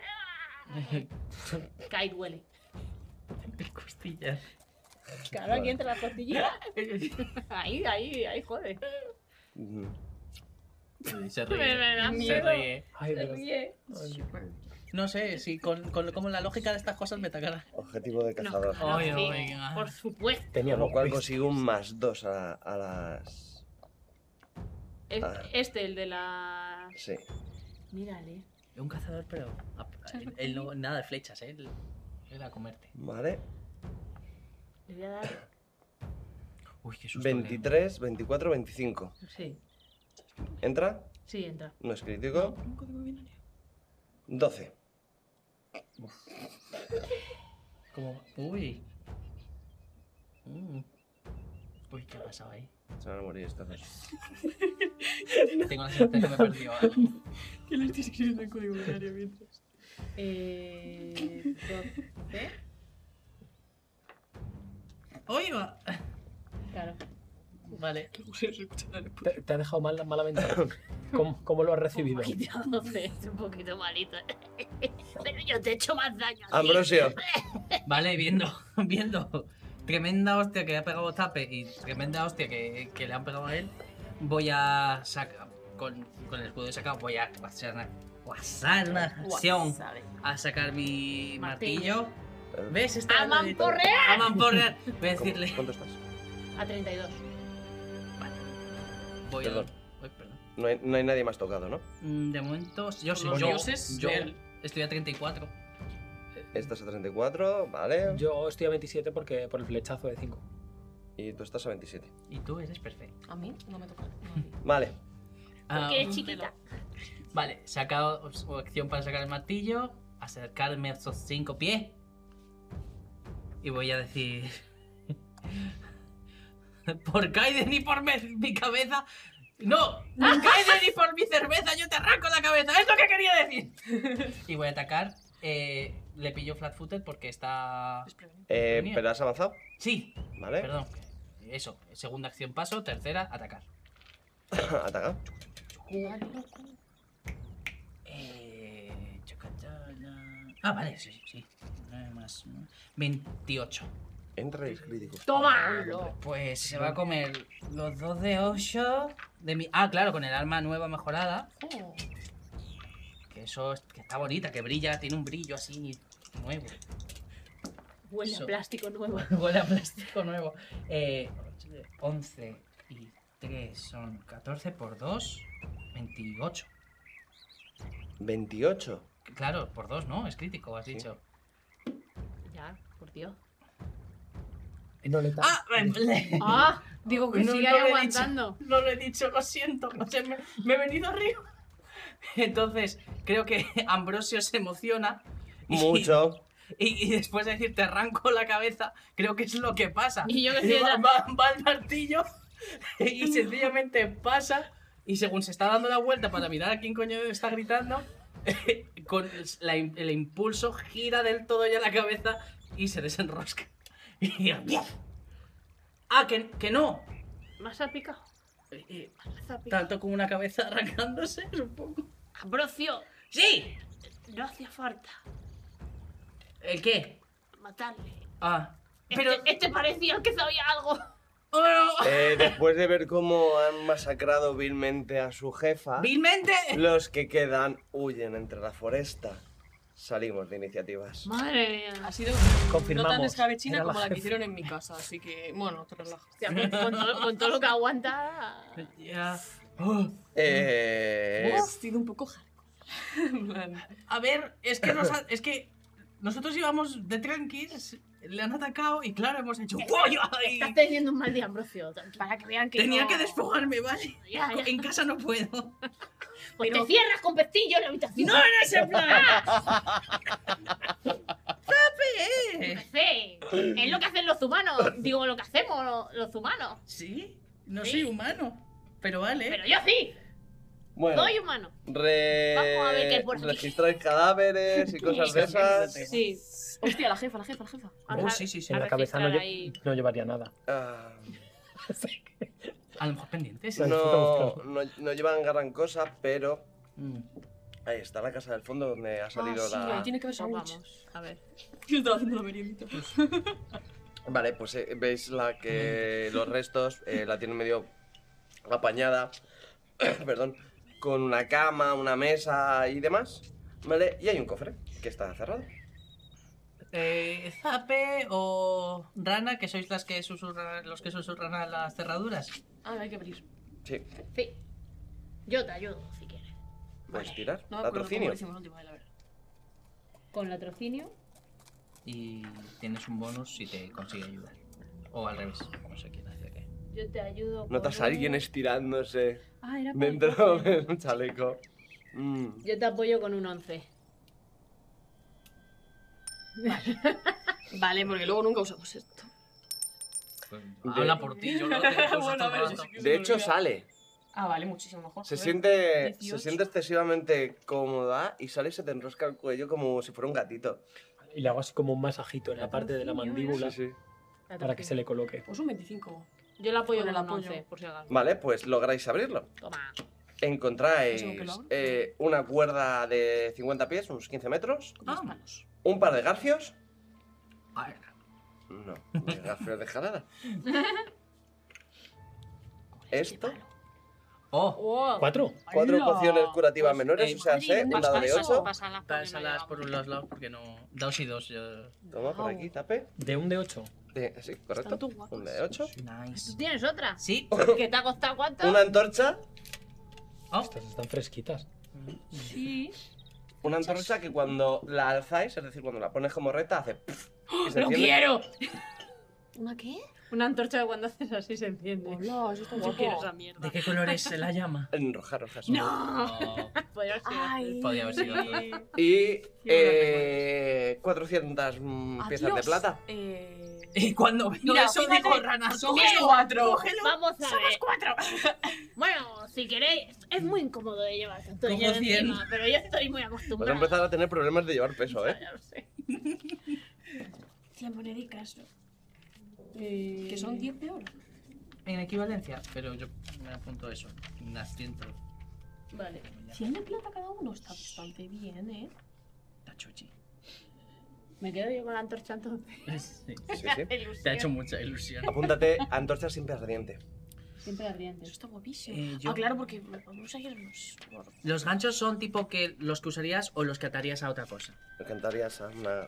[SPEAKER 4] Cae, duele.
[SPEAKER 10] Costillas.
[SPEAKER 4] Claro, aquí entre la costillita. Ahí, ahí, ahí, joder.
[SPEAKER 2] Mm,
[SPEAKER 10] Se
[SPEAKER 4] Me, me da
[SPEAKER 10] Se
[SPEAKER 4] miedo.
[SPEAKER 10] ríe.
[SPEAKER 6] Ay,
[SPEAKER 4] Se
[SPEAKER 6] Dios.
[SPEAKER 4] ríe.
[SPEAKER 10] No sé, si con, con como la lógica de estas cosas me tacará.
[SPEAKER 2] Objetivo de
[SPEAKER 4] No,
[SPEAKER 2] cazador.
[SPEAKER 4] claro,
[SPEAKER 10] Ay,
[SPEAKER 4] Ah, sí,
[SPEAKER 10] ay, ay.
[SPEAKER 4] Por supuesto.
[SPEAKER 6] Tenía
[SPEAKER 2] Con lo
[SPEAKER 6] los
[SPEAKER 2] cual
[SPEAKER 6] pies.
[SPEAKER 2] consigo un más 2 a, a las.
[SPEAKER 4] Es-
[SPEAKER 2] Ah.
[SPEAKER 4] Este, el de la.
[SPEAKER 2] Sí.
[SPEAKER 4] Mírale.
[SPEAKER 10] Un cazador, pero. a- él- él no- nada de flechas, ¿eh? Él era a comerte.
[SPEAKER 2] Vale.
[SPEAKER 4] Le voy a dar.
[SPEAKER 10] Uy, qué susto.
[SPEAKER 2] 23, 24, 25.
[SPEAKER 4] Sí,
[SPEAKER 2] ¿Entra?
[SPEAKER 4] sí, entra.
[SPEAKER 2] No es crítico. 12.
[SPEAKER 10] Como. Uy. Mm. Uy, ¿qué ha pasado ahí?
[SPEAKER 2] Se van a morir estas dos.
[SPEAKER 10] Tengo la sensación que me he perdido algo.
[SPEAKER 9] Que le estoy escribiendo en código binario mientras.
[SPEAKER 4] Eh. 12.
[SPEAKER 10] ¡Uy! va!
[SPEAKER 4] Claro.
[SPEAKER 10] Vale.
[SPEAKER 9] Que voy a escuchar el
[SPEAKER 6] Te, te ha dejado mal la mala ventaja. ¿Cómo, cómo lo has recibido?
[SPEAKER 4] Un poquito 12, es un poquito malito. Pero yo te echo más daño. a ti.
[SPEAKER 2] Ambrosio.
[SPEAKER 10] Vale, viendo, viendo. Tremenda hostia que le ha pegado Tape y tremenda hostia que, que le han pegado a él. Voy a sacar. Con, con el escudo de saca voy a hacer una, voy a hacer una acción. A sacar mi martillo.
[SPEAKER 4] Martillo.
[SPEAKER 10] ¿Ves? Está
[SPEAKER 4] ¡A mamporrear!
[SPEAKER 10] A mamporrear. Voy a
[SPEAKER 2] Eh, ¿Cómo-
[SPEAKER 10] decirle.
[SPEAKER 2] ¿Cuánto estás?
[SPEAKER 4] A 32.
[SPEAKER 10] Voy a.
[SPEAKER 2] Perdón.
[SPEAKER 10] Uy, perdón.
[SPEAKER 2] No hay, no hay nadie más tocado, ¿no?
[SPEAKER 10] Mm, De momento, yo sí,
[SPEAKER 9] Los
[SPEAKER 10] yo,
[SPEAKER 9] dioses
[SPEAKER 10] yo
[SPEAKER 9] de él.
[SPEAKER 10] estoy a 34.
[SPEAKER 2] Estás a 34, vale.
[SPEAKER 6] Yo estoy a 27 porque, por el flechazo de 5.
[SPEAKER 2] Y tú estás a 27.
[SPEAKER 10] Y tú eres perfecto.
[SPEAKER 9] A mí no me toca.
[SPEAKER 2] Vale.
[SPEAKER 10] Ah,
[SPEAKER 4] Porque es chiquita.
[SPEAKER 10] Vale, saca o- o acción para sacar el martillo. acercarme a esos cinco pies y voy a decir... por Kaiden y por me- mi cabeza... No, por Kaiden y por mi cerveza yo te arranco la cabeza. Es lo que quería decir. y voy a atacar. eh, le pillo flat-footed porque está...
[SPEAKER 2] Eh,
[SPEAKER 10] Mía.
[SPEAKER 2] ¿Pero has avanzado?
[SPEAKER 10] Sí.
[SPEAKER 2] Vale.
[SPEAKER 10] Perdón. Eso, segunda acción paso, tercera, atacar.
[SPEAKER 2] Ataca.
[SPEAKER 10] Eh, chocatana. Ah, vale, sí, sí, sí. Nueve más uno. 28.
[SPEAKER 2] Entra y es crítico.
[SPEAKER 10] ¡Toma! Pues se va a comer los dos de 8 de mi. Ah, claro, con el arma nueva mejorada.
[SPEAKER 4] Oh.
[SPEAKER 10] Oh. Que eso es- que está bonita, que brilla, tiene un brillo así nuevo.
[SPEAKER 5] Huele
[SPEAKER 10] Eso.
[SPEAKER 5] a plástico nuevo.
[SPEAKER 10] Huele a plástico nuevo. Eh, 11 y 3 son 14 por 2, 28.
[SPEAKER 2] 28.
[SPEAKER 10] Claro, por 2, ¿no? Es crítico, has dicho.
[SPEAKER 5] Ya, por Dios.
[SPEAKER 6] No le
[SPEAKER 10] ¡Ah! me-
[SPEAKER 4] Ah, digo que sigue ahí
[SPEAKER 10] lo he dicho,
[SPEAKER 4] aguantando.
[SPEAKER 10] no lo he dicho, lo siento. no sé, me, me he venido arriba. Entonces, creo que Ambrosio se emociona. y-
[SPEAKER 2] Mucho.
[SPEAKER 10] Y, y después de decir te arranco la cabeza, creo que es lo que pasa.
[SPEAKER 5] Y yo que estoy
[SPEAKER 10] va,
[SPEAKER 5] detrás.
[SPEAKER 10] va, va el martillo y sencillamente pasa. Y según se está dando la vuelta para mirar a quién coño está gritando, con la im- el impulso gira del todo ya la cabeza y se desenrosca. Y ¡Ah, que, que no!
[SPEAKER 5] Más ha picado.
[SPEAKER 10] Eh, eh,
[SPEAKER 5] Más ha picado.
[SPEAKER 10] Tanto como una cabeza arrancándose, supongo.
[SPEAKER 5] Ambrosio,
[SPEAKER 10] ¡Sí!
[SPEAKER 5] no hacía falta
[SPEAKER 10] ¿El qué?
[SPEAKER 5] matarle.
[SPEAKER 10] Ah.
[SPEAKER 5] Pero este, este parecía que sabía algo.
[SPEAKER 10] Oh,
[SPEAKER 2] Eh, después de ver cómo han masacrado vilmente a su jefa,
[SPEAKER 10] ¡Vilmente!
[SPEAKER 2] los que quedan huyen entre la foresta. Salimos de iniciativas.
[SPEAKER 5] Madre
[SPEAKER 4] Eh,
[SPEAKER 5] mía.
[SPEAKER 9] Ha sido no
[SPEAKER 2] Confirmamos,
[SPEAKER 9] tan descabechina
[SPEAKER 2] era la
[SPEAKER 9] como la que
[SPEAKER 2] jefa.
[SPEAKER 9] hicieron en mi casa, así que, bueno, te relajas.
[SPEAKER 5] Hostia, con, con todo, con todo lo que aguanta.
[SPEAKER 10] Ya.
[SPEAKER 2] Eh,
[SPEAKER 9] Ha sido un poco hardcore. En plan,
[SPEAKER 10] A ver, es que, nos ha- es que nosotros íbamos de tranquis, le han atacado y claro, hemos hecho ¡Pollo! Y
[SPEAKER 5] Estás teniendo un mal día, Ambrosio. Para que vean que.
[SPEAKER 10] tenía
[SPEAKER 5] no-
[SPEAKER 10] que despojarme, ¿vale?
[SPEAKER 5] Ya, ya.
[SPEAKER 10] En casa no puedo.
[SPEAKER 5] Pues
[SPEAKER 10] pero-
[SPEAKER 5] te cierras con pestillo en la habitación.
[SPEAKER 10] ¡No era ese plan! eh.
[SPEAKER 5] Yo qué sé. Es lo que hacen los humanos. Digo, lo que hacemos lo- los humanos.
[SPEAKER 10] ¿Sí? No
[SPEAKER 5] Sí.
[SPEAKER 10] soy humano, pero vale.
[SPEAKER 5] Pero yo sí,
[SPEAKER 2] bueno,
[SPEAKER 5] soy humano.
[SPEAKER 2] re-
[SPEAKER 5] Vamos a ver qué hay por aquí.
[SPEAKER 2] registráis cadáveres y cosas de esas.
[SPEAKER 5] Sí.
[SPEAKER 9] Hostia, la jefa, la jefa, la jefa.
[SPEAKER 6] Oh, sí, sí, sí. En
[SPEAKER 5] a
[SPEAKER 6] la cabeza no,
[SPEAKER 5] registrar
[SPEAKER 6] lle-
[SPEAKER 5] ahí.
[SPEAKER 6] no llevaría nada.
[SPEAKER 2] Ah,
[SPEAKER 10] A lo mejor pendientes.
[SPEAKER 2] no, no, no llevan gran cosa, pero
[SPEAKER 10] Mm.
[SPEAKER 2] ahí está la casa del fondo donde ha salido
[SPEAKER 9] Ah, sí,
[SPEAKER 2] la.
[SPEAKER 9] ahí tiene que haber sándwich.
[SPEAKER 4] Vamos, a ver.
[SPEAKER 9] Yo estaba haciendo la meriendita.
[SPEAKER 2] Pues Vale, pues eh, veis la que los restos eh, la tienen medio apañada, perdón, con una cama, una mesa y demás, ¿vale? Y hay un cofre que está cerrado.
[SPEAKER 10] Eh, Zape o Rana, que sois las que susurran, los que susurran a las cerraduras.
[SPEAKER 9] Ah, hay que abrir.
[SPEAKER 2] Sí,
[SPEAKER 5] Sí. Yo te ayudo si quieres.
[SPEAKER 2] puedes tirar.
[SPEAKER 9] No me acuerdo cómo
[SPEAKER 2] Patrocinio.
[SPEAKER 9] lo hicimos la última vez, la verdad.
[SPEAKER 5] Con latrocinio.
[SPEAKER 10] Y tienes un bonus si te consigue ayudar. O al revés, no sé quién hacía qué.
[SPEAKER 5] Yo te ayudo.
[SPEAKER 2] Notas a
[SPEAKER 5] con-
[SPEAKER 2] alguien estirándose
[SPEAKER 9] Ah, era para el
[SPEAKER 2] dentro
[SPEAKER 9] cofre.
[SPEAKER 2] de un chaleco. Mm.
[SPEAKER 5] Yo te apoyo con un 11.
[SPEAKER 9] Vale, porque luego nunca usamos esto.
[SPEAKER 10] Habla por ti, yo no tengo cosas
[SPEAKER 9] Bueno, a ver,
[SPEAKER 10] todo el
[SPEAKER 9] eso
[SPEAKER 10] rato.
[SPEAKER 9] sí que se
[SPEAKER 2] De
[SPEAKER 9] me
[SPEAKER 2] hecho,
[SPEAKER 9] olvida.
[SPEAKER 2] sale.
[SPEAKER 9] Ah, vale, muchísimo mejor.
[SPEAKER 2] Se
[SPEAKER 9] joder.
[SPEAKER 2] siente, se
[SPEAKER 9] 18.
[SPEAKER 2] siente excesivamente cómoda y sale y se te enrosca el cuello como si fuera un gatito.
[SPEAKER 6] Y le hago así como un masajito en la parte de la mandíbula
[SPEAKER 2] Sí, sí.
[SPEAKER 6] para que se le coloque.
[SPEAKER 9] Pues un 25.
[SPEAKER 5] Yo la apoyo
[SPEAKER 9] Con el
[SPEAKER 5] con un
[SPEAKER 9] apoyo.
[SPEAKER 5] 11, por si acaso.
[SPEAKER 2] Vale, pues lográis abrirlo.
[SPEAKER 5] Toma.
[SPEAKER 2] Encontráis
[SPEAKER 9] ¿Eso que lo abro?
[SPEAKER 2] eh, una cuerda de 50 pies, unos 15 metros,
[SPEAKER 10] Vámonos.
[SPEAKER 2] un par de garfios.
[SPEAKER 10] A ver.
[SPEAKER 2] No, de garfios de jalada. Esto,
[SPEAKER 10] Oh,
[SPEAKER 5] Oh,
[SPEAKER 6] ¿Cuatro?
[SPEAKER 2] cuatro
[SPEAKER 9] Hola.
[SPEAKER 2] pociones curativas
[SPEAKER 10] Pues,
[SPEAKER 2] menores,
[SPEAKER 10] eh,
[SPEAKER 2] o sea, sé, un dado de
[SPEAKER 5] eso,
[SPEAKER 2] 8.
[SPEAKER 5] pásalas, porque no
[SPEAKER 10] pásalas
[SPEAKER 5] llegamos.
[SPEAKER 10] por los lados porque no. Dos y dos. yo-
[SPEAKER 2] Toma por aquí, tape.
[SPEAKER 6] De un de ocho.
[SPEAKER 2] De- sí, correcto.
[SPEAKER 9] Están todos
[SPEAKER 2] Un de 8.
[SPEAKER 5] ¿Tú
[SPEAKER 10] Nice.
[SPEAKER 5] tienes otra?
[SPEAKER 10] Sí.
[SPEAKER 5] ¿Que te ha costado cuánto?
[SPEAKER 2] Una antorcha,
[SPEAKER 10] Oh,
[SPEAKER 6] Estas están fresquitas.
[SPEAKER 5] Sí.
[SPEAKER 2] una antorcha que cuando la ¡Oh, alzáis, es decir, cuando la pones como recta, hace. pff, y se
[SPEAKER 5] ¡Oh, ¡Lo
[SPEAKER 2] enciende.
[SPEAKER 5] quiero!
[SPEAKER 12] ¿Una qué?
[SPEAKER 4] Una antorcha que cuando haces así se enciende.
[SPEAKER 9] Hola, eso está
[SPEAKER 4] Yo
[SPEAKER 9] guapo.
[SPEAKER 4] quiero esa mierda.
[SPEAKER 10] ¿De qué color es la llama?
[SPEAKER 2] En roja, roja. sí.
[SPEAKER 4] ¡No! Podría haber sido azul.
[SPEAKER 10] Podría haber sido azul.
[SPEAKER 2] Y eh, 400 mm, piezas de
[SPEAKER 9] Adiós.
[SPEAKER 2] plata. Pues
[SPEAKER 9] Eh,
[SPEAKER 10] Y cuando vino
[SPEAKER 9] Mira,
[SPEAKER 10] eso
[SPEAKER 9] fíjate,
[SPEAKER 10] dijo Rana,
[SPEAKER 9] somos
[SPEAKER 10] "Bien,
[SPEAKER 9] cuatro".
[SPEAKER 10] cógelo".
[SPEAKER 5] Vamos a
[SPEAKER 10] Somos
[SPEAKER 5] ver.
[SPEAKER 10] cuatro.
[SPEAKER 5] Bueno, si queréis, es muy incómodo de llevar
[SPEAKER 10] Como
[SPEAKER 5] cinturilla de
[SPEAKER 10] cien.
[SPEAKER 5] encima, pero yo estoy muy
[SPEAKER 2] Vas a
[SPEAKER 5] acostumbrada.
[SPEAKER 2] empezar a tener problemas de llevar peso, ¿eh?
[SPEAKER 12] Cien monedicas, ¿no?
[SPEAKER 9] eh,
[SPEAKER 12] Que son 10 de oro.
[SPEAKER 10] En equivalencia, pero yo me apunto eso. Unas 100.
[SPEAKER 4] Vale.
[SPEAKER 12] 100 de plata cada uno está bastante bien, ¿eh?
[SPEAKER 10] Tachuchi.
[SPEAKER 4] Me quedo yo con la antorcha entonces.
[SPEAKER 10] Sí.
[SPEAKER 2] Sí, sí.
[SPEAKER 10] Te ha hecho mucha ilusión.
[SPEAKER 2] Apúntate a antorchas sin ardiente.
[SPEAKER 4] Siempre ardiente.
[SPEAKER 12] Eso está guapísimo.
[SPEAKER 10] Eh, yo-
[SPEAKER 12] Ah, claro, porque vamos a irnos. por-
[SPEAKER 10] Los ganchos son tipo que los que usarías o los que atarías a otra cosa.
[SPEAKER 2] Me encantaría esa. Una...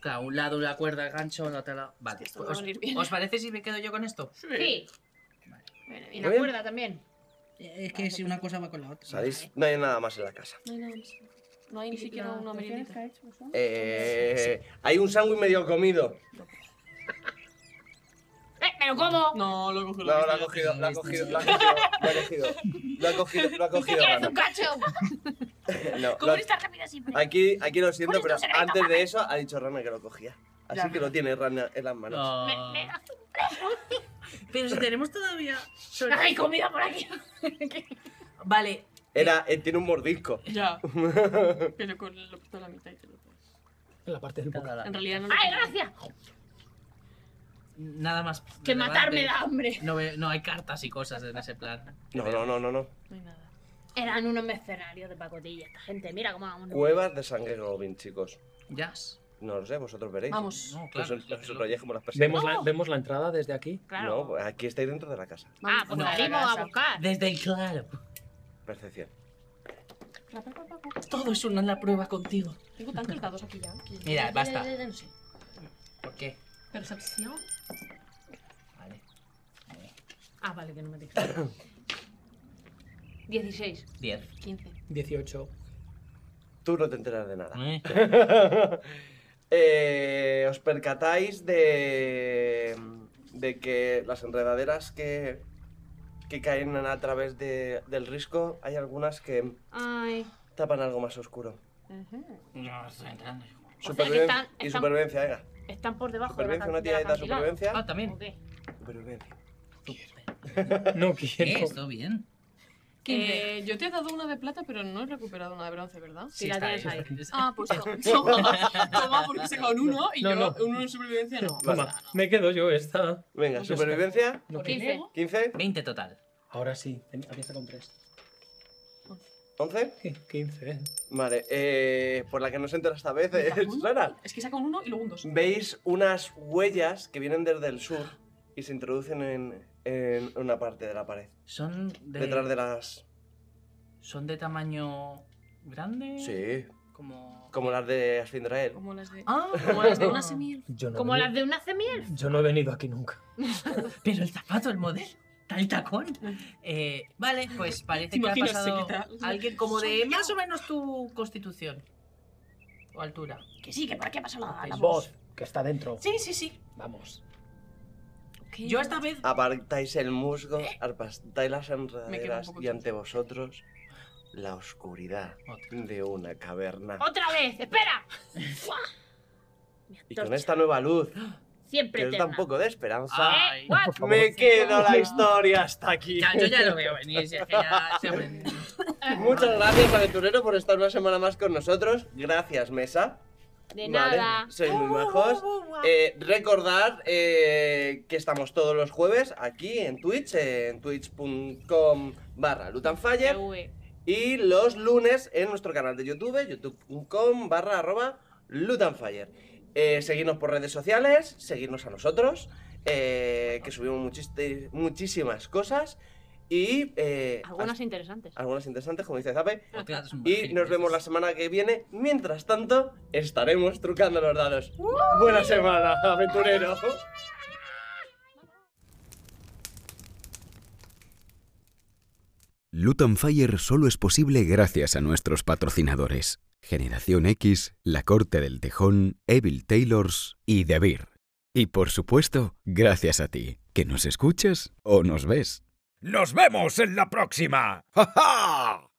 [SPEAKER 10] Claro, un lado la cuerda, el gancho, el otro lado. Vale. pues
[SPEAKER 9] esto me va a
[SPEAKER 10] ¿Os,
[SPEAKER 9] venir bien.
[SPEAKER 10] os parece si me quedo yo con esto?
[SPEAKER 4] Sí.
[SPEAKER 12] Bueno,
[SPEAKER 4] Y
[SPEAKER 12] bien.
[SPEAKER 4] la
[SPEAKER 2] Bien.
[SPEAKER 4] cuerda también.
[SPEAKER 10] Es que si una cosa va con la otra.
[SPEAKER 2] ¿Sabéis? No hay nada más en la casa.
[SPEAKER 12] No hay nada más. No hay ni siquiera
[SPEAKER 4] La
[SPEAKER 12] una
[SPEAKER 4] tortilla
[SPEAKER 12] merienda.
[SPEAKER 4] que ha
[SPEAKER 9] pues,
[SPEAKER 4] hecho, ¿no?
[SPEAKER 2] Eh, hay un sándwich medio comido.
[SPEAKER 5] ¡Eh, me lo como!
[SPEAKER 9] No, lo cojo
[SPEAKER 2] No,
[SPEAKER 9] lo
[SPEAKER 2] lo
[SPEAKER 9] que está.
[SPEAKER 2] ha cogido, lo ha cogido, lo ha cogido, lo ha cogido. Lo ha cogido, lo ha cogido.
[SPEAKER 5] ¡Quieres
[SPEAKER 2] Ana.
[SPEAKER 5] un cacho!
[SPEAKER 2] No,
[SPEAKER 12] ¿Cómo
[SPEAKER 2] lo-
[SPEAKER 12] eres tan rápida siempre?
[SPEAKER 2] aquí, aquí lo siento,
[SPEAKER 12] Pones
[SPEAKER 2] pero
[SPEAKER 12] dos en el
[SPEAKER 2] antes de eso ha dicho Rana que lo cogía. Así
[SPEAKER 9] Ya.
[SPEAKER 2] que lo tiene Rana en las manos.
[SPEAKER 10] No.
[SPEAKER 12] Me- me
[SPEAKER 9] Ah.
[SPEAKER 12] das un-
[SPEAKER 10] Pero si tenemos todavía. sobre-
[SPEAKER 12] ¡Ay, comida por aquí!
[SPEAKER 10] Vale.
[SPEAKER 2] Era, eh, tiene un mordisco.
[SPEAKER 9] Ya. Pero con lo quito a la mitad y te lo pones.
[SPEAKER 6] En la parte del boca.
[SPEAKER 9] En realidad no lo
[SPEAKER 5] ¡Ay,
[SPEAKER 9] quito.
[SPEAKER 5] gracias!
[SPEAKER 10] Nada más.
[SPEAKER 5] Que
[SPEAKER 10] relevante.
[SPEAKER 5] matarme da hambre.
[SPEAKER 10] No, ve- no hay cartas y cosas en ese plan.
[SPEAKER 2] No, no, no, no, no.
[SPEAKER 9] No hay nada.
[SPEAKER 5] Eran unos mercenarios de pacotilla esta gente. Mira cómo vamos.
[SPEAKER 2] Cuevas de sangre Globin, chicos.
[SPEAKER 10] Jazz.
[SPEAKER 2] No lo sé, vosotros veréis.
[SPEAKER 9] Vamos.
[SPEAKER 10] No, claro.
[SPEAKER 2] Nosotros- Nosotros ya como las personas.
[SPEAKER 6] ¿Vemos, la, ¿Vemos la entrada desde aquí?
[SPEAKER 5] Claro.
[SPEAKER 2] No, pues aquí estáis dentro de la casa.
[SPEAKER 5] ah, pues
[SPEAKER 10] No.
[SPEAKER 5] salimos a buscar.
[SPEAKER 10] Desde el claro.
[SPEAKER 2] Percepción.
[SPEAKER 10] Todo es una la prueba contigo.
[SPEAKER 9] Tengo tantos dados aquí ya. que-
[SPEAKER 10] Mira, basta.
[SPEAKER 12] No sé.
[SPEAKER 10] ¿Por qué?
[SPEAKER 9] Percepción.
[SPEAKER 10] Vale.
[SPEAKER 4] Ah, vale, que no me digas. 16.
[SPEAKER 10] 10.
[SPEAKER 12] 15.
[SPEAKER 6] 18.
[SPEAKER 2] Tú no te enteras de nada. Eh, os percatáis de, de que las enredaderas que, que caen a través de- del risco, hay algunas que
[SPEAKER 4] Ay.
[SPEAKER 2] tapan algo más oscuro.
[SPEAKER 10] No, estoy entrando.
[SPEAKER 4] O sea que
[SPEAKER 2] Superviven-
[SPEAKER 4] están-
[SPEAKER 2] Y
[SPEAKER 4] están-
[SPEAKER 2] supervivencia, venga.
[SPEAKER 4] Están por debajo de la
[SPEAKER 2] Supervivencia,
[SPEAKER 4] de
[SPEAKER 2] una
[SPEAKER 4] la
[SPEAKER 2] tiradita de
[SPEAKER 4] cantidad.
[SPEAKER 10] Ah,
[SPEAKER 2] supervivencia.
[SPEAKER 10] también.
[SPEAKER 4] ¿O qué?
[SPEAKER 2] Supervivencia.
[SPEAKER 6] No
[SPEAKER 10] ¿Qué?
[SPEAKER 6] quiero.
[SPEAKER 10] ¿Esto bien?
[SPEAKER 9] Eh, yo te he dado una de plata, pero no he recuperado una de bronce, ¿verdad?
[SPEAKER 10] Sí,
[SPEAKER 4] la
[SPEAKER 10] está
[SPEAKER 4] tienes
[SPEAKER 10] ahí.
[SPEAKER 9] Ah, pues toma. Toma, toma, porque se con uno y
[SPEAKER 6] No,
[SPEAKER 9] yo
[SPEAKER 6] no.
[SPEAKER 9] uno en supervivencia no.
[SPEAKER 6] Toma, me quedo yo esta.
[SPEAKER 2] Venga, supervivencia.
[SPEAKER 6] No
[SPEAKER 9] Por
[SPEAKER 6] quiero.
[SPEAKER 9] el ego.
[SPEAKER 2] 15,
[SPEAKER 10] 20 total.
[SPEAKER 6] Ahora sí, ten- empieza con 3.
[SPEAKER 2] 11.
[SPEAKER 6] 15.
[SPEAKER 2] Vale, eh, por la que no se entera esta vez, eh, Sara.
[SPEAKER 9] Es que saca un uno y luego un dos.
[SPEAKER 2] Veis unas huellas que vienen desde el sur y se introducen en, en una parte de la pared.
[SPEAKER 10] Son de.
[SPEAKER 2] Detrás de las.
[SPEAKER 10] Son de tamaño. grande.
[SPEAKER 2] Sí,
[SPEAKER 10] Como.
[SPEAKER 2] como las de Asfindrael.
[SPEAKER 9] Como las de.
[SPEAKER 10] Ah,
[SPEAKER 9] Como las de una semilla.
[SPEAKER 6] Yo no,
[SPEAKER 5] Como
[SPEAKER 6] he
[SPEAKER 5] las
[SPEAKER 6] venido-
[SPEAKER 5] de una semiel.
[SPEAKER 6] yo no he venido aquí nunca.
[SPEAKER 10] Pero el zapato, el modelo. Tal tacón. Eh, vale, pues
[SPEAKER 9] ¿Te
[SPEAKER 10] parece que ha
[SPEAKER 9] imaginas,
[SPEAKER 10] pasado
[SPEAKER 9] se quita?
[SPEAKER 10] alguien como
[SPEAKER 12] Soy
[SPEAKER 10] de
[SPEAKER 12] yo.
[SPEAKER 10] más o menos tu constitución. O altura.
[SPEAKER 12] Que sí, que para qué pasa la, la
[SPEAKER 6] La
[SPEAKER 12] voz.
[SPEAKER 6] voz, que está dentro.
[SPEAKER 10] Sí, sí, sí.
[SPEAKER 6] Vamos.
[SPEAKER 10] Yo esta vez.
[SPEAKER 2] Apartáis el musgo, apartáis las
[SPEAKER 9] Me quedo un
[SPEAKER 2] enredaderas
[SPEAKER 9] poco
[SPEAKER 2] y ante vosotros la oscuridad de una caverna.
[SPEAKER 5] ¡Otra vez! ¡Espera!
[SPEAKER 2] Y con esta nueva luz, que
[SPEAKER 5] Siempre
[SPEAKER 2] os da
[SPEAKER 5] te
[SPEAKER 2] un poco de esperanza,
[SPEAKER 10] Ay.
[SPEAKER 5] What?
[SPEAKER 2] me quedo la historia hasta aquí.
[SPEAKER 10] Ya, yo ya lo veo venir, si es que ya se aprende.
[SPEAKER 2] Muchas gracias, aventurero, por estar una semana más con nosotros. Gracias, Mesa.
[SPEAKER 4] De
[SPEAKER 2] Vale,
[SPEAKER 4] nada.
[SPEAKER 2] Sois muy majos. Eh, recordad eh, que estamos todos los jueves aquí en Twitch, eh, en twitch.com barra lutanfire.
[SPEAKER 4] TV.
[SPEAKER 2] Y los lunes en nuestro canal de YouTube, youtube.com barra arroba lutanfire. Eh, seguidnos por redes sociales, seguidnos a nosotros, eh, que subimos muchis- muchísimas cosas. Y eh,
[SPEAKER 4] Algunas interesantes.
[SPEAKER 2] algunas interesantes, como dice Zape.
[SPEAKER 10] Otras
[SPEAKER 2] Y nos vemos la semana que viene. Mientras tanto, estaremos trucando los dados. Buena semana, aventurero.
[SPEAKER 1] Luton Fire solo es posible gracias a nuestros patrocinadores. Generación X, La Corte del Tejón, Evil Taylors y The Beer. Y por supuesto, gracias a ti, que nos escuchas o nos ves.
[SPEAKER 3] ¡Nos vemos en la próxima! ¡Ja, ja!